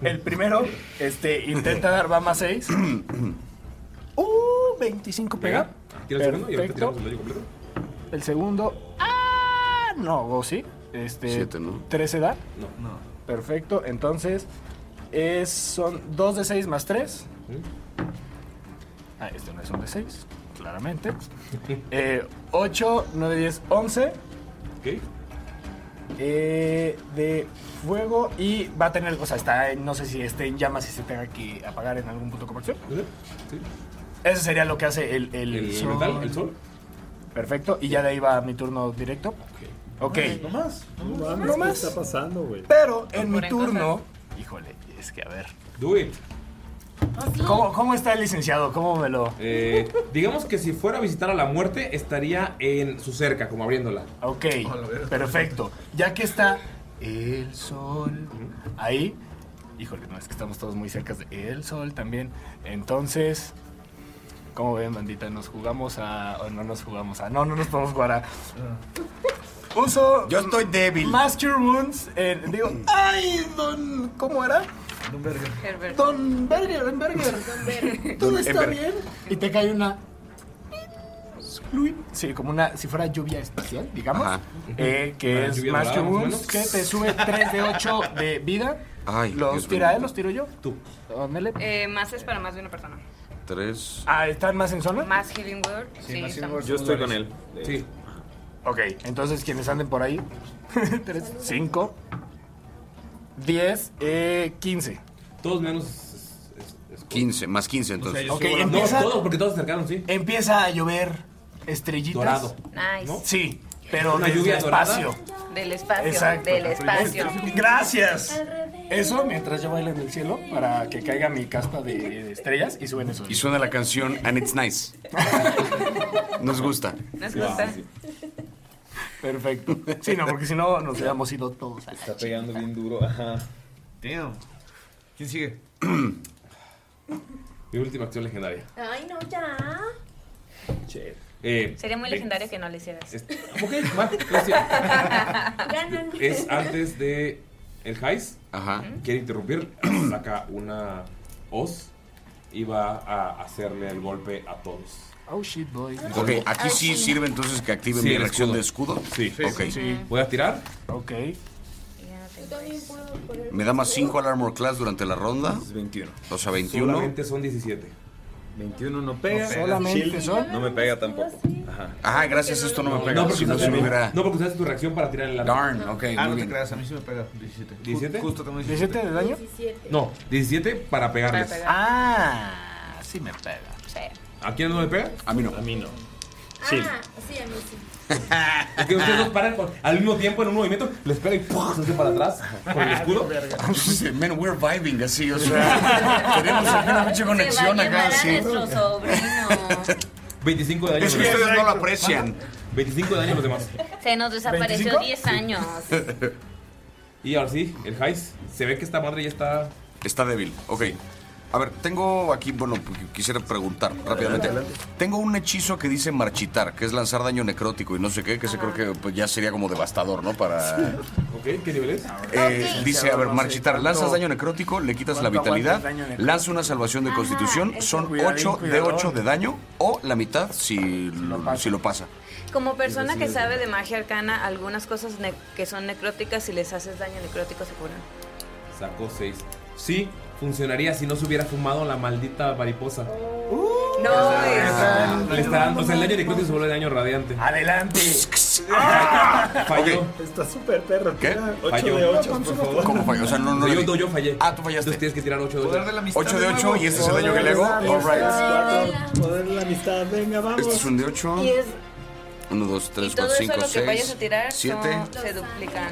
Speaker 8: El primero, este, intenta dar, va más 6. Uh, 25 pega.
Speaker 2: Tira el segundo y
Speaker 8: Perfecto.
Speaker 2: ahorita tiramos el daño completo.
Speaker 8: El segundo. ¡Ah! No, ¿o sí? Este.
Speaker 6: Siete, ¿no?
Speaker 8: ¿13 da?
Speaker 2: No.
Speaker 8: Perfecto. Entonces. Es, son 2 de 6 más 3. Ah, este no es un de 6, claramente. Eh, 8, 9, 10, 11.
Speaker 2: Ok.
Speaker 8: Eh, de fuego y va a tener, o sea, está, en- no sé si esté en llamas y se tenga que apagar en algún punto comercial. Eso sería lo que hace el, el,
Speaker 2: El elemental, el sol.
Speaker 8: Perfecto, y ya de ahí va mi turno directo. Ok.
Speaker 7: No más. No mames,
Speaker 8: No
Speaker 7: ¿qué
Speaker 8: más.
Speaker 7: está pasando, güey?
Speaker 8: Pero en mi
Speaker 7: Ponen
Speaker 8: turno. Híjole, es que a ver.
Speaker 2: Do it.
Speaker 8: ¿Cómo, cómo está el licenciado? ¿Cómo me lo...?
Speaker 2: Eh, digamos que si fuera a visitar a la muerte, estaría en su cerca, como abriéndola.
Speaker 8: Ok, perfecto. Ya que está el sol ahí, híjole, no, es que estamos todos muy cerca de el sol también. Entonces, ¿cómo ven, bandita? ¿Nos jugamos a...? ¿O no nos jugamos a...? No, no nos podemos jugar a... Uso... Ah. Yo estoy débil. Master Wounds, eh, digo... ¡Ay, don... ¿Cómo era? Don Berger. Don Berger, Don Berger. Todo
Speaker 19: Don
Speaker 8: está
Speaker 19: Ember.
Speaker 8: bien. Y te cae una... Sí, como una, si fuera lluvia espacial, digamos. Eh, que
Speaker 19: Una
Speaker 8: es
Speaker 19: lluvia
Speaker 8: Master
Speaker 19: dorada, más o
Speaker 8: Wounds, que
Speaker 19: menos.
Speaker 8: te sube 3 de 8 de vida.
Speaker 6: Ay,
Speaker 8: ¿Los
Speaker 6: Dios
Speaker 8: tira
Speaker 6: bendito.
Speaker 8: él? ¿Los tiro yo? Tú. ¿Dónde
Speaker 10: Eh, más es para más de una persona.
Speaker 6: Tres.
Speaker 8: Ah, ¿están más en zona?
Speaker 10: Más Healing Word. Sí, estamos-
Speaker 2: Sí.
Speaker 8: Ah, Ok, entonces quienes anden por ahí. 3, 5, 10, eh, 15.
Speaker 2: Todos menos...
Speaker 6: 15, más 15 entonces.
Speaker 8: Ok, empieza.
Speaker 2: todos, porque todos se acercaron, sí.
Speaker 8: Empieza a llover estrellitas.
Speaker 2: Dorado.
Speaker 10: Nice.
Speaker 8: Sí, pero
Speaker 2: Una
Speaker 8: desde
Speaker 2: lluvia
Speaker 8: el
Speaker 2: dorada.
Speaker 8: espacio.
Speaker 10: Del espacio.
Speaker 8: Exacto.
Speaker 10: Del espacio.
Speaker 8: Gracias. Eso mientras yo bailo en el cielo para que caiga mi caspa de, de estrellas y suene eso.
Speaker 6: Y suena la canción And It's Nice. Nos gusta.
Speaker 10: Nos gusta.
Speaker 8: Perfecto. Sí, no, porque si no nos hubiéramos ido todos.
Speaker 3: Está pegando bien duro. Ajá. Damn. ¿Quién sigue?
Speaker 2: Mi última acción legendaria.
Speaker 5: Ay, no, ya.
Speaker 2: Che. Eh,
Speaker 10: Sería muy
Speaker 2: ve-
Speaker 10: legendario que no lo hicieras.
Speaker 2: Es- Ok, va, lo siento.
Speaker 5: Ganan.
Speaker 2: Es antes de el Heist.
Speaker 6: Ajá.
Speaker 2: Quiere interrumpir. Saca una hoz y va a hacerle el golpe a todos.
Speaker 8: Oh shit, boy.
Speaker 6: Ok, aquí sí sirve entonces que active
Speaker 2: Sí,
Speaker 6: mi
Speaker 2: el
Speaker 6: reacción de
Speaker 2: escudo.
Speaker 6: escudo.
Speaker 2: Sí. Sí,
Speaker 6: Ok.
Speaker 2: sí, sí. Voy a tirar.
Speaker 8: Ok.
Speaker 6: Me da más 5 al armor class durante la ronda.
Speaker 3: 21.
Speaker 6: O sea, 21.
Speaker 2: Solamente son 17.
Speaker 3: 21 no pega.
Speaker 6: No pega. Solamente
Speaker 3: Chill.
Speaker 6: son-
Speaker 3: No me pega tampoco. Ajá.
Speaker 6: Ajá, gracias, esto no me pega.
Speaker 2: No, porque
Speaker 6: si no,
Speaker 2: usaste-
Speaker 6: se me hubiera.
Speaker 2: no, porque usaste tu reacción para tirar el arma.
Speaker 6: Darn, ok,
Speaker 3: Ah,
Speaker 6: muy
Speaker 3: no te
Speaker 6: bien.
Speaker 3: creas, a mí sí me pega. 17. Ju-
Speaker 2: 17?
Speaker 3: Justo también
Speaker 8: 17 de daño.
Speaker 2: No, 17 para pegarles.
Speaker 8: Ah, sí me pega.
Speaker 2: ¿A quién no le pega?
Speaker 6: A mí no.
Speaker 2: A mí no.
Speaker 5: Ah, sí, a mí sí.
Speaker 2: Es que ustedes dos paran con- al mismo tiempo en un movimiento, les pega y ¡pum! se hace para atrás con el escudo.
Speaker 6: Man, we're vibing así, o sea. tenemos una pinche conexión acá, sí.
Speaker 2: 25 de daño.
Speaker 6: Es que ustedes no lo aprecian.
Speaker 2: 25 de daño a los demás.
Speaker 10: Se nos desapareció
Speaker 2: ¿veinticinco?
Speaker 10: 10 años.
Speaker 2: Y ahora sí, el Heist. Se ve que esta madre ya está.
Speaker 6: Está débil, ok. A ver, tengo aquí, bueno, qu- quisiera preguntar rápidamente.
Speaker 2: adelante.
Speaker 6: Tengo un hechizo que dice marchitar, que es lanzar daño necrótico y no sé qué, que se creo que pues, ya sería como devastador, ¿no? Para.
Speaker 2: Ok, ¿qué nivel es?
Speaker 6: Eh, Dice, a ver, marchitar, lanzas daño necrótico, le quitas la
Speaker 2: cuánto aguanta
Speaker 6: vitalidad,
Speaker 2: el daño necrótico?
Speaker 6: lanza una salvación de constitución, son
Speaker 2: Cuidadín,
Speaker 6: 8 de
Speaker 2: cuidadón.
Speaker 6: 8 de daño o la mitad si lo pasa. Si lo pasa.
Speaker 10: Como persona que
Speaker 6: Sí.
Speaker 10: sabe de magia arcana, algunas cosas ne- que son necróticas, si les haces daño necrótico se curan.
Speaker 2: Sacó 6. Sí, funcionaría si no se hubiera fumado la maldita mariposa.
Speaker 10: No,
Speaker 2: Le está dando. O sea, el daño necrótico se vuelve daño radiante.
Speaker 8: ¡Adelante!
Speaker 2: Falló.
Speaker 26: Está súper perro.
Speaker 6: ¿Qué?
Speaker 2: Falló.
Speaker 26: de ocho, por favor.
Speaker 6: ¿Cómo falló? O sea, no, no.
Speaker 2: Yo-
Speaker 6: le di.
Speaker 2: yo fallé.
Speaker 6: Ah, tú fallaste.
Speaker 2: Entonces tienes que tirar 8 de
Speaker 6: Poder
Speaker 2: 8.
Speaker 6: de la amistad 8 de 8 y ese es el daño que le hago. All right.
Speaker 26: Poder de la amistad, venga, vamos.
Speaker 6: Este es un de 8.
Speaker 10: Y es
Speaker 6: 1, 2, 3,
Speaker 10: todo
Speaker 6: 4,
Speaker 10: eso
Speaker 6: 5,
Speaker 10: lo que vayas
Speaker 6: 6,
Speaker 10: a tirar son-
Speaker 6: 7.
Speaker 10: se duplican.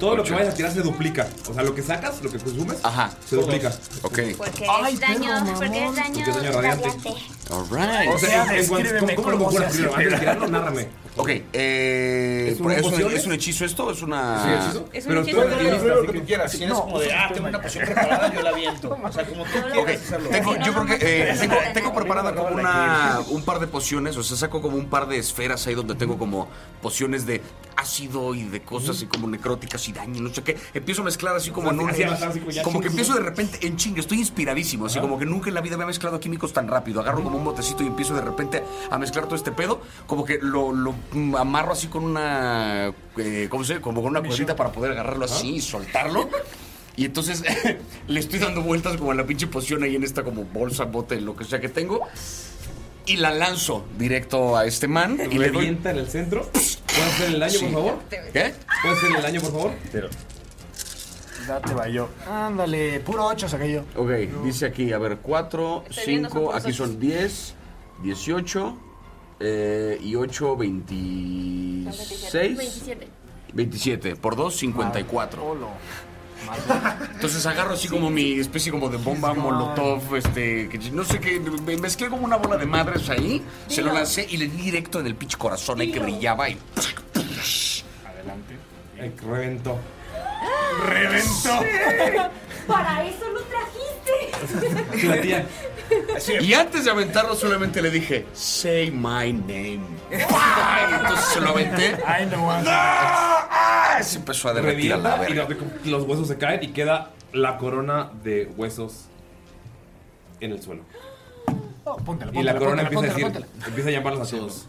Speaker 2: Todo lo que vayas a tirar se duplica. O sea, lo que sacas, lo que consumes, se duplica.
Speaker 6: Ok.
Speaker 10: Porque
Speaker 2: Ay,
Speaker 10: es daño,
Speaker 2: perro,
Speaker 10: porque es daño,
Speaker 2: Porque es daño radiante.
Speaker 6: All right.
Speaker 2: O sea, en cuanto- ¿cómo- cómo lo conjuras primero? Antes de tirarlo, nárrame.
Speaker 6: Ok, eh,
Speaker 2: ¿Es
Speaker 6: ¿Es,
Speaker 2: una
Speaker 6: es, un,
Speaker 2: poción?
Speaker 6: es un hechizo esto? ¿Es
Speaker 2: ¿Es un
Speaker 6: una.?
Speaker 2: hechizo? Es un Pero hechizo. tú eres guionista,
Speaker 3: Lo que tú quieras. Si eres como de, ah, tengo una poción preparada, yo la viento. O sea, como tú quieras hacerlo.
Speaker 6: Tengo, yo creo que eh, tengo, tengo preparada como una, un par de pociones, o sea, saco como un par de esferas ahí donde tengo como pociones de ácido y de cosas y como necróticas y daño, no sé qué. Empiezo a mezclar así como en un...
Speaker 2: Así al azar, así como ya.
Speaker 6: Como que empiezo de repente en chingue, estoy inspiradísimo, así como que nunca en la vida había mezclado químicos tan rápido. Agarro como un botecito y empiezo de repente a mezclar todo este pedo, como que lo, lo, mm, amarro así con una... eh, ¿Cómo se? llama? Como con una cuerdita para poder agarrarlo así y soltarlo. Y entonces le estoy dando vueltas como a la pinche poción ahí en esta como bolsa, bote, lo que sea que tengo. Y la lanzo directo a este man. Y le doy...
Speaker 2: Revienta en el centro. ¿Puedes hacer el daño, por
Speaker 6: Sí.
Speaker 2: favor?
Speaker 6: ¿Qué?
Speaker 2: ¿Puedes hacer el daño, por favor?
Speaker 6: Pero...
Speaker 8: Date, vayó. Ándale, puro 8 saqué yo.
Speaker 6: Ok, dice aquí, a ver, 4,
Speaker 8: Estoy viendo, son
Speaker 6: 5,
Speaker 8: puros
Speaker 6: aquí son 10, 18 eh, y 8, 26,
Speaker 5: 27.
Speaker 6: 27, por 2, 54. Entonces agarro así como mi especie como de bomba, molotov, este, que no sé qué, me mezclé como una bola de madres ahí, se lo
Speaker 41: Dilo.
Speaker 6: lancé y le di directo en el pinche corazón ahí que
Speaker 41: Dilo.
Speaker 6: brillaba y
Speaker 2: Adelante. reventó.
Speaker 6: ¡Reventó!
Speaker 5: Para eso lo trajiste.
Speaker 6: Y la tía- Y antes de aventarlo solamente le dije, say my name. ¡Pah! Y entonces se lo aventé.
Speaker 41: Ay, no,
Speaker 6: ¡No! ¡Ah! Se empezó a derretir a la
Speaker 2: Revienta y
Speaker 6: verga.
Speaker 2: los- los huesos se caen y queda la corona de huesos en el suelo.
Speaker 41: Oh, póntela,
Speaker 2: y la
Speaker 41: póntela, póntela,
Speaker 2: corona empieza a decir,
Speaker 41: póntela,
Speaker 2: empieza a llamarlos a todos.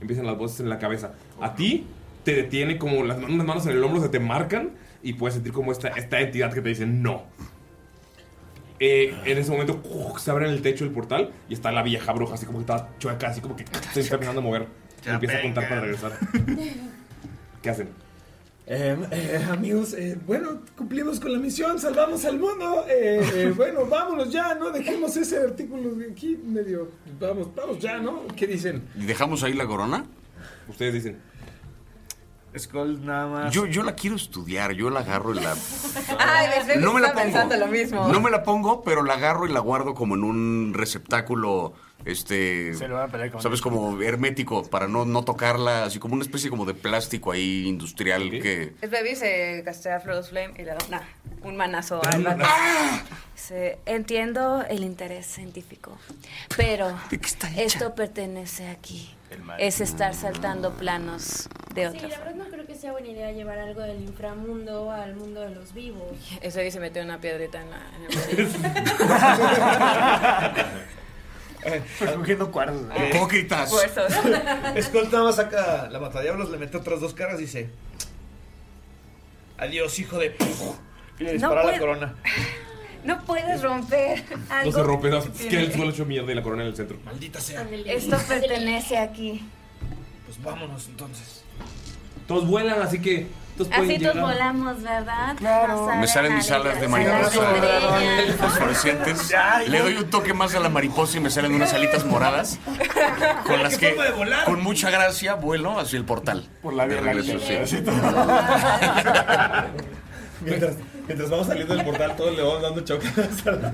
Speaker 2: Empiezan las voces en la cabeza. A ti te detiene como las manos, unas manos en el hombro se te marcan y puedes sentir como esta, esta entidad que te dice no. Eh, en ese momento ¡cuac! se abre en el techo el portal y está la vieja bruja, así como que está chueca, así como que se está empezando a mover. Y empieza a contar para regresar. ¿Qué hacen?
Speaker 7: Eh, eh, amigos, eh, bueno, cumplimos con la misión, salvamos al mundo. eh, eh, bueno, vámonos ya, ¿no? Dejemos ese artículo de aquí medio. Vamos, vamos ya, ¿no? ¿Qué dicen?
Speaker 6: ¿Y dejamos ahí la corona?
Speaker 2: Ustedes dicen.
Speaker 6: Skull nada más. Yo, yo la quiero estudiar, yo la agarro y la.
Speaker 8: Ah.
Speaker 10: Ay, ves, ves,
Speaker 6: No me la
Speaker 10: estaba
Speaker 6: pongo.
Speaker 10: pensando lo mismo.
Speaker 6: No me la pongo, pero la agarro y la guardo como en un receptáculo. Este.
Speaker 41: Se lo van a pelear con
Speaker 6: ¿Sabes? Como hermético, para no, no tocarla, así como una especie como de plástico ahí industrial que.
Speaker 10: Es baby se castea Florous Flame y le da una- un manazo
Speaker 6: Ah,
Speaker 10: al
Speaker 6: no,
Speaker 10: vato.
Speaker 6: no.
Speaker 4: Dice, entiendo el interés científico, pero esto pertenece aquí. Es estar saltando planos de
Speaker 5: Sí,
Speaker 4: otra
Speaker 5: la
Speaker 4: forma.
Speaker 5: verdad no creo que sea buena idea llevar algo del inframundo al mundo de los vivos.
Speaker 10: Ese baby se metió una piedrita en la. en el
Speaker 8: Fue cogiendo cuerdas.
Speaker 6: eh, Hipócritas.
Speaker 10: Huesos.
Speaker 3: Skull nada más saca la matadiablos, le mete otras dos caras y dice: Adiós, hijo de. Y le
Speaker 10: No
Speaker 3: dispara la
Speaker 10: puede-
Speaker 3: corona.
Speaker 10: No puedes romper algo.
Speaker 2: No se rompe, no,
Speaker 10: que
Speaker 2: queda el
Speaker 10: tiene.
Speaker 2: suelo hecho mierda y la corona en el centro.
Speaker 3: Maldita sea.
Speaker 4: Esto pertenece aquí.
Speaker 3: Pues vámonos entonces.
Speaker 2: Todos vuelan, así que. Todos
Speaker 4: Así
Speaker 2: Pues pueden
Speaker 4: todos
Speaker 2: llegar.
Speaker 4: volamos, ¿verdad? Nos
Speaker 6: Me salen
Speaker 4: harán
Speaker 6: mis alas de
Speaker 4: alegres.
Speaker 6: mariposa
Speaker 4: Estrellas.
Speaker 6: fosforescentes.
Speaker 4: Ya, ya.
Speaker 6: Le doy un toque más a la mariposa y me salen unas alitas moradas con las que con mucha gracia vuelo hacia el portal. Por la
Speaker 42: Mientras, mientras vamos saliendo del portal, todos le vamos dando chocadas a la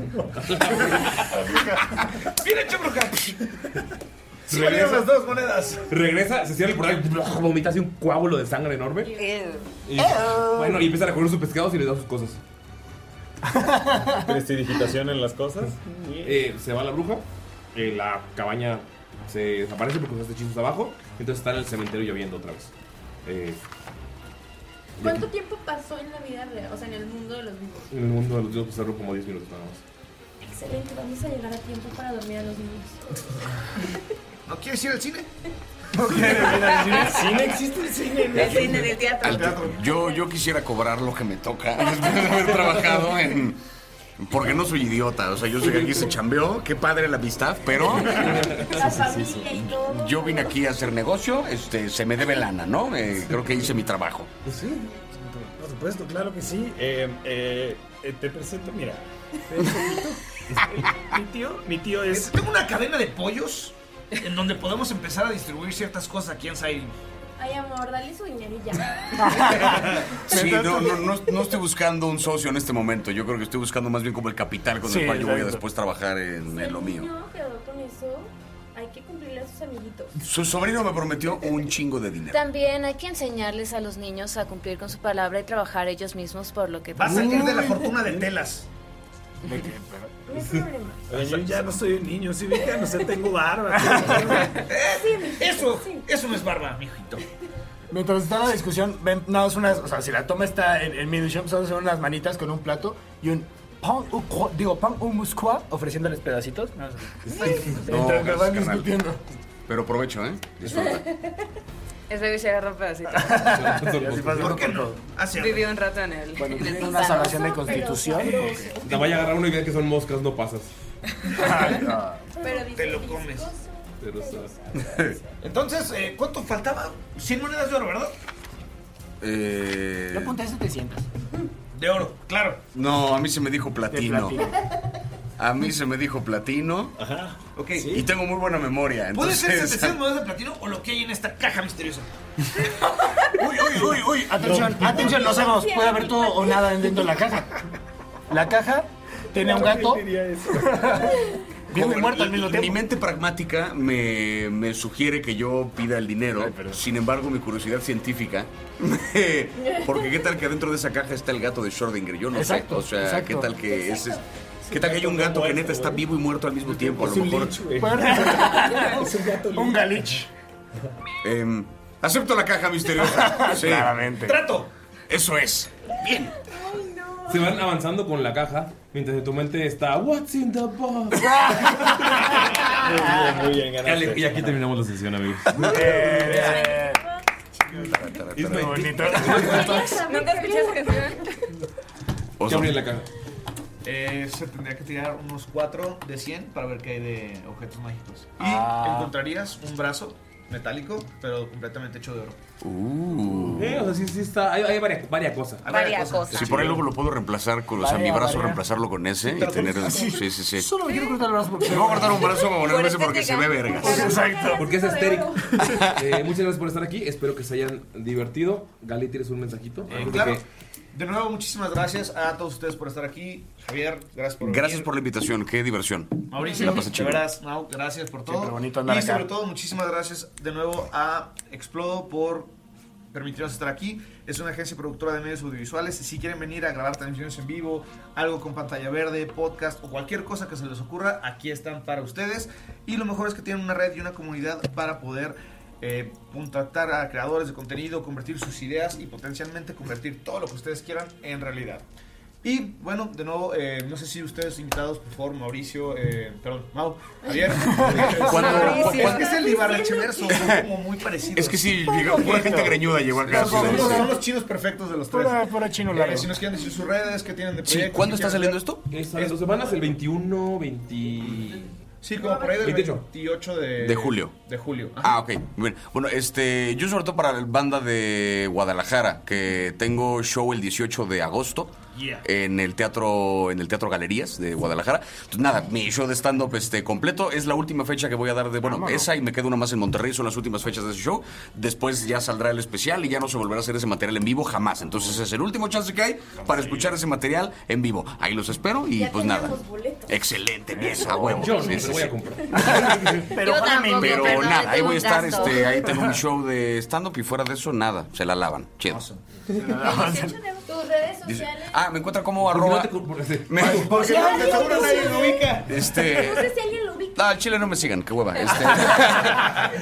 Speaker 3: ¡Mira, chambruca!
Speaker 2: Sí,
Speaker 3: valieron
Speaker 2: regresa.
Speaker 3: las dos monedas.
Speaker 2: Regresa, se cierra el portal y vomita así un coágulo de sangre enorme. Y, bueno, y empieza a recoger sus pescados y les da sus cosas.
Speaker 42: Prestidigitación en las cosas.
Speaker 2: Eh, se va la bruja, eh, la cabaña se desaparece porque usaste hechizos abajo, entonces está en el cementerio lloviendo otra vez. Eh,
Speaker 5: ¿Cuánto tiempo pasó en la vida real? O sea, en el mundo de los vivos.
Speaker 2: en el mundo de los dioses pasaron como 10 minutos nada más.
Speaker 5: Excelente, vamos a llegar a tiempo para dormir a los niños.
Speaker 3: ¿No quieres ir al cine?
Speaker 6: al cine? ¿Cine?
Speaker 5: existe el cine.
Speaker 6: El cine del
Speaker 10: teatro.
Speaker 6: Yo, yo quisiera cobrar lo que me toca después de haber trabajado en. Porque no soy idiota, o sea, yo sé que aquí se chambeó, qué padre la amistad, pero
Speaker 5: La familia y todo.
Speaker 6: yo vine aquí a hacer negocio, este, se me debe lana, ¿no? Eh, creo que hice mi trabajo.
Speaker 7: Pues Sí, por supuesto, claro que sí.
Speaker 42: Eh, eh, eh, te presento, mira. Ven, poquito. Mi tío, mi tío es.
Speaker 3: Tengo una cadena de pollos en donde podemos empezar a distribuir ciertas cosas aquí en Sairim.
Speaker 5: Ay, amor, dale su dinero y ya.
Speaker 6: Sí, no, no, no, no estoy buscando un socio en este momento. Yo creo que estoy buscando más bien como el capital con
Speaker 41: Sí,
Speaker 6: el cual yo voy a
Speaker 41: exacto.
Speaker 6: después trabajar en, en lo mío.
Speaker 5: No, quedó con eso. Hay que cumplirle a sus amiguitos.
Speaker 6: Su sobrino me prometió un chingo de dinero.
Speaker 4: También hay que enseñarles a los niños a cumplir con su palabra y trabajar ellos mismos por lo que...
Speaker 3: Va a salir de la fortuna de telas.
Speaker 7: Oye, Yo ya no soy un niño, si no sé, tengo barba.
Speaker 3: Eso, eso no es barba, mijito.
Speaker 8: Mientras está la discusión, ven nada más unas. O sea, si la toma está en, en mi shop, son unas manitas con un plato y un. Pan u cua- digo, pan u muscua, ofreciéndoles pedacitos. Nada más. Mientras que
Speaker 6: gracias,
Speaker 8: van
Speaker 6: carnal.
Speaker 8: discutiendo.
Speaker 6: Pero provecho, ¿eh? Disfruta.
Speaker 10: Es baby se agarró un pedacito.
Speaker 6: Pues, ¿Por qué no?
Speaker 2: Ah,
Speaker 10: Vivió un rato en el. Bueno,
Speaker 8: tiene una salvación de constitución.
Speaker 2: La vaya a agarrar uno y vea que son moscas, no pasas.
Speaker 5: Pero
Speaker 3: Te lo comes.
Speaker 2: Pero está-
Speaker 3: Entonces, eh, ¿cuánto faltaba? 100 monedas de oro, ¿verdad?
Speaker 6: Eh,
Speaker 8: Yo apunté 700.
Speaker 3: De oro, claro.
Speaker 6: no, a mí se me dijo platino. A mí se me dijo platino. Ajá. Ok. Y tengo muy buena memoria.
Speaker 3: Puede
Speaker 6: Entonces,
Speaker 3: ser 700 monedas de platino o lo que hay en esta caja misteriosa.
Speaker 8: Uy, uy, uy, uy, atención, atención, no sabemos, puede haber todo o nada dentro de la caja. La caja tiene un gato.
Speaker 6: Como mi- Mi mente pragmática me, me sugiere que yo pida el dinero. Sin embargo, mi curiosidad científica. me- porque qué tal que dentro de esa caja está el gato de Schrödinger. Yo no
Speaker 8: Exacto,
Speaker 6: sé. O sea,
Speaker 8: exacto.
Speaker 6: qué tal que ese es. ¿Qué tal que hay un gato que neta está vivo y muerto al mismo tiempo? A lo mejor.
Speaker 8: Un galich.
Speaker 6: Em, acepto la caja misteriosa. Sí.
Speaker 8: Claramente.
Speaker 6: Trato. Eso es.
Speaker 2: Bien. Se van avanzando con la caja mientras en tu mente está What's in the box?
Speaker 7: Muy bien,
Speaker 2: Ale, Y aquí terminamos la sesión, amigos. It's my
Speaker 8: bonito.
Speaker 10: Nunca escuché esa canción.
Speaker 2: ¿Qué abrí en la caja?
Speaker 3: Eh, se tendría que tirar unos 4 de 100 para ver qué hay de objetos mágicos. Y
Speaker 2: Ah.
Speaker 3: encontrarías un brazo metálico, pero completamente hecho de oro.
Speaker 6: Uh.
Speaker 2: Eh, o sea, sí, sí está. Hay, hay varias, varias cosas.
Speaker 3: Hay varias Varias cosas.
Speaker 6: pues, Si por ahí luego lo puedo reemplazar con, o sea, mi
Speaker 2: Varía,
Speaker 6: brazo
Speaker 2: varía.
Speaker 6: reemplazarlo con ese y tener el. Sí, sí, sí.
Speaker 8: Solo me quiero cortar el brazo porque
Speaker 6: Me voy a cortar un brazo para ponerme ese porque se ve vergas.
Speaker 8: Exacto.
Speaker 2: Porque es estéril. Eh, muchas gracias por estar aquí. Espero que se hayan divertido. Gali, ¿tienes un mensajito?
Speaker 3: Eh,
Speaker 2: Antes de
Speaker 3: claro.
Speaker 2: que-
Speaker 3: De nuevo, muchísimas gracias a todos ustedes por estar aquí. Javier, gracias por
Speaker 6: Gracias
Speaker 3: venir.
Speaker 6: por la invitación, qué diversión.
Speaker 3: Mauricio,
Speaker 6: la pasé
Speaker 3: de
Speaker 6: chido.
Speaker 3: veras, Mau, gracias por todo.
Speaker 6: Siempre bonito andar
Speaker 3: y
Speaker 6: acá.
Speaker 3: sobre todo, muchísimas gracias de nuevo a Explodo por permitirnos estar aquí. Es una agencia productora de medios audiovisuales. Si quieren venir a grabar transmisiones en vivo, algo con pantalla verde, podcast o cualquier cosa que se les ocurra, aquí están para ustedes. Y lo mejor es que tienen una red y una comunidad para poder eh, contactar a creadores de contenido, convertir sus ideas y potencialmente convertir todo lo que ustedes quieran en realidad. Y bueno, de nuevo, eh, no sé si ustedes invitados, por favor, Mauricio, eh, perdón, Mau, Javier.
Speaker 6: Cuando-
Speaker 3: es que es el Ibarrecheverso, son como muy parecidos.
Speaker 6: Es que sí, llegó- pura gente greñuda llegó acá.
Speaker 3: Son, son- son los chinos perfectos de los tres.
Speaker 8: Pura- pura chino
Speaker 3: Eh,
Speaker 8: largo.
Speaker 3: Si nos quieren decir sus redes, qué tienen de
Speaker 2: Sí,
Speaker 3: proyectos.
Speaker 2: ¿cuándo
Speaker 3: qué
Speaker 2: está
Speaker 3: quieren
Speaker 2: saliendo
Speaker 3: ver.
Speaker 2: Eh, sale en dos semanas, el 21, 20.
Speaker 3: Sí, como por ahí del
Speaker 2: 28.
Speaker 3: 28 de,
Speaker 6: De julio.
Speaker 3: De julio. ajá.
Speaker 6: Ah, ok. Muy bien. Bueno, este, yo sobre todo para la banda de Guadalajara, que tengo show el 18 de agosto
Speaker 3: Yeah.
Speaker 6: en el teatro, en el Teatro Galerías de Guadalajara. Entonces, nada, mi show de stand-up este, completo es la última fecha que voy a dar de, bueno, esa y me queda una más en Monterrey, son las últimas fechas de ese show. Después ya saldrá el especial y ya no se volverá a hacer ese material en vivo jamás. Entonces es el último chance que hay para escuchar ese material en vivo. Ahí los espero y pues nada. Excelente, bien, a huevo.
Speaker 2: Yo no
Speaker 6: Sí,
Speaker 2: me lo
Speaker 6: sí,
Speaker 2: voy a
Speaker 6: sí.
Speaker 2: comprar.
Speaker 8: Pero
Speaker 6: Pero,
Speaker 8: ojalá me inviten.
Speaker 6: nada, ahí voy a estar, este, ahí tengo un show de stand-up y fuera de eso, nada, se la lavan. Chido.
Speaker 5: Tus redes
Speaker 6: Dice-
Speaker 5: sociales.
Speaker 6: ah, me encuentran como arroba. Me-
Speaker 3: Porque
Speaker 5: Ya,
Speaker 3: de seguro
Speaker 5: ya,
Speaker 3: nadie
Speaker 5: ya.
Speaker 3: lo ubica.
Speaker 6: Este.
Speaker 5: No sé si alguien lo ubica.
Speaker 6: No, al Chile no me sigan, qué hueva. Este,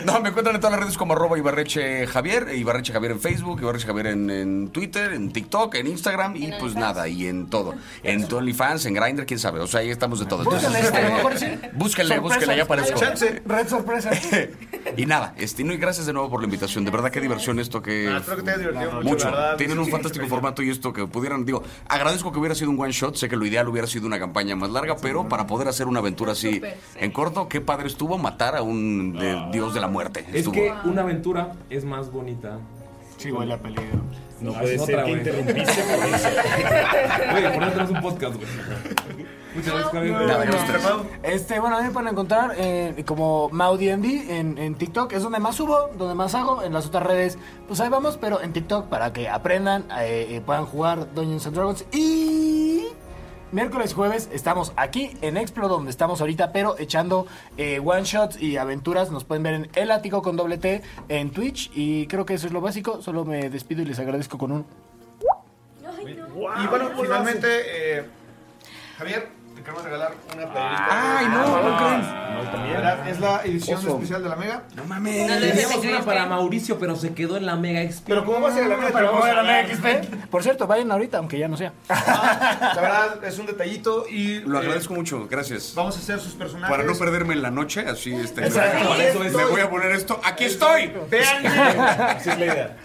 Speaker 6: no, me encuentran en todas las redes como arroba Ibarreche Javier, e Ibarreche Javier en Facebook, Ibarreche Javier en, en Twitter, en TikTok, en Instagram y pues nada, y en todo. En OnlyFans, en Grindr, quién sabe. O sea, ahí estamos de todo. Entonces,
Speaker 8: Búscale, a lo
Speaker 6: este,
Speaker 8: mejor sí.
Speaker 6: búsquenle, búsquenle, ya aparezco.
Speaker 8: Chance, Red sorpresa.
Speaker 3: Ah,
Speaker 6: Y nada, este, no, y gracias de nuevo por la invitación. De verdad, qué diversión esto que.
Speaker 3: Ah, espero que te haya divertido mucho,
Speaker 6: mucho.
Speaker 3: la verdad.
Speaker 6: Tienen un
Speaker 3: Sí,
Speaker 6: fantástico
Speaker 3: sí,
Speaker 6: formato y esto que pudieran. Digo, agradezco que hubiera sido un one shot. Sé que lo ideal hubiera sido una campaña más larga, pero para poder hacer una aventura así en corto, qué padre estuvo matar a un de- dios de la muerte.
Speaker 2: Es
Speaker 6: Estuvo.
Speaker 2: que una aventura es más bonita.
Speaker 8: Sí, huele a peligro.
Speaker 2: No
Speaker 7: puede ser que interrumpiste
Speaker 2: por eso. Oye, por eso tenemos un podcast, güey. Muchas gracias, Javier.
Speaker 8: Este, bueno, a mí me pueden encontrar eh, como MauDMD en, en TikTok, es donde más subo, donde más hago, en las otras redes, pues ahí vamos, pero en TikTok para que aprendan, eh, eh, puedan jugar Dungeons and Dragons y miércoles, jueves estamos aquí en Explo, donde estamos ahorita, pero echando eh, one shots y aventuras, nos pueden ver en El Ático con doble T en Twitch y creo que eso es lo básico, solo me despido y les agradezco con un...
Speaker 3: Y bueno, finalmente, eh, Javier, te queremos regalar una playerita.
Speaker 8: Ay, no, ¿cómo creen?
Speaker 3: Ah, No, también. ¿Verdad? Es la edición
Speaker 2: Oso.
Speaker 3: especial de la Mega.
Speaker 2: No
Speaker 3: No
Speaker 2: mames.
Speaker 3: le
Speaker 2: Teníamos
Speaker 3: dejes
Speaker 2: una
Speaker 3: XP.
Speaker 2: para Mauricio, pero se quedó en la Mega XP.
Speaker 3: Pero ¿cómo vas a regalar una
Speaker 8: Pero
Speaker 3: para
Speaker 8: vamos a la Mega
Speaker 3: Mega?
Speaker 8: XP. Por cierto, vayan ahorita, aunque ya no sea.
Speaker 3: La verdad, es un detallito y...
Speaker 6: Lo
Speaker 3: eh,
Speaker 6: agradezco mucho, gracias.
Speaker 3: Vamos a hacer sus personajes.
Speaker 6: Para no perderme en la noche, así este. me-
Speaker 3: Exacto.
Speaker 6: para eso es- me voy a poner esto. ¡Aquí estoy!
Speaker 3: Vean.
Speaker 6: Así es la idea.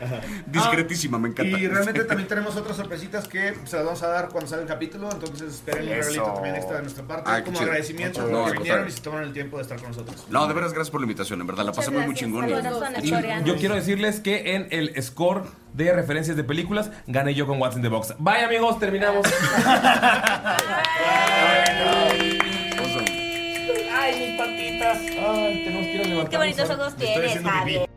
Speaker 6: Discretísima, me encanta.
Speaker 3: Y realmente también tenemos otras sorpresitas que pues, se las vamos a dar cuando salga el capítulo, entonces esperen un
Speaker 6: Eso.
Speaker 3: regalito también extra de nuestra parte,
Speaker 6: Ay, qué
Speaker 3: como
Speaker 6: chido.
Speaker 3: agradecimiento
Speaker 6: No,
Speaker 3: por
Speaker 6: al
Speaker 3: que vinieron
Speaker 6: contrario.
Speaker 3: y se tomaron el tiempo de estar con nosotros.
Speaker 6: No, de veras, gracias por la invitación, en verdad. La pasé muy, muy chingón.
Speaker 2: Y yo quiero decirles que en el score de referencias de películas gané yo con What's in the Box. Bye amigos, terminamos.
Speaker 43: Ay, tenemos que ir a levantar.
Speaker 5: Qué bonitos ojos tienes, Javier.